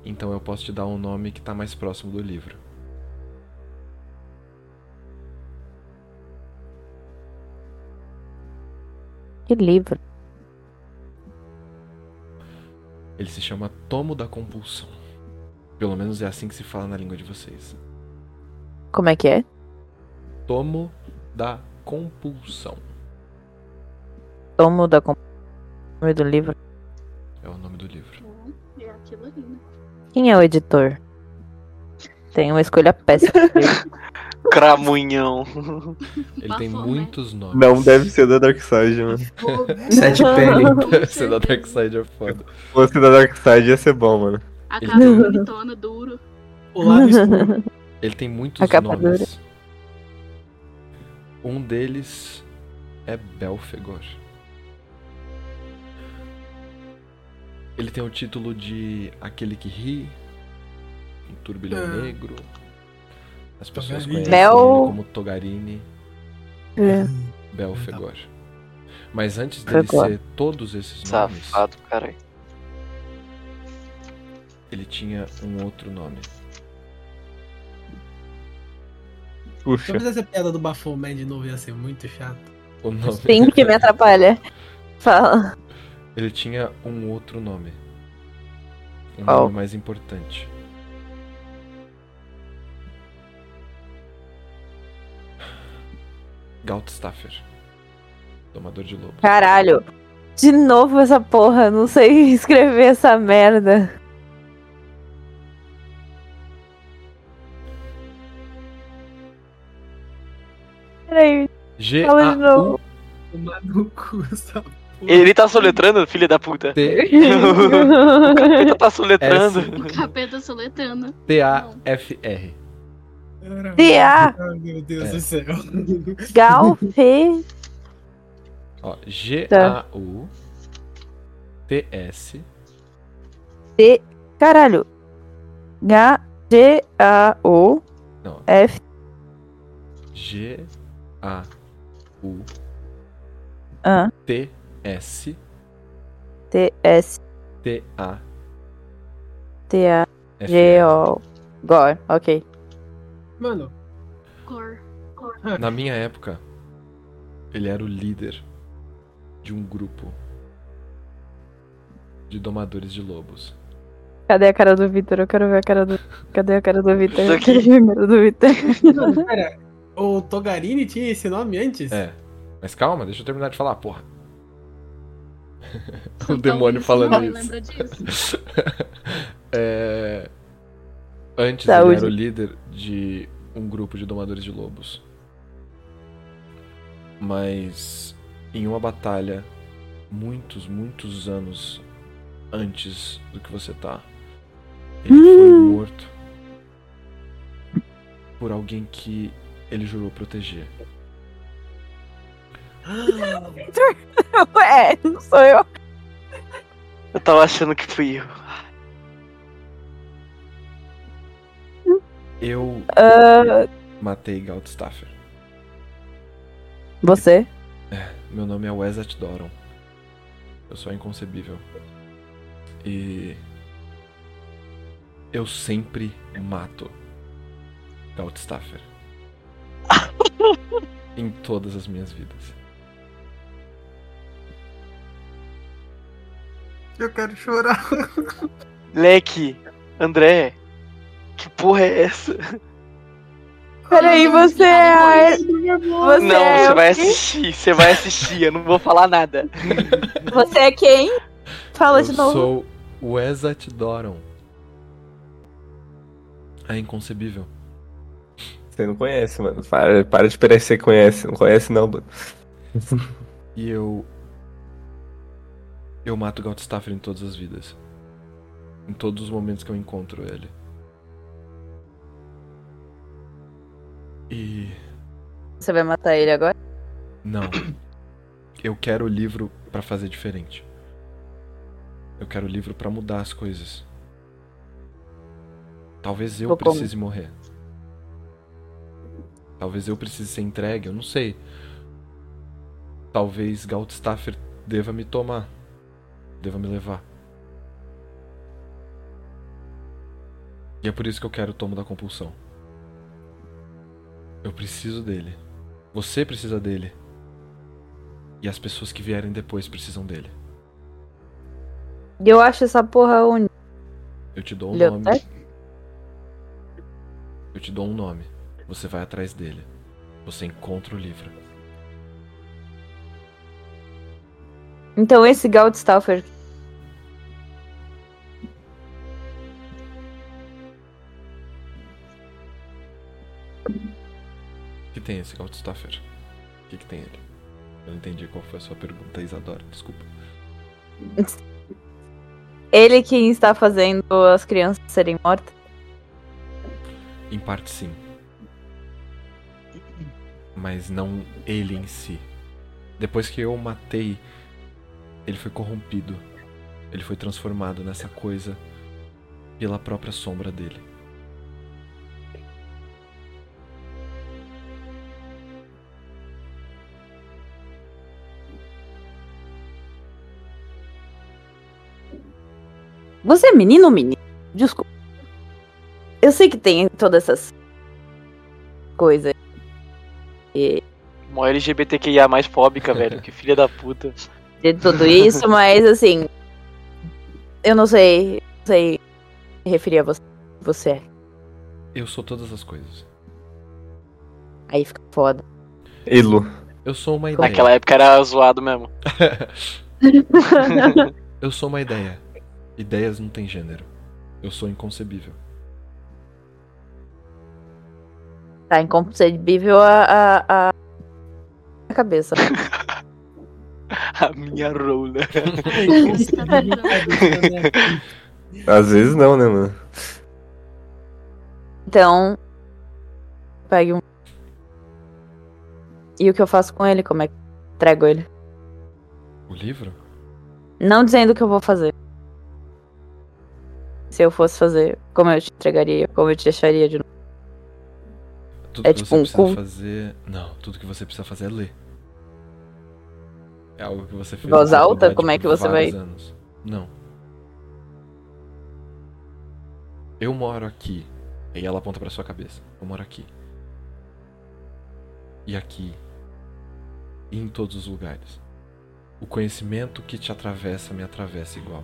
Speaker 2: Então eu posso te dar um nome que tá mais próximo do livro.
Speaker 1: Que livro?
Speaker 2: Ele se chama Tomo da Compulsão. Pelo menos é assim que se fala na língua de vocês.
Speaker 1: Como é que é?
Speaker 2: Tomo da compulsão.
Speaker 1: Tomo da comp- nome do livro.
Speaker 2: É o nome do livro.
Speaker 5: Bom, É aquilo ali, né?
Speaker 1: Quem é o editor? Tem uma escolha péssima.
Speaker 3: Cramunhão.
Speaker 2: Ele tem
Speaker 5: Bafão, né?
Speaker 2: muitos nomes.
Speaker 4: Não deve ser da Dark Side, mano.
Speaker 7: Sete pele.
Speaker 2: Deve ser da Dark Side é foda.
Speaker 4: Se fosse da Dark Side ia ser bom, mano.
Speaker 5: A capa gritona duro.
Speaker 6: O lado escuro.
Speaker 2: Ele tem muitos
Speaker 1: A capa
Speaker 2: nomes. Um deles é Belfegor. Ele tem o título de Aquele que ri, um turbilhão
Speaker 6: Ah.
Speaker 2: negro. As pessoas
Speaker 6: Togarini.
Speaker 2: conhecem
Speaker 1: Bel-
Speaker 2: ele como Togarini
Speaker 1: É.
Speaker 2: Belfegor. Mas antes dele
Speaker 1: Fegor.
Speaker 2: ser todos esses nomes,
Speaker 3: Safado, caralho.
Speaker 2: ele tinha um outro nome.
Speaker 6: Se
Speaker 4: Puxa.
Speaker 6: eu fizesse a piada do Bafomé de novo ia ser muito chato.
Speaker 2: O nome
Speaker 1: Sim, um que me atrapalha. Fala.
Speaker 2: Ele tinha um outro nome. Um
Speaker 1: Qual?
Speaker 2: nome mais importante. Gautstaffer. Domador de lobos.
Speaker 1: Caralho. De novo essa porra. Não sei escrever essa merda. Peraí.
Speaker 2: G
Speaker 1: Fala de
Speaker 2: A U
Speaker 1: novo.
Speaker 6: Tomar no cu essa
Speaker 3: Ele tá soletrando, filho da puta.
Speaker 2: T
Speaker 3: Ele tá soletrando.
Speaker 5: Capeta soletrando.
Speaker 2: T A F R.
Speaker 6: porra.
Speaker 1: D.A.
Speaker 6: Ah, meu Deus
Speaker 2: É.
Speaker 6: do céu.
Speaker 1: Galfe.
Speaker 2: Ó, G A
Speaker 1: Tá.
Speaker 2: U T S
Speaker 1: D. Caralho. Ga- G-A-O.
Speaker 2: Não.
Speaker 1: F.
Speaker 2: G A U
Speaker 1: A.
Speaker 2: T S
Speaker 1: T. S.
Speaker 2: T A
Speaker 1: T. A.
Speaker 2: F
Speaker 1: G.
Speaker 2: R.
Speaker 1: O. Gore. Ok.
Speaker 6: Mano,
Speaker 5: Cor. Cor.
Speaker 2: Na minha época, ele era o líder de um grupo de domadores de lobos.
Speaker 1: Cadê a cara do Vitor? Eu quero ver a cara do. Cadê a cara do Vitor?
Speaker 3: Isso
Speaker 1: Eu
Speaker 3: aqui.
Speaker 1: quero ver a cara do Vitor.
Speaker 6: mano, pera. O Togarini tinha esse nome antes?
Speaker 2: É. Mas calma, deixa eu terminar de falar, porra. o
Speaker 5: Então,
Speaker 2: demônio
Speaker 5: isso
Speaker 2: falando
Speaker 5: não, eu
Speaker 2: isso.
Speaker 5: lembro disso.
Speaker 2: É, Antes
Speaker 1: Saúde.
Speaker 2: ele era o líder de um grupo de domadores de lobos. Mas em uma batalha muitos, muitos anos antes do que você tá, ele foi morto por alguém que ele jurou proteger.
Speaker 1: É, não sou eu.
Speaker 3: Eu tava achando que fui eu.
Speaker 2: Eu matei Gautstaffer.
Speaker 1: Você?
Speaker 2: Meu nome é Wesat Doron. Eu sou inconcebível. E. Eu sempre mato Gautstaffer. em todas as minhas vidas.
Speaker 6: Eu quero chorar.
Speaker 3: Leque, André, que porra é essa?
Speaker 1: Peraí,
Speaker 5: Eu não
Speaker 1: você é a.
Speaker 5: sei
Speaker 1: Você
Speaker 3: não,
Speaker 1: é
Speaker 3: você
Speaker 1: o
Speaker 3: vai
Speaker 1: quê?
Speaker 3: assistir, você vai assistir, eu não vou falar nada.
Speaker 1: Você é quem? Fala de
Speaker 2: eu
Speaker 1: novo.
Speaker 2: sou Wesat Doron. A É inconcebível.
Speaker 4: Você não conhece, mano. Para, para de parecer que conhece. Não conhece, não, mano.
Speaker 2: E eu. Eu mato Gautstaffer em todas as vidas. Em todos os momentos que eu encontro ele. E.
Speaker 1: Você vai matar ele agora?
Speaker 2: Não. Eu quero o livro pra fazer diferente. Eu quero o livro pra mudar as coisas. Talvez eu
Speaker 1: Tô com-
Speaker 2: precise morrer. Talvez eu precise ser entregue, eu não sei. Talvez Gautstaffer deva me tomar. Deva me levar. E é por isso que eu quero o tomo da compulsão. Eu preciso dele. Você precisa dele. E as pessoas que vierem depois precisam dele.
Speaker 1: E eu acho essa porra onde?
Speaker 2: Eu te dou um nome.
Speaker 1: Biblioteca?
Speaker 2: Eu te dou um nome. Você vai atrás dele. Você encontra o livro.
Speaker 1: Então esse Goldstaffer.
Speaker 2: O que tem esse Goldstaffer? O que, que tem ele? Eu não entendi qual foi a sua pergunta, Isadora. Desculpa.
Speaker 1: Ele quem está fazendo as crianças serem mortas?
Speaker 2: Em parte sim. Mas não ele em si. Depois que eu o matei, ele foi corrompido. Ele foi transformado nessa coisa pela própria sombra dele.
Speaker 1: Você é menino ou menino? Desculpa. Eu sei que tem todas essas coisas. E
Speaker 3: Mó LGBTQIA mais fóbica, velho. Que filha da puta.
Speaker 1: de tudo isso, mas assim. Eu não sei. Não sei me referir a você. você.
Speaker 2: Eu sou todas as coisas.
Speaker 1: Aí fica foda.
Speaker 4: Elo.
Speaker 2: Eu sou uma ideia.
Speaker 3: Naquela época era zoado mesmo.
Speaker 2: Eu sou uma ideia. Ideias não têm gênero. Eu sou inconcebível.
Speaker 1: Tá inconcebível a, a, a. a cabeça.
Speaker 3: A minha rola.
Speaker 6: É né?
Speaker 4: Às vezes não, né, mano?
Speaker 1: Então. Pegue um. E o que eu faço com ele? Como é que eu entrego ele?
Speaker 2: O livro?
Speaker 1: Não dizendo o que eu vou fazer. Se eu fosse fazer, como eu te entregaria, como eu te deixaria de novo.
Speaker 2: Tudo
Speaker 1: É
Speaker 2: que
Speaker 1: tipo
Speaker 2: você
Speaker 1: um
Speaker 2: precisa
Speaker 1: cu.
Speaker 2: fazer. Não, tudo que você precisa fazer é ler. É algo que você fez.
Speaker 1: Voz
Speaker 2: na
Speaker 1: alta?
Speaker 2: faculdade
Speaker 1: Como é
Speaker 2: por
Speaker 1: que você
Speaker 2: vários anos. Não. Eu moro aqui. E ela aponta pra sua cabeça. Eu moro aqui. E aqui. E em todos os lugares. O conhecimento que te atravessa me atravessa igual.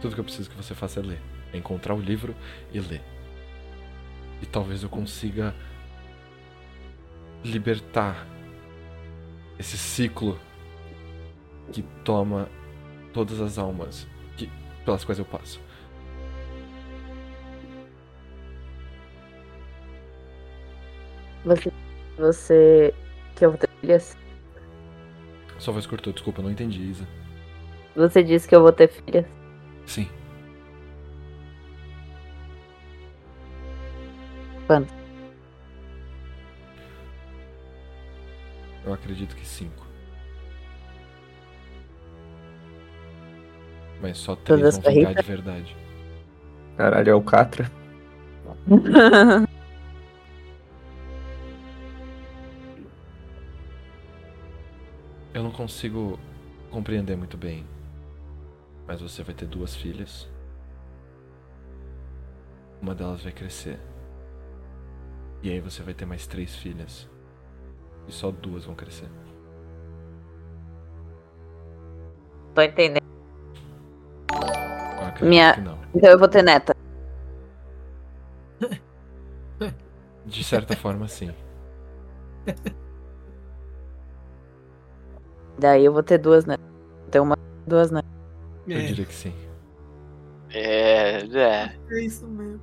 Speaker 2: Tudo que eu preciso que você faça é ler. É encontrar o livro e ler. E talvez eu consiga libertar esse ciclo que toma todas as almas que, pelas quais eu passo.
Speaker 1: Você. Você. Que eu vou ter filhas?
Speaker 2: Sua voz cortou, desculpa, eu não entendi, Isa.
Speaker 1: Você disse que eu vou ter filhas.
Speaker 2: Sim.
Speaker 1: Quando?
Speaker 2: Eu acredito que cinco. Mas só três
Speaker 1: Todas
Speaker 2: vão vingar
Speaker 1: barrigas?
Speaker 2: de verdade.
Speaker 4: Caralho, é Alcatra.
Speaker 2: Eu não consigo compreender muito bem. Mas você vai ter duas filhas. Uma delas vai crescer. E aí você vai ter mais três filhas. E só duas vão crescer.
Speaker 1: Tô entendendo.
Speaker 2: Eu acredito
Speaker 1: Minha-
Speaker 2: que não.
Speaker 1: Então eu vou ter neta.
Speaker 2: De certa forma, sim.
Speaker 1: Daí eu vou ter duas netas. Vou ter uma, duas netas.
Speaker 2: Eu
Speaker 6: É,
Speaker 2: diria que sim.
Speaker 3: É, é.
Speaker 6: é isso mesmo.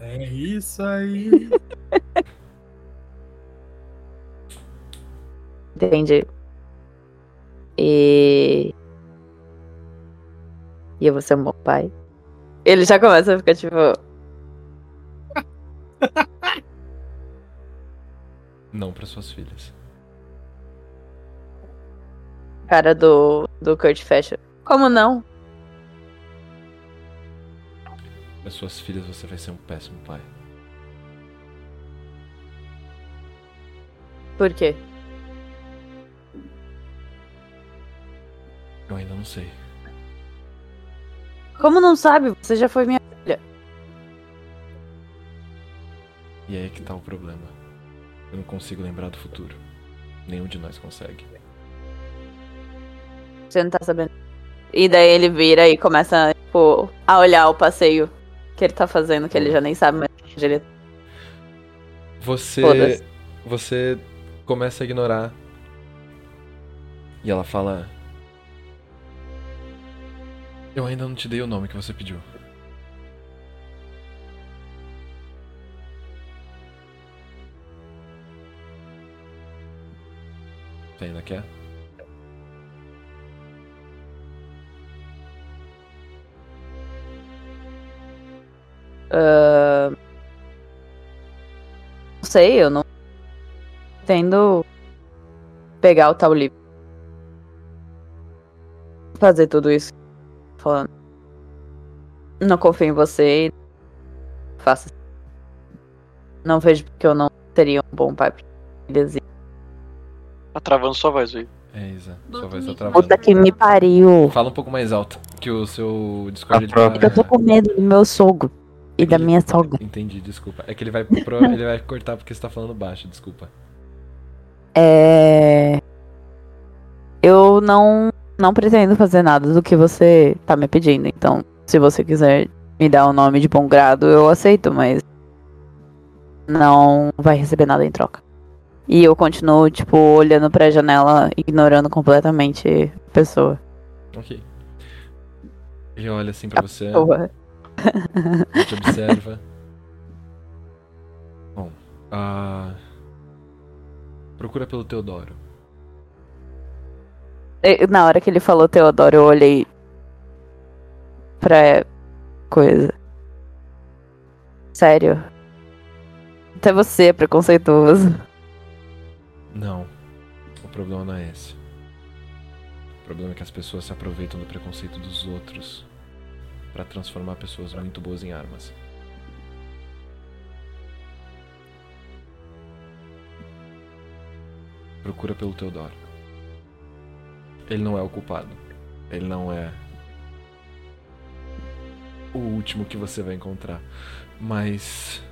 Speaker 6: É isso aí.
Speaker 1: Entendi. E. E eu vou ser um bom pai. Ele já começa a ficar tipo.
Speaker 2: Não para suas filhas.
Speaker 1: cara do, do Kurt Fashion. Como não?
Speaker 2: Para suas filhas você vai ser um péssimo pai.
Speaker 1: Por quê?
Speaker 2: Eu ainda não sei.
Speaker 1: Como não sabe? Você já foi minha.
Speaker 2: E aí que tá o problema. Eu não consigo lembrar do futuro. Nenhum de nós consegue.
Speaker 8: Você não tá sabendo. E daí ele vira e começa, tipo, a olhar o passeio que ele tá fazendo, que ele já nem sabe mais onde ele
Speaker 2: Você.
Speaker 8: Foda-se.
Speaker 2: Você começa a ignorar. E ela fala. Eu ainda não te dei o nome que você pediu. Você ainda quer?
Speaker 8: Não sei, eu não pretendo pegar o tal livro. Fazer tudo isso que você tá falando. Não confio em você e faça isso. Não vejo porque eu não seria um bom pai pra eles. E
Speaker 3: Tá travando sua voz, velho.
Speaker 2: É, Isa. Sua
Speaker 5: Bota
Speaker 2: voz tá
Speaker 5: o
Speaker 2: travando.
Speaker 1: Puta que me pariu.
Speaker 2: Fala um pouco mais alto, que o seu Discord ele tá-
Speaker 4: própria.
Speaker 1: É que eu tô com medo do meu sogro e da minha sogra.
Speaker 2: Entendi, desculpa. É que ele vai, pro- ele vai cortar porque você tá falando baixo, desculpa.
Speaker 1: É. Eu não, não pretendo fazer nada do que você tá me pedindo. Então, se você quiser me dar o nome de bom grado, eu aceito, mas. Não vai receber nada em troca. E eu continuo, tipo, olhando pra janela, ignorando completamente a pessoa.
Speaker 2: Ok. Ele olha assim pra você,
Speaker 1: Porra.
Speaker 2: ele te observa. Bom, ah. Procura pelo Teodoro.
Speaker 1: É, Eu- Na hora que ele falou Teodoro, eu olhei pra coisa. Sério. Até você é preconceituoso.
Speaker 2: Não. O problema não é esse. O problema é que as pessoas se aproveitam do preconceito dos outros pra transformar pessoas muito boas em armas. Procura pelo Teodoro. Ele não é o culpado. Ele não é o último que você vai encontrar. Mas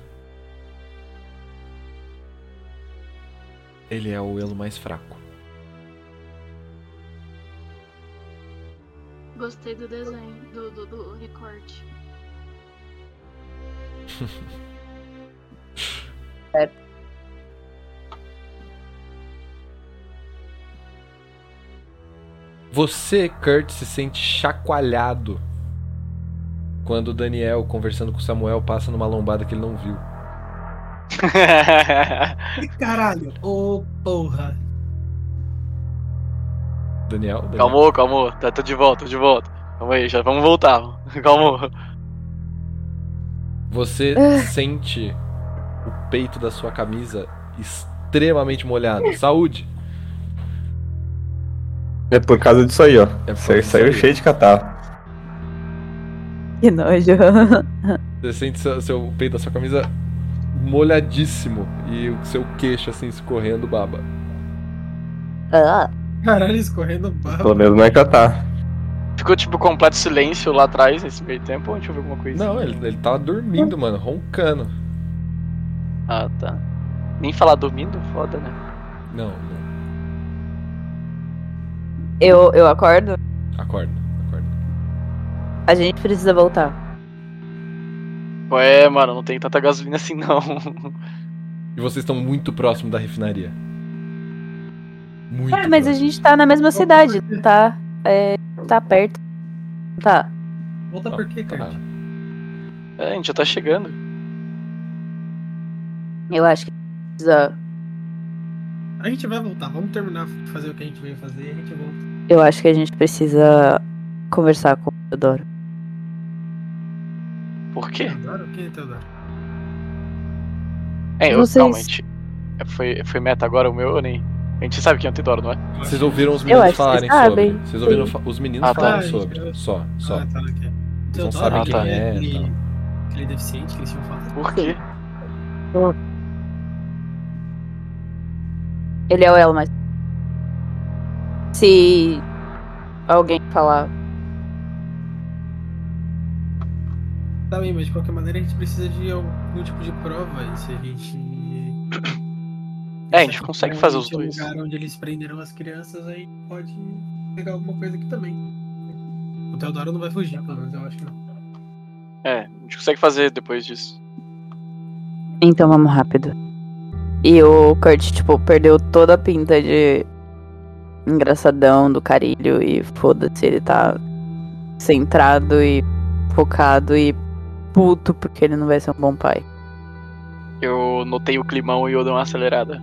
Speaker 2: ele é o elo mais fraco.
Speaker 5: Gostei do desenho, do, do, do recorte.
Speaker 2: Você, Kurt, se sente chacoalhado quando o Daniel, conversando com o Samuel, passa numa lombada que ele não viu.
Speaker 6: Ih, Caralho, ô porra.
Speaker 2: Daniel? Daniel?
Speaker 3: calmou, calmou. Tá, tô de volta, tô de volta. Calma aí, já vamos voltar. Calmou.
Speaker 2: Você sente o peito da sua camisa extremamente molhado. Saúde!
Speaker 4: É por causa disso aí, ó.
Speaker 2: É por causa
Speaker 4: Saiu,
Speaker 2: disso
Speaker 4: saiu
Speaker 2: aí.
Speaker 4: cheio de catarro.
Speaker 1: Que nojo.
Speaker 2: Você sente seu, seu- o peito da sua camisa molhadíssimo e o seu queixo assim escorrendo baba.
Speaker 1: Ah,
Speaker 6: Caralho, escorrendo barro.
Speaker 4: Pelo menos não é catarro.
Speaker 3: Ficou tipo completo silêncio lá atrás nesse meio tempo. Deixa eu ver alguma coisa.
Speaker 2: Não, ele, ele tava dormindo, mano, roncando.
Speaker 3: Ah, tá. Nem falar dormindo, foda, né?
Speaker 2: Não, não.
Speaker 8: eu, eu acordo.
Speaker 2: Acorda, acorda.
Speaker 8: A gente precisa voltar.
Speaker 3: Ué, mano, não tem tanta gasolina assim não.
Speaker 2: E vocês estão muito próximo da refinaria. Muito
Speaker 8: É, mas a
Speaker 2: próximo.
Speaker 8: gente tá na mesma cidade, tá? É, tá perto. Tá.
Speaker 6: Volta por quê,
Speaker 2: Tá.
Speaker 6: cara?
Speaker 3: É, a gente já tá chegando.
Speaker 8: Eu acho que precisa.
Speaker 6: A gente vai voltar, vamos terminar de fazer o que a gente veio fazer e a gente volta.
Speaker 8: Eu acho que a gente precisa conversar com o Teodoro.
Speaker 3: Por quê?
Speaker 6: Teodoro? Quem é Teodoro?
Speaker 3: É, eu
Speaker 8: Vocês-
Speaker 3: realmente. é, Foi, foi meta agora o meu, eu nem. A gente sabe quem é o Teodoro, não é?
Speaker 2: Vocês ouviram os meninos
Speaker 8: acho que
Speaker 2: falarem
Speaker 8: vocês sabem.
Speaker 2: sobre. Vocês ouviram fa- os meninos
Speaker 3: Ah, tá.
Speaker 2: falarem
Speaker 6: Ah,
Speaker 2: sobre.
Speaker 6: eu-
Speaker 2: Só, só.
Speaker 6: Ah, tá, ok.
Speaker 2: não
Speaker 6: Teodoro,
Speaker 2: sabem
Speaker 6: aquele,
Speaker 2: quem é,
Speaker 6: aquele,
Speaker 2: então.
Speaker 6: aquele deficiente que eles tinham falado.
Speaker 3: Por quê?
Speaker 8: Ele é o elo mais. Se alguém falar.
Speaker 6: Tá bem, mas de qualquer maneira a gente precisa de algum tipo de prova. E se a gente. é
Speaker 3: É, a gente consegue fazer os
Speaker 6: Realmente
Speaker 3: dois.
Speaker 6: O lugar onde eles prenderam as crianças aí pode pegar alguma coisa aqui também. O Teodoro não vai fugir, pelo menos eu acho que não.
Speaker 3: É, a gente consegue fazer depois disso.
Speaker 1: Então vamos rápido. E o Kurt, tipo, perdeu toda a pinta de engraçadão do carilho e foda-se, ele tá centrado e focado e puto porque ele não vai ser um bom pai.
Speaker 3: Eu notei o climão e eu dou uma acelerada.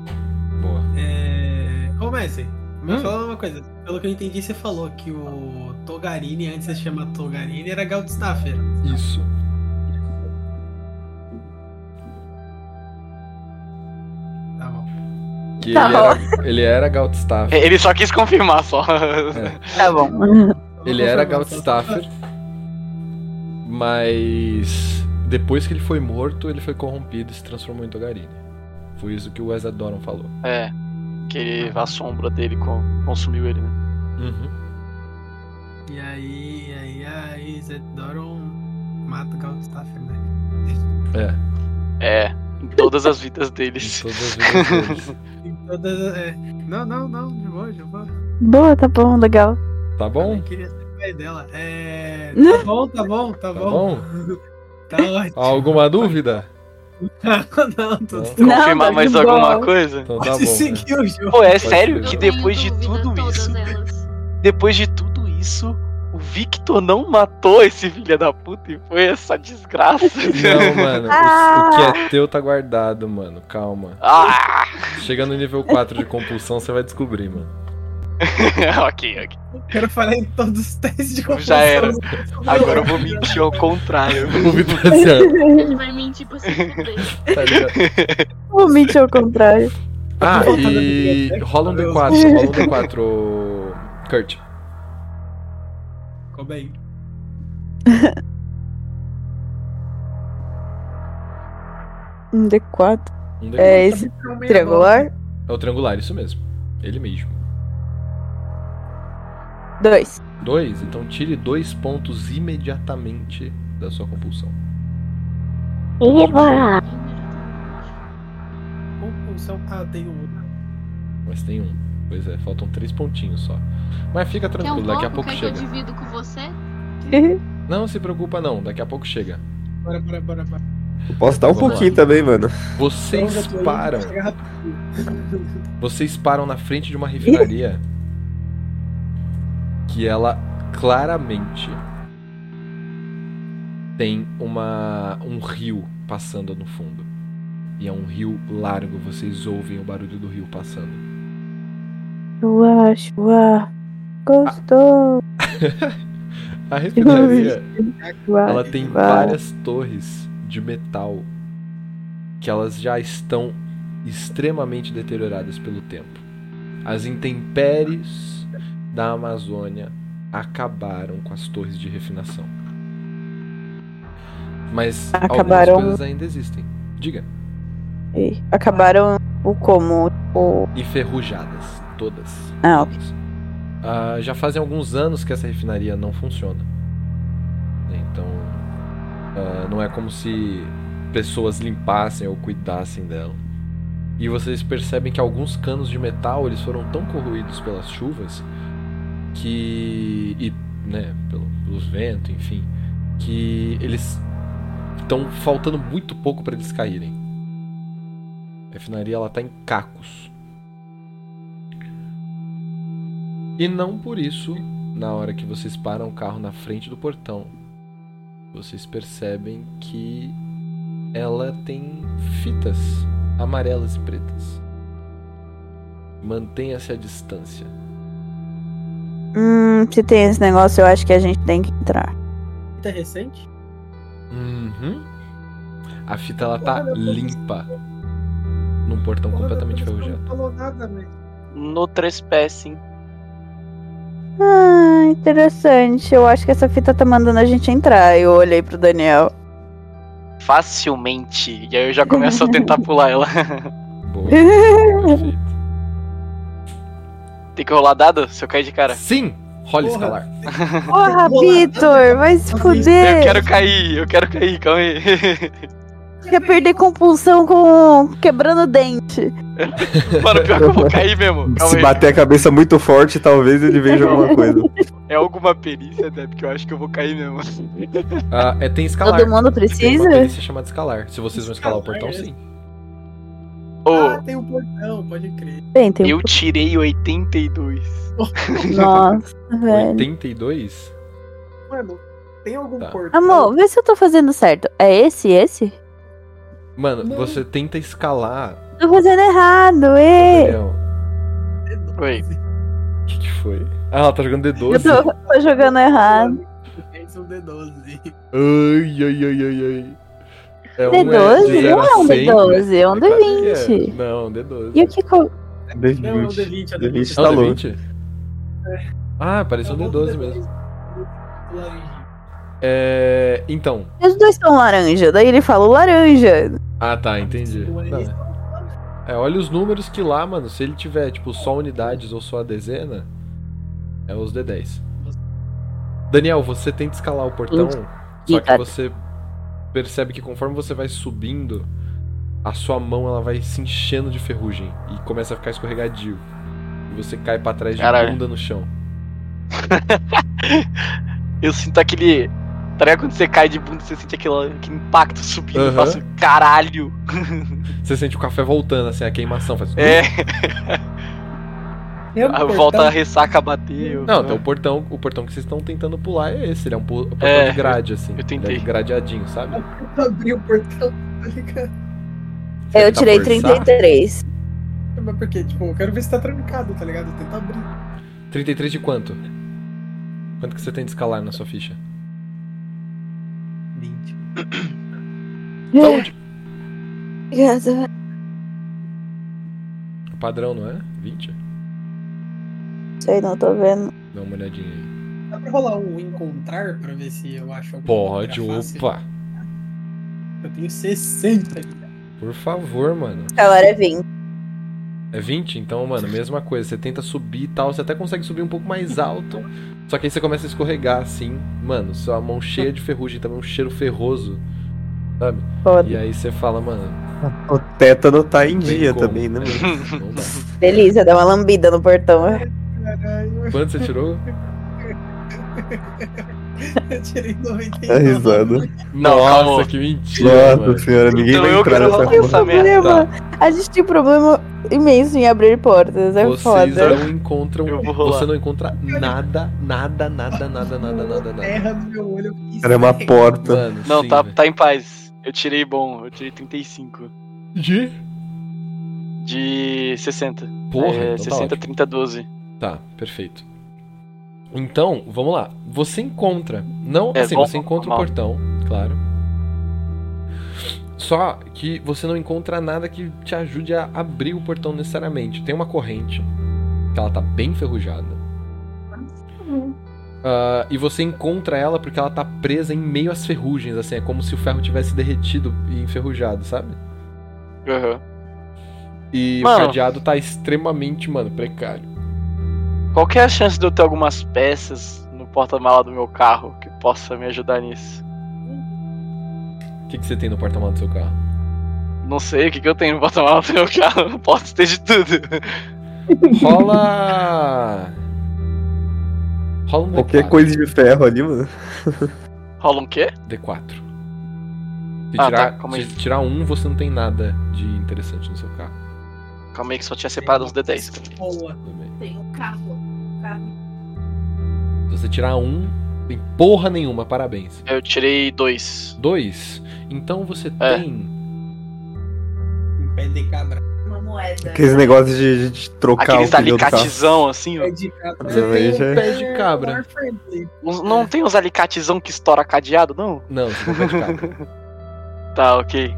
Speaker 2: Boa.
Speaker 6: É... Ô, Messi, me
Speaker 2: Hum.
Speaker 6: fala uma coisa. Pelo que eu entendi, você falou que o Togarini, antes de se chamar Togarini, era Galdstaffer.
Speaker 2: Isso.
Speaker 6: Tá bom.
Speaker 2: Que
Speaker 1: Tá
Speaker 2: ele era, ele era Gautstaff.
Speaker 3: Ele só quis confirmar só.
Speaker 1: Tá bom.
Speaker 6: É.
Speaker 2: Ele era Gautstaffer, mas depois que ele foi morto, ele foi corrompido e se transformou em Togarini. Foi isso que o Wes Doron falou.
Speaker 3: É. Que a sombra dele co- consumiu ele, né?
Speaker 2: Uhum.
Speaker 6: E aí, aí, aí, Zedoron mata o Galdstaffer, né?
Speaker 2: É,
Speaker 3: É. Em todas as vidas
Speaker 2: em
Speaker 3: deles.
Speaker 2: todas as vidas deles.
Speaker 6: E todas- é, Não, não, não, de boa, de boa.
Speaker 1: Boa, tá bom, legal.
Speaker 2: Tá
Speaker 6: Eu
Speaker 2: bom? Né?
Speaker 6: queria saber dela. É. Tá bom, tá bom, tá,
Speaker 2: Tá
Speaker 6: bom.
Speaker 2: bom?
Speaker 6: Tá ótimo.
Speaker 2: Alguma dúvida?
Speaker 6: não, tô
Speaker 2: Não.
Speaker 1: Não,
Speaker 3: Confirmar
Speaker 1: tá de
Speaker 3: mais
Speaker 1: boa.
Speaker 3: alguma coisa?
Speaker 2: Então tá
Speaker 6: Pode
Speaker 2: bom.
Speaker 6: seguir o jogo.
Speaker 3: Pô, é
Speaker 2: ser.
Speaker 3: sério
Speaker 2: Eu
Speaker 3: que
Speaker 2: tenho
Speaker 3: depois de tudo isso.
Speaker 9: Elas.
Speaker 3: Depois de tudo isso, o Victor não matou esse filho da puta e foi essa desgraça.
Speaker 2: Não, mano, o, o que é teu tá guardado, mano. Calma.
Speaker 3: ah!
Speaker 2: Chega no nível 4 de compulsão, você vai descobrir, mano.
Speaker 3: ok, ok.
Speaker 6: Quero falar em todos os testes de compulsão.
Speaker 3: Já era. Agora eu vou mentir ao contrário.
Speaker 2: O Vitor tá assim, ó,
Speaker 9: Ele vai mentir
Speaker 5: tipo,
Speaker 9: pra se fuder.
Speaker 2: tá ligado?
Speaker 1: O Mitch ao contrário.
Speaker 2: Ah,
Speaker 6: Voltando à
Speaker 2: e
Speaker 6: biblioteca.
Speaker 2: rola um D4, rola um D4, ô, Kurt.
Speaker 6: Ficou bem.
Speaker 1: Um D4.
Speaker 2: Um D4.
Speaker 1: É esse triangular.
Speaker 2: É o triangular, isso mesmo. Ele mesmo.
Speaker 1: Dois.
Speaker 2: Dois, então tire dois pontos imediatamente da sua compulsão.
Speaker 9: Eba!
Speaker 6: Compulsão. Ah, tem um.
Speaker 2: Mas tem um. Pois é, faltam três pontinhos só. Mas fica
Speaker 5: Quer
Speaker 2: tranquilo,
Speaker 5: um
Speaker 2: daqui a pouco
Speaker 5: pouco? Quer que
Speaker 2: chega.
Speaker 5: eu divido com você?
Speaker 2: Não se preocupa não, daqui a pouco chega.
Speaker 6: Bora, bora, bora, bora.
Speaker 4: Eu posso dar um
Speaker 2: Vamos lá.
Speaker 4: pouquinho também, mano.
Speaker 2: Vocês
Speaker 6: Então, já tô indo,
Speaker 2: param.
Speaker 6: chega rapidinho.
Speaker 2: Vocês param na frente de uma refinaria que ela claramente tem uma um rio passando no fundo. E é um rio largo, vocês ouvem o barulho do rio passando.
Speaker 1: Chua, chua. Gostou.
Speaker 2: A refinaria,
Speaker 1: Chua,
Speaker 2: ela tem
Speaker 1: chua.
Speaker 2: várias torres de metal que elas já estão extremamente deterioradas pelo tempo. As intempéries da Amazônia acabaram com as torres de refinação. Mas
Speaker 1: Acabaram-
Speaker 2: algumas coisas ainda existem. Diga.
Speaker 1: E Acabaram o como? O...
Speaker 2: Enferrujadas, todas.
Speaker 1: Ah, ok.
Speaker 2: Ah, já fazem alguns anos que essa refinaria não funciona. Né, Então, ah, não é como se pessoas limpassem ou cuidassem dela. E vocês percebem que alguns canos de metal eles foram tão corroídos pelas chuvas que e né, pelo, pelos ventos, enfim, que eles estão faltando muito pouco para eles caírem. A refinaria ela tá em cacos. E não por isso, na hora que vocês param o carro na frente do portão, vocês percebem que ela tem fitas amarelas e pretas. Mantenha-se à distância.
Speaker 1: Hum, se tem esse negócio, eu acho que a gente tem que entrar.
Speaker 6: Tá recente?
Speaker 2: Uhum. A fita ela tá limpa. Num portão completamente
Speaker 6: Porra,
Speaker 2: ferrujado.
Speaker 6: Não falou nada, velho.
Speaker 3: No trespassing.
Speaker 1: Ah, interessante. Eu acho que essa fita tá mandando a gente entrar. Eu olhei pro Daniel.
Speaker 3: Facilmente. E aí eu já começo a tentar pular ela.
Speaker 2: Boa. Perfeito.
Speaker 3: Tem que rolar dado se eu cair de cara.
Speaker 2: Sim! Rola
Speaker 6: Porra.
Speaker 2: escalar.
Speaker 1: Porra, Vitor, vai se
Speaker 6: Eu
Speaker 1: fuder.
Speaker 3: Eu quero cair, eu quero cair, calma aí.
Speaker 1: Quer perder compulsão com quebrando dente.
Speaker 3: Mano, pior que eu vou cair mesmo. Calma
Speaker 4: Se
Speaker 3: aí.
Speaker 4: bater a cabeça muito forte, talvez ele veja alguma coisa.
Speaker 3: É alguma perícia, né? Porque eu acho que eu vou cair mesmo.
Speaker 2: Ah, é, tem escalar.
Speaker 1: Todo mundo
Speaker 2: Tem uma
Speaker 1: precisa?
Speaker 2: perícia chamada escalar. Se vocês vão escalar o portão, sim.
Speaker 3: Ô,
Speaker 6: Ah, tem um portão, pode crer.
Speaker 1: Tem, um tem.
Speaker 3: eu tirei 82.
Speaker 1: Nossa, velho.
Speaker 2: 82?
Speaker 6: Mano, tem algum
Speaker 2: Tá.
Speaker 6: portão?
Speaker 1: Amor, vê se eu tô fazendo certo. É esse, esse?
Speaker 2: Mano,
Speaker 6: Não.
Speaker 2: você tenta escalar.
Speaker 1: Tô fazendo errado, ê!
Speaker 2: Daniel,
Speaker 6: Um
Speaker 3: Oi.
Speaker 2: o que, que foi? Ah, ela tá jogando
Speaker 1: Eu
Speaker 2: D12.
Speaker 1: tô, tô jogando errado.
Speaker 6: Esse é um D12.
Speaker 2: Ai, ai, ai, ai, ai. É um
Speaker 1: D12?
Speaker 2: de zero
Speaker 1: Não é
Speaker 2: a
Speaker 1: um
Speaker 2: 100,
Speaker 1: D12, é um
Speaker 2: né? Claro que
Speaker 1: D20.
Speaker 2: é. Não, um D12.
Speaker 1: E o que co-
Speaker 6: Não, é um
Speaker 4: D20.
Speaker 6: D20, é um
Speaker 4: D20
Speaker 2: É um
Speaker 4: tá louco.
Speaker 2: D20? Ah, parece um D12 mesmo.
Speaker 6: Laranja.
Speaker 2: É. Então.
Speaker 1: Os dois são laranja, daí ele fala laranja.
Speaker 2: Ah, tá, entendi.
Speaker 6: tipo,
Speaker 2: Não, é, olha os números que lá, mano, se ele tiver, tipo, só unidades ou só a dezena, é os D10. Daniel, você tenta escalar o portão, só que
Speaker 1: Obrigada.
Speaker 2: você percebe que conforme você vai subindo, a sua mão ela vai se enchendo de ferrugem e começa a ficar escorregadio. E você cai pra trás de
Speaker 3: Caralho.
Speaker 2: bunda no chão.
Speaker 3: Eu sinto aquele. Tá ligado quando você cai de bunda, você sente aquele, aquele impacto subindo. Eu
Speaker 2: Aham.
Speaker 3: faço caralho.
Speaker 2: Você sente o café voltando, assim, a queimação faz.
Speaker 3: É,
Speaker 6: Tem um
Speaker 3: aí
Speaker 6: portão?
Speaker 3: volta a ressaca a bater. Eu...
Speaker 2: Não, então o portão, o portão que vocês estão tentando pular é esse, ele é um po- portão
Speaker 3: É,
Speaker 2: de grade, assim.
Speaker 3: eu tentei.
Speaker 2: Ele é gradeadinho, sabe?
Speaker 6: Eu abri o portão, tá ligado?
Speaker 2: Você
Speaker 1: É,
Speaker 2: tá
Speaker 1: Eu
Speaker 2: tenta
Speaker 1: tirei
Speaker 2: forçar.
Speaker 1: 33.
Speaker 6: Mas por quê? Tipo, eu quero ver se tá trancado, tá ligado? Tenta abrir.
Speaker 2: 33 de quanto? Quanto que você tem de escalar na sua ficha? Saúde!
Speaker 1: Obrigada.
Speaker 2: Padrão, não é? 20?
Speaker 1: Sei não, tô vendo.
Speaker 2: Dá uma olhadinha aí.
Speaker 6: Dá pra rolar um encontrar pra ver se eu acho alguma
Speaker 3: É
Speaker 2: Pode,
Speaker 6: maneira fácil?
Speaker 2: opa!
Speaker 6: Eu tenho 60. ali.
Speaker 2: Por favor, mano.
Speaker 1: Calor é 20.
Speaker 2: É 20? Então, mano, mesma coisa. Você tenta subir e tal, você até consegue subir um pouco mais alto. Só que aí você começa a escorregar, assim. Mano, sua mão cheia de ferrugem, também um cheiro ferroso. Sabe?
Speaker 1: Foda.
Speaker 2: E é. aí você fala, mano,
Speaker 4: O tétano tá em
Speaker 2: Não tem
Speaker 4: dia
Speaker 2: como.
Speaker 4: também, né, mano?
Speaker 2: não dá.
Speaker 1: Delícia, dá uma lambida no portão.
Speaker 2: É
Speaker 6: Caralho,
Speaker 2: Quanto você tirou?
Speaker 6: eu tirei 90.
Speaker 4: Tá risada.
Speaker 3: Não,
Speaker 2: Nossa,
Speaker 3: calma.
Speaker 2: que mentira,
Speaker 4: Nossa
Speaker 2: mano.
Speaker 4: senhora, ninguém
Speaker 3: Então
Speaker 4: vai
Speaker 3: eu
Speaker 4: entrar
Speaker 3: quero
Speaker 4: nessa
Speaker 3: rolar
Speaker 4: porra.
Speaker 3: essa merda.
Speaker 1: Problema. A gente tem problema imenso em abrir portas, é
Speaker 2: tá. Vocês
Speaker 1: foda.
Speaker 2: não encontram.
Speaker 3: Eu vou rolar.
Speaker 2: Você não encontra nada, nada, nada, nada, nada, nada,
Speaker 3: É.
Speaker 2: nada.
Speaker 6: Terra do meu olho. eu fiz.
Speaker 4: Era é uma porta.
Speaker 2: Mano,
Speaker 3: Não,
Speaker 2: sim,
Speaker 3: tá,
Speaker 2: velho.
Speaker 3: tá em paz. Eu tirei bom, eu tirei 35.
Speaker 2: De?
Speaker 3: De 60.
Speaker 2: Porra,
Speaker 3: é,
Speaker 2: então tá
Speaker 3: 60,
Speaker 2: ótimo.
Speaker 3: 30, 12.
Speaker 2: Tá, perfeito. Então, vamos lá. Você encontra. Não,
Speaker 3: É,
Speaker 2: assim,
Speaker 3: bom,
Speaker 2: você encontra o
Speaker 3: mal.
Speaker 2: portão, claro. Só que você não encontra nada que te ajude a abrir o portão necessariamente. Tem uma corrente, que ela tá bem ferrujada. Ah, e você encontra ela porque ela tá presa em meio às ferrugens, assim, é como se o ferro tivesse derretido e enferrujado, sabe?
Speaker 3: Aham.
Speaker 2: E o
Speaker 3: Mano.
Speaker 2: cadeado tá extremamente, mano, precário.
Speaker 3: Qual que é a chance de eu ter algumas peças no porta-mala do meu carro que possa me ajudar nisso?
Speaker 2: O que, que você tem no porta-malas do seu carro?
Speaker 3: Não sei, o que, que eu tenho no porta-mala do meu carro? Posso ter de tudo.
Speaker 2: Rola. Rola um
Speaker 4: Qualquer
Speaker 2: D4.
Speaker 4: coisa de ferro ali, mano.
Speaker 3: Rola um quê?
Speaker 2: D4. Se
Speaker 3: Ah,
Speaker 2: tirar,
Speaker 3: tá, calma
Speaker 2: se
Speaker 3: aí.
Speaker 2: tirar um, você não tem nada de interessante no seu carro.
Speaker 3: Calma aí que só tinha separado os D10.
Speaker 6: Boa.
Speaker 2: Também.
Speaker 9: Tem um carro. Um carro.
Speaker 2: Se você tirar um, tem porra nenhuma, parabéns.
Speaker 3: Eu tirei dois.
Speaker 2: Dois, então você
Speaker 3: É.
Speaker 2: tem.
Speaker 6: Um pé de cabra.
Speaker 9: Uma moeda.
Speaker 4: Aqueles negócios de, de trocar
Speaker 3: Aqueles
Speaker 4: o pneu do carro.
Speaker 3: alicatezão, assim, ó.
Speaker 6: Pé é de cabra.
Speaker 2: Você tem um
Speaker 4: Realmente é.
Speaker 2: pé de cabra.
Speaker 6: Friendly.
Speaker 3: Uns- Não tem uns alicatezão que estoura cadeado, não?
Speaker 2: Não, você tem um pé de cabra.
Speaker 3: Tá, ok.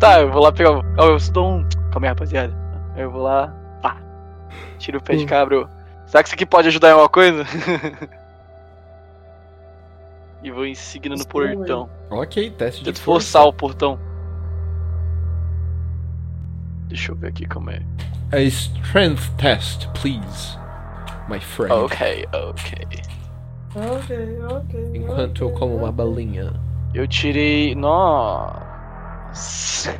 Speaker 3: Tá, eu vou lá pegar. o- Ó, eu dou um. Calma aí, rapaziada. Eu vou lá. Pá. Tiro o pé de cabra. eu- Será que isso aqui pode ajudar em alguma coisa? e vou em seguida no
Speaker 6: Escolha.
Speaker 3: portão.
Speaker 2: ok, teste de
Speaker 3: Tento
Speaker 2: é força.
Speaker 3: forçar o portão. Deixa eu ver aqui como é.
Speaker 2: A strength test, please. My friend.
Speaker 3: Ah, Ok, ok.
Speaker 6: Ok, ok.
Speaker 2: Enquanto eu como uma balinha.
Speaker 3: Eu tirei. Nossa.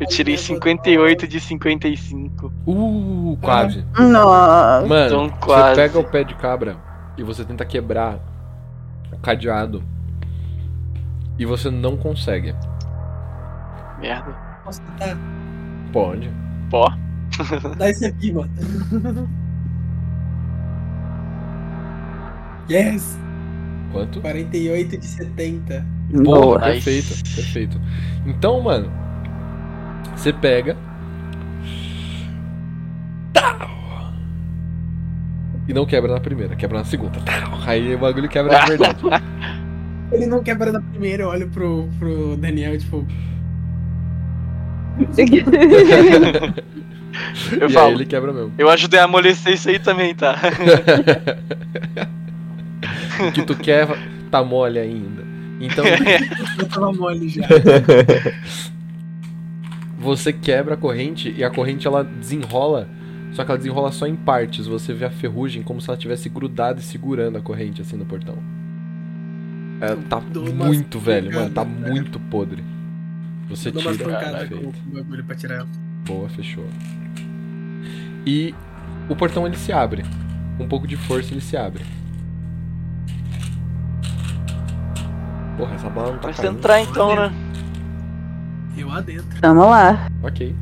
Speaker 3: Eu tirei 58 de 55.
Speaker 2: Uh, quase.
Speaker 1: Nossa.
Speaker 2: Mano,
Speaker 3: Então, quase.
Speaker 2: você pega o pé de cabra e você tenta quebrar o cadeado. E você não consegue.
Speaker 3: Merda.
Speaker 6: Posso tentar?
Speaker 2: Pode.
Speaker 3: Pó.
Speaker 6: tá. Dá esse aqui, mano. Yes!
Speaker 2: Quanto?
Speaker 6: 48 de 70.
Speaker 2: Boa,
Speaker 1: Boa.
Speaker 3: Nice.
Speaker 2: perfeito, perfeito. Então, mano, você pega. Tau! E não quebra na primeira, quebra na segunda. Tau! Aí o bagulho quebra de verdade.
Speaker 6: Ele não quebra na primeira, eu olho pro, pro Daniel, tipo,
Speaker 3: Eu
Speaker 2: e aí
Speaker 3: falo.
Speaker 2: ele quebra mesmo.
Speaker 3: Eu ajudei a amolecer isso aí também, tá?
Speaker 2: que tu quer tá mole ainda. Então
Speaker 6: eu tava mole já.
Speaker 2: você quebra a corrente e a corrente ela desenrola, só que ela desenrola só em partes. Você vê a ferrugem como se ela tivesse grudada e segurando a corrente assim no portão. É, tá
Speaker 6: Dou umas
Speaker 2: muito velho, mano, tá
Speaker 6: pancadas, né?
Speaker 2: muito podre. Você
Speaker 6: Eu dou umas
Speaker 2: tira, ah,
Speaker 6: pancadas com
Speaker 2: perfeito.
Speaker 6: com o bagulho pra tirar ela.
Speaker 2: Boa, fechou. E o portão ele se abre. Com um pouco de força ele se abre. Porra, essa bala não tá
Speaker 3: Pode
Speaker 2: caindo.
Speaker 3: entrar então, né?
Speaker 6: Eu adentro.
Speaker 1: Vamos lá.
Speaker 2: Ok.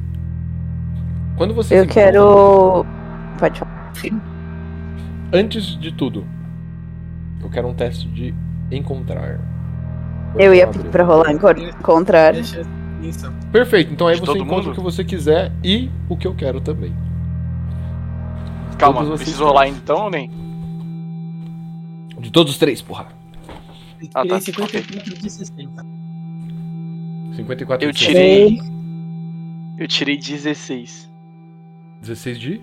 Speaker 2: Quando você
Speaker 1: Eu quero. Pode falar.
Speaker 2: Antes de tudo, eu quero um teste de encontrar.
Speaker 1: Eu ia
Speaker 2: abrir.
Speaker 1: pedir pra rolar em cor- contrário.
Speaker 6: Deixa isso.
Speaker 2: Perfeito, então aí
Speaker 3: De
Speaker 2: você
Speaker 3: todo
Speaker 2: encontra
Speaker 3: mundo?
Speaker 2: o que você quiser e o que eu quero também.
Speaker 3: Calma,
Speaker 2: Todos vocês
Speaker 3: preciso rolar ainda então, nem?
Speaker 2: De todos os três, porra.
Speaker 3: Ah,
Speaker 6: Tirei
Speaker 3: tá.
Speaker 6: 54 de 60.
Speaker 2: 54
Speaker 3: Eu
Speaker 2: de
Speaker 3: tirei. Eu tirei 16.
Speaker 2: 16 de.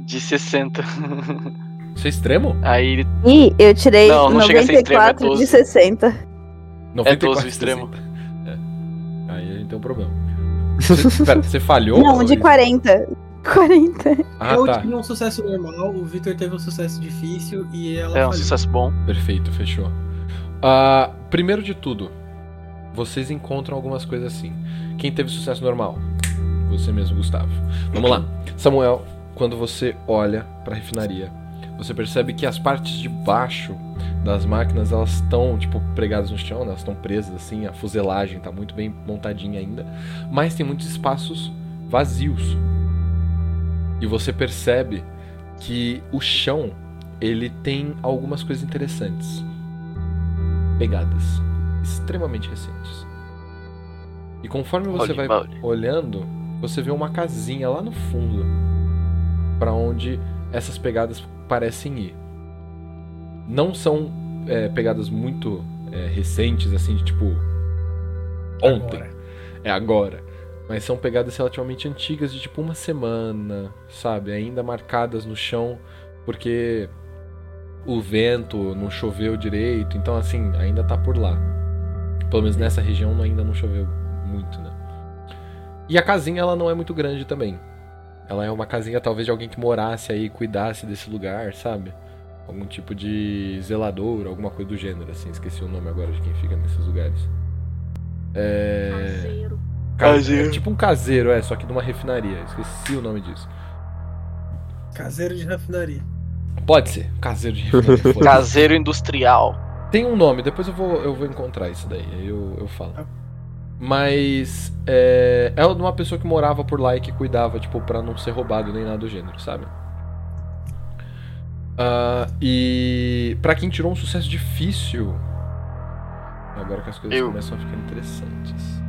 Speaker 3: De 60.
Speaker 2: Isso é extremo?
Speaker 3: Aí ele.
Speaker 1: Ih, eu tirei
Speaker 3: Não, não chega a ser extremo, é
Speaker 1: 94 de
Speaker 3: 12.
Speaker 1: 60.
Speaker 2: 94
Speaker 3: 12 o extremo.
Speaker 2: 60. É. Aí a gente tem um problema. Você, pera, você falhou?
Speaker 1: Não, de 40. 40.
Speaker 2: Ah,
Speaker 6: eu
Speaker 2: tá.
Speaker 6: tive um sucesso normal, o Victor teve um sucesso difícil e ela
Speaker 3: É um
Speaker 6: falhou.
Speaker 3: sucesso bom.
Speaker 2: Perfeito, fechou. Ah, primeiro de tudo, vocês encontram algumas coisas assim. Quem teve sucesso normal? Você mesmo, Gustavo. Vamos lá. Samuel, quando você olha pra refinaria, você percebe que as partes de baixo das máquinas, elas estão, tipo, pregadas no chão, né? elas estão presas assim, a fuselagem tá muito bem montadinha ainda, mas tem muitos espaços vazios. E você percebe que o chão ele tem algumas coisas interessantes. Pegadas extremamente recentes. E conforme você
Speaker 3: Holy
Speaker 2: vai
Speaker 3: moly.
Speaker 2: olhando, você vê uma casinha lá no fundo para onde essas pegadas parecem ir. Não são é, pegadas muito é, recentes, assim, de tipo ontem. É agora. Mas são pegadas relativamente antigas, de tipo uma semana, sabe? Ainda marcadas no chão, porque o vento não choveu direito, então assim, ainda tá por lá. Pelo menos nessa região ainda não choveu muito, né? E a casinha ela não é muito grande também. Ela é uma casinha talvez de alguém que morasse aí, cuidasse desse lugar, sabe? Algum tipo de zelador, alguma coisa do gênero, assim. Esqueci o nome agora de quem fica nesses lugares. É...
Speaker 5: Caseiro.
Speaker 2: Ca-
Speaker 3: Caseiro.
Speaker 2: é tipo um caseiro, é, só que de uma refinaria. Esqueci o nome disso.
Speaker 6: Caseiro de refinaria.
Speaker 2: Pode ser, caseiro de refinaria. foda-se.
Speaker 3: Caseiro industrial.
Speaker 2: Tem um nome, depois eu vou, eu vou encontrar isso daí, aí eu, eu falo. Mas é, é uma pessoa que morava por lá e que cuidava, tipo, pra não ser roubado nem nada do gênero, sabe? Ah, e pra quem tirou um sucesso difícil. Agora que as coisas
Speaker 3: Eu.
Speaker 2: começam a ficar interessantes.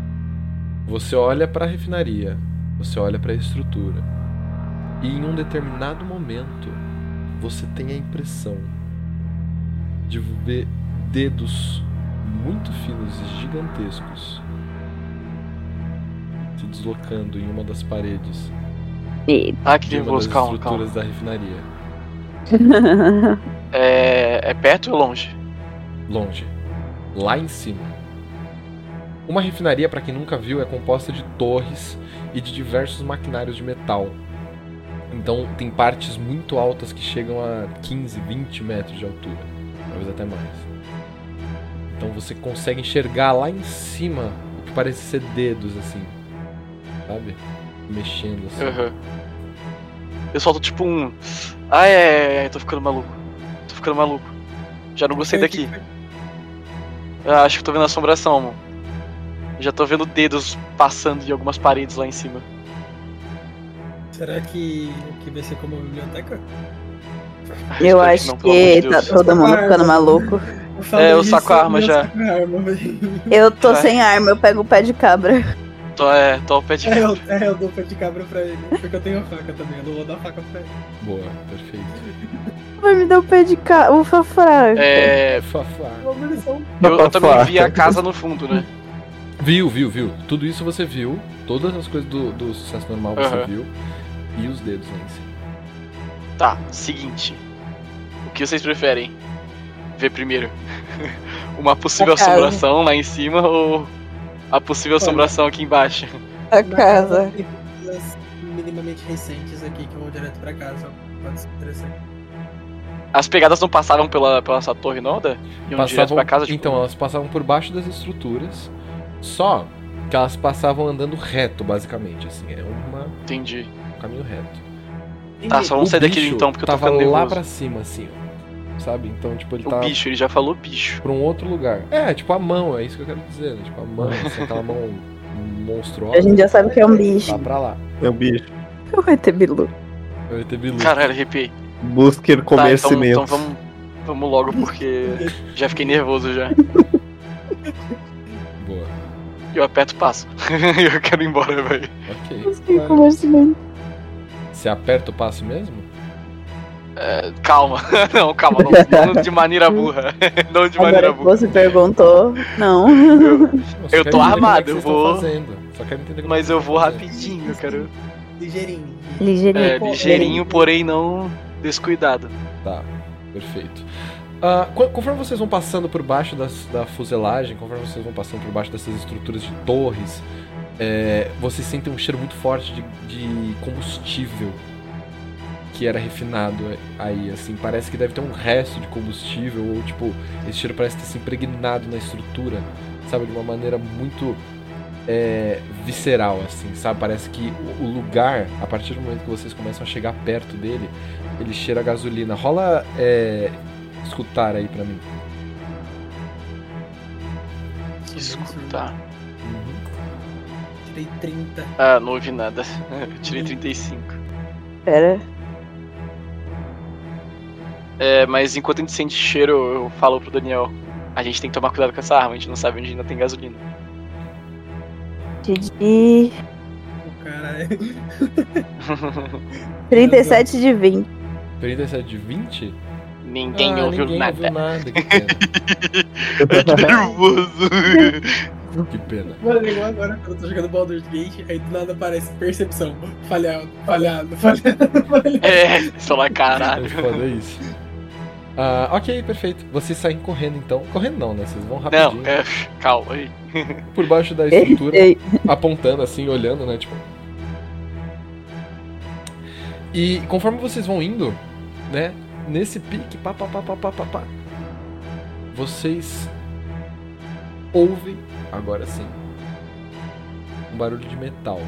Speaker 2: Você olha pra refinaria, você olha pra estrutura. E em um determinado momento, você tem a impressão de ver dedos muito finos e gigantescos se deslocando em uma das paredes
Speaker 3: Ah, que
Speaker 2: de uma das
Speaker 3: nervoso, calma, calma.
Speaker 2: estruturas da refinaria.
Speaker 3: É... é perto ou longe?
Speaker 2: longe, lá em cima. Uma refinaria, para quem nunca viu, é composta de torres e de diversos maquinários de metal. Então tem partes muito altas que chegam a 15, 20 metros de altura, talvez até mais. Então você consegue enxergar lá em cima o que parece ser dedos, assim. Sabe? Mexendo assim.
Speaker 3: Aham. Eu solto tipo um. Ai, ai, ai, ai, tô ficando maluco. Tô ficando maluco. Já não gostei daqui. Ah, acho que tô vendo assombração, mano. Já tô vendo dedos passando de algumas paredes lá em cima.
Speaker 6: Será que, que vai ser como a biblioteca?
Speaker 1: Eu
Speaker 3: espero que
Speaker 1: acho que
Speaker 3: não, pelo amor de
Speaker 1: tá
Speaker 3: Deus.
Speaker 1: todo mundo ficando maluco.
Speaker 6: Eu falo
Speaker 3: É, eu
Speaker 6: isso,
Speaker 3: saco a arma
Speaker 6: eu
Speaker 3: já.
Speaker 6: saco a arma, velho.
Speaker 1: Eu tô
Speaker 3: Vai.
Speaker 1: sem arma, eu pego o pé de cabra.
Speaker 3: Tô, é, tô ao pé de.
Speaker 6: É, eu, é, eu dou pé de cabra pra ele. Porque eu tenho a faca também, eu não vou dar faca pra ele.
Speaker 2: Boa, perfeito.
Speaker 1: Vai me dar o pé de cabra. O Fafá.
Speaker 3: É.
Speaker 2: Fafá.
Speaker 6: Pelo menos só um
Speaker 3: Eu, eu também vi a casa no fundo, né?
Speaker 2: Viu, viu, viu. Tudo isso você viu. Todas as coisas do, do sucesso normal você
Speaker 3: Aham.
Speaker 2: viu. E os dedos lá em cima.
Speaker 3: Tá, seguinte. O que vocês preferem? Ver primeiro uma possível
Speaker 1: A casa.
Speaker 3: assombração lá em cima ou a possível assombração aqui embaixo?
Speaker 1: a
Speaker 6: na
Speaker 1: casa.
Speaker 6: Tem coisas minimamente recentes aqui que vão direto pra casa. Pode ser interessante.
Speaker 3: As pegadas não passaram pela, pela essa torre, não, Oda? Iam direto pra casa? Tipo...
Speaker 2: Então, elas passavam por baixo das estruturas. Só que elas passavam andando reto, basicamente. Assim, é uma-
Speaker 3: Entendi.
Speaker 2: um caminho reto.
Speaker 3: Tá, só vamos
Speaker 2: O
Speaker 3: sair daqui
Speaker 2: bicho
Speaker 3: então, porque eu tô
Speaker 2: tava
Speaker 3: ficando
Speaker 2: lá
Speaker 3: nervoso.
Speaker 2: pra cima, assim, ó. Sabe? Então, tipo, ele
Speaker 3: O
Speaker 2: tava
Speaker 3: bicho, ele já falou bicho.
Speaker 2: pra um outro lugar. É, tipo a mão, é isso que eu quero dizer, né? Tipo a mão, assim, aquela mão monstruosa.
Speaker 1: A gente já sabe que é um bicho.
Speaker 2: Tá pra lá.
Speaker 4: É um bicho.
Speaker 1: Vai ter bilu.
Speaker 2: Eu ia ter bilu.
Speaker 3: Caralho, arrepiei.
Speaker 4: Busque
Speaker 3: Tá,
Speaker 4: comer
Speaker 3: então, então
Speaker 4: sementes.
Speaker 3: vamos, vamos logo, porque já fiquei nervoso já.
Speaker 2: Boa.
Speaker 3: Eu aperto o passo. eu quero ir embora, velho.
Speaker 2: Ok. claro. Você aperta o passo mesmo?
Speaker 3: É, calma. não, calma, não, não de maneira burra. não de maneira
Speaker 1: Agora é que
Speaker 3: burra.
Speaker 1: você perguntou. Não.
Speaker 2: Não, só
Speaker 3: Eu
Speaker 2: quero
Speaker 3: tô
Speaker 2: entender
Speaker 3: armado,
Speaker 2: como é que
Speaker 3: eu
Speaker 2: vocês tão
Speaker 3: vou-
Speaker 2: fazendo. Só quero entender como é
Speaker 3: Mas
Speaker 2: que
Speaker 3: eu
Speaker 2: vocês
Speaker 3: vou
Speaker 2: tão fazendo.
Speaker 3: rapidinho, eu quero.
Speaker 6: Ligeirinho.
Speaker 1: Ligeirinho.
Speaker 3: É, ligeirinho, porém não descuidado.
Speaker 2: Tá, perfeito. Ah, co- conforme vocês vão passando por baixo das- da fuselagem, conforme vocês vão passando por baixo dessas estruturas de torres, é, vocês sentem um cheiro muito forte de, de combustível que era refinado aí, assim. Parece que deve ter um resto de combustível, ou tipo, esse cheiro parece ter se impregnado na estrutura, sabe? De uma maneira muito é, visceral, assim, sabe? Parece que o- o lugar, a partir do momento que vocês começam a chegar perto dele, ele cheira a gasolina. Rola é, escutar aí pra mim.
Speaker 3: Escutar.
Speaker 6: Tirei 30.
Speaker 3: Ah, não ouvi nada. Eu tirei 35.
Speaker 1: Pera.
Speaker 3: É, mas enquanto a gente sente cheiro, eu falo pro Daniel. A gente tem que tomar cuidado com essa arma, a gente não sabe onde ainda tem gasolina.
Speaker 1: Didi.
Speaker 6: Pô, caralho.
Speaker 1: 37 de 20.
Speaker 2: 37 de 20?
Speaker 3: ninguém
Speaker 2: Ah,
Speaker 3: ouviu
Speaker 2: ninguém
Speaker 3: nada.
Speaker 2: ouviu nada. Que pena.
Speaker 4: Tá
Speaker 3: Nervoso.
Speaker 2: que pena.
Speaker 6: Mano, é igual agora, quando eu tô jogando Baldur's Gate, aí do nada aparece percepção. Falhado, falhado, falhado, falhado.
Speaker 3: é, falar caralho.
Speaker 2: É foda isso. Ah, ok, perfeito. Vocês saem correndo então. Correndo não, né? Vocês vão rapidinho.
Speaker 3: Não, é, calma aí.
Speaker 2: Por baixo da
Speaker 1: Ei,
Speaker 2: estrutura.
Speaker 1: ei.
Speaker 2: apontando assim, olhando, né? Tipo. E conforme vocês vão indo, né? Nesse pique, pá, pá, pá, pá, pá, pá, pá, vocês ouvem, agora sim, um barulho de metal.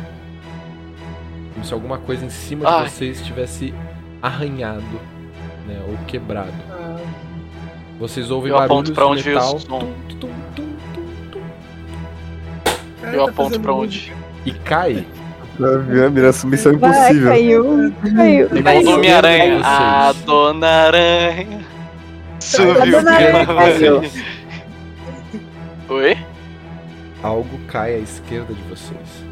Speaker 2: Como se alguma coisa em cima
Speaker 3: Ai.
Speaker 2: de vocês tivesse arranhado, né? Ou quebrado. Vocês ouvem
Speaker 3: Eu
Speaker 2: barulhos
Speaker 3: aponto pra onde
Speaker 2: de
Speaker 3: veio o
Speaker 2: metal.
Speaker 3: som.
Speaker 2: tum, tum, tum, tum, tá tum,
Speaker 3: Eu aponto pra onde.
Speaker 2: e cai
Speaker 4: Minha mira submissão
Speaker 1: Vai,
Speaker 4: impossível.
Speaker 1: caiu. Caiu.
Speaker 3: Igual o
Speaker 1: caiu.
Speaker 3: Dome Aranha.
Speaker 2: Vocês.
Speaker 3: A Dona Aranha. Subiu.
Speaker 1: A Dona Aranha caiu.
Speaker 3: Oi?
Speaker 2: Algo cai à esquerda de vocês.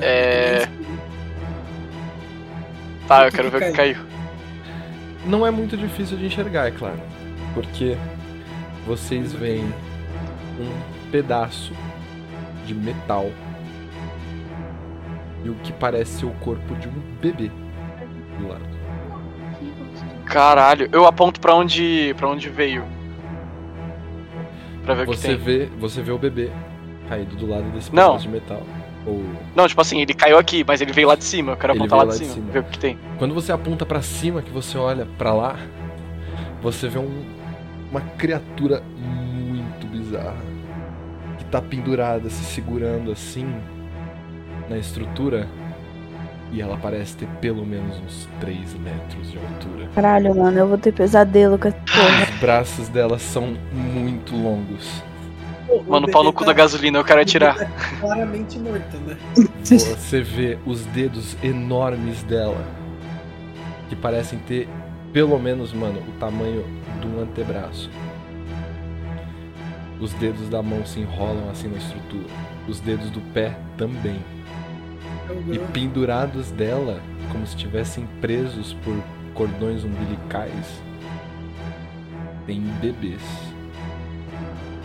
Speaker 3: É.
Speaker 6: tipo,
Speaker 3: Tá, eu
Speaker 6: que
Speaker 3: quero
Speaker 6: que
Speaker 3: ver o que caiu.
Speaker 2: Não é muito difícil de enxergar, é claro. Porque vocês veem um pedaço de metal e o que parece ser o corpo de um bebê do lado.
Speaker 3: Caralho, eu aponto pra onde. para onde veio. Pra ver o que
Speaker 2: Você
Speaker 3: tem.
Speaker 2: vê, você vê o bebê caído do lado desse
Speaker 3: Não.
Speaker 2: pedaço de metal. Ou
Speaker 3: Não, tipo assim, ele caiu aqui, mas ele veio lá de cima. Eu quero
Speaker 2: Ele
Speaker 3: apontar lá
Speaker 2: veio
Speaker 3: de cima, ver o que tem.
Speaker 2: quando você aponta pra cima, que você olha pra lá, você vê um- uma criatura muito bizarra. que tá pendurada, se segurando assim na estrutura. E ela parece ter pelo menos uns 3 metros de altura.
Speaker 8: Caralho, mano, eu vou ter pesadelo com essa porra.
Speaker 2: Os braços dela são muito longos.
Speaker 3: Mano, pau no cu da gasolina, eu quero atirar.
Speaker 6: Claramente morta, né?
Speaker 2: Você vê os dedos enormes dela. Que parecem ter, pelo menos, mano, o tamanho de um antebraço. Os dedos da mão se enrolam assim na estrutura. Os dedos do pé também. E pendurados dela, como se estivessem presos por cordões umbilicais, tem bebês.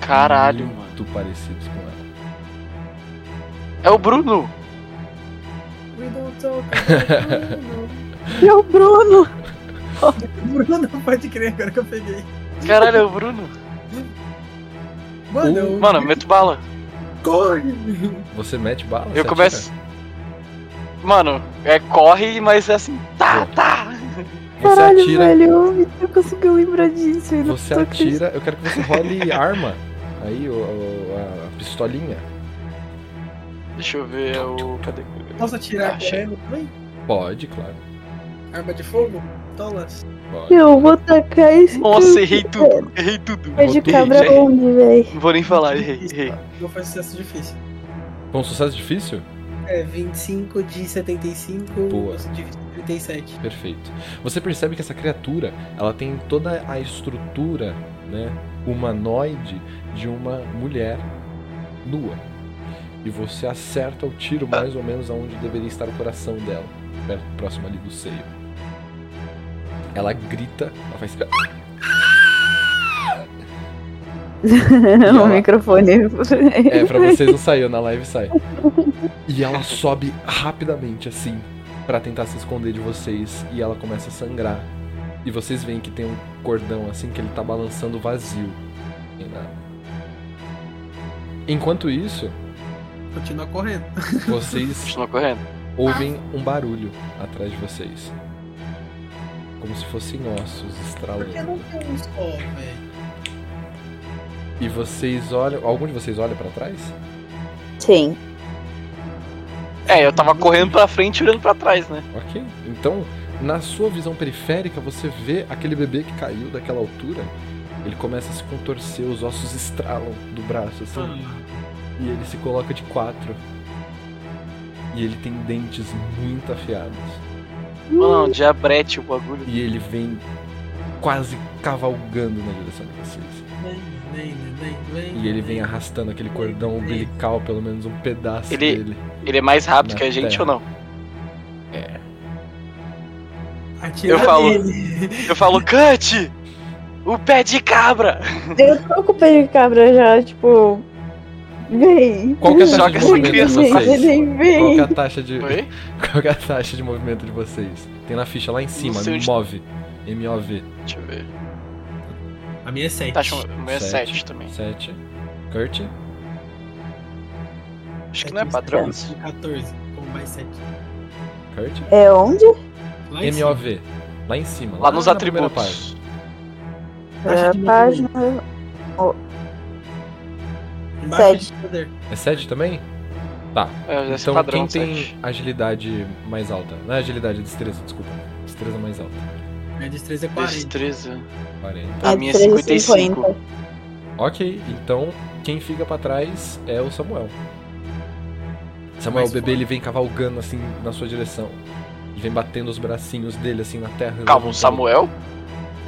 Speaker 3: Caralho,
Speaker 2: muito
Speaker 3: mano.
Speaker 2: parecidos com ela.
Speaker 3: É o Bruno!
Speaker 6: We don't talk about Bruno.
Speaker 1: E o Bruno!
Speaker 6: Bruno, pode crer, agora que eu peguei.
Speaker 3: Caralho, é o Bruno!
Speaker 6: Mano, eu-
Speaker 3: Mano, eu meto bala.
Speaker 7: Um
Speaker 6: corre!
Speaker 2: Você mete bala?
Speaker 3: Eu
Speaker 2: Você
Speaker 3: começo.
Speaker 2: atira?
Speaker 3: Mano, é corre, mas é assim. Tá, tá!
Speaker 2: Você
Speaker 8: Caralho,
Speaker 2: atira.
Speaker 8: velho, eu não consegui lembrar disso. Eu não
Speaker 2: Você
Speaker 8: tô acreditando.
Speaker 2: atira. Eu quero que você role arma. Aí, o, o- a pistolinha.
Speaker 3: Deixa eu ver é o. Cadê?
Speaker 6: Posso atirar
Speaker 3: Achei.
Speaker 6: querendo também?
Speaker 2: Pode, claro.
Speaker 6: Arma de fogo? Tolas.
Speaker 2: Pode.
Speaker 8: Eu vou tacar esse.
Speaker 3: Nossa, errei tudo! Errei tudo!
Speaker 8: pé de
Speaker 2: botei,
Speaker 8: cabra
Speaker 3: gente.
Speaker 8: onde, velho?
Speaker 3: Não vou nem falar, errei, errei.
Speaker 6: Não foi sucesso difícil.
Speaker 2: Foi um sucesso difícil?
Speaker 6: É, 25 de 75
Speaker 2: Boa.
Speaker 6: divide em 37.
Speaker 2: Perfeito. Você percebe que essa criatura, ela tem toda a estrutura, né, humanoide de uma mulher nua. E você acerta o tiro mais ou menos aonde deveria estar o coração dela, perto, próximo ali do seio. Ela grita, ela faz
Speaker 1: o
Speaker 2: ela-
Speaker 1: microfone.
Speaker 2: É, pra vocês não saiu, na live sai. E ela sobe rapidamente, assim, pra tentar se esconder de vocês. E ela começa a sangrar. E vocês veem que tem um cordão, assim, que ele tá balançando vazio. Não Tem nada. Enquanto isso,
Speaker 6: Continua correndo.
Speaker 2: vocês
Speaker 3: Continua correndo.
Speaker 2: ouvem um barulho atrás de vocês. Como se fossem ossos
Speaker 6: Por que não
Speaker 2: estralando.
Speaker 6: tem um só, velho?
Speaker 2: E vocês olham. Algum de vocês olha pra trás?
Speaker 8: Sim.
Speaker 3: É, eu tava correndo pra frente e olhando pra trás, né?
Speaker 2: Ok. Então, na sua visão periférica, você vê aquele bebê que caiu daquela altura. Ele começa a se contorcer, os ossos estralam do braço, assim.
Speaker 3: Ah.
Speaker 6: Ah,
Speaker 2: E ele se coloca de quatro. E ele tem dentes muito afiados.
Speaker 8: Uh.
Speaker 3: Mano, diabrete o bagulho.
Speaker 2: E ele vem quase cavalgando na direção de vocês.
Speaker 6: Vem, vem, vem,
Speaker 2: E ele vem arrastando aquele cordão umbilical, pelo menos um pedaço
Speaker 3: Ele-
Speaker 2: dele.
Speaker 3: Ele é mais rápido
Speaker 2: Na
Speaker 3: que a gente
Speaker 2: terra.
Speaker 3: ou não?
Speaker 6: Atira
Speaker 3: Eu falo.
Speaker 6: nele.
Speaker 3: Eu falo, Cut! O pé de cabra!
Speaker 8: Eu tô com o pé de cabra já, tipo. Vem.
Speaker 2: Qual que é a taxa
Speaker 3: Joga
Speaker 2: de
Speaker 3: essa
Speaker 2: movimento de
Speaker 3: criança pra
Speaker 2: vocês?
Speaker 8: Vem,
Speaker 2: Qual que é
Speaker 8: vem.
Speaker 2: a taxa de.
Speaker 3: Oi?
Speaker 2: Qual que é a taxa de movimento de vocês? Tem na ficha lá em cima,
Speaker 3: sei onde-
Speaker 2: MOV. M-O-V.
Speaker 3: Deixa eu ver.
Speaker 6: A minha é 7.
Speaker 3: Taxa o meu é
Speaker 2: Sete.
Speaker 3: 7 também.
Speaker 2: 7. Kurt?
Speaker 3: Acho que não é padrão. isso.
Speaker 6: 14, com mais 7.
Speaker 2: Kurt?
Speaker 8: É onde?
Speaker 6: Lá em cima.
Speaker 2: M-O-V. Lá em cima.
Speaker 3: Lá nos
Speaker 2: na primeira
Speaker 3: atributos.
Speaker 6: Taxa de
Speaker 8: É, página.
Speaker 6: Embaixo de poder.
Speaker 2: página. É 7 também? Tá.
Speaker 3: É, esse
Speaker 2: então
Speaker 3: padrão,
Speaker 2: quem tem
Speaker 3: sete.
Speaker 2: agilidade mais alta? Não é agilidade, é destreza, desculpa. Destreza mais alta.
Speaker 6: Minha destreza é
Speaker 3: Desses
Speaker 6: 40.
Speaker 3: três,
Speaker 2: 40.
Speaker 3: A
Speaker 8: É
Speaker 3: minha é
Speaker 8: 3,50.
Speaker 3: 55.
Speaker 2: Ok, então quem fica pra trás é o Samuel. Samuel,
Speaker 6: Mais
Speaker 2: o bebê,
Speaker 6: forte.
Speaker 2: ele vem cavalgando assim na sua direção. Ele vem batendo os bracinhos dele assim na terra.
Speaker 3: Calma, o
Speaker 2: levantando-
Speaker 3: Samuel?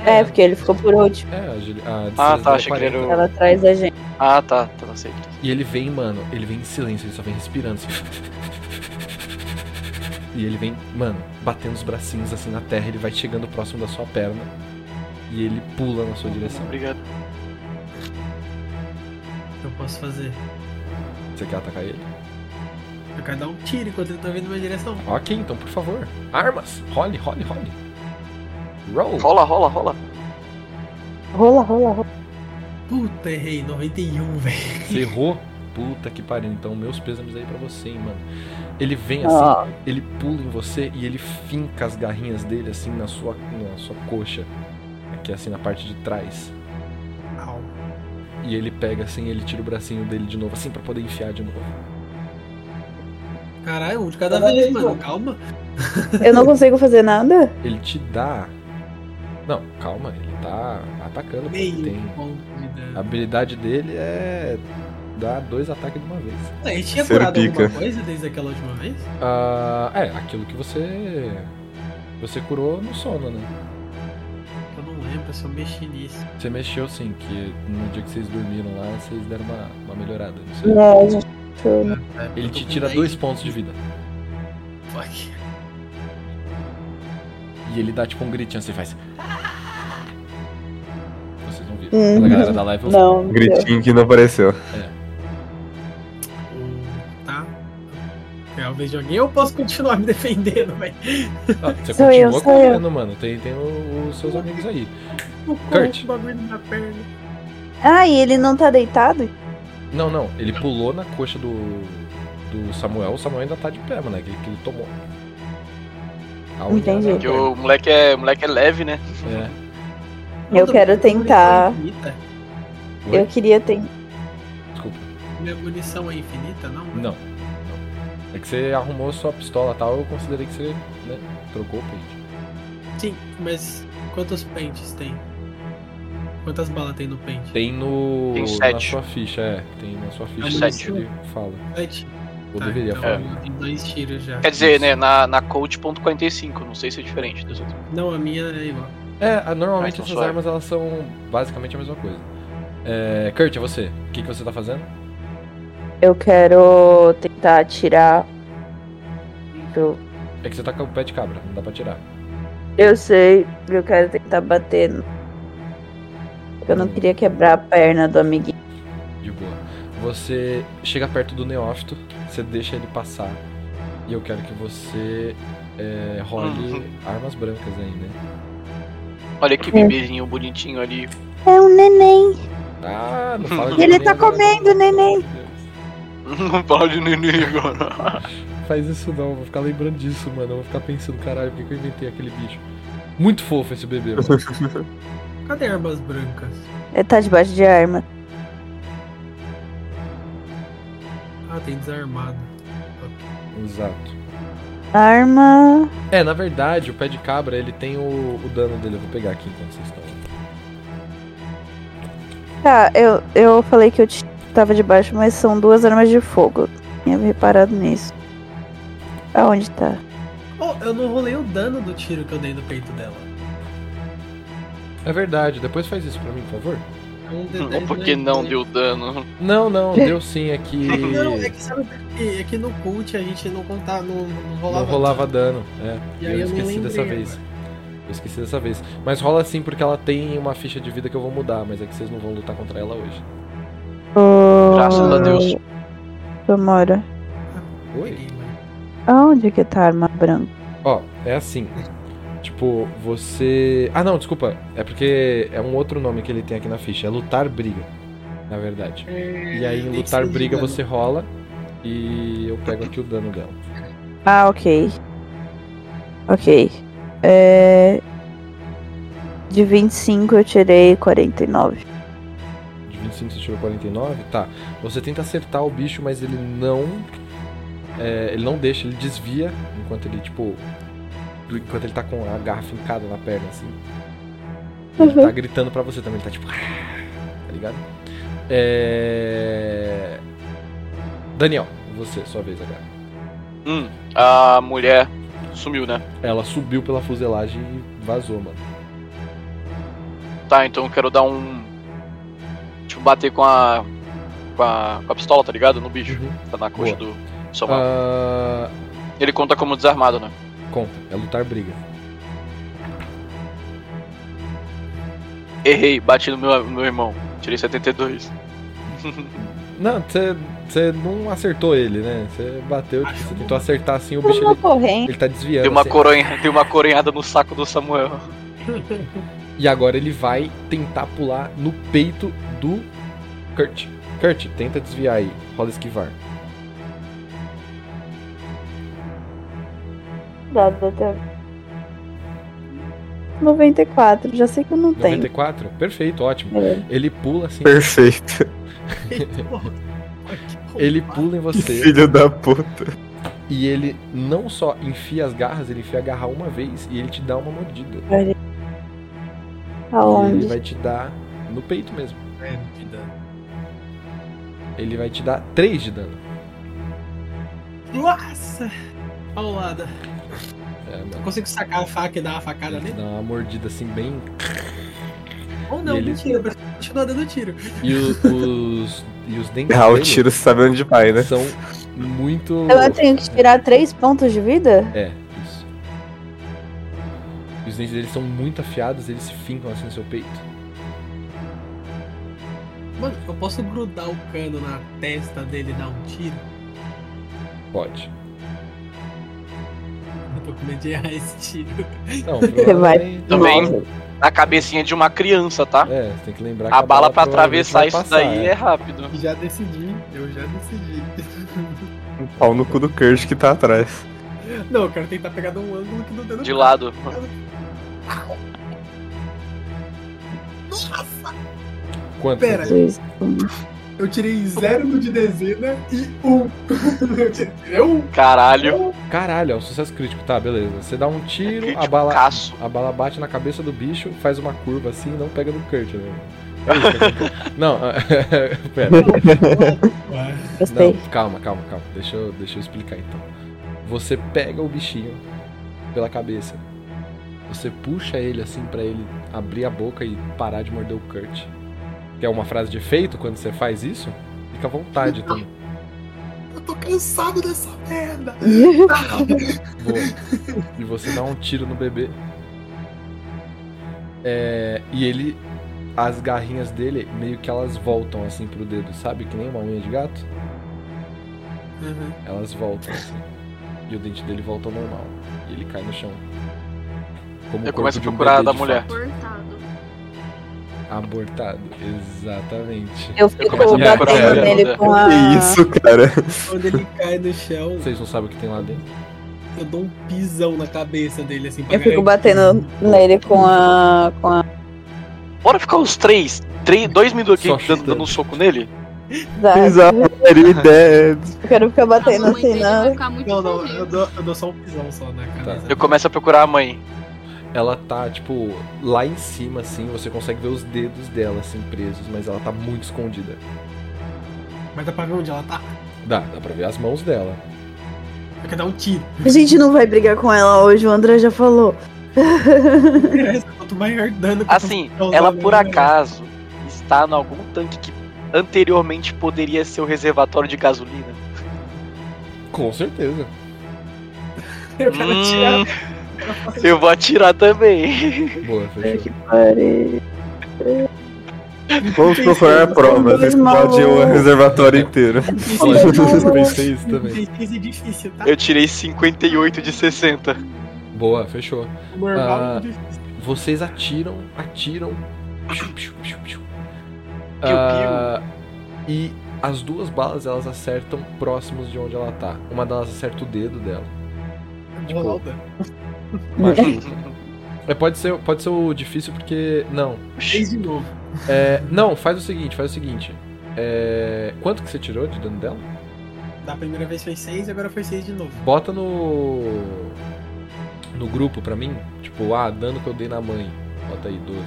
Speaker 8: É, porque ele ficou por último.
Speaker 2: É, a, agili- a
Speaker 3: Ah,
Speaker 2: destreza
Speaker 3: tá,
Speaker 2: dele é
Speaker 3: achei que ele
Speaker 2: 40.
Speaker 3: era o-
Speaker 8: Ela atrás da gente.
Speaker 3: Ah, tá, tá, não sei.
Speaker 2: E ele vem, mano, ele vem em silêncio, ele só vem respirando. Assim. E ele vem, mano, batendo os bracinhos assim na terra, ele vai chegando próximo da sua perna. E ele pula na sua direção.
Speaker 3: Obrigado.
Speaker 6: O que eu posso fazer?
Speaker 2: Você quer atacar ele?
Speaker 6: Eu quero dar um tiro enquanto ele tá vindo na minha direção.
Speaker 2: Ok, então por favor. Armas! Role, role, role. Roll!
Speaker 3: Rola, rola, rola.
Speaker 8: Rola, rola, rola.
Speaker 6: Puta, errei. 91, velho.
Speaker 2: Você errou? Puta que pariu. Então, meus pêsames aí pra você, hein, mano. Ele vem assim,
Speaker 1: Ó,
Speaker 2: ele pula em você e ele finca as garrinhas dele assim na sua, é, na sua coxa. Aqui assim na parte de trás.
Speaker 6: Au.
Speaker 2: E ele pega assim, ele tira o bracinho dele de novo, assim, pra poder enfiar de novo.
Speaker 6: Caralho, um de cada vez, mano. Calma.
Speaker 1: Eu não consigo fazer nada?
Speaker 2: Ele te dá. Não, calma, ele tá atacando. porque
Speaker 6: Meio
Speaker 2: Tem...
Speaker 6: ponto de
Speaker 2: A
Speaker 6: dano.
Speaker 2: habilidade dele é dar dois ataques de uma vez.
Speaker 6: Ah, Ele tinha
Speaker 4: Terceiro
Speaker 6: curado
Speaker 4: pica.
Speaker 6: alguma coisa desde aquela última vez?
Speaker 2: Ah, é, aquilo que você. Você curou no sono, né?
Speaker 6: Eu não lembro, eu só mexi nisso.
Speaker 2: Você mexeu sim, que no dia que vocês dormiram lá, vocês deram uma, uma melhorada. Não sei.
Speaker 1: Não, gente. eu-
Speaker 6: É, eu
Speaker 2: Ele
Speaker 6: tô
Speaker 2: te
Speaker 6: com
Speaker 2: tira
Speaker 6: 10.
Speaker 2: dois pontos de vida.
Speaker 6: Fuck.
Speaker 2: E ele dá tipo um gritinho assim, faz. Vocês não viram.
Speaker 1: Uhum.
Speaker 2: Mas A galera da live eu-
Speaker 1: Não,
Speaker 4: Um
Speaker 1: não deu.
Speaker 4: gritinho que não apareceu.
Speaker 6: Hum, Tá. Talvez joguei eu posso continuar me defendendo, velho.
Speaker 2: Ah, você
Speaker 1: Sou eu,
Speaker 2: continua
Speaker 1: sou eu.
Speaker 2: correndo, mano. Tem, tem o- os seus amigos aí.
Speaker 6: O
Speaker 2: Kurt.
Speaker 6: corpo, o bagulho na perna.
Speaker 1: Ah, e ele não tá deitado?
Speaker 2: Não, não. Ele pulou na coxa do. do Samuel. O Samuel ainda tá de pé, mano. Aquele que ele tomou. A unha
Speaker 1: Entendi.
Speaker 2: na
Speaker 3: Porque
Speaker 2: perna.
Speaker 3: o moleque é, o moleque é leve, né?
Speaker 2: É.
Speaker 1: Eu
Speaker 6: Todo
Speaker 1: quero
Speaker 6: mundo tem munição
Speaker 1: tentar.
Speaker 6: infinita?
Speaker 2: Oi?
Speaker 1: Eu queria ter.
Speaker 2: Desculpa.
Speaker 6: Minha munição é infinita, não?
Speaker 2: Não. não. É que você arrumou sua pistola e tal, eu considerei que você, né, trocou o pente.
Speaker 6: Sim, mas quantos pentes tem? Quantas balas tem no pente?
Speaker 2: Tem no.
Speaker 3: Tem
Speaker 2: na
Speaker 3: sete.
Speaker 2: sua ficha, é. Tem na sua ficha.
Speaker 6: Tem
Speaker 3: sete.
Speaker 2: Ele fala.
Speaker 6: Sete.
Speaker 2: Ou
Speaker 6: Tá,
Speaker 2: deveria
Speaker 6: então
Speaker 2: falar.
Speaker 6: eu tenho dois tiros já.
Speaker 3: Quer dizer, né, na, na Code.45, não sei se é diferente das outras.
Speaker 6: Não, a minha é igual.
Speaker 2: É, a- normalmente
Speaker 3: Ah, então
Speaker 2: essas
Speaker 3: suave.
Speaker 2: armas elas são basicamente a mesma coisa. É, Kurt, é você. O que, que você tá fazendo?
Speaker 1: Eu quero tentar tirar. Eu,
Speaker 2: É que você tá com o pé de cabra, não dá pra tirar.
Speaker 1: eu sei, eu quero tentar bater. no- Eu não queria quebrar a perna do amiguinho.
Speaker 2: De boa. Você chega perto do neófito, você deixa ele passar. E eu quero que você é, role armas brancas aí, né?
Speaker 3: Olha que bebezinho bonitinho ali.
Speaker 1: É um neném.
Speaker 2: Ah, não fala de
Speaker 1: Ele
Speaker 2: neném
Speaker 1: tá
Speaker 2: agora, não,
Speaker 1: comendo,
Speaker 2: pelo
Speaker 1: neném.
Speaker 2: amor de Deus.
Speaker 3: Não fala de neném agora.
Speaker 2: Faz isso não, eu vou ficar lembrando disso, mano. Eu vou ficar pensando, caralho, por que que eu inventei aquele bicho? Muito fofo esse bebê, mano.
Speaker 6: Cadê armas brancas?
Speaker 1: Ele tá debaixo de arma.
Speaker 6: Ah, tem desarmado.
Speaker 2: Exato.
Speaker 1: Arma.
Speaker 2: É, na verdade, o pé de cabra, ele tem o, o dano dele. Eu vou pegar aqui enquanto vocês estão.
Speaker 1: Tá, eu, eu falei que eu ti- tava debaixo, mas são duas armas de fogo. Eu tinha me reparado nisso. Aonde tá?
Speaker 6: Oh, eu não rolei o dano do tiro que eu dei no peito dela.
Speaker 2: É verdade, depois faz isso pra mim, por favor.
Speaker 6: É um D10,
Speaker 3: Ou porque
Speaker 6: né?
Speaker 3: não deu dano.
Speaker 2: Não, não, deu sim, é que.
Speaker 6: Não, é que sabe por quê? É que no cult a gente não contava, não, não rolava.
Speaker 2: Não rolava dano. É,
Speaker 6: E
Speaker 2: eu,
Speaker 6: aí eu me
Speaker 2: esqueci dessa
Speaker 6: lembrei
Speaker 2: vez. Eu esqueci dessa vez. Mas rola sim, porque ela tem uma ficha de vida que eu vou mudar, mas é que vocês não vão lutar contra ela hoje.
Speaker 3: Graças a Deus.
Speaker 1: Samora.
Speaker 2: Oi?
Speaker 1: Aonde que tá a arma branca?
Speaker 2: Ó, é assim. Tipo, você. Ah, não, desculpa. É porque é um outro nome que ele tem aqui na ficha. É lutar briga, na verdade. E aí, em lutar briga, você rola. E eu pego aqui o dano dela.
Speaker 1: Ah, ok. Ok. É... De 25 eu tirei 49.
Speaker 2: De 25 você tirou 49? Tá. Você tenta acertar o bicho, mas ele não. é, ele não deixa, ele desvia enquanto ele, tipo. Enquanto ele tá com a garra fincada na perna, assim. Ele tá gritando pra você também, ele tá tipo. Tá ligado? É. Daniel, você, sua vez agora.
Speaker 3: Hum, a mulher sumiu, né?
Speaker 2: Ela subiu pela fuselagem e vazou, mano.
Speaker 3: Tá, então eu quero dar um. Tipo, bater com a. com a, com a pistola, tá ligado? No bicho. Tá na coxa do. Samuel.
Speaker 2: Uhum. Ah,
Speaker 3: Ele conta como desarmado, né?
Speaker 2: conta, é lutar briga.
Speaker 3: Errei, bati no meu, no meu irmão. Tirei 72.
Speaker 2: Não, você não acertou ele, né? Você bateu, tipo, você tentou acertar assim o bicho.
Speaker 1: Uma
Speaker 2: Ele,
Speaker 1: corrente.
Speaker 2: ele tá desviando.
Speaker 3: Deu uma,
Speaker 2: assim.
Speaker 3: coronha, deu uma coronhada no saco do Samuel.
Speaker 2: E agora ele vai tentar pular no peito do Kurt. Kurt, tenta desviar aí. Rola esquivar.
Speaker 1: 94, já sei que eu não tenho.
Speaker 2: 94? Perfeito, ótimo.
Speaker 1: É.
Speaker 2: Ele pula assim.
Speaker 4: Perfeito.
Speaker 2: Ele pula em você
Speaker 4: Filho da puta.
Speaker 2: e ele não só enfia as garras, ele enfia a garra uma vez e ele te dá uma mordida. E ele
Speaker 1: É, Aonde?
Speaker 2: vai te dar no peito mesmo.
Speaker 6: É, que dano.
Speaker 2: Ele vai te dar 3 de dano.
Speaker 6: Nossa! Paulada.
Speaker 2: É,
Speaker 6: Eu
Speaker 2: mano.
Speaker 6: consigo sacar a faca e dar uma facada
Speaker 2: Ele te
Speaker 6: nele?
Speaker 2: dá uma mordida assim bem.
Speaker 6: Ou não,
Speaker 2: E ele-
Speaker 6: mentira, deixa eu dar dando tiro.
Speaker 2: E os, os, e os dentes
Speaker 4: Ah, o
Speaker 2: dele
Speaker 4: tiro sabe onde vai, né?
Speaker 2: são muito.
Speaker 1: Eu tenho que tirar três pontos de vida?
Speaker 2: É, isso. E os dentes dele são muito afiados, eles se fincam assim no seu peito.
Speaker 6: Mano, eu posso grudar o cano na testa dele e dar um tiro?
Speaker 2: Pode.
Speaker 6: Eu tô com medo de errar esse tiro.
Speaker 2: Não,
Speaker 1: vai-
Speaker 2: provavelmente.
Speaker 3: Também na cabecinha de uma criança, tá?
Speaker 2: É, você tem que lembrar que
Speaker 3: A bala pra
Speaker 2: provavelmente
Speaker 3: atravessar
Speaker 2: vai
Speaker 3: isso
Speaker 2: passar,
Speaker 3: daí é rápido.
Speaker 10: Já decidi, eu já decidi.
Speaker 4: Um pau no cu do Kurt que tá atrás.
Speaker 6: Não, eu quero tentar pegar de um ângulo que não deu no
Speaker 3: De lado.
Speaker 2: é. Quanto?
Speaker 6: Pera.
Speaker 1: Dois.
Speaker 10: Eu tirei zero no de dezena e um. Eu tirei um.
Speaker 3: Caralho.
Speaker 2: Caralho, é um sucesso crítico. Tá, beleza. Você dá um tiro, a
Speaker 3: Crítico,
Speaker 2: bala.
Speaker 3: caço.
Speaker 2: A bala bate na cabeça do bicho, faz uma curva assim e não pega no Kurt, né? É isso que aconteceu. não, pera.
Speaker 1: Gostei.
Speaker 2: Não, calma, calma, calma. Deixa eu, deixa eu explicar então. Você pega o bichinho pela cabeça. Você puxa ele assim pra ele abrir a boca e parar de morder o Kurt. Que é uma frase de efeito quando você faz isso? Fica à vontade então. também.
Speaker 10: Eu tô cansado dessa merda.
Speaker 2: Boa. E você dá um tiro no bebê. É, e ele. As garrinhas dele meio que elas voltam assim pro dedo, sabe? Que nem uma unha de gato.
Speaker 6: Uhum.
Speaker 2: Elas voltam assim. E o dente dele volta ao normal. E ele cai no chão. Como o
Speaker 3: Eu
Speaker 2: corpo
Speaker 3: começo a
Speaker 2: de um
Speaker 3: procurar
Speaker 2: bebê,
Speaker 3: da
Speaker 2: de
Speaker 3: mulher.
Speaker 2: fato.
Speaker 5: Cortado.
Speaker 2: Abortado. Exatamente.
Speaker 1: Eu fico
Speaker 3: começo
Speaker 2: procurar
Speaker 3: a
Speaker 1: batendo
Speaker 2: ela,
Speaker 3: né?
Speaker 1: nele com a.
Speaker 4: Que isso, cara?
Speaker 6: Quando ele cai no chão,
Speaker 2: Vocês não sabem o que tem lá dentro.
Speaker 6: eu dou um pisão na cabeça dele, assim, pra
Speaker 1: Eu fico
Speaker 6: garantir.
Speaker 1: batendo nele com a. com a.
Speaker 3: Bora ficar os três, três dois minutos
Speaker 2: Só
Speaker 3: aqui dando,
Speaker 2: chutando.
Speaker 3: dando um soco nele?
Speaker 1: Tá.
Speaker 4: Exato.
Speaker 1: Eu quero ficar batendo
Speaker 5: a mamãe
Speaker 1: assim,
Speaker 5: dele
Speaker 8: né?
Speaker 5: vai
Speaker 1: não.
Speaker 5: ficar muito
Speaker 6: Não, não,
Speaker 5: feliz.
Speaker 6: eu dou, eu dou só um pisão só na cabeça.
Speaker 3: Tá. Eu começo a procurar a mãe.
Speaker 2: Ela tá, tipo, lá em cima, assim, você consegue ver os dedos dela, assim, presos, mas ela tá muito escondida.
Speaker 6: Mas dá pra ver onde ela tá.
Speaker 2: Dá, dá pra ver as mãos dela.
Speaker 6: Eu quero dar um tiro.
Speaker 1: A gente não vai brigar com ela hoje, o André já falou.
Speaker 6: Quanto maior dano quanto
Speaker 3: Assim,
Speaker 6: mais causar,
Speaker 3: ela por
Speaker 6: né?
Speaker 3: acaso está em algum tanque que anteriormente poderia ser o reservatório de gasolina.
Speaker 2: Com certeza.
Speaker 6: Eu quero atirar.
Speaker 3: Hum, eu vou atirar também.
Speaker 2: Boa, fechou.
Speaker 1: Pare.
Speaker 4: Vamos procurar provas. Explodiu o reservatório inteiro.
Speaker 2: Olha,
Speaker 1: Sim.
Speaker 2: eu pensei isso também.
Speaker 6: Tem esse difícil, tá?
Speaker 3: Eu tirei 58 de 60.
Speaker 2: Boa, fechou.
Speaker 6: Normal
Speaker 2: Ah.
Speaker 6: é difícil.
Speaker 2: Vocês atiram, atiram. Piu, piu, piu, piu.
Speaker 3: piu.
Speaker 2: Ah, e as duas balas elas acertam próximos de onde ela tá. Uma delas acerta o dedo dela.
Speaker 6: Vou rolar o dano.
Speaker 2: Machuca. É, pode, ser, pode ser o difícil porque. Não.
Speaker 6: Três de novo.
Speaker 2: É, não, faz o seguinte, faz o seguinte. É, quanto que você tirou de dano dela?
Speaker 6: Da primeira vez foi seis, agora foi seis de novo.
Speaker 2: Bota no. No grupo pra mim. Tipo, ah, dano que eu dei na mãe. Bota aí, 12.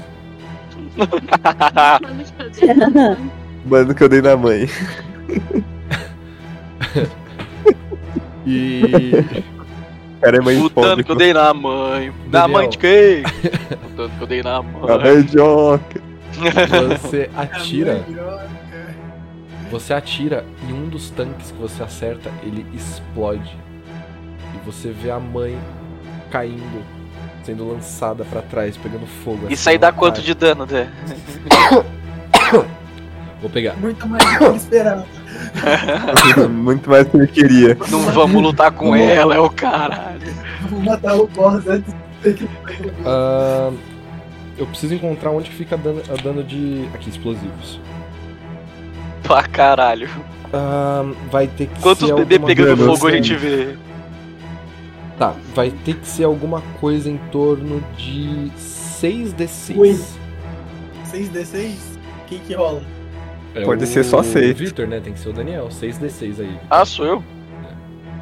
Speaker 5: Vamos fazer um plano.
Speaker 4: Mano, que eu dei na mãe.
Speaker 2: E.
Speaker 4: O cara é mãe
Speaker 3: O dano que eu
Speaker 4: fóbico.
Speaker 3: dei na mãe. Na
Speaker 2: Daniel. Tá
Speaker 3: mãe de quem? O dano que eu dei na mãe.
Speaker 4: Caralho, idiota.
Speaker 2: Você atira,
Speaker 10: Melhor.
Speaker 2: você atira e um dos tanques que você acerta, ele explode. E você vê a mãe caindo, sendo lançada pra trás, pegando fogo.
Speaker 3: Isso
Speaker 2: assim,
Speaker 3: aí dá
Speaker 2: ela
Speaker 3: quanto
Speaker 2: cai.
Speaker 3: de dano, Dé?
Speaker 2: Vou pegar.
Speaker 10: Muito mais do que esperava.
Speaker 4: Muito mais do que eu queria.
Speaker 3: Não vamos lutar com ela, é o caralho.
Speaker 10: Vou matar o boss antes de ter que.
Speaker 2: Ahn, eu preciso encontrar onde fica dano, a dano de. Aqui, explosivos.
Speaker 3: Pra caralho.
Speaker 2: Ahn, vai ter que
Speaker 3: Quantos
Speaker 2: ser
Speaker 3: bebês
Speaker 2: é alguma
Speaker 3: pegando
Speaker 4: coisa
Speaker 3: fogo a
Speaker 2: assim.
Speaker 3: gente vê?
Speaker 2: Tá, vai ter que ser alguma coisa em torno de 6d6.
Speaker 6: Ui. 6d6? Quem que rola?
Speaker 2: É
Speaker 4: Pode
Speaker 2: o
Speaker 4: ser só seis.
Speaker 2: Victor, né? Tem que ser o Daniel. 6d6 aí.
Speaker 3: Ah, sou eu?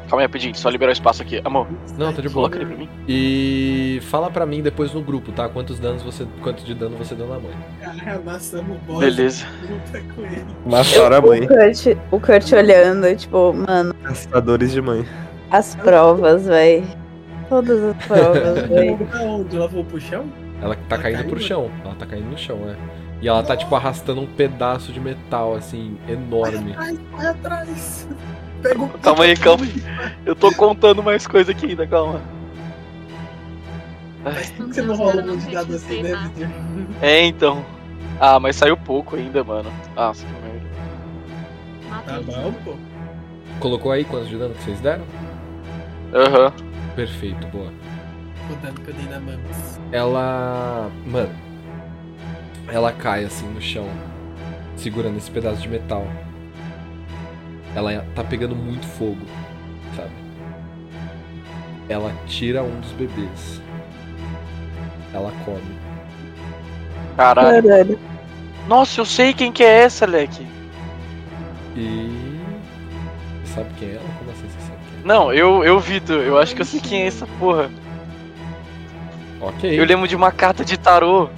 Speaker 3: Calma aí, rapidinho, só liberar o espaço aqui. Amor,
Speaker 2: Não, tá de boa.
Speaker 3: coloca ele pra mim.
Speaker 2: E fala pra mim depois no grupo, tá? Quantos danos você, quanto de dano você deu na mãe.
Speaker 6: Caralho, amassamos o boss.
Speaker 3: Beleza.
Speaker 6: Luta com ele.
Speaker 4: Massaram a
Speaker 8: É, O
Speaker 4: mãe.
Speaker 8: Kurt, o Kurt olhando, tipo, mano,
Speaker 4: Caçadores de mãe.
Speaker 8: as provas, véi. Todas as provas, véi.
Speaker 6: Pra onde? Ela voou pro chão?
Speaker 2: Ela tá,
Speaker 6: Tá
Speaker 2: caindo
Speaker 6: caindo?
Speaker 2: pro chão. Ela tá caindo no chão, né? E ela tá, tipo, arrastando um pedaço de metal, assim, enorme.
Speaker 6: Ai, vai atrás. Pega o
Speaker 3: Calma aí, calma aí. Eu tô contando mais coisa aqui ainda, calma.
Speaker 6: Por que você não rola um de dado assim, né, Vitor?
Speaker 3: É, então. Ah, mas saiu pouco ainda, mano. Ah, que merda.
Speaker 6: Tá bom, pô.
Speaker 2: Colocou aí quantos de dano que vocês deram?
Speaker 3: Aham.
Speaker 2: Perfeito, boa.
Speaker 11: O dano que eu dei na Mamis.
Speaker 2: Ela. Mano. Ela cai assim no chão, segurando esse pedaço de metal. Ela tá pegando muito fogo, sabe? Ela tira um dos bebês. Ela come.
Speaker 3: Caralho.
Speaker 8: Caralho.
Speaker 4: É.
Speaker 3: Nossa, eu sei quem que é essa, Leque.
Speaker 2: E. Você sabe quem é ela? Como assim você sabe quem
Speaker 3: Não, eu, eu Vitor, eu acho que eu sei quem é essa porra.
Speaker 2: é? Ok.
Speaker 3: Eu lembro de uma carta de tarô.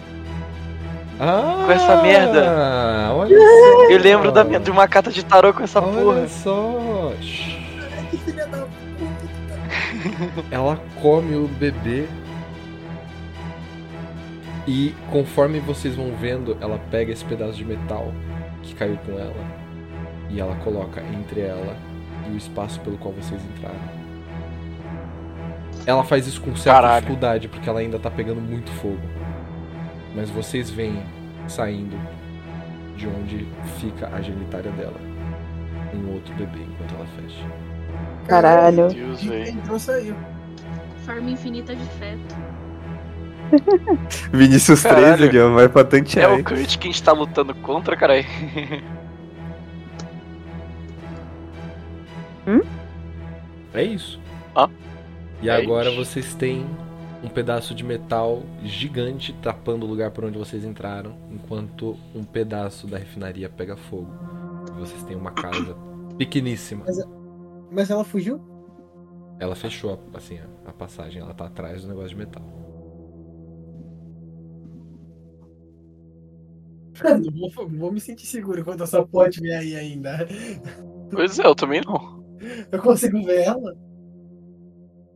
Speaker 2: ah,
Speaker 3: com essa merda.
Speaker 2: Olha só.
Speaker 3: Eu lembro da minha- de uma carta de tarô com essa
Speaker 2: Olha
Speaker 3: porra.
Speaker 2: só. Ela come o bebê. E conforme vocês vão vendo, ela pega esse pedaço de metal que caiu com ela. E ela coloca entre ela e o espaço pelo qual vocês entraram. Ela faz isso com certa
Speaker 3: Caralho.
Speaker 2: dificuldade, porque ela ainda tá pegando muito fogo. Mas vocês veem saindo de onde fica a genitária dela um outro bebê enquanto ela fecha.
Speaker 1: Caralho.
Speaker 3: Meu Deus, velho.
Speaker 6: Entrou, saiu.
Speaker 5: Forma infinita de feto.
Speaker 4: Vinícius 13,
Speaker 3: Caralho.
Speaker 4: Guilherme, vai pra
Speaker 3: É
Speaker 4: tantear.
Speaker 3: o
Speaker 4: hein?
Speaker 3: Kurt que a gente tá lutando contra, caralho.
Speaker 2: É isso.
Speaker 3: Ah.
Speaker 2: E
Speaker 3: É
Speaker 2: agora
Speaker 3: isso.
Speaker 2: vocês têm um pedaço de metal gigante tapando o lugar por onde vocês entraram, enquanto um pedaço da refinaria pega fogo. E vocês têm uma casa pequeníssima.
Speaker 6: Mas ela fugiu?
Speaker 2: Ela fechou a- assim a- a passagem, ela tá atrás do negócio de metal.
Speaker 6: Não vou, vou me sentir seguro quando essa porra estiver aí ainda.
Speaker 3: Pois é, eu também não.
Speaker 6: Eu consigo ver ela?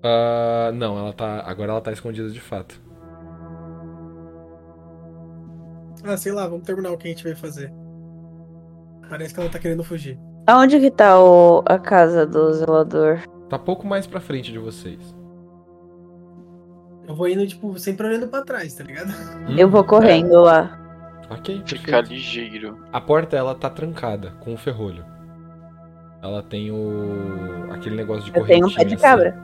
Speaker 2: Ah, não, ela tá. Agora ela tá escondida de fato.
Speaker 6: Ah, sei lá, vamos terminar o que a gente veio fazer. Parece que ela tá querendo fugir.
Speaker 8: Aonde que tá o, a casa do zelador?
Speaker 2: Tá pouco mais pra frente de vocês.
Speaker 6: Eu vou indo, tipo, sempre olhando pra trás, tá ligado?
Speaker 2: Hum?
Speaker 8: Eu vou correndo lá.
Speaker 2: Ok,
Speaker 3: Fica
Speaker 2: perfeito.
Speaker 3: ligeiro.
Speaker 2: A porta ela tá trancada com um ferrolho. Ela tem o. aquele negócio de
Speaker 8: Eu
Speaker 2: correntinha.
Speaker 8: tenho um pé de
Speaker 2: assim.
Speaker 8: cabra.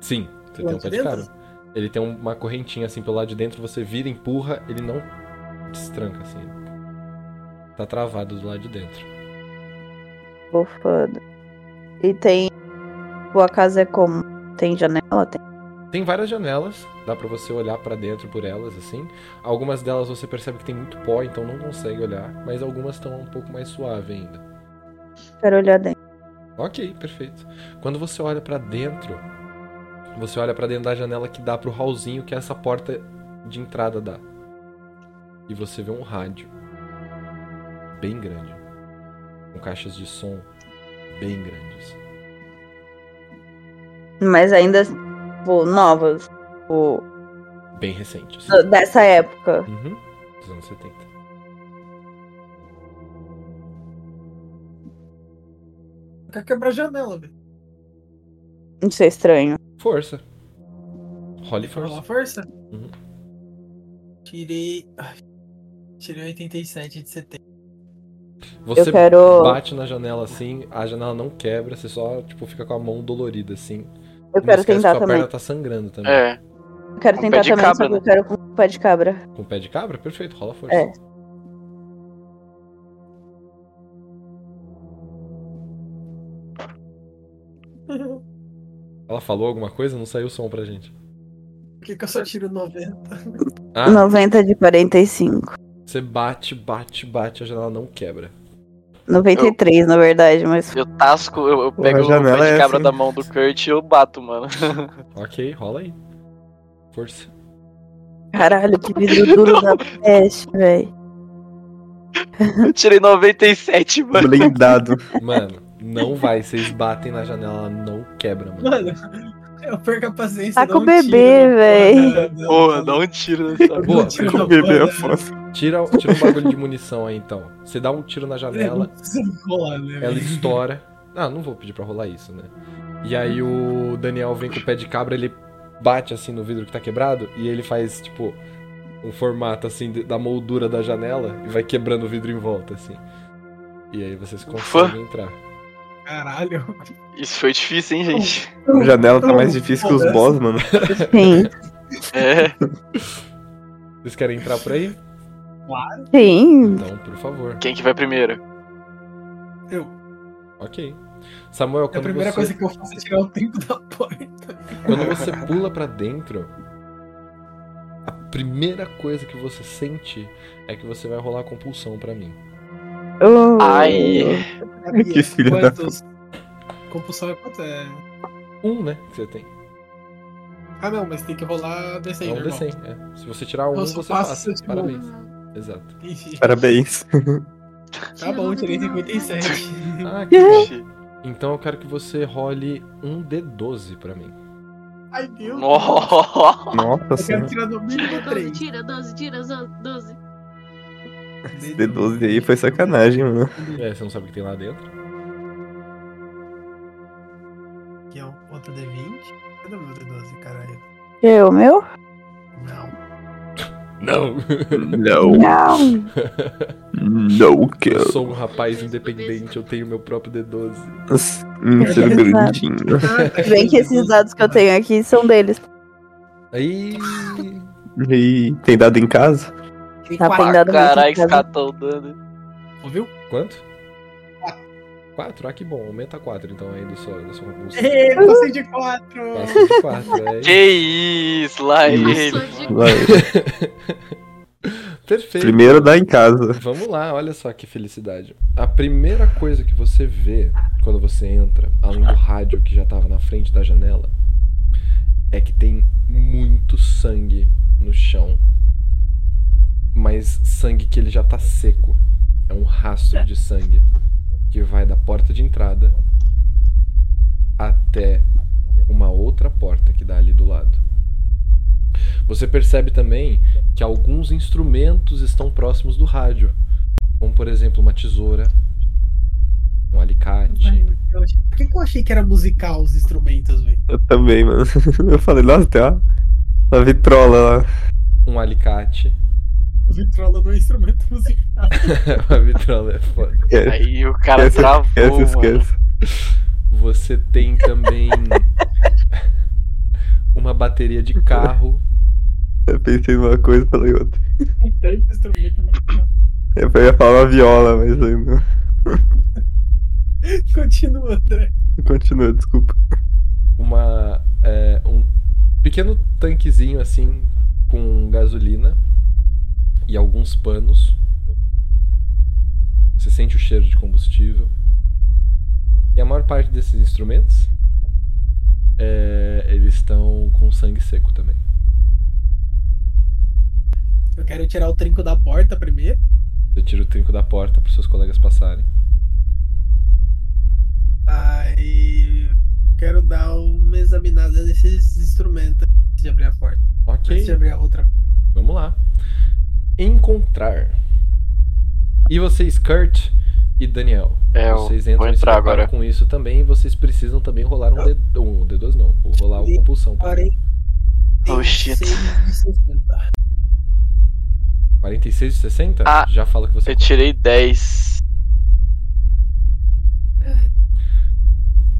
Speaker 2: Sim, você
Speaker 6: Lá
Speaker 2: tem um
Speaker 6: de
Speaker 2: pé de
Speaker 6: dentro?
Speaker 2: cabra. Ele tem uma correntinha assim pelo lado de dentro, você vira, empurra, ele não destranca assim. Tá travado do lado de dentro.
Speaker 8: Bufando. E tem. Pô, a casa é como? Tem janela? Tem.
Speaker 2: Tem várias janelas, dá pra você olhar pra dentro por elas assim. Algumas delas você percebe que tem muito pó, então não consegue olhar, mas algumas estão um pouco mais suave ainda.
Speaker 8: Quero olhar dentro.
Speaker 2: Ok, perfeito. Quando você olha pra dentro, você olha pra dentro da janela que dá pro hallzinho que essa porta de entrada dá. E você vê um rádio bem grande, com caixas de som bem grandes.
Speaker 8: Mas ainda, tipo, novas. Tipo,
Speaker 2: Bem recentes.
Speaker 8: do- dessa época.
Speaker 2: Uhum. Dos anos 70.
Speaker 6: Eu quero quebrar a janela, velho.
Speaker 8: Isso é estranho.
Speaker 2: Força. Role
Speaker 6: Rola
Speaker 2: força.
Speaker 6: força?
Speaker 2: Uhum.
Speaker 6: Tirei. Ai, tirei 87 de 70.
Speaker 2: Você
Speaker 8: Eu quero.
Speaker 2: bate na janela assim, a janela não quebra, você só tipo, fica com a mão dolorida assim.
Speaker 8: Eu
Speaker 2: Não
Speaker 8: quero
Speaker 2: esquece
Speaker 8: tentar
Speaker 2: que a
Speaker 8: também.
Speaker 2: perna tá sangrando também.
Speaker 3: É.
Speaker 8: Eu quero
Speaker 3: um
Speaker 8: tentar
Speaker 3: pé de
Speaker 8: também,
Speaker 3: cabra,
Speaker 8: só que eu quero com um pé de cabra.
Speaker 2: Com o pé de cabra? Perfeito, rola força.
Speaker 8: É.
Speaker 2: Ela falou alguma coisa? Não saiu o som pra gente.
Speaker 6: Por que, que eu só tiro 90?
Speaker 2: Ah,
Speaker 1: 90 de 45.
Speaker 2: você bate, bate, bate, a janela não quebra.
Speaker 1: 93, na verdade, mas.
Speaker 3: Eu tasco, eu, eu
Speaker 4: Pô,
Speaker 3: pego
Speaker 4: a
Speaker 3: o
Speaker 4: janela
Speaker 3: pé de
Speaker 4: é
Speaker 3: cabra
Speaker 4: assim.
Speaker 3: da mão do Kurt e eu bato, mano.
Speaker 2: Ok, rola aí. Força.
Speaker 1: Caralho, que vidro duro da peste, velho.
Speaker 3: Eu tirei 97, mano.
Speaker 4: Blindado.
Speaker 2: Mano, não vai. Vocês batem na janela, ela não quebra, mano.
Speaker 6: Mano, eu perco a paciência.
Speaker 1: Tá
Speaker 6: dou
Speaker 1: com
Speaker 6: um
Speaker 1: o bebê,
Speaker 6: tiro na
Speaker 1: véi.
Speaker 6: porra da-
Speaker 3: Porra, dá um tiro nessa
Speaker 2: Boa.
Speaker 6: tiro na
Speaker 4: Como
Speaker 6: porra
Speaker 4: bebê é
Speaker 6: da-
Speaker 4: foda.
Speaker 2: Tira, tira um bagulho de munição aí, então. Você dá um tiro na
Speaker 6: É, não
Speaker 2: janela,
Speaker 6: precisa me rolar, né,
Speaker 2: ela
Speaker 6: velho?
Speaker 2: estoura. Ah, não vou pedir pra rolar isso, né? E aí o Daniel vem com o pé de cabra, ele bate assim no vidro que tá quebrado e ele faz, tipo, um formato assim de- da moldura da janela e vai quebrando o vidro em volta, assim. E aí vocês
Speaker 3: Ufa.
Speaker 2: conseguem entrar.
Speaker 6: Caralho.
Speaker 3: Isso foi difícil, hein, gente?
Speaker 4: A janela tá mais difícil que os boss, mano.
Speaker 1: Sim,
Speaker 3: É.
Speaker 2: Vocês querem entrar por aí?
Speaker 1: sim.
Speaker 2: Então, por favor.
Speaker 3: Quem que vai primeiro?
Speaker 6: Eu.
Speaker 2: Ok. Samuel,
Speaker 6: É A
Speaker 2: quando
Speaker 6: primeira
Speaker 2: você...
Speaker 6: coisa que eu faço é tirar o tempo da porta.
Speaker 2: Quando você pula pra dentro, a primeira coisa que você sente é que você vai rolar compulsão pra mim.
Speaker 1: Uh,
Speaker 3: Ai.
Speaker 4: Que filho da
Speaker 6: Quantos? Compulsão é quanto? É...
Speaker 2: Um, né? Que você tem.
Speaker 6: Ah, não, mas tem que rolar D100,
Speaker 2: É um
Speaker 6: normal.
Speaker 2: D100. É. Se você tirar um,
Speaker 6: Eu só
Speaker 2: você
Speaker 6: faço
Speaker 2: passa.
Speaker 6: Então, se eu tirar um.
Speaker 2: Parabéns. Exato.
Speaker 6: Ixi,
Speaker 4: Parabéns.
Speaker 6: Tá bom, tirei
Speaker 5: um
Speaker 6: 57. Uhum.
Speaker 2: Ah, que bom.
Speaker 3: Ixi.
Speaker 2: Então eu quero que você role um D12 pra mim.
Speaker 6: Ai, Deus.
Speaker 3: Nossa.
Speaker 4: Nossa
Speaker 6: Eu quero
Speaker 4: senhora.
Speaker 6: tirar no mínimo
Speaker 5: Tira 12,
Speaker 6: 3.
Speaker 5: tira 12, tira 12.
Speaker 2: Tá,
Speaker 4: Esse D12 aí foi sacanagem, mano.
Speaker 2: É, você não sabe o que tem lá dentro.
Speaker 6: Aqui é um outro D20. Cadê o meu D12, caralho?
Speaker 1: eu, meu?
Speaker 6: Não.
Speaker 2: Não!
Speaker 3: Oh.
Speaker 4: Não.
Speaker 1: Não.
Speaker 4: Não, que
Speaker 2: Eu sou um rapaz independente, eu tenho meu próprio D12.
Speaker 4: Mentira grandinho.
Speaker 1: Bem que esses dados que eu tenho aqui são deles.
Speaker 2: Aí.
Speaker 4: E tem dado em casa?
Speaker 1: Tá
Speaker 3: Ah,
Speaker 1: pendado
Speaker 3: Caralho,
Speaker 1: muito.
Speaker 3: esse cara tá dando.
Speaker 6: Ouviu?
Speaker 2: Quanto? 4? Ah, que bom. Aumenta 4 então aí do seu, da sua compulsão.
Speaker 6: Ei, eu passei de 4.
Speaker 2: Passa de 4, é
Speaker 3: Que isso, lá ele.
Speaker 4: Vai.
Speaker 2: Perfeito.
Speaker 4: Primeiro dá em casa.
Speaker 2: Vamos lá, olha só que felicidade. A primeira coisa que você vê quando você entra, além do rádio que já tava na frente da janela, é que tem muito sangue no chão. Mas sangue que ele já tá seco. É um rastro de sangue que vai da porta de entrada até uma outra porta que dá ali do lado. Você percebe também que alguns instrumentos estão próximos do rádio, como por exemplo uma tesoura, um alicate.
Speaker 6: Mano, eu achei- Por que, que eu achei que era musical os instrumentos, velho?
Speaker 4: Eu também, mano. Eu falei, nossa, tem uma, uma vitrola lá.
Speaker 2: Um alicate.
Speaker 6: Vitrola não é instrumento musical.
Speaker 2: a vitrola é foda.
Speaker 4: Esquece,
Speaker 3: Aí o cara
Speaker 4: Esquece,
Speaker 3: travou,
Speaker 4: esquece.
Speaker 3: mano.
Speaker 4: esquece.
Speaker 2: Você tem também uma bateria de carro.
Speaker 4: Eu pensei numa coisa e falei outra.
Speaker 6: Tem tanto instrumento musical.
Speaker 4: Eu ia falar uma viola, mas aí não.
Speaker 6: Continua, André.
Speaker 4: Continua, desculpa.
Speaker 2: uma é, um pequeno tanquezinho assim com gasolina e alguns panos. Você sente o cheiro de combustível. E a maior parte desses instrumentos é, eles estão com sangue seco também.
Speaker 6: Eu quero tirar o trinco da porta primeiro.
Speaker 2: Você tira o trinco da porta para seus colegas passarem.
Speaker 6: Aí quero dar uma examinada nesses instrumentos antes de abrir a porta. Antes de
Speaker 2: Ok,
Speaker 6: abrir a outra
Speaker 2: vamos lá. Encontrar. E vocês, Kurt e Daniel?
Speaker 3: É, eu
Speaker 2: Vocês entram
Speaker 3: vou
Speaker 2: e se
Speaker 3: entrar
Speaker 2: preparam
Speaker 3: agora.
Speaker 2: com isso também e vocês precisam também rolar um D2. Um D2 não, ou rolar uma compulsão. pra mim.
Speaker 6: 40.
Speaker 3: Oh, shit.
Speaker 6: 60.
Speaker 2: 46 de 60?
Speaker 3: Ah,
Speaker 2: Já fala que você.
Speaker 3: Eu tirei 10.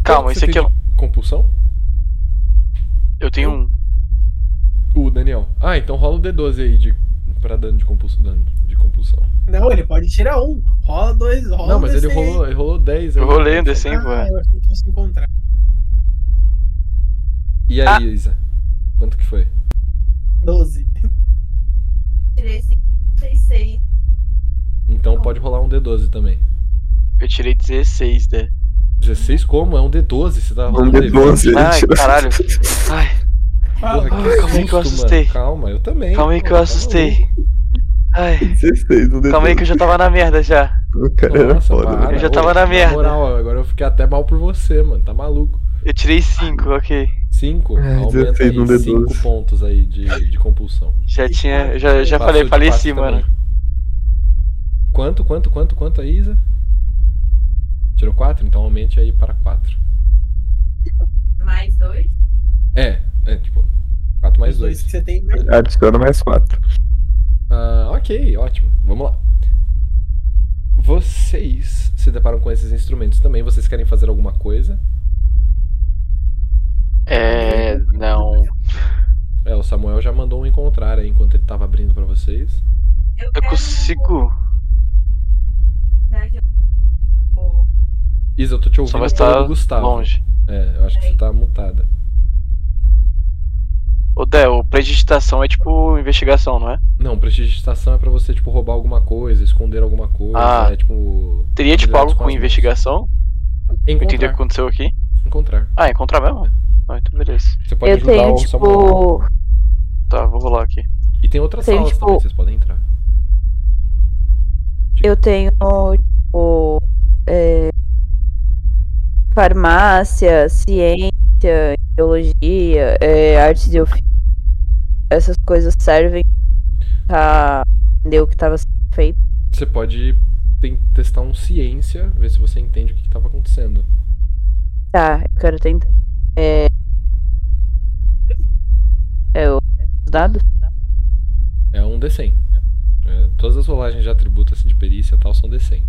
Speaker 3: Calma,
Speaker 2: Quanto
Speaker 3: isso
Speaker 2: você
Speaker 3: aqui
Speaker 2: tem
Speaker 3: eu,
Speaker 2: de Compulsão?
Speaker 3: eu tenho um.
Speaker 2: O Daniel. Ah, então rola o D12 aí de... pra dano de compulsão. Dano de compulsão.
Speaker 6: Não, ele pode tirar um. Rola dois, rola
Speaker 2: não, mas
Speaker 6: dois,
Speaker 2: ele
Speaker 6: seis.
Speaker 2: rolou, ele rolou 10.
Speaker 3: Eu um
Speaker 2: aí.
Speaker 3: rolei um D100,
Speaker 6: Ah,
Speaker 3: pô.
Speaker 6: eu achei que fosse encontrar.
Speaker 2: E aí,
Speaker 3: Ah.
Speaker 2: Isa? Quanto que foi?
Speaker 6: 12.
Speaker 8: Tirei 56.
Speaker 2: Então pode rolar um D12 também.
Speaker 3: Eu tirei 16, né?
Speaker 2: 16 como? É um D12, você tá
Speaker 4: Um
Speaker 2: rolando aí.
Speaker 4: D12, ele
Speaker 3: Ai,
Speaker 4: tirou-
Speaker 3: caralho. Ai,
Speaker 2: Porra,
Speaker 6: Ah,
Speaker 2: que
Speaker 3: Ai, calma aí que eu
Speaker 2: susto, mano.
Speaker 3: assustei.
Speaker 2: Calma, eu também.
Speaker 3: calma aí que eu
Speaker 2: porra, tá
Speaker 3: assustei. Ai,
Speaker 4: 16, um D12.
Speaker 3: calma aí que eu já tava na merda já.
Speaker 4: O cara
Speaker 2: maluco.
Speaker 4: era
Speaker 2: Nossa,
Speaker 4: foda,
Speaker 2: para,
Speaker 4: né?
Speaker 3: Eu já
Speaker 2: ô,
Speaker 3: tava na merda.
Speaker 2: moral, ó, agora eu fiquei até mal por você, mano. Tá maluco.
Speaker 3: Eu tirei 5, ok.
Speaker 2: 5,
Speaker 4: É,
Speaker 2: aumenta
Speaker 4: 16 no
Speaker 2: aí
Speaker 4: D12.
Speaker 2: 5 pontos aí de, de compulsão.
Speaker 3: Já tinha. eu Já, eu já
Speaker 2: Passou
Speaker 3: falei,
Speaker 2: de
Speaker 3: falei né?
Speaker 2: quatro
Speaker 3: sim,
Speaker 2: também.
Speaker 3: mano.
Speaker 2: Quanto, quanto, quanto, quanto aí, Isa? Tirou 4? Então aumente aí para 4.
Speaker 8: Mais dois.
Speaker 2: É, é tipo, 4 mais
Speaker 6: Os dois
Speaker 2: 2.
Speaker 6: que você tem. né?
Speaker 4: Adiciona mais 4.
Speaker 2: Ah, ok, ótimo. Vamos lá. Vocês se deparam com esses instrumentos também. Vocês querem fazer alguma coisa?
Speaker 3: É. Não.
Speaker 2: É, o Samuel já mandou um encontrar aí enquanto ele tava abrindo pra vocês.
Speaker 8: Eu,
Speaker 3: Eu
Speaker 8: quero-
Speaker 3: consigo.
Speaker 8: Na verdade,
Speaker 2: Isa, eu tô te ouvindo
Speaker 3: Só vai
Speaker 2: pelo
Speaker 3: estar
Speaker 2: Gustavo.
Speaker 3: longe.
Speaker 2: É, eu acho que você tá mutada.
Speaker 3: Ô, Dé, o pré-digitação é tipo investigação, não é?
Speaker 2: Não, prestidigitação é pra você, tipo, roubar alguma coisa, esconder alguma coisa.
Speaker 3: Ah.
Speaker 2: É tipo.
Speaker 3: Teria tipo
Speaker 2: Habilidades
Speaker 3: algo
Speaker 2: com
Speaker 3: com
Speaker 2: as mãos.
Speaker 3: investigação? Eu entendi o que
Speaker 2: Encontrar.
Speaker 3: aconteceu aqui.
Speaker 2: Encontrar.
Speaker 3: Ah, encontrar mesmo? Ah, então beleza.
Speaker 2: Você pode
Speaker 1: Eu
Speaker 2: ajudar
Speaker 1: tenho,
Speaker 2: o Samuel.
Speaker 1: tipo.
Speaker 3: Tá, vou rolar aqui.
Speaker 2: E tem outras
Speaker 1: tenho,
Speaker 2: salas
Speaker 1: tipo-
Speaker 2: também, vocês podem entrar.
Speaker 1: Eu tenho, tipo. é, farmácia, ciência, ideologia, é, arte de ofício. Essas coisas servem pra entender o que tava sendo feito.
Speaker 2: Você pode ten- testar um ciência, ver se você entende o que, que tava acontecendo.
Speaker 1: Tá, eu quero tentar. É. É o. os dados?
Speaker 2: É um D100. É, todas as rolagens de atributo assim, de perícia e tal são D100.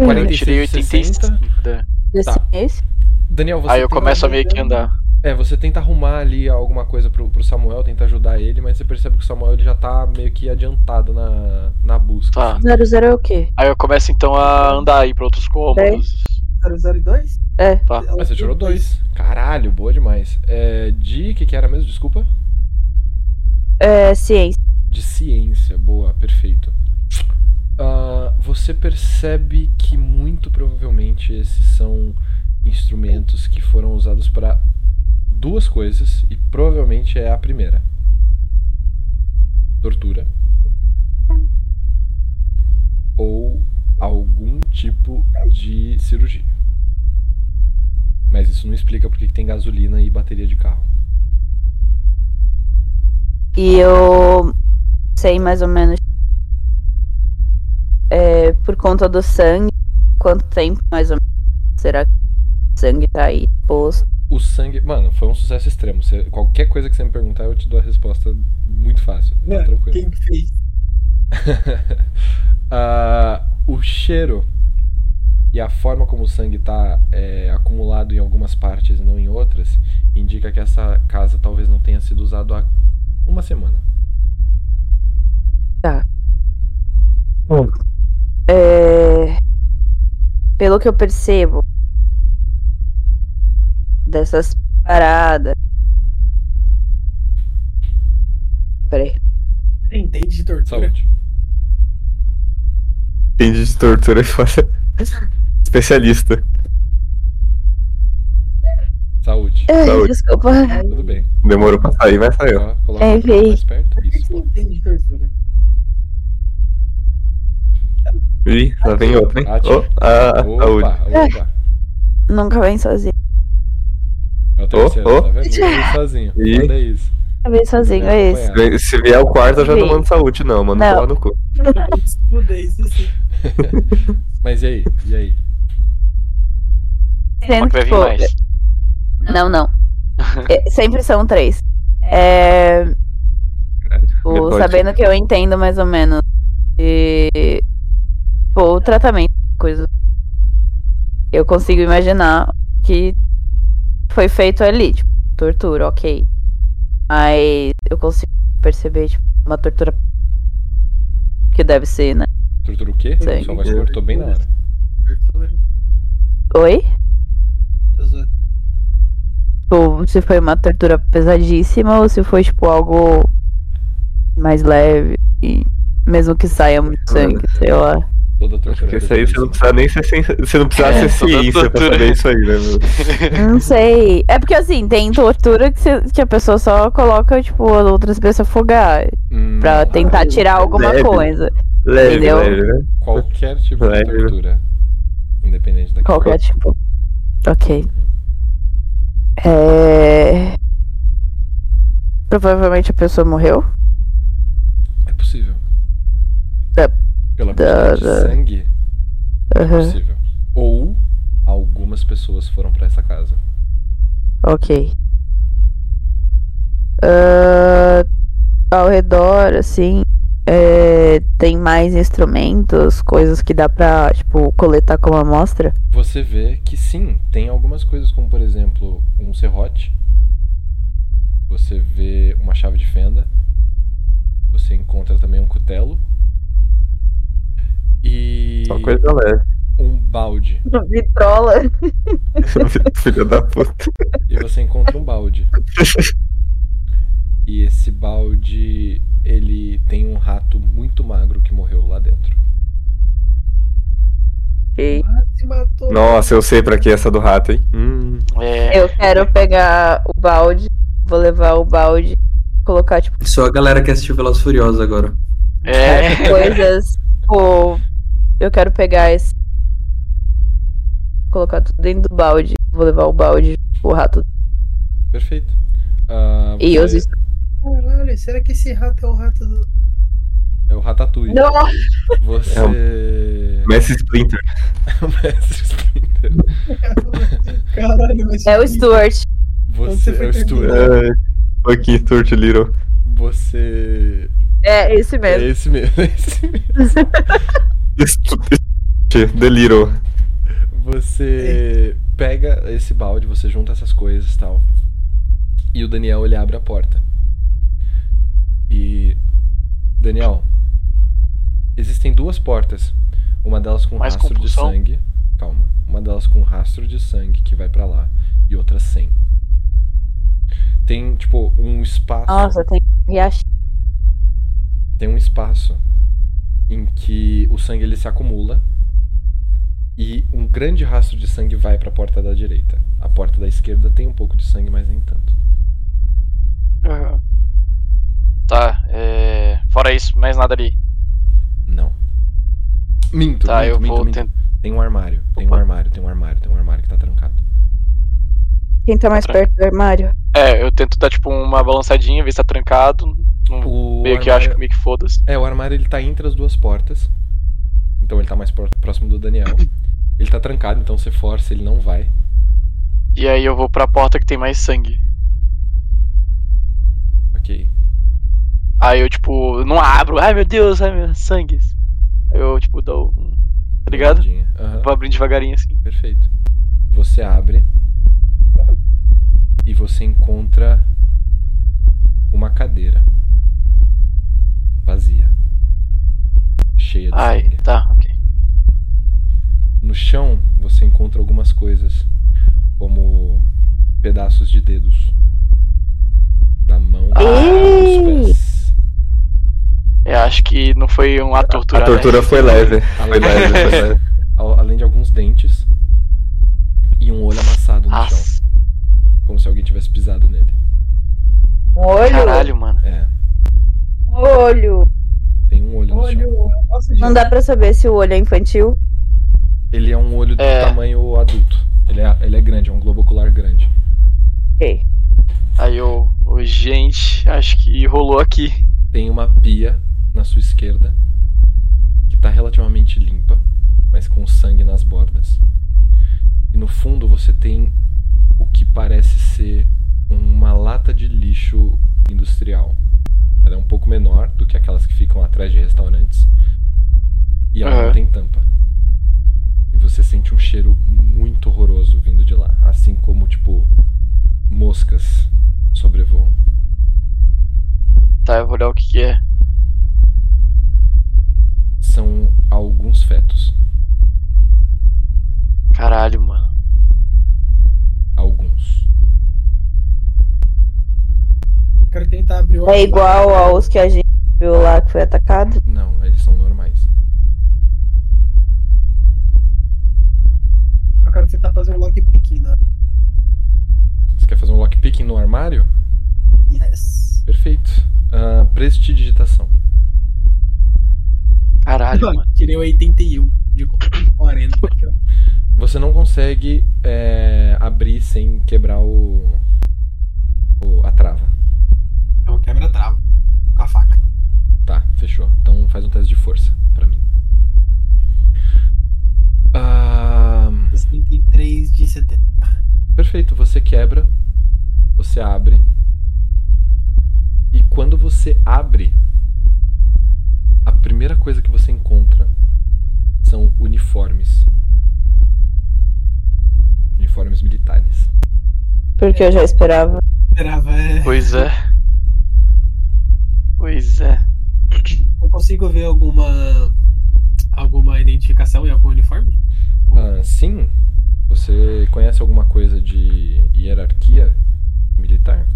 Speaker 1: Hum.
Speaker 3: Eu
Speaker 2: 46
Speaker 3: tirei
Speaker 2: de
Speaker 3: 85.
Speaker 2: 60.
Speaker 3: né?
Speaker 1: Desse-
Speaker 2: Tá.
Speaker 1: esse?
Speaker 2: Daniel, você
Speaker 3: Aí eu
Speaker 2: tenta-
Speaker 3: começo a meio que andar.
Speaker 2: É, você tenta arrumar ali alguma coisa pro, pro Samuel, tenta ajudar ele, mas você percebe que o Samuel ele já tá meio que adiantado na, na busca.
Speaker 3: Tá.
Speaker 2: assim.
Speaker 1: Zero zero é o quê?
Speaker 3: Aí eu começo então a andar aí pra outros cômodos.
Speaker 6: 002?
Speaker 1: É.
Speaker 3: Tá.
Speaker 6: Ela
Speaker 2: Mas você
Speaker 6: tem
Speaker 2: tirou dois. Caralho, boa demais. É, de que que era mesmo? Desculpa.
Speaker 1: É, ciência.
Speaker 2: De ciência, boa, perfeito. Ah, você percebe que muito provavelmente esses são instrumentos que foram usados para duas coisas e provavelmente é a primeira: tortura ou algum tipo de cirurgia. Mas isso não explica porque que tem gasolina e bateria de carro.
Speaker 1: E eu sei mais ou menos. É, por conta do sangue, quanto tempo mais ou menos será que o sangue tá aí exposto?
Speaker 2: O sangue. Mano, foi um sucesso extremo. Você- qualquer coisa que você me perguntar, eu te dou a resposta muito fácil. Tá
Speaker 6: Mano,
Speaker 2: tranquilo.
Speaker 6: Quem que fez?
Speaker 2: Ah, o cheiro e a forma como o sangue tá é, acumulado em algumas partes e não em outras indica que essa casa talvez não tenha sido usada há uma semana.
Speaker 1: É, pelo que eu percebo dessas paradas. Peraí.
Speaker 6: Você Entende de tortura?
Speaker 2: Saúde.
Speaker 4: Entende de tortura e foda. Especialista.
Speaker 2: Saúde.
Speaker 1: Ai,
Speaker 4: Saúde.
Speaker 1: desculpa.
Speaker 2: Tudo bem.
Speaker 4: Demorou pra sair, vai sair. ó.
Speaker 2: Só coloca
Speaker 1: É,
Speaker 2: um pouco
Speaker 1: vi.
Speaker 2: mais perto.
Speaker 6: Por que que
Speaker 2: Isso.
Speaker 6: você entende de tortura?
Speaker 4: Ih, lá vem outra, hein?
Speaker 2: Ótimo.
Speaker 4: Oh, ah,
Speaker 2: Opa,
Speaker 4: saúde.
Speaker 2: opa.
Speaker 1: Nunca vem sozinho.
Speaker 2: É o terceiro,
Speaker 4: oh.
Speaker 2: tá vendo? Não veio sozinho.
Speaker 4: Ih.
Speaker 2: Olha isso.
Speaker 1: Nunca vem sozinho, é
Speaker 2: Bem
Speaker 1: esse.
Speaker 2: acompanhado.
Speaker 4: Vem- Se vier o quarto, eu já não
Speaker 1: Vem.
Speaker 4: mando saúde, não, mano.
Speaker 1: Não.
Speaker 4: Lá no cu.
Speaker 6: Mudei isso assim.
Speaker 2: Mas e aí? E aí?
Speaker 1: Sendo
Speaker 3: Como que vai
Speaker 1: que,
Speaker 3: vir
Speaker 1: tipo,
Speaker 3: mais?
Speaker 1: Não, não. É, sempre são três. É, tipo,
Speaker 4: Meu Deus.
Speaker 1: sabendo que eu entendo mais ou menos de, tipo, o tratamento, coisas. Eu consigo imaginar que foi feito ali, tipo, tortura, ok. Mas eu consigo perceber, tipo, uma tortura que deve ser, né?
Speaker 2: Tortura o quê?
Speaker 1: Sim.
Speaker 2: Sua voz cortou bem na hora.
Speaker 6: Tortura.
Speaker 1: Oi?
Speaker 6: tô zoando.
Speaker 1: Tipo, se foi uma tortura pesadíssima ou se foi, tipo, algo mais leve. E mesmo que saia muito sangue, sei lá.
Speaker 2: Toda tortura.
Speaker 4: Porque isso aí você não precisa nem ser, sen... você não precisa ser
Speaker 3: toda
Speaker 4: ciência pra
Speaker 3: tortura.
Speaker 4: saber isso aí, né, meu?
Speaker 1: Não sei. É porque assim, tem tortura que, cê- que a pessoa só coloca, tipo, a outra pessoa afogar
Speaker 2: Hum,
Speaker 1: pra tentar tirar alguma
Speaker 4: leve.
Speaker 1: coisa.
Speaker 4: Leve,
Speaker 1: Entendeu?
Speaker 4: leve, né?
Speaker 2: Qualquer tipo de
Speaker 4: Leve.
Speaker 2: tortura. Independente da
Speaker 1: Qualquer tipo. Ok. É. Provavelmente a pessoa morreu.
Speaker 2: É possível.
Speaker 1: Da-
Speaker 2: Pela
Speaker 1: da-
Speaker 2: quantidade de
Speaker 1: da- Uhum.
Speaker 2: sangue, é
Speaker 1: Aham,
Speaker 2: possível. Ou algumas pessoas foram pra essa casa.
Speaker 1: Ok. Ah, ao redor, assim, é, tem mais instrumentos, coisas que dá pra, tipo, coletar como amostra.
Speaker 2: Você vê que sim, tem algumas coisas, como por exemplo, um serrote. Você vê uma chave de fenda. Você encontra também um cutelo. E
Speaker 4: Só coisa leve.
Speaker 2: um balde.
Speaker 1: Vitrola.
Speaker 4: Filha da puta.
Speaker 2: E você encontra um balde. E esse balde, ele tem um rato muito magro que morreu lá dentro.
Speaker 1: Ok.
Speaker 6: Ah, Se matou.
Speaker 4: Nossa, eu sei pra que é essa do rato, hein? Hum.
Speaker 3: É.
Speaker 1: Eu quero pegar o balde, vou levar o balde, colocar, tipo,
Speaker 7: Só a galera que assistiu Velas Furiosas agora.
Speaker 3: É.
Speaker 1: coisas, tipo, eu quero pegar esse, colocar tudo dentro do balde, vou levar o balde, o rato
Speaker 2: Perfeito. Ah,
Speaker 1: e
Speaker 2: você-
Speaker 1: os instrumentos.
Speaker 6: Caralho, será que esse rato é o rato do.
Speaker 2: É o Ratatouille. Você...
Speaker 4: É Messi Splinter.
Speaker 2: o Mestre Splinter.
Speaker 6: Caralho, mas.
Speaker 1: É o Stuart.
Speaker 2: Você é o
Speaker 6: foi
Speaker 2: Stuart.
Speaker 4: É, Fucking Stuart Little.
Speaker 2: Você.
Speaker 1: É esse
Speaker 2: É
Speaker 1: mesmo.
Speaker 2: esse mesmo, é esse mesmo.
Speaker 4: Stuart The Little.
Speaker 2: Você pega esse balde, você junta essas coisas e tal. E o Daniel ele abre a porta. E. Daniel, existem duas portas. Uma delas com
Speaker 3: Mais
Speaker 2: rastro
Speaker 3: compulsão?
Speaker 2: de sangue. Calma. Uma delas com rastro de sangue que vai pra lá. E outra sem. Tem, tipo, um espaço.
Speaker 1: Nossa, tem riacho.
Speaker 2: tem um espaço em que o sangue ele se acumula e um grande rastro de sangue vai pra porta da direita. A porta da esquerda tem um pouco de sangue, mas nem tanto.
Speaker 3: Aham. Tá, é. Fora isso, mais nada ali.
Speaker 2: Não. Minto,
Speaker 3: Tá,
Speaker 2: minto,
Speaker 3: eu
Speaker 2: minto,
Speaker 3: vou
Speaker 2: minto.
Speaker 3: tentar.
Speaker 2: Tem um armário, tem um
Speaker 3: Opa.
Speaker 2: armário, tem um armário, tem um armário que tá trancado.
Speaker 1: Quem tá mais perto do armário?
Speaker 3: É, eu tento dar tipo uma balançadinha, ver se tá trancado. Não-
Speaker 2: O
Speaker 3: Hum, meio que
Speaker 2: armário-
Speaker 3: acho que meio que foda-se.
Speaker 2: É, o armário ele tá entre as duas portas. Então ele tá mais pró- próximo do Daniel. Ele tá trancado, então você força, ele não vai.
Speaker 3: E aí eu vou pra porta que tem mais sangue.
Speaker 2: Ok.
Speaker 3: Aí eu, tipo, não abro. Ai meu Deus, ai meu sangue. Aí eu, tipo, dou um. Tá ligado?
Speaker 2: Olhadinha. Aham.
Speaker 3: Vou abrindo devagarinho assim.
Speaker 2: Perfeito. Você abre e você encontra uma cadeira vazia, cheia de
Speaker 3: Ai,
Speaker 2: sangue.
Speaker 3: tá, ok.
Speaker 2: No chão você encontra algumas coisas, como pedaços de dedos da mão
Speaker 1: Ei!
Speaker 2: dos pés.
Speaker 3: Eu É, acho que não foi um ato torturado.
Speaker 4: A tortura foi leve. Foi
Speaker 2: Além,
Speaker 4: leve, foi leve.
Speaker 2: al- além de alguns dentes e um olho amassado no chão,
Speaker 3: Nossa,
Speaker 2: como se alguém tivesse pisado nele.
Speaker 1: Um olho?
Speaker 3: caralho, mano.
Speaker 2: É,
Speaker 1: Um olho.
Speaker 2: tem um olho no chão.
Speaker 6: Olha o. Nossa,
Speaker 1: Não dá pra saber se o olho é infantil.
Speaker 2: Ele é um olho do
Speaker 3: É.
Speaker 2: tamanho adulto. Ele é, ele é grande, é um globo ocular grande.
Speaker 1: Ok.
Speaker 3: Aí eu. ô, gente, acho que rolou aqui.
Speaker 2: Tem uma pia na sua esquerda, que tá relativamente limpa, mas com sangue nas bordas. E no fundo você tem o que parece ser uma lata de lixo industrial. Ela é um pouco menor do que aquelas que ficam atrás de restaurantes. E ela não
Speaker 3: Aham.
Speaker 2: tem tampa. E você sente um cheiro muito horroroso vindo de lá. Assim como, tipo, moscas sobrevoam.
Speaker 3: Tá, eu vou olhar o que, que é.
Speaker 2: São alguns fetos.
Speaker 3: Caralho, mano.
Speaker 2: Alguns.
Speaker 8: É igual aos que a gente viu lá que foi atacado?
Speaker 2: Não, eles são normais.
Speaker 6: Eu quero tentar fazer um lockpicking, né?
Speaker 2: Você quer fazer um lockpicking no armário?
Speaker 6: Yes.
Speaker 2: Perfeito. Ah, prestidigitação.
Speaker 3: Caralho, mano.
Speaker 11: Mano, tirei 81 de 40. aqui, ó.
Speaker 2: Você não consegue é, abrir sem quebrar o, o- a trava.
Speaker 11: Então quebra trava. Com a faca.
Speaker 2: Tá, fechou. Então faz um teste de força pra mim. Ah,
Speaker 3: Hum.
Speaker 11: 63 de 70.
Speaker 2: perfeito, você quebra, você abre. E quando você abre, a primeira coisa que você encontra são uniformes. Uniformes militares.
Speaker 8: Porque eu já esperava.
Speaker 11: Esperava, é.
Speaker 3: Pois é. Pois é.
Speaker 11: Eu consigo ver alguma. alguma identificação em algum uniforme?
Speaker 2: Ah, sim. Você conhece alguma coisa de hierarquia militar?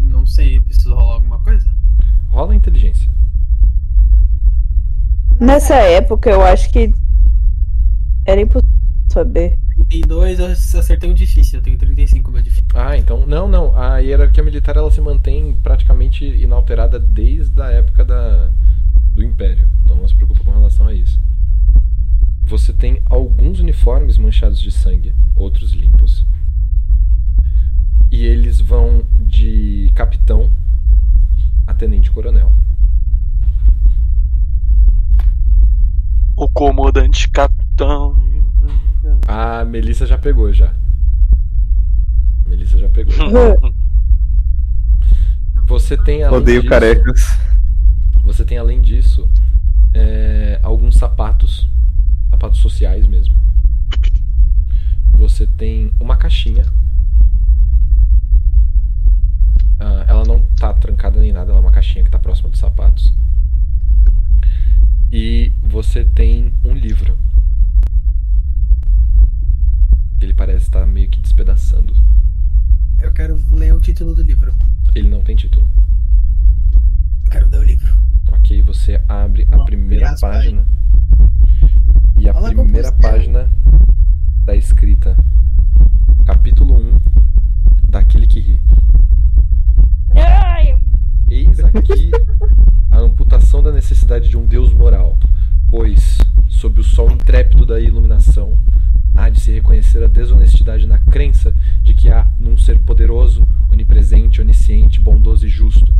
Speaker 11: Não sei, eu preciso rolar alguma coisa?
Speaker 2: Rola a inteligência.
Speaker 8: Nessa época eu acho que era impossível saber.
Speaker 11: 32, eu acertei um difícil, eu tenho 35 meu difícil.
Speaker 2: Ah, então. Não, não. A hierarquia militar ela se mantém praticamente inalterada desde a época da, do Império. Então não se preocupa com relação a isso. Você tem alguns uniformes manchados de sangue, outros limpos. E eles vão de capitão a tenente-coronel.
Speaker 3: O comandante capitão.
Speaker 2: A Melissa já pegou já. A Melissa já pegou. Você tem além
Speaker 4: Odeio
Speaker 2: disso,
Speaker 4: carecas.
Speaker 2: Você tem além disso é, alguns sapatos, sapatos sociais mesmo. Você tem uma caixinha. Ah, ela não tá trancada nem nada, ela é uma caixinha que tá próxima dos sapatos. E você tem um livro. Ele parece estar meio que despedaçando.
Speaker 11: Eu quero ler o título do livro.
Speaker 2: Ele não tem título.
Speaker 11: Eu quero ler o livro.
Speaker 2: Ok, você abre a
Speaker 11: Não,
Speaker 2: primeira
Speaker 11: aliás, tá aí.
Speaker 2: página. E a
Speaker 11: Fala com
Speaker 2: primeira
Speaker 11: você.
Speaker 2: página tá escrita Capítulo 1 Daquele que ri. Eis aqui a amputação da necessidade de um deus moral, pois, sob o sol intrépido da iluminação, há de se reconhecer a desonestidade na crença de que há num ser poderoso, onipresente, onisciente, bondoso e justo,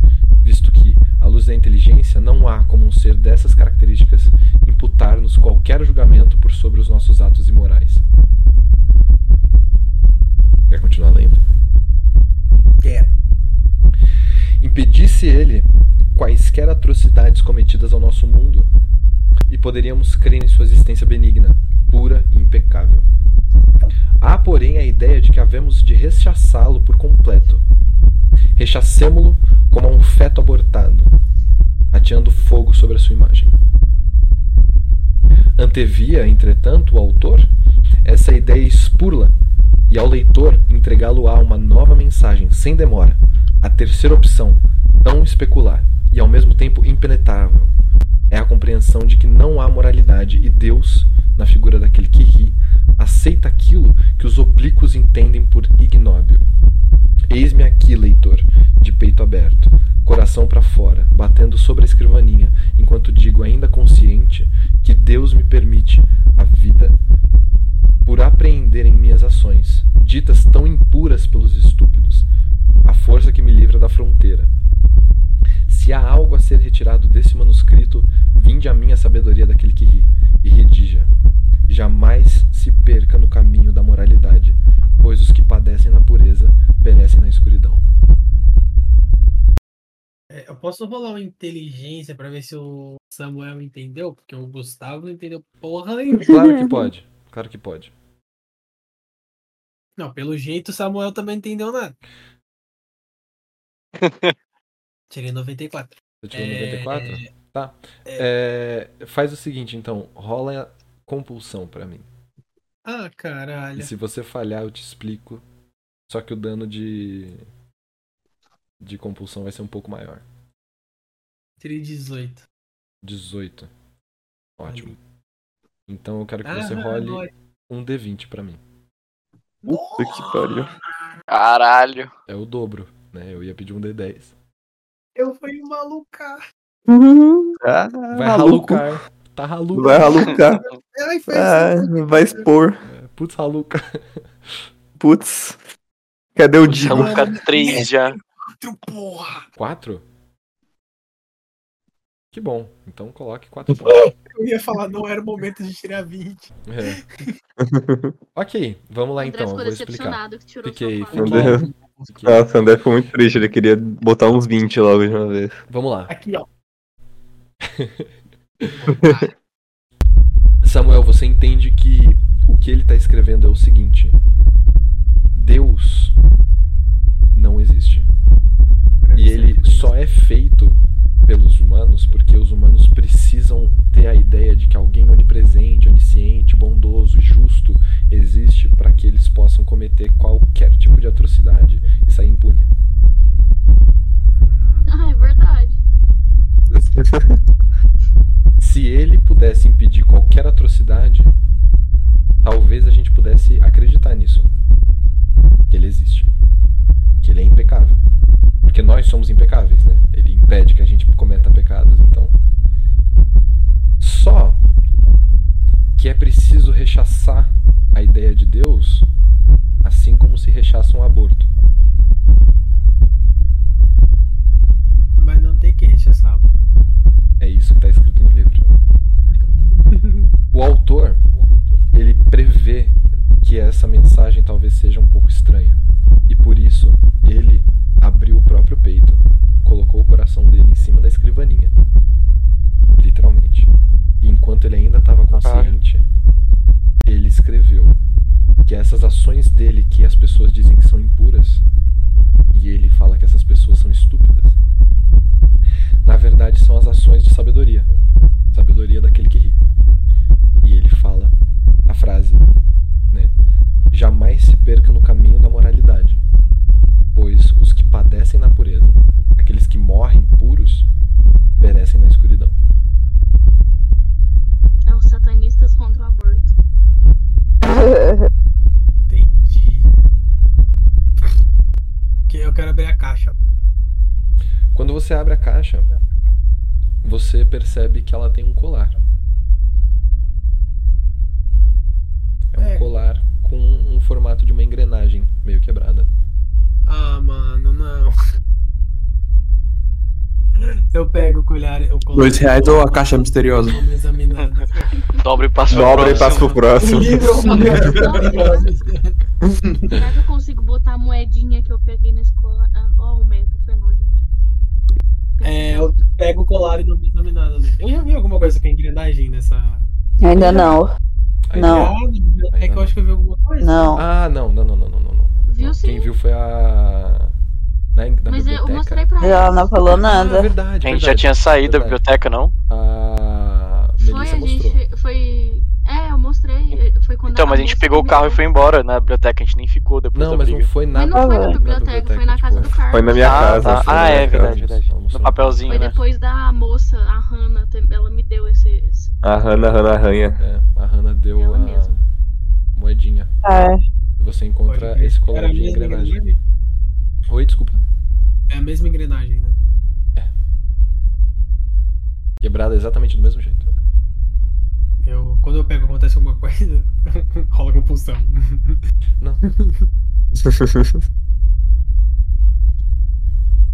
Speaker 2: visto que, à luz da inteligência, não há como um ser dessas características imputar-nos qualquer julgamento por sobre os nossos atos imorais. Quer continuar lendo?
Speaker 11: Quero.
Speaker 2: Impedisse ele quaisquer atrocidades cometidas ao nosso mundo e poderíamos crer em sua existência benigna, pura e impecável. Há, porém, a ideia de que havemos de rechaçá-lo por completo. Rechacemo-lo como a um feto abortado, ateando fogo sobre a sua imagem. Antevia, entretanto, o autor essa ideia expurla e ao leitor entregá-lo a uma nova mensagem sem demora, a terceira opção, tão especular e ao mesmo tempo impenetrável. É a compreensão de que não há moralidade e Deus, na figura daquele que ri, aceita aquilo que os oblíquos entendem por ignóbil. Eis-me aqui, leitor, de peito aberto, coração para fora, batendo sobre a escrivaninha, enquanto digo ainda consciente que Deus me permite a vida por apreender em minhas ações, ditas tão impuras pelos estúpidos, a força que me livra da fronteira. Se há algo a ser retirado desse manuscrito, vinde a minha sabedoria daquele que ri, e redija. Jamais se perca no caminho da moralidade, pois os que padecem na pureza perecem na escuridão.
Speaker 11: É, eu posso rolar uma inteligência pra ver se o Samuel entendeu? Porque o Gustavo não entendeu porra nenhuma.
Speaker 2: Claro
Speaker 4: Uhum.
Speaker 2: que pode, claro que pode.
Speaker 11: Não, pelo jeito o Samuel também não entendeu nada. Tirei 94.
Speaker 2: Você tirou
Speaker 11: É,
Speaker 2: 94? Tá. É, faz o seguinte, então, rola a compulsão pra mim.
Speaker 11: Ah,
Speaker 2: E
Speaker 11: caralho.
Speaker 2: se você falhar, eu te explico. Só que o dano de. de compulsão vai ser um pouco maior.
Speaker 11: Tirei 18.
Speaker 2: 18. Ótimo. Então eu quero que
Speaker 11: Ah,
Speaker 2: você role um D20 pra mim.
Speaker 4: Puta que pariu.
Speaker 3: Caralho.
Speaker 2: É o dobro, né? Eu ia pedir um D10.
Speaker 11: Eu fui um malucar.
Speaker 4: Ah,
Speaker 2: Vai
Speaker 4: maluco.
Speaker 2: ralucar. Tá raluca.
Speaker 4: Vai ralucar.
Speaker 11: Ai, foi
Speaker 4: Ah, vai expor.
Speaker 2: Putz, raluca.
Speaker 4: Putz. Cadê o Digo?
Speaker 3: Vamos ficar Então três já.
Speaker 11: outro, porra.
Speaker 2: Quatro? Que bom. Então coloque quatro pontos.
Speaker 11: Eu ia falar, não era o momento de tirar 20.
Speaker 2: É. ok, vamos lá
Speaker 5: André
Speaker 2: então. Eu
Speaker 5: ficou
Speaker 2: vou explicar.
Speaker 5: decepcionado que tirou
Speaker 2: Fiquei,
Speaker 5: sua
Speaker 4: Meu
Speaker 5: quatro.
Speaker 4: Deus.
Speaker 2: Fiquei-
Speaker 4: Nossa, o André ficou muito triste, ele queria botar uns 20 logo de uma vez.
Speaker 2: Vamos lá.
Speaker 11: Aqui, ó.
Speaker 2: Samuel, você entende que o que ele tá escrevendo é o seguinte: Deus não existe. E ele só é feito pelos humanos porque os humanos precisam ter a ideia de que alguém onipresente, onisciente, bondoso e justo existe para que eles possam cometer qualquer tipo de atrocidade e sair impune.
Speaker 5: Ah, é verdade.
Speaker 2: Se ele pudesse impedir qualquer atrocidade, talvez a gente pudesse acreditar nisso. Que ele existe. Que ele é impecável. Porque nós somos impecáveis, né? Ele impede que a gente cometa pecados, então. Só que é preciso rechaçar a ideia de Deus, assim como se rechaça um aborto.
Speaker 11: Mas não tem que rechaçar.
Speaker 2: É isso que está escrito no livro. O autor, ele prevê que essa mensagem talvez seja um pouco estranha. E por isso, ele abriu o próprio peito, colocou o coração dele em cima da escrivaninha. Literalmente. E enquanto ele ainda estava consciente, ele escreveu que essas ações dele que as pessoas dizem que são impuras, e ele fala que essas pessoas são estúpidas, na verdade são as ações de sabedoria. Sabedoria daquele que ri. E ele fala a frase, né? Jamais se perca no caminho da moralidade, pois os que padecem na pureza, aqueles que morrem puros, perecem na escuridão.
Speaker 5: É os satanistas contra o aborto.
Speaker 11: Entendi. Que eu quero abrir a caixa.
Speaker 2: Quando você abre a caixa, você percebe que ela tem um colar. É um
Speaker 11: É.
Speaker 2: colar com um formato de uma engrenagem meio quebrada.
Speaker 11: Ah, mano, não. Eu pego o colher. Eu coloco
Speaker 7: Dois reais ou a caixa é misteriosa?
Speaker 11: Dou uma examinada.
Speaker 3: Dobra e passa pra
Speaker 4: Dobra e
Speaker 3: próxima.
Speaker 4: passa pro
Speaker 2: Um
Speaker 4: próximo.
Speaker 5: Será que eu consigo botar a moedinha que eu peguei na escola? Ah, Ó, o metro, foi mal, gente.
Speaker 11: É, eu pego o colar e dou uma examinada. nele. né? Eu já vi alguma coisa com engrenagem nessa.
Speaker 1: Ainda não.
Speaker 2: Aí é
Speaker 1: Não.
Speaker 11: Ah, na biblioteca,
Speaker 2: Ainda
Speaker 11: eu acho que eu vi alguma coisa.
Speaker 1: Não.
Speaker 2: Ah, não, não, não, não, não, não. não.
Speaker 5: Viu
Speaker 2: Não,
Speaker 5: sim.
Speaker 2: Quem viu foi a. Na, da
Speaker 5: Mas é, eu
Speaker 2: biblioteca.
Speaker 5: mostrei pra
Speaker 4: É,
Speaker 5: ela.
Speaker 1: Ela não falou
Speaker 2: Ah,
Speaker 1: nada.
Speaker 2: verdade,
Speaker 3: A gente
Speaker 2: verdade.
Speaker 3: já tinha saído da
Speaker 2: Verdade.
Speaker 3: biblioteca, não?
Speaker 2: A
Speaker 5: Foi,
Speaker 2: Melissa
Speaker 5: a
Speaker 2: mostrou.
Speaker 5: gente. Foi. É, eu mostrei. Foi quando
Speaker 3: Então, mas a gente
Speaker 5: moça
Speaker 3: pegou o
Speaker 5: me
Speaker 3: carro e
Speaker 5: deu.
Speaker 3: foi embora na biblioteca. A gente nem ficou depois
Speaker 2: Não,
Speaker 3: da
Speaker 2: mas
Speaker 3: briga.
Speaker 2: não foi nada.
Speaker 5: Mas não foi na
Speaker 2: tipo,
Speaker 5: biblioteca, foi na casa do Carlos.
Speaker 4: Foi na minha
Speaker 3: Ah,
Speaker 4: casa.
Speaker 3: tá.
Speaker 4: foi
Speaker 3: Ah,
Speaker 4: na
Speaker 3: é
Speaker 4: minha
Speaker 3: verdade,
Speaker 4: casa.
Speaker 3: verdade. No papelzinho,
Speaker 5: Foi
Speaker 3: né?
Speaker 5: depois da moça, a Hannah, tem- ela me deu esse. esse-
Speaker 4: A Hannah, Hannah Arranha.
Speaker 2: É, a Hannah deu
Speaker 5: Ela
Speaker 2: a
Speaker 5: mesma.
Speaker 2: moedinha.
Speaker 1: É.
Speaker 2: E você encontra
Speaker 11: Pode ver.
Speaker 2: esse
Speaker 11: Era
Speaker 2: colar
Speaker 11: a
Speaker 2: de
Speaker 11: mesma
Speaker 2: engrenagem.
Speaker 11: engrenagem?
Speaker 2: Oi, desculpa.
Speaker 11: É a mesma engrenagem, né?
Speaker 2: Quebrada exatamente do mesmo jeito.
Speaker 11: Eu, quando eu pego, acontece alguma coisa, rola compulsão.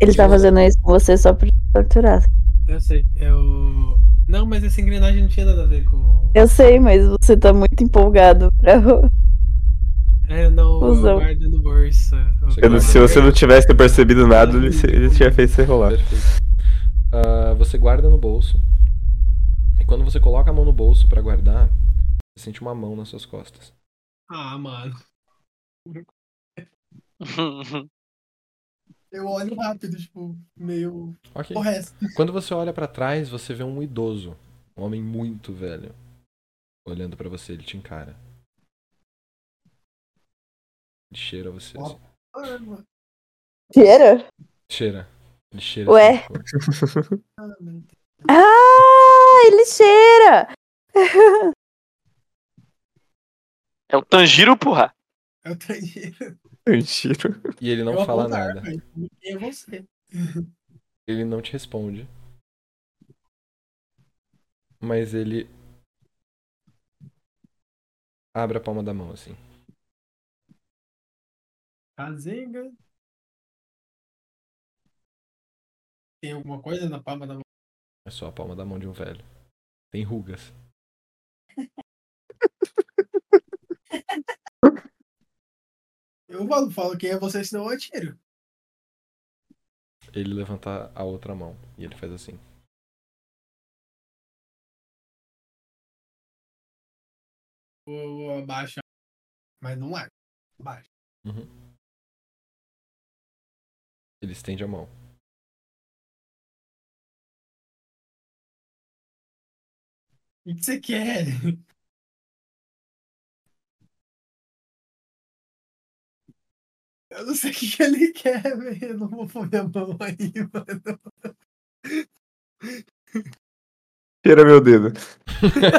Speaker 1: Ele tá fazendo isso com você só pra te torturar.
Speaker 11: Eu sei. Eu. Não, mas essa engrenagem não tinha nada a ver com.
Speaker 1: Eu sei, mas você tá muito empolgado pra.
Speaker 11: É, não, eu
Speaker 1: Cusão.
Speaker 11: guardo no bolso.
Speaker 2: Você
Speaker 4: Eu não- Se você não tivesse percebido nada, ele, ele tinha feito você rolar.
Speaker 2: Perfeito. Ah, você guarda no bolso. E quando você coloca a mão no bolso pra guardar, você sente uma mão nas suas costas.
Speaker 11: Ah, mano.
Speaker 6: Eu olho rápido, tipo, meio.
Speaker 2: Ok.
Speaker 6: O resto.
Speaker 2: Quando você olha pra trás, você vê um idoso, um homem muito velho, olhando pra você, ele te encara. Ele cheira você. assim.
Speaker 6: Ah, Arma.
Speaker 1: Cheira?
Speaker 2: Cheira. Ele cheira.
Speaker 8: Ué?
Speaker 2: assim, pô.
Speaker 8: Ah, ele cheira!
Speaker 3: É o Tanjiro, porra.
Speaker 6: Eu tenho.
Speaker 4: Tanjiro.
Speaker 2: E ele não
Speaker 6: eu
Speaker 2: fala
Speaker 6: aponto a
Speaker 2: nada.
Speaker 6: arma e É você.
Speaker 2: Ele não te responde. Mas ele. Abre a palma da mão, assim.
Speaker 6: Kazenga.
Speaker 11: Tem alguma coisa na palma da mão?
Speaker 2: É só a palma da mão de um velho. Tem rugas.
Speaker 6: Eu falo, falo quem é você, senão eu atiro.
Speaker 2: Ele levanta a outra mão. E ele faz assim.
Speaker 11: Ou abaixa?
Speaker 6: Mas não é. larga. Baixa.
Speaker 2: Ele estende a mão.
Speaker 6: O que você quer? Eu não sei o que que ele quer, velho. Eu não vou pôr minha mão aí, mano.
Speaker 4: Cheira meu dedo.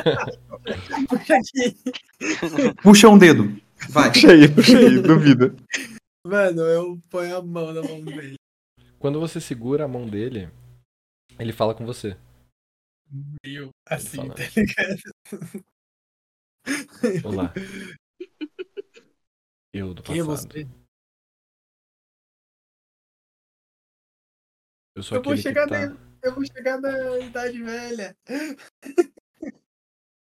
Speaker 6: Puxa aqui.
Speaker 7: Puxa um dedo. Vai.
Speaker 4: Puxa aí, puxa aí, duvido.
Speaker 6: Mano, eu ponho a mão na mão dele.
Speaker 2: Quando você segura a mão dele, ele fala com você.
Speaker 6: Meio assim,
Speaker 2: fala.
Speaker 6: tá ligado?
Speaker 2: Olá. Eu do
Speaker 6: Quem é
Speaker 2: passado.
Speaker 6: você?
Speaker 2: Eu sou
Speaker 6: Eu vou
Speaker 2: aquele que
Speaker 6: chegar
Speaker 2: tá...
Speaker 6: nele. Eu vou chegar na idade velha.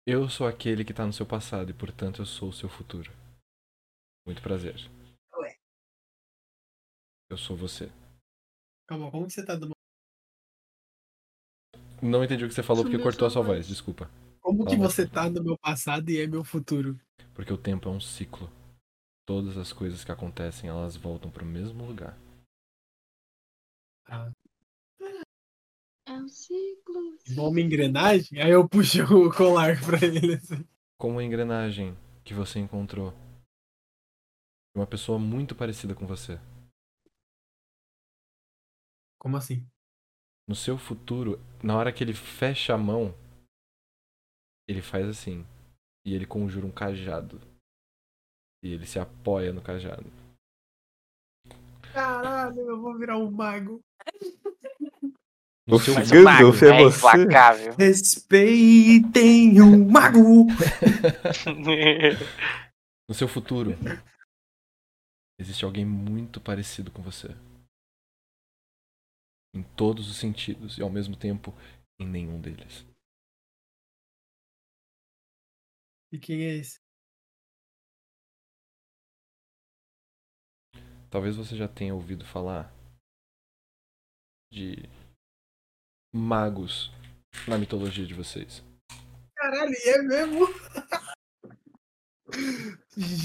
Speaker 2: Eu sou aquele que tá no seu passado e, portanto, eu sou o seu futuro. Muito prazer.
Speaker 9: Ué.
Speaker 2: Eu sou você.
Speaker 6: Calma, como que você tá dando?
Speaker 2: Não entendi o que você falou porque
Speaker 9: Sumiu
Speaker 2: cortou a
Speaker 9: sua
Speaker 2: sua
Speaker 9: voz.
Speaker 2: voz, desculpa.
Speaker 6: Como que
Speaker 2: Calma.
Speaker 6: você tá no meu passado e é meu futuro?
Speaker 2: Porque o tempo é um ciclo. Todas as coisas que acontecem, elas voltam pro mesmo lugar.
Speaker 5: É um ciclo.
Speaker 6: Bomba engrenagem? Aí eu puxo o colar pra ele. assim.
Speaker 2: Como a engrenagem que você encontrou. Uma pessoa muito parecida com você.
Speaker 6: Como assim?
Speaker 2: No seu futuro, na hora que ele fecha a mão, ele faz assim. E ele conjura um cajado. E ele se apoia no cajado.
Speaker 6: Caralho, eu vou virar um mago.
Speaker 2: No
Speaker 4: O
Speaker 2: seu,
Speaker 4: Mas o Gandalf
Speaker 3: um mago né?
Speaker 4: é você?
Speaker 3: implacável.
Speaker 7: Respeitem o mago.
Speaker 2: no seu futuro, existe alguém muito parecido com você. Em todos os sentidos e ao mesmo tempo em nenhum deles.
Speaker 6: E quem é esse?
Speaker 2: Talvez você já tenha ouvido falar de magos na mitologia de vocês.
Speaker 6: Caralho, e é mesmo?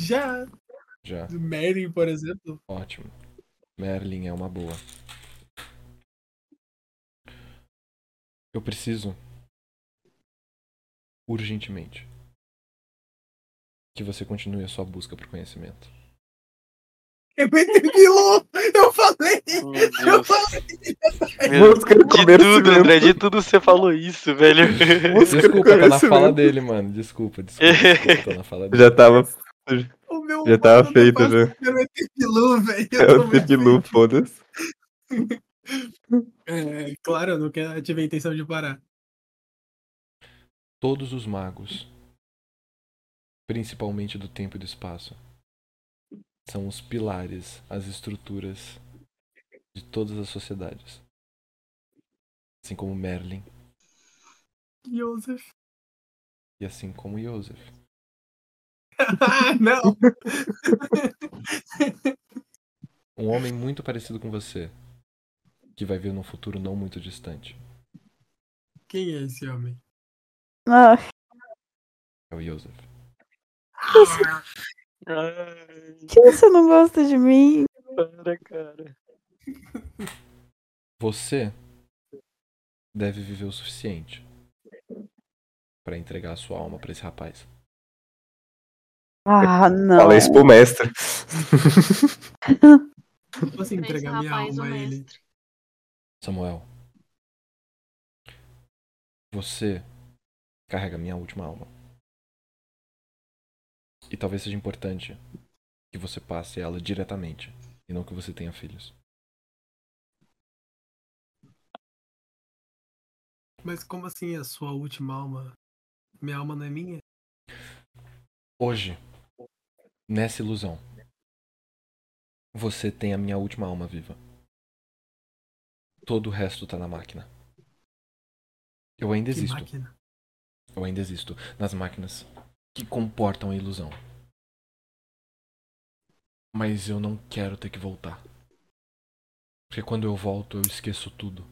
Speaker 6: Já.
Speaker 2: Já.
Speaker 6: Do Merlin, por exemplo.
Speaker 2: Ótimo. Merlin é uma boa. Eu preciso urgentemente que você continue a sua busca por conhecimento.
Speaker 6: Eu percebi, Eu falei!
Speaker 3: Meu
Speaker 6: Eu
Speaker 3: Deus.
Speaker 6: falei!
Speaker 3: Meu-
Speaker 4: Busca do
Speaker 3: De tudo, André, de tudo você falou isso, velho.
Speaker 4: Busca do
Speaker 2: Desculpa, tá na fala
Speaker 4: conhecimento.
Speaker 2: dele, mano. Desculpa, desculpa. desculpa tá na fala dele.
Speaker 4: Já tava,
Speaker 6: O meu é
Speaker 4: já tava
Speaker 6: mano,
Speaker 4: feito, né?
Speaker 6: eu faço-
Speaker 4: já.
Speaker 6: Eu não pilu, velho.
Speaker 4: É
Speaker 6: Eu
Speaker 4: o
Speaker 6: tô muito-
Speaker 4: Zipilu, foda-se.
Speaker 6: É, claro, eu não quero, eu tive a intenção de parar.
Speaker 2: Todos os magos, principalmente do tempo e do espaço, são os pilares, as estruturas de todas as sociedades. Assim como Merlin
Speaker 6: Joseph.
Speaker 2: e assim como Joseph.
Speaker 6: Ah, não!
Speaker 2: Um homem muito parecido com você, que vai vir num futuro não muito distante,
Speaker 6: Quem é esse homem?
Speaker 8: Ah,
Speaker 2: é o Joseph.
Speaker 3: Ai,
Speaker 8: que você não gosta de mim?
Speaker 3: para, cara.
Speaker 2: Você deve viver o suficiente para entregar a sua alma para esse rapaz.
Speaker 8: Ah, não.
Speaker 4: Fala isso pro mestre.
Speaker 6: Posso
Speaker 5: Pra esse
Speaker 6: assim entregar minha
Speaker 5: rapaz, o
Speaker 6: alma a ele?
Speaker 5: um mestre.
Speaker 2: Samuel. Você carrega minha última alma. E talvez seja importante que você passe ela diretamente e não que você tenha filhos.
Speaker 6: Mas como assim a sua última alma? Minha alma não é minha?
Speaker 2: Hoje, nessa ilusão, você tem a minha última alma viva. Todo o resto tá na máquina. Eu ainda
Speaker 6: que
Speaker 2: existo.
Speaker 6: máquina?
Speaker 2: Eu ainda existo nas máquinas que comportam a ilusão. Mas eu não quero ter que voltar. Porque quando eu volto, eu esqueço tudo.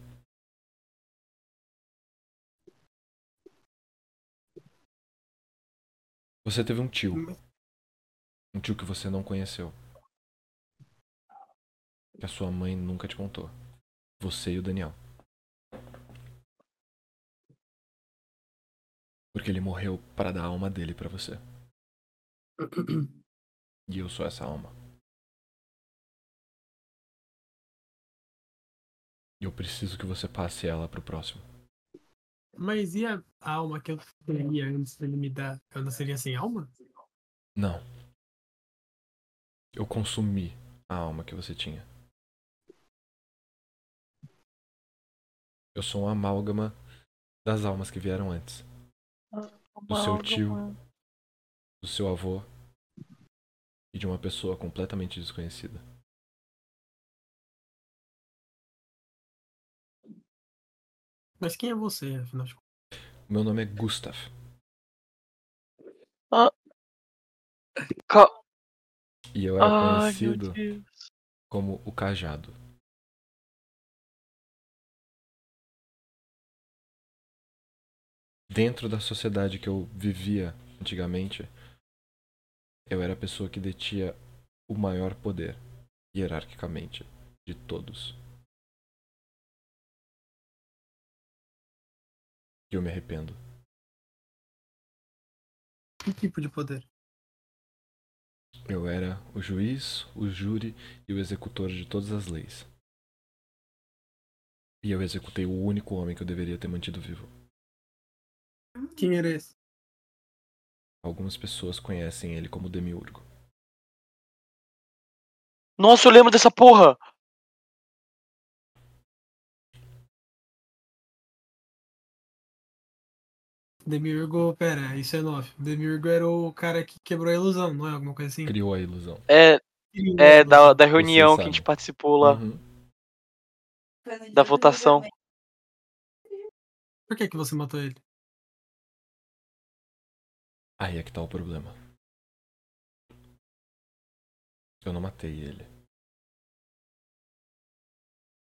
Speaker 2: Você teve um tio. Um tio que você não conheceu. Que a sua mãe nunca te contou. Você e o Daniel. Porque ele morreu para dar a alma dele para você. E eu sou essa alma. E eu preciso que você passe ela pro próximo.
Speaker 6: Mas e a alma que eu teria antes dele me dar? Eu nasceria sem alma?
Speaker 2: Não. Eu consumi a alma que você tinha. Eu sou um amálgama das almas que vieram antes. do seu tio, do seu avô e de uma pessoa completamente desconhecida.
Speaker 6: Mas quem é você, afinal de contas?
Speaker 2: Meu nome é Gustav.
Speaker 3: Ah. Ca-
Speaker 2: E eu era
Speaker 3: Ai, meu
Speaker 2: tá conhecido
Speaker 3: Deus.
Speaker 2: como o Cajado. Dentro da sociedade que eu vivia antigamente, eu era a pessoa que detinha o maior poder, hierarquicamente, de todos. E eu me arrependo.
Speaker 6: Que tipo de poder?
Speaker 2: Eu era o juiz, o júri e o executor de todas as leis. E eu executei o único homem que eu deveria ter mantido vivo.
Speaker 6: Quem era esse?
Speaker 2: Algumas pessoas conhecem ele como Demiurgo.
Speaker 3: Nossa, eu lembro dessa porra!
Speaker 6: Demiurgo, pera, isso é novo. Demiurgo era o cara que quebrou a ilusão, não é? Alguma coisa assim?
Speaker 2: Criou a ilusão.
Speaker 3: É, é da, da
Speaker 2: Vocês
Speaker 3: reunião que a
Speaker 2: sabem.
Speaker 3: gente participou lá,
Speaker 2: Uhum.
Speaker 3: da votação.
Speaker 6: Por que, que você matou ele?
Speaker 2: Aí é que tá o problema. Eu não matei ele.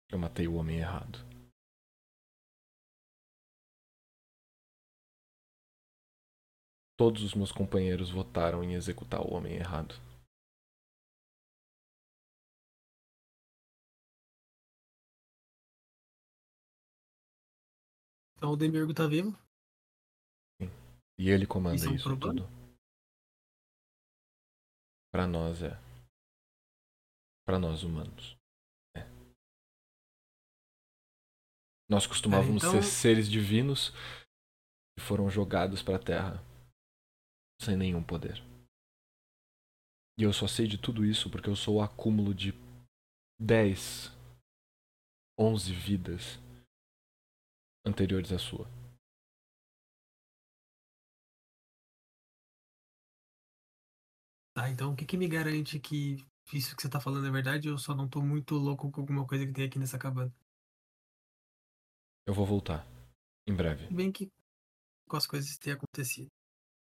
Speaker 2: Eu matei o homem errado. Todos os meus companheiros votaram em executar o homem errado.
Speaker 6: Então o Demiurgo tá vivo?
Speaker 2: E ele comanda
Speaker 6: Isso é
Speaker 2: isso,
Speaker 6: um problema?
Speaker 2: tudo. Pra nós é. Pra nós humanos. É. Nós costumávamos
Speaker 6: então-
Speaker 2: ser seres divinos que foram jogados pra terra sem nenhum poder. E eu só sei de tudo isso porque eu sou o acúmulo de 10, 11 vidas anteriores à sua.
Speaker 6: Tá, então o que, que me garante que isso que você tá falando é verdade? Eu só não tô muito louco com alguma coisa que tem aqui nessa cabana.
Speaker 2: Eu vou voltar. Em breve.
Speaker 6: Bem que com as coisas que têm acontecido.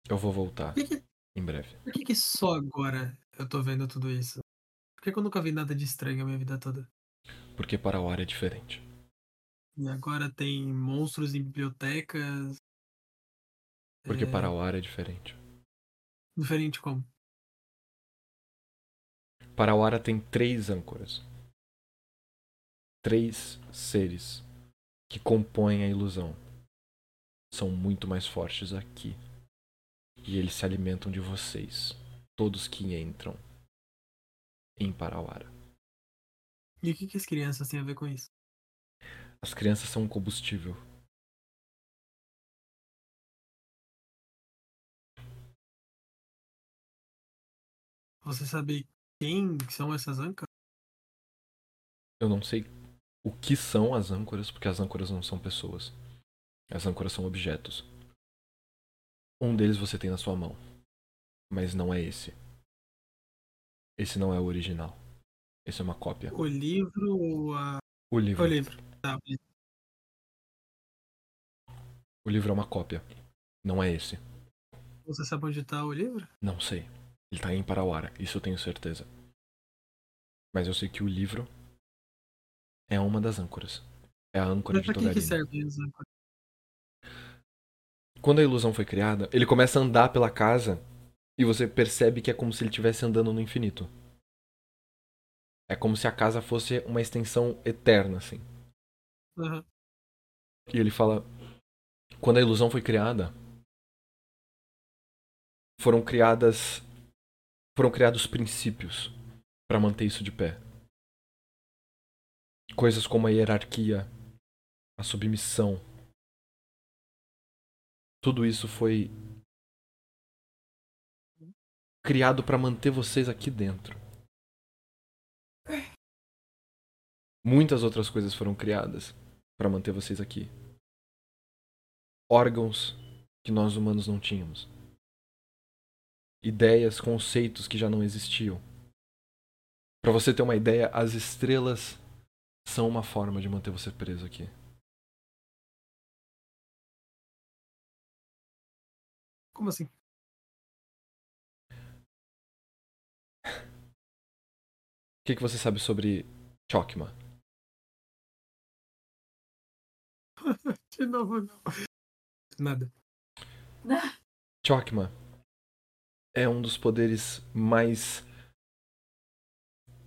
Speaker 2: Eu vou voltar
Speaker 6: Por que,
Speaker 2: em breve.
Speaker 6: por que, que só agora eu tô vendo tudo isso? Por que, que eu nunca vi nada de estranho a minha vida toda?
Speaker 2: Porque para o ar é diferente.
Speaker 6: E agora tem monstros em bibliotecas.
Speaker 2: Porque
Speaker 6: é,
Speaker 2: para o ar é diferente.
Speaker 6: Diferente como?
Speaker 2: Parauara tem três âncoras. Três seres que compõem a ilusão. São muito mais fortes aqui. E eles se alimentam de vocês. Todos que entram em Parauara.
Speaker 6: E o que, que as crianças têm a ver com isso?
Speaker 2: As crianças são um combustível.
Speaker 11: Você sabe quem são essas âncoras?
Speaker 2: Eu não sei o que são as âncoras, porque as âncoras não são pessoas. As âncoras são objetos. Um deles você tem na sua mão, mas não é esse. Esse não é o original. Esse é uma cópia.
Speaker 11: O livro ou a...
Speaker 2: O livro.
Speaker 11: o livro? Tá, beleza.
Speaker 2: O livro é uma cópia. Não é esse.
Speaker 11: você sabe onde tá o livro?
Speaker 2: Não sei. Ele tá em Parauara, isso eu tenho certeza. Mas eu sei que o livro é uma das âncoras. É a âncora
Speaker 11: Mas
Speaker 2: de
Speaker 11: pra que, que
Speaker 2: Togarini.
Speaker 11: né? servem as âncoras?
Speaker 2: Quando a ilusão foi criada, ele começa a andar pela casa e você percebe que é como se ele estivesse andando no infinito. É como se a casa fosse uma extensão eterna, assim.
Speaker 11: Aham.
Speaker 2: E ele fala: quando a ilusão foi criada, foram criadas foram criados princípios para manter isso de pé. Coisas como a hierarquia, a submissão. Tudo isso foi criado para manter vocês aqui dentro. Muitas outras coisas foram criadas para manter vocês aqui órgãos que nós humanos não tínhamos. Ideias, conceitos que já não existiam. Para você ter uma ideia, as estrelas são uma forma de manter você preso aqui.
Speaker 11: Como assim?
Speaker 2: O que, que você sabe sobre Chokma?
Speaker 11: De novo, não. Nada.
Speaker 2: Chokma é um dos poderes mais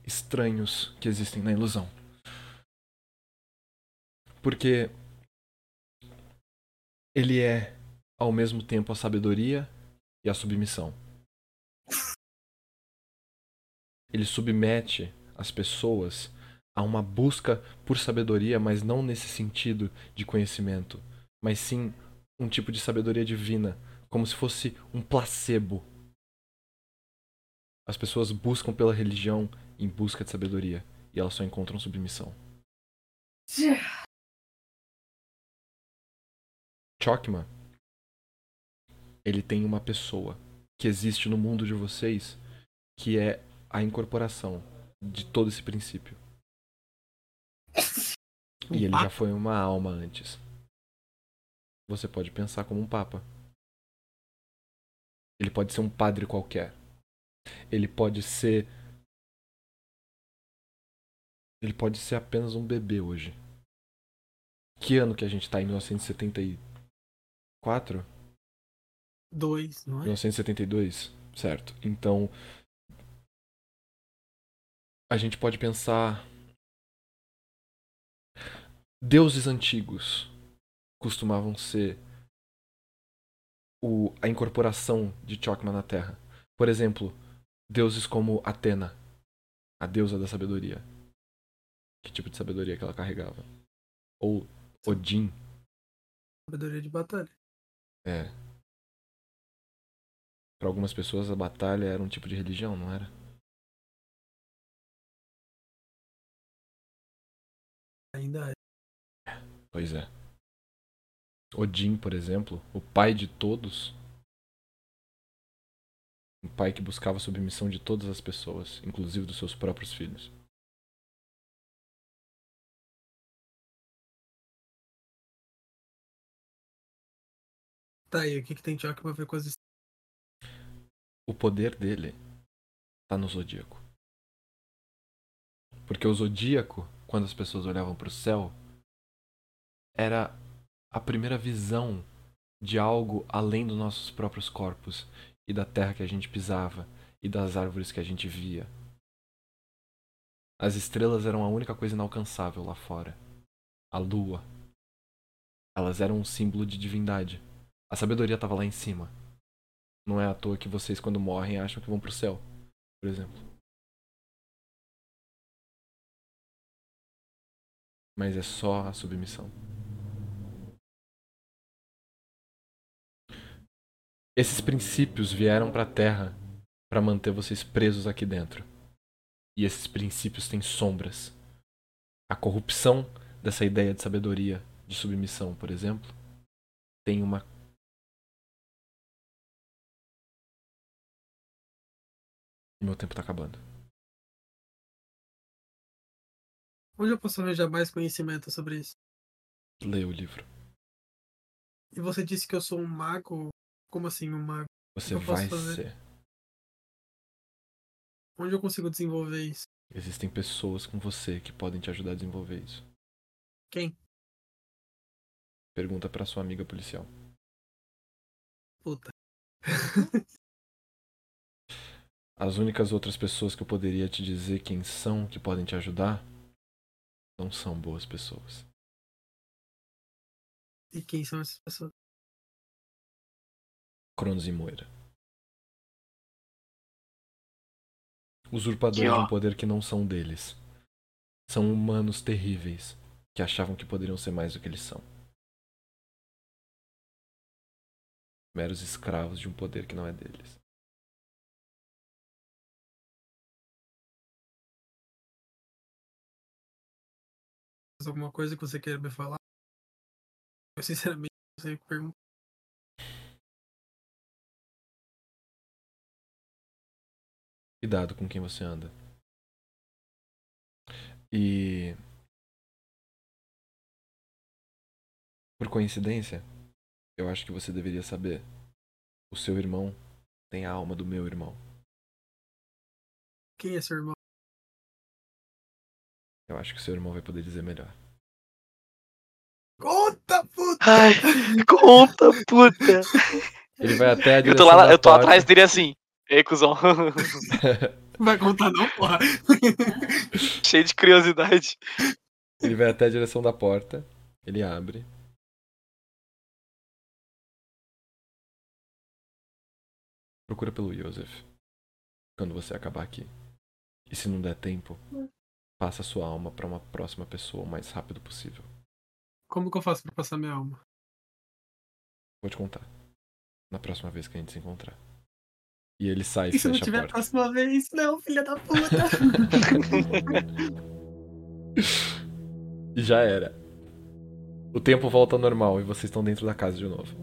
Speaker 2: estranhos que existem na ilusão. Porque ele é ao mesmo tempo a sabedoria e a submissão. Ele submete as pessoas a uma busca por sabedoria, mas não nesse sentido de conhecimento, mas sim um tipo de sabedoria divina como se fosse um placebo. As pessoas buscam pela religião em busca de sabedoria e elas só encontram submissão. Chokma, ele tem uma pessoa que existe no mundo de vocês que é a incorporação de todo esse princípio. E ele já foi uma alma antes. Você pode pensar como um papa. Ele pode ser um padre qualquer. Ele pode ser. Ele pode ser apenas um bebê hoje. Que ano que a gente tá em 1974?
Speaker 11: Dois, não é?
Speaker 2: 1972? Certo. Então. A gente pode pensar. Deuses antigos costumavam ser o- a incorporação de Chokma na Terra. Por exemplo, deuses como Atena, a deusa da sabedoria. Que tipo de sabedoria que ela carregava? Ou Odin,
Speaker 11: Sabedoria de batalha.
Speaker 2: é. Para algumas pessoas a batalha era um tipo de religião, não era?
Speaker 11: Ainda é.
Speaker 2: Pois é. Odin, por exemplo, o pai de todos. Um pai que buscava a submissão de todas as pessoas, inclusive dos seus próprios filhos.
Speaker 11: Tá aí, o que, que tem Tchok pra ver com as estrelas?
Speaker 2: O poder dele tá no zodíaco. Porque o zodíaco, quando as pessoas olhavam para o céu, era a primeira visão de algo além dos nossos próprios corpos e da terra que a gente pisava e das árvores que a gente via. As estrelas eram a única coisa inalcançável lá fora. A lua. Elas eram um símbolo de divindade. A sabedoria estava lá em cima. Não é à toa que vocês, quando morrem, acham que vão pro céu, por exemplo. Mas é só a submissão. Esses princípios vieram para a Terra para manter vocês presos aqui dentro. E esses princípios têm sombras. A corrupção dessa ideia de sabedoria, de submissão, por exemplo, tem uma Meu tempo tá acabando.
Speaker 6: Onde eu posso arranjar mais conhecimento sobre isso?
Speaker 2: Leia o livro.
Speaker 6: E você disse que eu sou um mago? Como assim, um mago?
Speaker 2: Você
Speaker 6: Eu posso
Speaker 2: vai ser.
Speaker 6: fazer. Onde eu consigo desenvolver isso?
Speaker 2: Existem pessoas com você que podem te ajudar a desenvolver isso.
Speaker 6: Quem?
Speaker 2: Pergunta pra sua amiga policial.
Speaker 6: Puta.
Speaker 2: As únicas outras pessoas que eu poderia te dizer quem são que podem te ajudar não são boas pessoas.
Speaker 6: E quem são essas pessoas?
Speaker 2: Cronos e Moira. Usurpadores de
Speaker 3: Que ó.
Speaker 2: um poder que não são deles. São humanos terríveis que achavam que poderiam ser mais do que eles são. Meros escravos de um poder que não é deles.
Speaker 6: Mas Alguma coisa que você queira me falar? Eu sinceramente não sei o que perguntar.
Speaker 2: Cuidado com quem você anda. E. Por coincidência, eu acho que você deveria saber. O seu irmão tem a alma do meu irmão.
Speaker 6: Quem é seu irmão?
Speaker 2: Eu acho que o seu irmão vai poder dizer melhor.
Speaker 6: Conta, puta!
Speaker 3: Ai, conta, puta.
Speaker 2: Ele vai até a
Speaker 3: Eu tô,
Speaker 2: direção
Speaker 3: lá,
Speaker 2: da
Speaker 3: eu tô
Speaker 2: porta.
Speaker 3: atrás dele assim. Ei, cuzão.
Speaker 6: Vai contar não, porra?
Speaker 3: Cheio de curiosidade.
Speaker 2: Ele vai até a direção da porta. Ele abre. Procura pelo Joseph. Quando você acabar aqui. E se não der tempo, passa sua alma pra uma próxima pessoa o mais rápido possível.
Speaker 6: Como que eu faço pra passar minha alma?
Speaker 2: Vou te contar. Na próxima vez que a gente se encontrar. E ele sai e
Speaker 6: E se não
Speaker 2: fecha
Speaker 6: tiver
Speaker 2: a
Speaker 6: a
Speaker 2: porta.
Speaker 6: próxima vez? Não, filha da puta!
Speaker 2: E já era. O tempo volta ao normal e vocês estão dentro da casa de novo.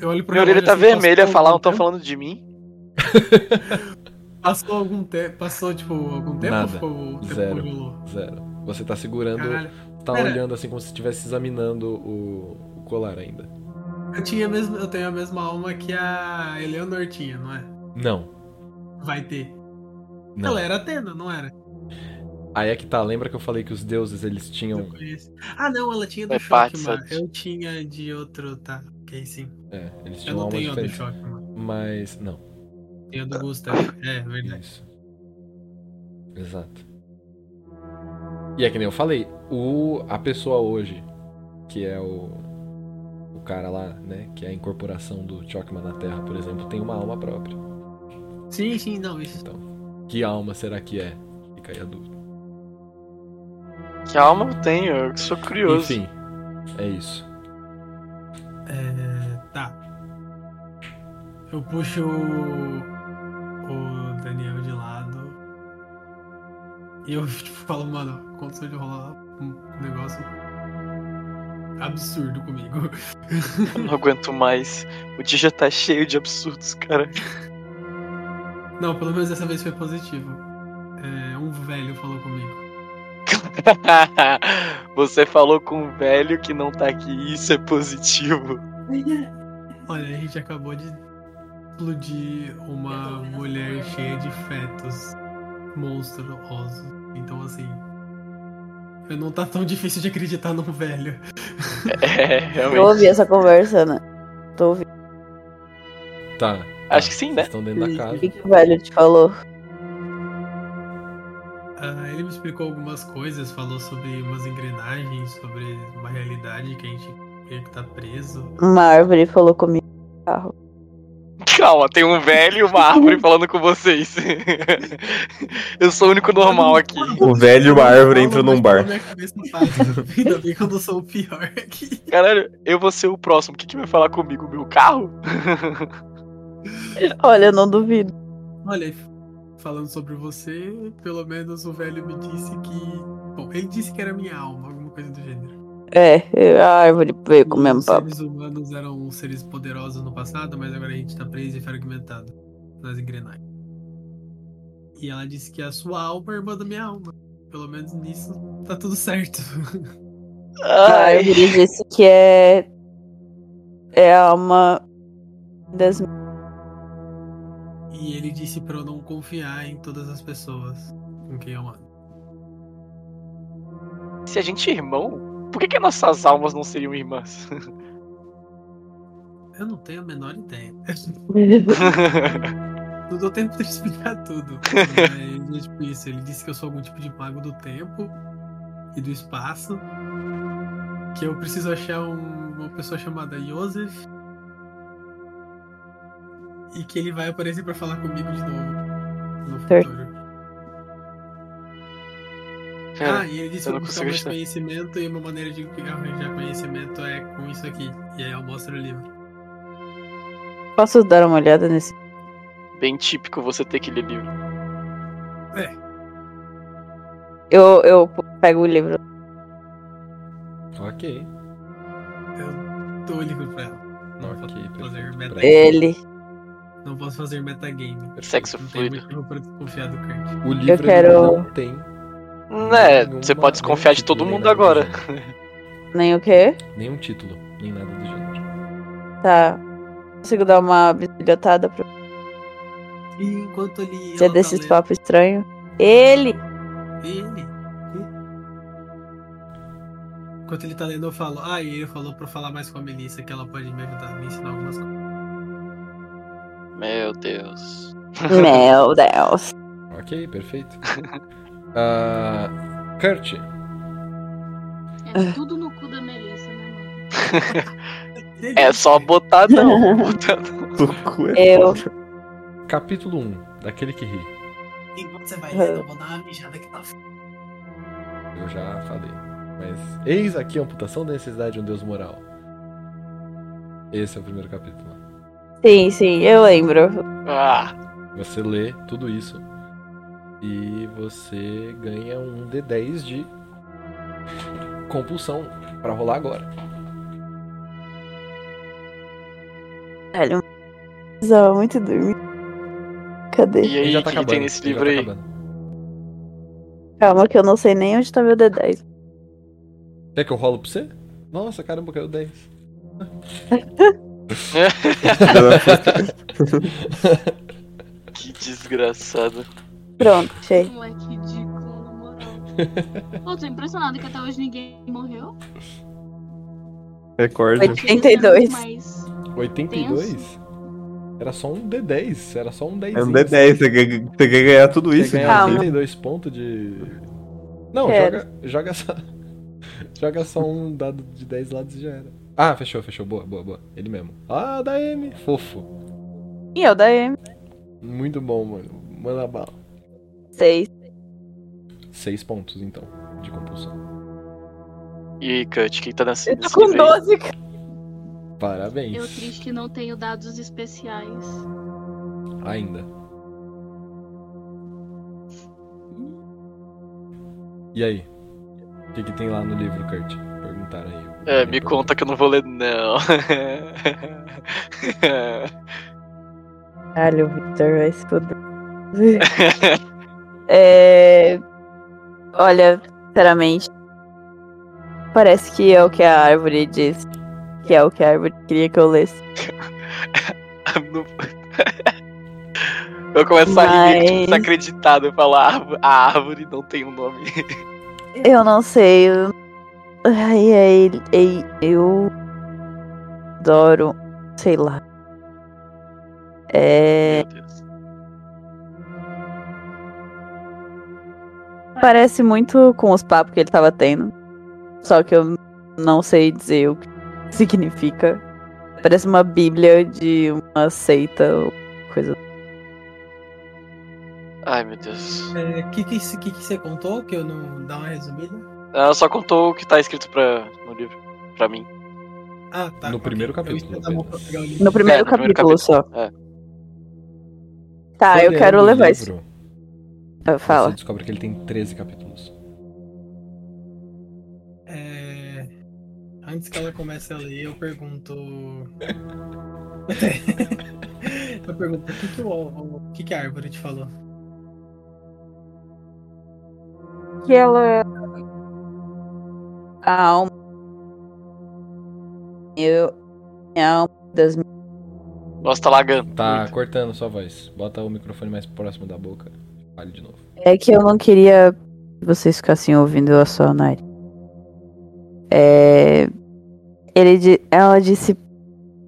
Speaker 6: Eu olho pro
Speaker 3: Minha orelha
Speaker 6: relógio
Speaker 3: tá
Speaker 6: assim, passou
Speaker 3: vermelha,
Speaker 6: algum
Speaker 3: falam, tão
Speaker 6: tempo?
Speaker 3: falando de mim.
Speaker 6: Passou algum tempo, passou tipo algum tempo
Speaker 2: Nada.
Speaker 6: ou ficou o tempo
Speaker 2: Zero.
Speaker 6: congelou?
Speaker 2: Zero. Você tá segurando.
Speaker 6: Caralho,
Speaker 2: tá
Speaker 6: Pera.
Speaker 2: olhando assim como se estivesse examinando o, o colar ainda.
Speaker 6: eu, tinha mesmo, eu tenho a mesma alma que a Eleanor tinha, não é?
Speaker 2: Não.
Speaker 6: Vai ter.
Speaker 2: não.
Speaker 6: Ela era Atena, não era?
Speaker 2: Aí é que tá, lembra que eu falei que os deuses eles
Speaker 6: Eu
Speaker 2: tinham.
Speaker 6: conheço. Ah, não, ela tinha do
Speaker 3: É
Speaker 6: choque,
Speaker 3: Patsat.
Speaker 6: mano. Eu tinha de outro, tá? Ok, sim.
Speaker 2: É, eles
Speaker 6: Eu
Speaker 2: tinham
Speaker 6: não
Speaker 2: almas
Speaker 6: tenho a do
Speaker 2: diferentes.
Speaker 6: choque, mano.
Speaker 2: Mas. Não,
Speaker 6: Tenho a do Gustavo. É, verdade.
Speaker 2: isso. Exato. E é que nem eu falei, o, a pessoa hoje, que é o. O cara lá, né? Que é a incorporação do Chokman na Terra, por exemplo, tem uma alma própria.
Speaker 6: Sim, sim, não, isso.
Speaker 2: Então, que alma será que é? Fica aí a dúvida.
Speaker 3: Que alma eu tenho, eu que sou curioso.
Speaker 2: Enfim, é isso.
Speaker 6: É, tá. Eu puxo o, o Daniel de lado. E eu tipo, falo, mano, aconteceu de rolar um negócio absurdo comigo.
Speaker 3: Eu não aguento mais. O dia já tá cheio de absurdos, cara.
Speaker 6: Não, pelo menos dessa vez foi positivo. É, um velho falou comigo.
Speaker 3: Você falou com um velho que não tá aqui, isso é positivo.
Speaker 6: Olha, a gente acabou de explodir uma mulher cheia de fetos monstruosos. Então, assim, eu não tá tão difícil de acreditar num velho.
Speaker 3: É,
Speaker 1: Eu ouvi
Speaker 3: realmente.
Speaker 1: essa conversa, né? Tô ouvindo.
Speaker 2: Tá. tá.
Speaker 3: Acho que sim, né?
Speaker 2: Vocês estão dentro da casa.
Speaker 1: O que, que o velho te falou?
Speaker 6: Ah, ele me explicou algumas coisas, falou sobre umas engrenagens, sobre uma realidade que a gente meio que tá preso.
Speaker 1: Uma árvore falou comigo no carro.
Speaker 3: Calma, tem um velho e uma árvore falando com vocês. eu sou o único normal aqui.
Speaker 4: O velho e uma árvore
Speaker 6: Fala,
Speaker 4: entram
Speaker 6: mas
Speaker 4: num bar.
Speaker 6: minha cabeça não faz. Ainda bem que eu não sou o pior aqui.
Speaker 3: Caralho, eu vou ser o próximo. O que, que vai falar comigo? Meu carro?
Speaker 1: Olha, eu não duvido.
Speaker 6: Olha, falando sobre você, pelo menos o velho me disse que. Bom, ele disse que era minha alma, alguma coisa do gênero.
Speaker 1: É, a árvore veio com o mesmo
Speaker 6: Os
Speaker 1: papo.
Speaker 6: seres humanos eram seres poderosos no passado, mas agora a gente tá preso e fragmentado nas engrenagens. E ela disse que a sua alma é irmã da minha alma. Pelo menos nisso tá tudo certo.
Speaker 1: A
Speaker 3: Ai,
Speaker 1: árvore disse que é. É a alma das.
Speaker 6: E ele disse pra eu não confiar em todas as pessoas com quem eu ando.
Speaker 3: se a gente é irmão, por que, que nossas almas não seriam irmãs?
Speaker 6: Eu não tenho a menor ideia. Não deu tempo de explicar tudo. Mas, é tipo isso, ele disse que eu sou algum tipo de mago do tempo e do espaço. Que eu preciso achar um- uma pessoa chamada Joseph. E que ele vai aparecer pra falar comigo de novo. No
Speaker 1: Certo.
Speaker 6: futuro.
Speaker 3: Cara,
Speaker 6: ah, e ele disse
Speaker 3: eu
Speaker 6: pra
Speaker 3: não consigo
Speaker 6: buscar mais
Speaker 3: achar.
Speaker 6: conhecimento e uma maneira de arranjar conhecimento é com isso aqui. E aí eu mostro o livro.
Speaker 1: Posso dar uma olhada nesse.
Speaker 3: bem típico você ter que ler livro.
Speaker 1: Eu, eu pego o livro.
Speaker 2: Ok.
Speaker 6: Eu dou o livro pra ela. Não
Speaker 2: Ok,
Speaker 6: posso fazer
Speaker 2: perfeito.
Speaker 6: meta-
Speaker 1: Ele.
Speaker 6: não posso fazer metagame.
Speaker 3: Sexo
Speaker 6: Não tem
Speaker 3: fluido.
Speaker 6: motivo pra desconfiar do Kurt.
Speaker 2: O livro ele
Speaker 1: quero-
Speaker 2: não tem.
Speaker 3: Né,
Speaker 2: nenhuma-
Speaker 3: você pode desconfiar de
Speaker 2: nenhum
Speaker 3: todo
Speaker 2: título, nem
Speaker 3: mundo
Speaker 2: nada do
Speaker 3: agora.
Speaker 2: gênero.
Speaker 1: Nem o quê?
Speaker 2: Nenhum título, nem nada do gênero.
Speaker 1: Tá. Consigo dar uma bisbilhotada pra
Speaker 6: E enquanto ele.
Speaker 1: você é
Speaker 6: ela tá
Speaker 1: desses
Speaker 6: lendo-
Speaker 1: papos estranhos? Ele!
Speaker 6: Ele. Enquanto ele tá lendo, eu falo. Ah, e ele falou pra eu falar mais com a Melissa que ela pode me ajudar, me ensinar algumas coisas.
Speaker 3: Meu Deus.
Speaker 1: Meu Deus.
Speaker 2: Ok, perfeito. Ah, Kurt,
Speaker 5: É tudo no cu da Melissa, né, mano?
Speaker 6: Ele-
Speaker 3: É só botar não. botar não.
Speaker 4: Tucu é
Speaker 1: Eu.
Speaker 4: foda.
Speaker 2: capítulo 1, daquele que ri.
Speaker 6: E quando você vai lendo, eu vou dar uma mijada que tá f.
Speaker 2: Eu já falei. Mas eis aqui a amputação da necessidade de um deus moral. Esse é o primeiro capítulo.
Speaker 1: Sim, sim, eu lembro.
Speaker 3: Ah,
Speaker 2: Você lê tudo isso e você ganha um D10 de compulsão pra rolar agora.
Speaker 1: Velho, eu precisava muito dormir. Cadê?
Speaker 3: e aí,
Speaker 2: já
Speaker 3: o
Speaker 2: tá
Speaker 3: que, que
Speaker 2: acabando.
Speaker 3: tem nesse
Speaker 2: ele já
Speaker 3: livro
Speaker 2: tá
Speaker 3: aí?
Speaker 2: acabando.
Speaker 1: Calma que eu não sei nem onde tá meu D10.
Speaker 2: Quer que eu rolo pra você? Nossa, caramba, caiu 10.
Speaker 3: Que desgraçado.
Speaker 1: Pronto,
Speaker 4: É.
Speaker 1: achei.
Speaker 5: Moleque ridículo, na moral. Pô, tô impressionada que até hoje ninguém morreu.
Speaker 4: Recorde.
Speaker 1: 82.
Speaker 5: é Mas.
Speaker 2: 82? Era só um D10, era só um 10.
Speaker 4: É um D10, você quer, você quer ganhar tudo
Speaker 2: Você
Speaker 4: isso.
Speaker 2: ganha
Speaker 4: cara.
Speaker 1: Calma.
Speaker 2: 82 pontos de... Não,
Speaker 1: Quero.
Speaker 2: joga, joga só... joga só um dado de 10 lados e já era. Ah, fechou, fechou. Boa, boa, boa. Ele mesmo. Ah, da M. Fofo.
Speaker 1: E eu da M.
Speaker 2: Muito bom, mano. Manda bala.
Speaker 1: 6.
Speaker 2: Seis pontos, então, de compulsão.
Speaker 3: E aí, Cut, o que, que tá nesse,
Speaker 1: Eu tô
Speaker 3: nesse
Speaker 1: com
Speaker 3: livro aí?
Speaker 1: 12, cara.
Speaker 2: Parabéns.
Speaker 5: Eu triste que não tenho dados especiais.
Speaker 2: Ainda. E aí? O que, que tem lá no livro, Kurt? Perguntaram aí.
Speaker 3: É, me conta que eu não vou ler, não.
Speaker 1: Caralho, o Victor vai se foder. É... Olha, sinceramente, parece que é o que a árvore disse. Que é o que a árvore queria que eu lesse.
Speaker 3: eu começo a rir, tipo,
Speaker 1: Mas-
Speaker 3: desacreditado. Eu falo, a árv- a árvore não tem um nome.
Speaker 1: Eu não sei. Eu... Ai, ai, ai, eu adoro, sei lá. É,
Speaker 3: Meu Deus.
Speaker 1: parece muito com os papos que ele tava tendo. Só que eu não sei dizer o que significa. Parece uma bíblia de uma seita ou coisa.
Speaker 3: Ai, meu Deus.
Speaker 6: O É, que, que, que, que você contou? Que eu não dá uma resumida?
Speaker 3: Ela só contou o que tá escrito pra, no livro, pra mim.
Speaker 6: Ah, tá.
Speaker 2: No
Speaker 6: ok.
Speaker 2: primeiro
Speaker 6: Eu
Speaker 2: capítulo,
Speaker 6: esqueci a mão pra pegar o livro.
Speaker 1: No primeiro,
Speaker 3: É, no primeiro
Speaker 1: capítulo,
Speaker 3: capítulo.
Speaker 1: só.
Speaker 3: É.
Speaker 1: Tá,
Speaker 2: Quando
Speaker 1: Ah, eu
Speaker 2: ele
Speaker 1: quero
Speaker 2: abre o
Speaker 1: levar isso.
Speaker 2: livro,
Speaker 1: Ah, Fala.
Speaker 2: Você descobre que ele tem 13 capítulos.
Speaker 6: É, Antes que ela comece a ler, eu pergunto. eu pergunto o que, que, o, o que, que a árvore te falou?
Speaker 1: que ela é a alma eu a alma das minhas
Speaker 3: Nossa, tá lagando.
Speaker 2: Tá
Speaker 3: muito.
Speaker 2: cortando sua voz. Bota o microfone mais próximo da boca. Fale de novo.
Speaker 1: é que eu não queria que vocês ficassem ouvindo a sua Nari. É, ele di- ela disse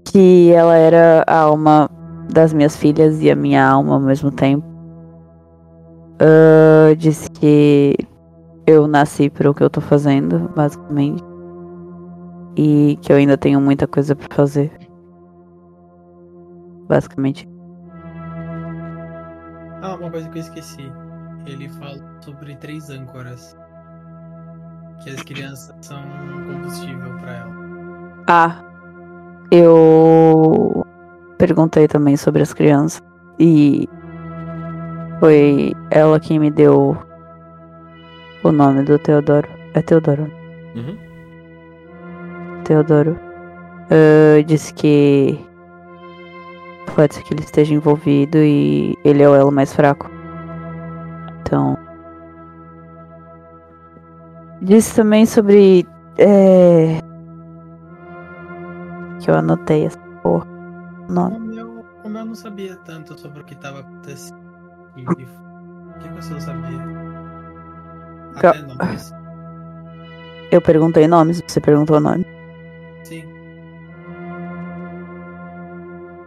Speaker 1: que ela era a alma das minhas filhas e a minha alma ao mesmo tempo. Ahn, disse que eu nasci para o que eu tô fazendo, basicamente. E que eu ainda tenho muita coisa para fazer. Basicamente.
Speaker 6: Ah, uma coisa que eu esqueci. Ele falou sobre três âncoras. Que as crianças são combustível pra ela.
Speaker 1: Ah, eu perguntei também sobre as crianças. E foi ela quem me deu o nome do Teodoro. É Teodoro, né?
Speaker 2: Uhum.
Speaker 1: Teodoro ah, disse que pode ser que ele esteja envolvido e ele é o elo mais fraco. Então. Disse também sobre. É... Que eu anotei essa porra. o Nome.
Speaker 6: Como eu, como eu não sabia tanto sobre o que tava acontecendo. e Ele... O que você não sabia?
Speaker 1: Ca-
Speaker 6: Até nomes.
Speaker 1: Eu perguntei nomes, você perguntou nome.
Speaker 6: Sim.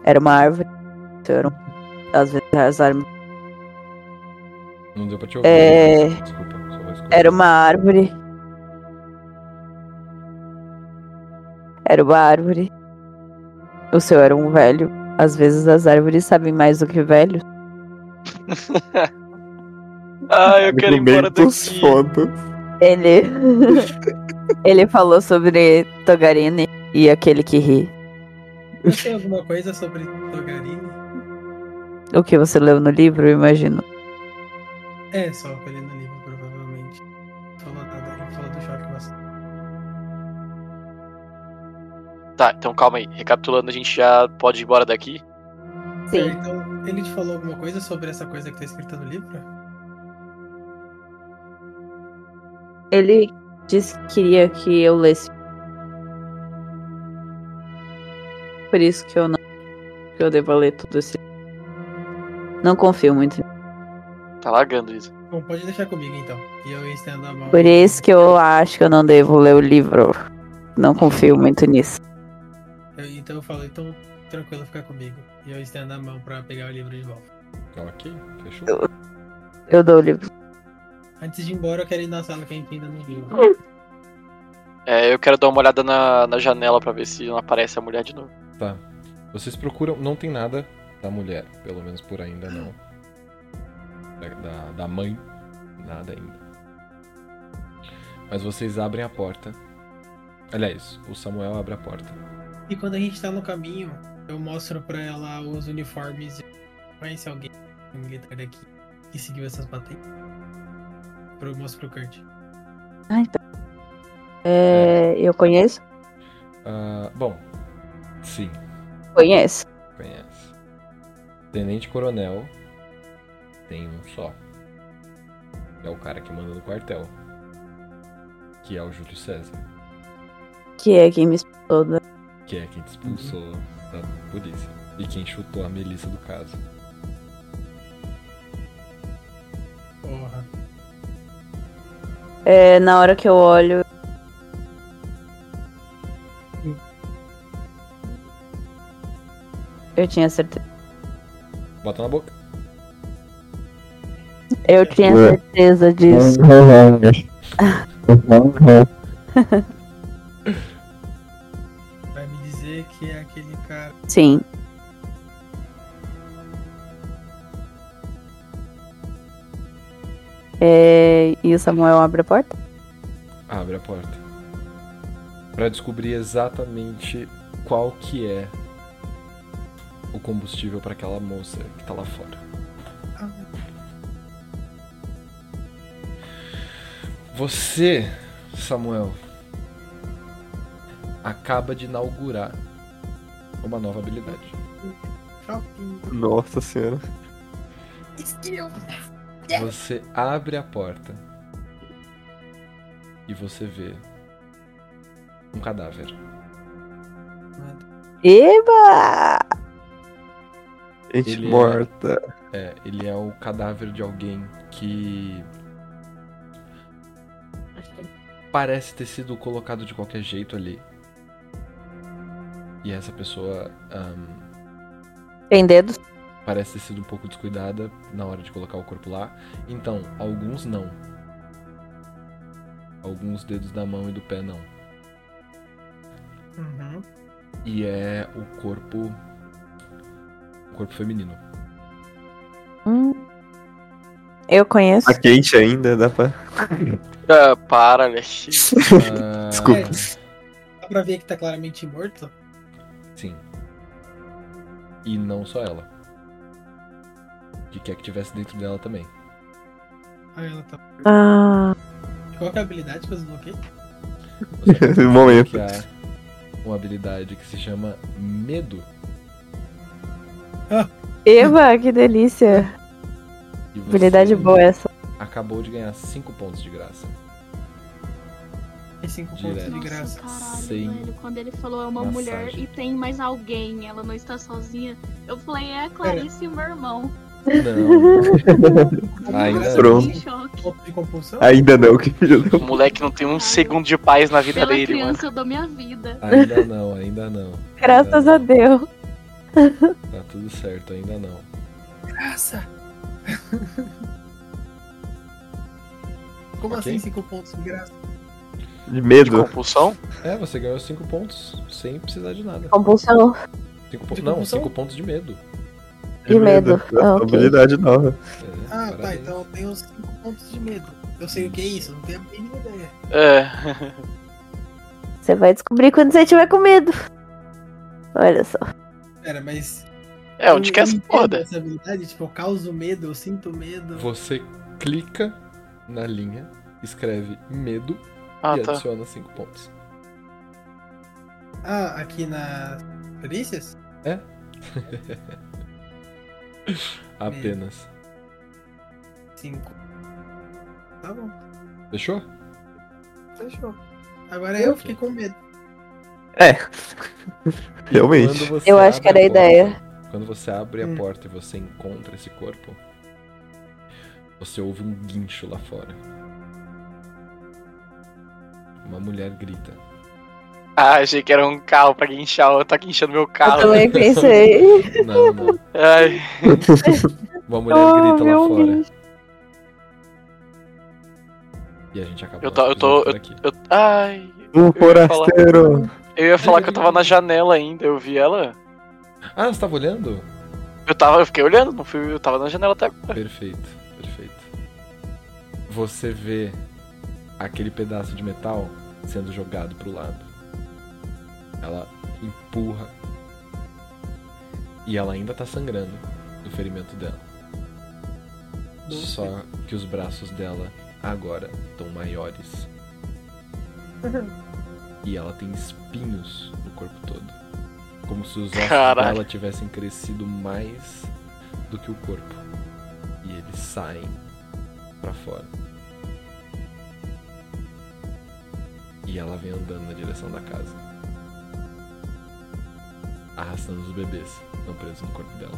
Speaker 1: Era uma árvore. Então era um... Às vezes as árvores.
Speaker 2: Não deu pra te ouvir.
Speaker 1: É.
Speaker 2: Desculpa, sua voz cortou.
Speaker 1: Era uma árvore. Era uma árvore. O seu era um velho. Às vezes as árvores sabem mais do que velhos.
Speaker 3: Ah, eu quero ir embora
Speaker 4: Documentos,
Speaker 3: daqui.
Speaker 4: fotos.
Speaker 1: Ele. Ele falou sobre Togarine e aquele que ri.
Speaker 6: Eu sei alguma coisa sobre Togarini.
Speaker 1: O que você leu no livro, eu imagino.
Speaker 6: É, só colhendo no livro, provavelmente. Falou nada, ele falou do choque, mas.
Speaker 3: Tá, então calma aí. Recapitulando, a gente já pode ir embora daqui.
Speaker 6: É, então, ele te falou alguma coisa sobre essa coisa que tá escrita no livro?
Speaker 1: Ele disse que queria que eu lesse. Por isso que eu não. Que eu devo ler tudo isso. Não confio muito.
Speaker 3: Tá lagando isso.
Speaker 6: Bom, pode deixar comigo então. E eu estendo a mão.
Speaker 1: Por isso que eu acho que eu não devo ler o livro. Não confio muito nisso.
Speaker 6: Eu- então eu falo, então tranquilo, fica comigo. E eu estendo a mão pra pegar o livro de volta.
Speaker 2: Então, aqui, fechou.
Speaker 1: Eu dou o livro.
Speaker 6: Antes de ir embora, eu quero ir na sala que a gente ainda não viu.
Speaker 3: É, eu quero dar uma olhada na, na janela pra ver se não aparece a mulher de novo.
Speaker 2: Tá. Vocês procuram. Não tem nada da mulher, pelo menos por ainda não. Da, da, da mãe, nada ainda. Mas vocês abrem a porta. Aliás, o Samuel abre a porta.
Speaker 6: E quando a gente tá no caminho, eu mostro pra ela os uniformes. Conhece alguém militar daqui que seguiu essas patentes? Eu mostro pro Kurt.
Speaker 1: Ai, tá. É, eu conheço?
Speaker 2: Ah, bom, sim,
Speaker 1: Conheço.
Speaker 2: conhece. Tenente Coronel tem um só. Que é o cara que manda no quartel. Que é o Júlio César.
Speaker 1: Que é quem me expulsou. da-
Speaker 2: Que é quem te expulsou da polícia. E quem chutou a Melissa do caso.
Speaker 6: Porra.
Speaker 1: É, na hora que eu olho. Eu tinha certeza.
Speaker 2: Bota na boca.
Speaker 1: Eu tinha
Speaker 4: Ué.
Speaker 1: certeza disso.
Speaker 6: Vai me dizer que é aquele
Speaker 1: Sim. É, E o Samuel abre a porta?
Speaker 2: Abre a porta. Pra descobrir exatamente qual que é o combustível pra aquela moça que tá lá fora. Você, Samuel, acaba de inaugurar uma nova habilidade.
Speaker 6: Shopping.
Speaker 4: Nossa senhora.
Speaker 2: Você abre a porta e você vê um cadáver.
Speaker 1: Eba!
Speaker 4: Gente
Speaker 2: Ele é-
Speaker 4: morta.
Speaker 2: É, ele é o cadáver de alguém que parece ter sido colocado de qualquer jeito ali. E essa pessoa ahn,
Speaker 1: Tem dedos?
Speaker 2: parece ter sido um pouco descuidada na hora de colocar o corpo lá. Então, alguns não. Alguns dedos da mão e do pé não.
Speaker 11: Uhum.
Speaker 2: E é o corpo. O corpo feminino.
Speaker 1: Hum. Eu conheço.
Speaker 4: Tá quente ainda, dá pra.
Speaker 3: Ah, para, velho.
Speaker 2: Ah,
Speaker 4: Desculpa.
Speaker 11: Dá pra ver que tá claramente morto?
Speaker 2: Sim. E não só ela. O que quer que tivesse dentro dela também.
Speaker 11: Ah, ela tá.
Speaker 1: Ah,
Speaker 11: Qual que é a habilidade que eu desbloqueei?
Speaker 4: No Um momento.
Speaker 2: Que há uma habilidade que se chama medo.
Speaker 1: Eva, que delícia.
Speaker 2: E você
Speaker 1: Habilidade boa é. essa.
Speaker 2: Acabou de ganhar 5 pontos de graça.
Speaker 11: É 5 pontos
Speaker 2: Direto.
Speaker 11: de
Speaker 5: Nossa,
Speaker 11: graça.
Speaker 5: caralho,
Speaker 2: Sem
Speaker 5: velho. Quando ele falou é uma
Speaker 2: massagem.
Speaker 5: mulher e tem mais alguém, ela não está sozinha. Eu falei, é a Clarice e o meu irmão.
Speaker 2: Não. Ainda
Speaker 5: Nossa,
Speaker 4: Pronto.
Speaker 5: fiquei em choque.
Speaker 11: Ponto de compulsão?
Speaker 4: Ainda não, que filho
Speaker 3: O moleque não tem um segundo de paz na vida
Speaker 5: Pela
Speaker 3: dele, mano.
Speaker 5: criança eu dou minha vida.
Speaker 2: Ainda não, ainda não.
Speaker 1: Graças a Deus.
Speaker 2: Tá tudo certo, ainda não.
Speaker 11: Graça! Como
Speaker 2: Ok.
Speaker 11: assim 5 pontos de graça?
Speaker 4: de
Speaker 3: De
Speaker 4: medo.
Speaker 3: compulsão?
Speaker 2: É, você ganhou 5 pontos sem precisar de nada.
Speaker 1: Compulsão
Speaker 2: Cinco po-
Speaker 11: De
Speaker 2: Não,
Speaker 11: compulsão?
Speaker 2: 5 pontos de medo.
Speaker 1: e medo. Ah, ok.
Speaker 4: Habilidade nova.
Speaker 2: É,
Speaker 11: Ah, tá,
Speaker 2: parabéns.
Speaker 11: então eu tenho 5 pontos de medo. Eu sei o que é isso, eu não tenho a mínima ideia.
Speaker 3: É.
Speaker 1: Você vai descobrir quando você tiver com medo. Olha só.
Speaker 11: Pera, mas.
Speaker 3: É, onde que é essa
Speaker 11: Eu
Speaker 3: porra?
Speaker 11: entendo
Speaker 3: né?
Speaker 11: Essa habilidade, tipo, eu causo medo, eu sinto medo.
Speaker 2: Você clica na linha, escreve medo
Speaker 3: Ah,
Speaker 2: e
Speaker 3: tá.
Speaker 2: adiciona 5 pontos.
Speaker 11: Ah, aqui nas perícias?
Speaker 2: Apenas.
Speaker 11: 5. Tá bom,
Speaker 2: Fechou?
Speaker 11: fechou. Agora eu fiquei com medo.
Speaker 4: Realmente.
Speaker 2: Quando você
Speaker 1: Eu acho
Speaker 2: abre
Speaker 1: que era a
Speaker 2: porta-
Speaker 1: ideia.
Speaker 2: Quando você abre
Speaker 11: Hum.
Speaker 2: a porta e você encontra esse corpo, você ouve um guincho lá fora. Uma mulher grita.
Speaker 3: Ah, achei que era um carro pra guinchar, eu tá guinchando meu
Speaker 1: Eu
Speaker 3: carro.
Speaker 1: também pensei.
Speaker 2: Não, não.
Speaker 3: Ai,
Speaker 2: Uma mulher
Speaker 1: Ah,
Speaker 2: grita lá
Speaker 1: meu
Speaker 2: fora.
Speaker 1: guincho.
Speaker 2: E a gente acaba
Speaker 3: Eu tô-
Speaker 2: nosso
Speaker 3: eu tô-
Speaker 2: episódio por aqui.
Speaker 3: eu. Ai.
Speaker 4: Um
Speaker 3: Eu ia falar-
Speaker 4: forasteiro.
Speaker 3: Eu ia falar que eu tava na janela ainda, eu vi ela.
Speaker 2: Ah, você tava olhando?
Speaker 3: Eu tava, eu fiquei olhando, não fui, eu tava na janela até agora.
Speaker 2: Perfeito, perfeito. Você vê aquele pedaço de metal sendo jogado pro lado. Ela empurra. E ela ainda tá sangrando do ferimento dela. Só que os braços dela agora estão maiores. E ela tem espinhos no corpo todo. Como se os ossos
Speaker 3: Caralho.
Speaker 2: dela tivessem crescido mais do que o corpo. E eles saem pra fora. E ela vem andando na direção da casa. Arrastando os bebês, que estão presos no corpo dela.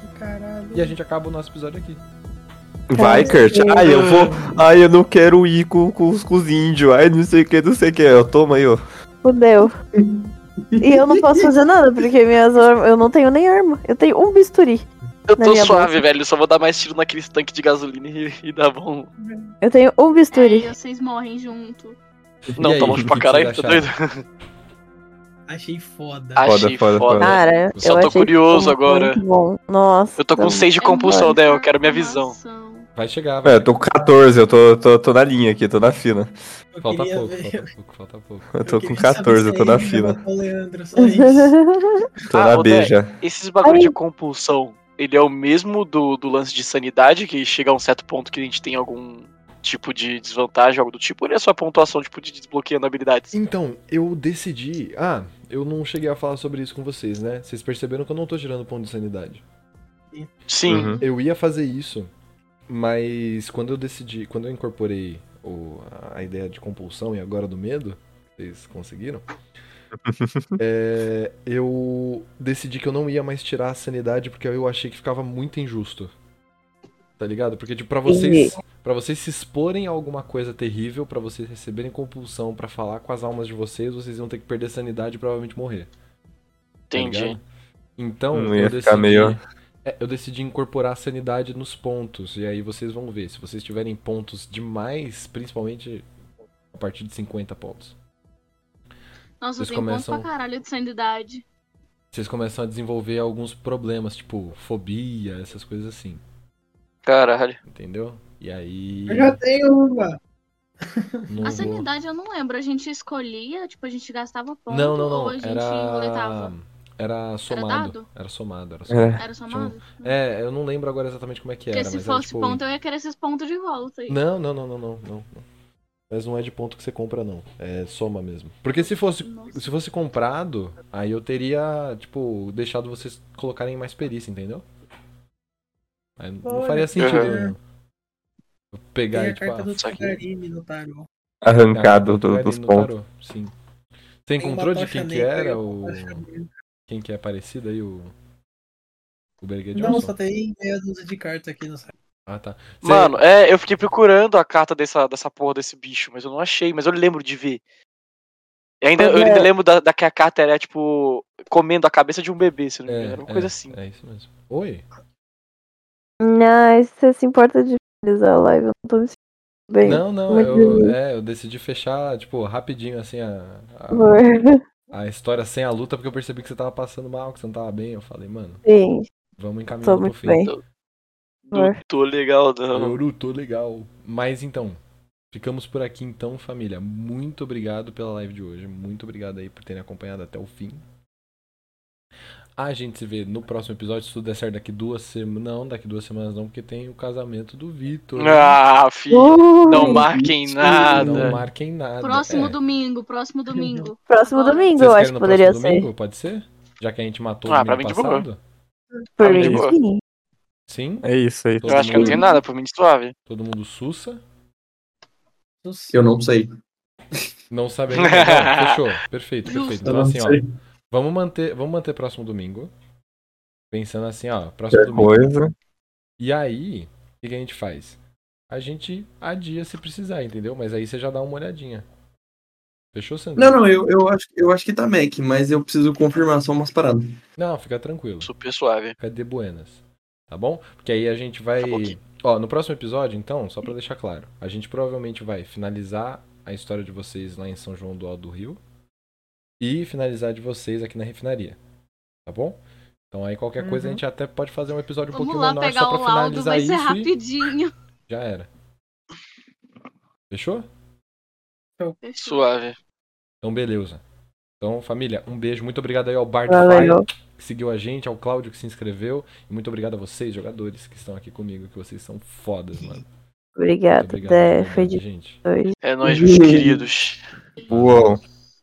Speaker 11: Que caralho.
Speaker 2: E a gente acaba o nosso episódio aqui.
Speaker 4: Vai, Kurt. Ai, Ah, eu vou. Ai, eu não quero ir com, com, os- com os índios. Ai, não sei o que, não sei o que. Eu toma aí, ó.
Speaker 1: Fudeu. E eu não posso fazer nada, porque minhas armas. Eu não tenho nem arma. Eu tenho um bisturi.
Speaker 3: Eu
Speaker 1: Na
Speaker 3: tô
Speaker 1: minha
Speaker 3: suave, velho, eu só vou dar mais tiro naqueles tanques de gasolina e, e dá bom.
Speaker 1: Eu tenho um
Speaker 5: É,
Speaker 1: bisturi.
Speaker 5: e vocês morrem junto.
Speaker 3: Não,
Speaker 2: E
Speaker 3: tá
Speaker 2: aí,
Speaker 3: longe
Speaker 2: o
Speaker 3: pra
Speaker 2: que que
Speaker 3: caralho,
Speaker 2: vocês
Speaker 3: tá
Speaker 2: acharam?
Speaker 3: doido?
Speaker 11: Achei foda.
Speaker 3: Achei
Speaker 4: foda,
Speaker 3: foda.
Speaker 4: foda.
Speaker 8: Cara,
Speaker 3: Só
Speaker 8: eu
Speaker 3: tô
Speaker 8: achei
Speaker 3: curioso
Speaker 8: muito
Speaker 3: agora.
Speaker 8: bom. Nossa.
Speaker 3: Eu
Speaker 1: Ah,
Speaker 3: tô com 6
Speaker 1: é
Speaker 3: de
Speaker 5: É
Speaker 3: compulsão, né? Eu quero minha visão.
Speaker 2: Vai chegar, vai.
Speaker 4: É, eu tô com 14, eu tô, tô, tô na linha aqui, tô na fila.
Speaker 11: Eu
Speaker 2: Falta
Speaker 11: queria
Speaker 2: pouco,
Speaker 11: ver-
Speaker 2: falta pouco, falta pouco.
Speaker 4: Eu tô
Speaker 11: queria
Speaker 4: com
Speaker 11: saber
Speaker 4: 14, eu tô
Speaker 11: se
Speaker 4: na
Speaker 11: ele
Speaker 4: fila.
Speaker 11: chamou o Leandro, só isso.
Speaker 4: Tô
Speaker 3: Ah,
Speaker 4: na
Speaker 3: ô,
Speaker 4: beija.
Speaker 3: Esses bagulho
Speaker 8: Aí-
Speaker 3: de compulsão, ele é o mesmo do, do lance de sanidade, que chega a um certo ponto que a gente tem algum tipo de desvantagem, algo do tipo, ou ele é só pontuação, tipo, de desbloqueando habilidades?
Speaker 2: Então, eu decidi. Ah, eu não cheguei a falar sobre isso com vocês, né? Vocês perceberam que eu não tô tirando ponto de sanidade.
Speaker 3: Sim.
Speaker 4: Uhum.
Speaker 2: Eu ia fazer isso, mas quando eu decidi, quando eu incorporei o- a ideia de compulsão e agora do medo, vocês conseguiram? é, eu decidi que eu não ia mais tirar a sanidade porque eu achei que ficava muito injusto. Tá ligado? Porque tipo, para vocês, para vocês se exporem a alguma coisa terrível, pra vocês receberem compulsão, pra falar com as almas de vocês, vocês iam ter que perder a sanidade e provavelmente morrer. Tá
Speaker 3: Entendi.
Speaker 2: ligado? então,
Speaker 4: Não ia
Speaker 2: eu
Speaker 4: ficar
Speaker 2: decidi,
Speaker 4: meio-
Speaker 2: é, eu decidi incorporar a sanidade nos pontos. E aí vocês vão ver. Se vocês tiverem pontos demais, principalmente a partir de 50 pontos,
Speaker 5: Nossa, eu
Speaker 2: Vocês
Speaker 5: tenho
Speaker 2: começam-
Speaker 5: ponto pra caralho de sanidade.
Speaker 2: vocês começam a desenvolver alguns problemas, tipo fobia, essas coisas assim.
Speaker 3: Caralho.
Speaker 2: Entendeu? E aí.
Speaker 6: Eu já tenho uma.
Speaker 2: não vou-
Speaker 5: A sanidade é eu não lembro. A gente escolhia, tipo, a gente gastava ponto
Speaker 2: Não, não,
Speaker 5: ou
Speaker 2: não.
Speaker 5: então, a gente
Speaker 2: Era.
Speaker 5: roletava.
Speaker 2: Era somado.
Speaker 5: dado?
Speaker 2: Era somado, era somado.
Speaker 4: É.
Speaker 5: Era somado?
Speaker 2: É, eu não lembro agora exatamente como é que era,
Speaker 5: Porque
Speaker 2: mas
Speaker 5: se
Speaker 2: era
Speaker 5: fosse
Speaker 2: tipo.
Speaker 5: ponto, eu ia querer esses pontos de volta. aí.
Speaker 2: Não, não, não, não, não, não. não. Mas não é de ponto que você compra, não. É soma mesmo. Porque se fosse,
Speaker 5: Nossa.
Speaker 2: se fosse comprado, aí eu teria, tipo, deixado vocês colocarem mais perícia, entendeu? Aí não
Speaker 11: Olha,
Speaker 2: faria sentido
Speaker 11: é.
Speaker 2: eu pegar
Speaker 11: Tem
Speaker 2: e,
Speaker 11: a
Speaker 2: tipo,
Speaker 11: carta
Speaker 2: ah,
Speaker 11: do
Speaker 3: isso aqui.
Speaker 11: Tagarine no tarô.
Speaker 4: Arrancado do-
Speaker 2: pegaria
Speaker 4: dos
Speaker 2: no
Speaker 4: pontos.
Speaker 2: tarô, Sim. Você
Speaker 11: Tem uma
Speaker 2: encontrou de
Speaker 11: tocha
Speaker 2: quem que
Speaker 11: negra e
Speaker 2: era o.
Speaker 11: uma tocha branca.
Speaker 2: Quem que é parecido aí, o. O Berger Johnson?
Speaker 11: Não, só tem meia dúzia de cartas aqui no site.
Speaker 2: Ah, tá. Você-
Speaker 3: Mano, é, eu fiquei procurando a carta dessa, dessa porra desse bicho, mas eu não achei, mas eu lembro de ver. E ainda, eu ainda lembro da, da que a carta era, tipo, comendo a cabeça de um bebê, se não me engano. Era uma coisa assim.
Speaker 2: É isso mesmo. Oi?
Speaker 8: Não, você se importa de finalizar a live. Eu não tô me sentindo bem.
Speaker 2: Não, não,
Speaker 8: Muito
Speaker 2: eu,
Speaker 8: bem.
Speaker 2: é, eu decidi fechar, tipo, rapidinho, assim, a, a,
Speaker 8: Por-
Speaker 2: a história sem a luta, porque eu percebi que você tava passando mal, que você não tava bem. Eu falei, mano,
Speaker 8: Sim,
Speaker 2: vamos encaminhar
Speaker 8: tô
Speaker 2: pro
Speaker 8: muito
Speaker 2: fim.
Speaker 8: bem.
Speaker 3: Não tô legal, não.
Speaker 2: Eu não tô legal. Mas então, ficamos por aqui então, família. Muito obrigado pela live de hoje. Muito obrigado aí por terem acompanhado até o fim. A gente se vê no próximo episódio, se tudo der certo daqui duas semanas. Não, daqui duas semanas não, porque tem o casamento do Vitor.
Speaker 3: Ah, filho.
Speaker 8: Uh,
Speaker 3: Não marquem
Speaker 2: Não
Speaker 3: nada.
Speaker 2: marquem nada.
Speaker 5: Próximo
Speaker 2: É.
Speaker 5: domingo, próximo domingo.
Speaker 8: Próximo
Speaker 5: Agora.
Speaker 8: domingo,
Speaker 2: Vocês
Speaker 8: eu
Speaker 2: querem
Speaker 8: acho
Speaker 2: no
Speaker 8: que poderia
Speaker 2: próximo
Speaker 8: ser.
Speaker 2: domingo? Pode ser? Já que a gente matou
Speaker 3: Ah,
Speaker 2: o
Speaker 3: pra
Speaker 2: domingo
Speaker 3: mim de boa.
Speaker 2: passado?
Speaker 8: Por
Speaker 3: Ah,
Speaker 8: mim,
Speaker 3: boa.
Speaker 8: sim.
Speaker 2: Sim?
Speaker 4: É isso aí.
Speaker 2: Todo
Speaker 3: Eu acho que eu não
Speaker 2: mundo-
Speaker 3: tenho nada por mim de suave.
Speaker 2: Todo mundo sussa.
Speaker 7: Eu não sei.
Speaker 2: Não sabe ainda. Não, fechou. Perfeito,
Speaker 5: Justo.
Speaker 2: perfeito.
Speaker 7: Eu
Speaker 2: Então
Speaker 7: não
Speaker 2: assim, ó.
Speaker 7: sei.
Speaker 2: Vamos manter, vamos manter próximo domingo. Pensando assim, ó, próximo
Speaker 4: Qualquer
Speaker 2: domingo.
Speaker 4: coisa.
Speaker 2: E aí, o que que a gente faz? A gente adia se precisar, entendeu? Mas aí você já dá uma olhadinha. Fechou, Sandro?
Speaker 7: Não, não, eu, eu, acho, eu acho que tá Mac, mas eu preciso confirmar só umas paradas.
Speaker 2: Não, fica tranquilo.
Speaker 3: Super suave.
Speaker 2: Fica de buenas. Tá bom? Porque aí a gente vai.
Speaker 3: Tá bom aqui.
Speaker 2: Ó, no próximo episódio, então, só pra deixar claro, a gente provavelmente vai finalizar a história de vocês lá em São João do Alto do Rio e finalizar de vocês aqui na refinaria. Tá bom? Então aí qualquer coisa a gente até pode fazer um episódio um
Speaker 5: Uhum. Vamos
Speaker 2: pouquinho
Speaker 5: lá
Speaker 2: menor
Speaker 5: pegar
Speaker 2: só pra
Speaker 5: o laudo,
Speaker 2: finalizar
Speaker 5: vai ser
Speaker 2: isso e
Speaker 5: rapidinho.
Speaker 2: já era. Fechou?
Speaker 5: Fechou.
Speaker 3: Suave.
Speaker 2: Então beleza. Então, família, um beijo. Muito obrigado aí ao Bard Fire.
Speaker 8: Valeu.
Speaker 2: que seguiu a gente, ao Cláudio que se inscreveu. E muito obrigado a vocês, jogadores, que estão aqui comigo, que vocês são fodas, mano. Muito
Speaker 8: Obrigada.
Speaker 2: obrigado. de
Speaker 8: Até. é, Foi
Speaker 2: verdade, gente.
Speaker 8: demais.
Speaker 3: É nóis, meus queridos.
Speaker 4: Uou.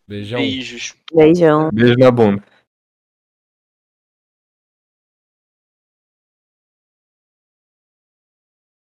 Speaker 2: Beijão.
Speaker 3: Beijos.
Speaker 8: Beijão.
Speaker 4: Beijo na bunda.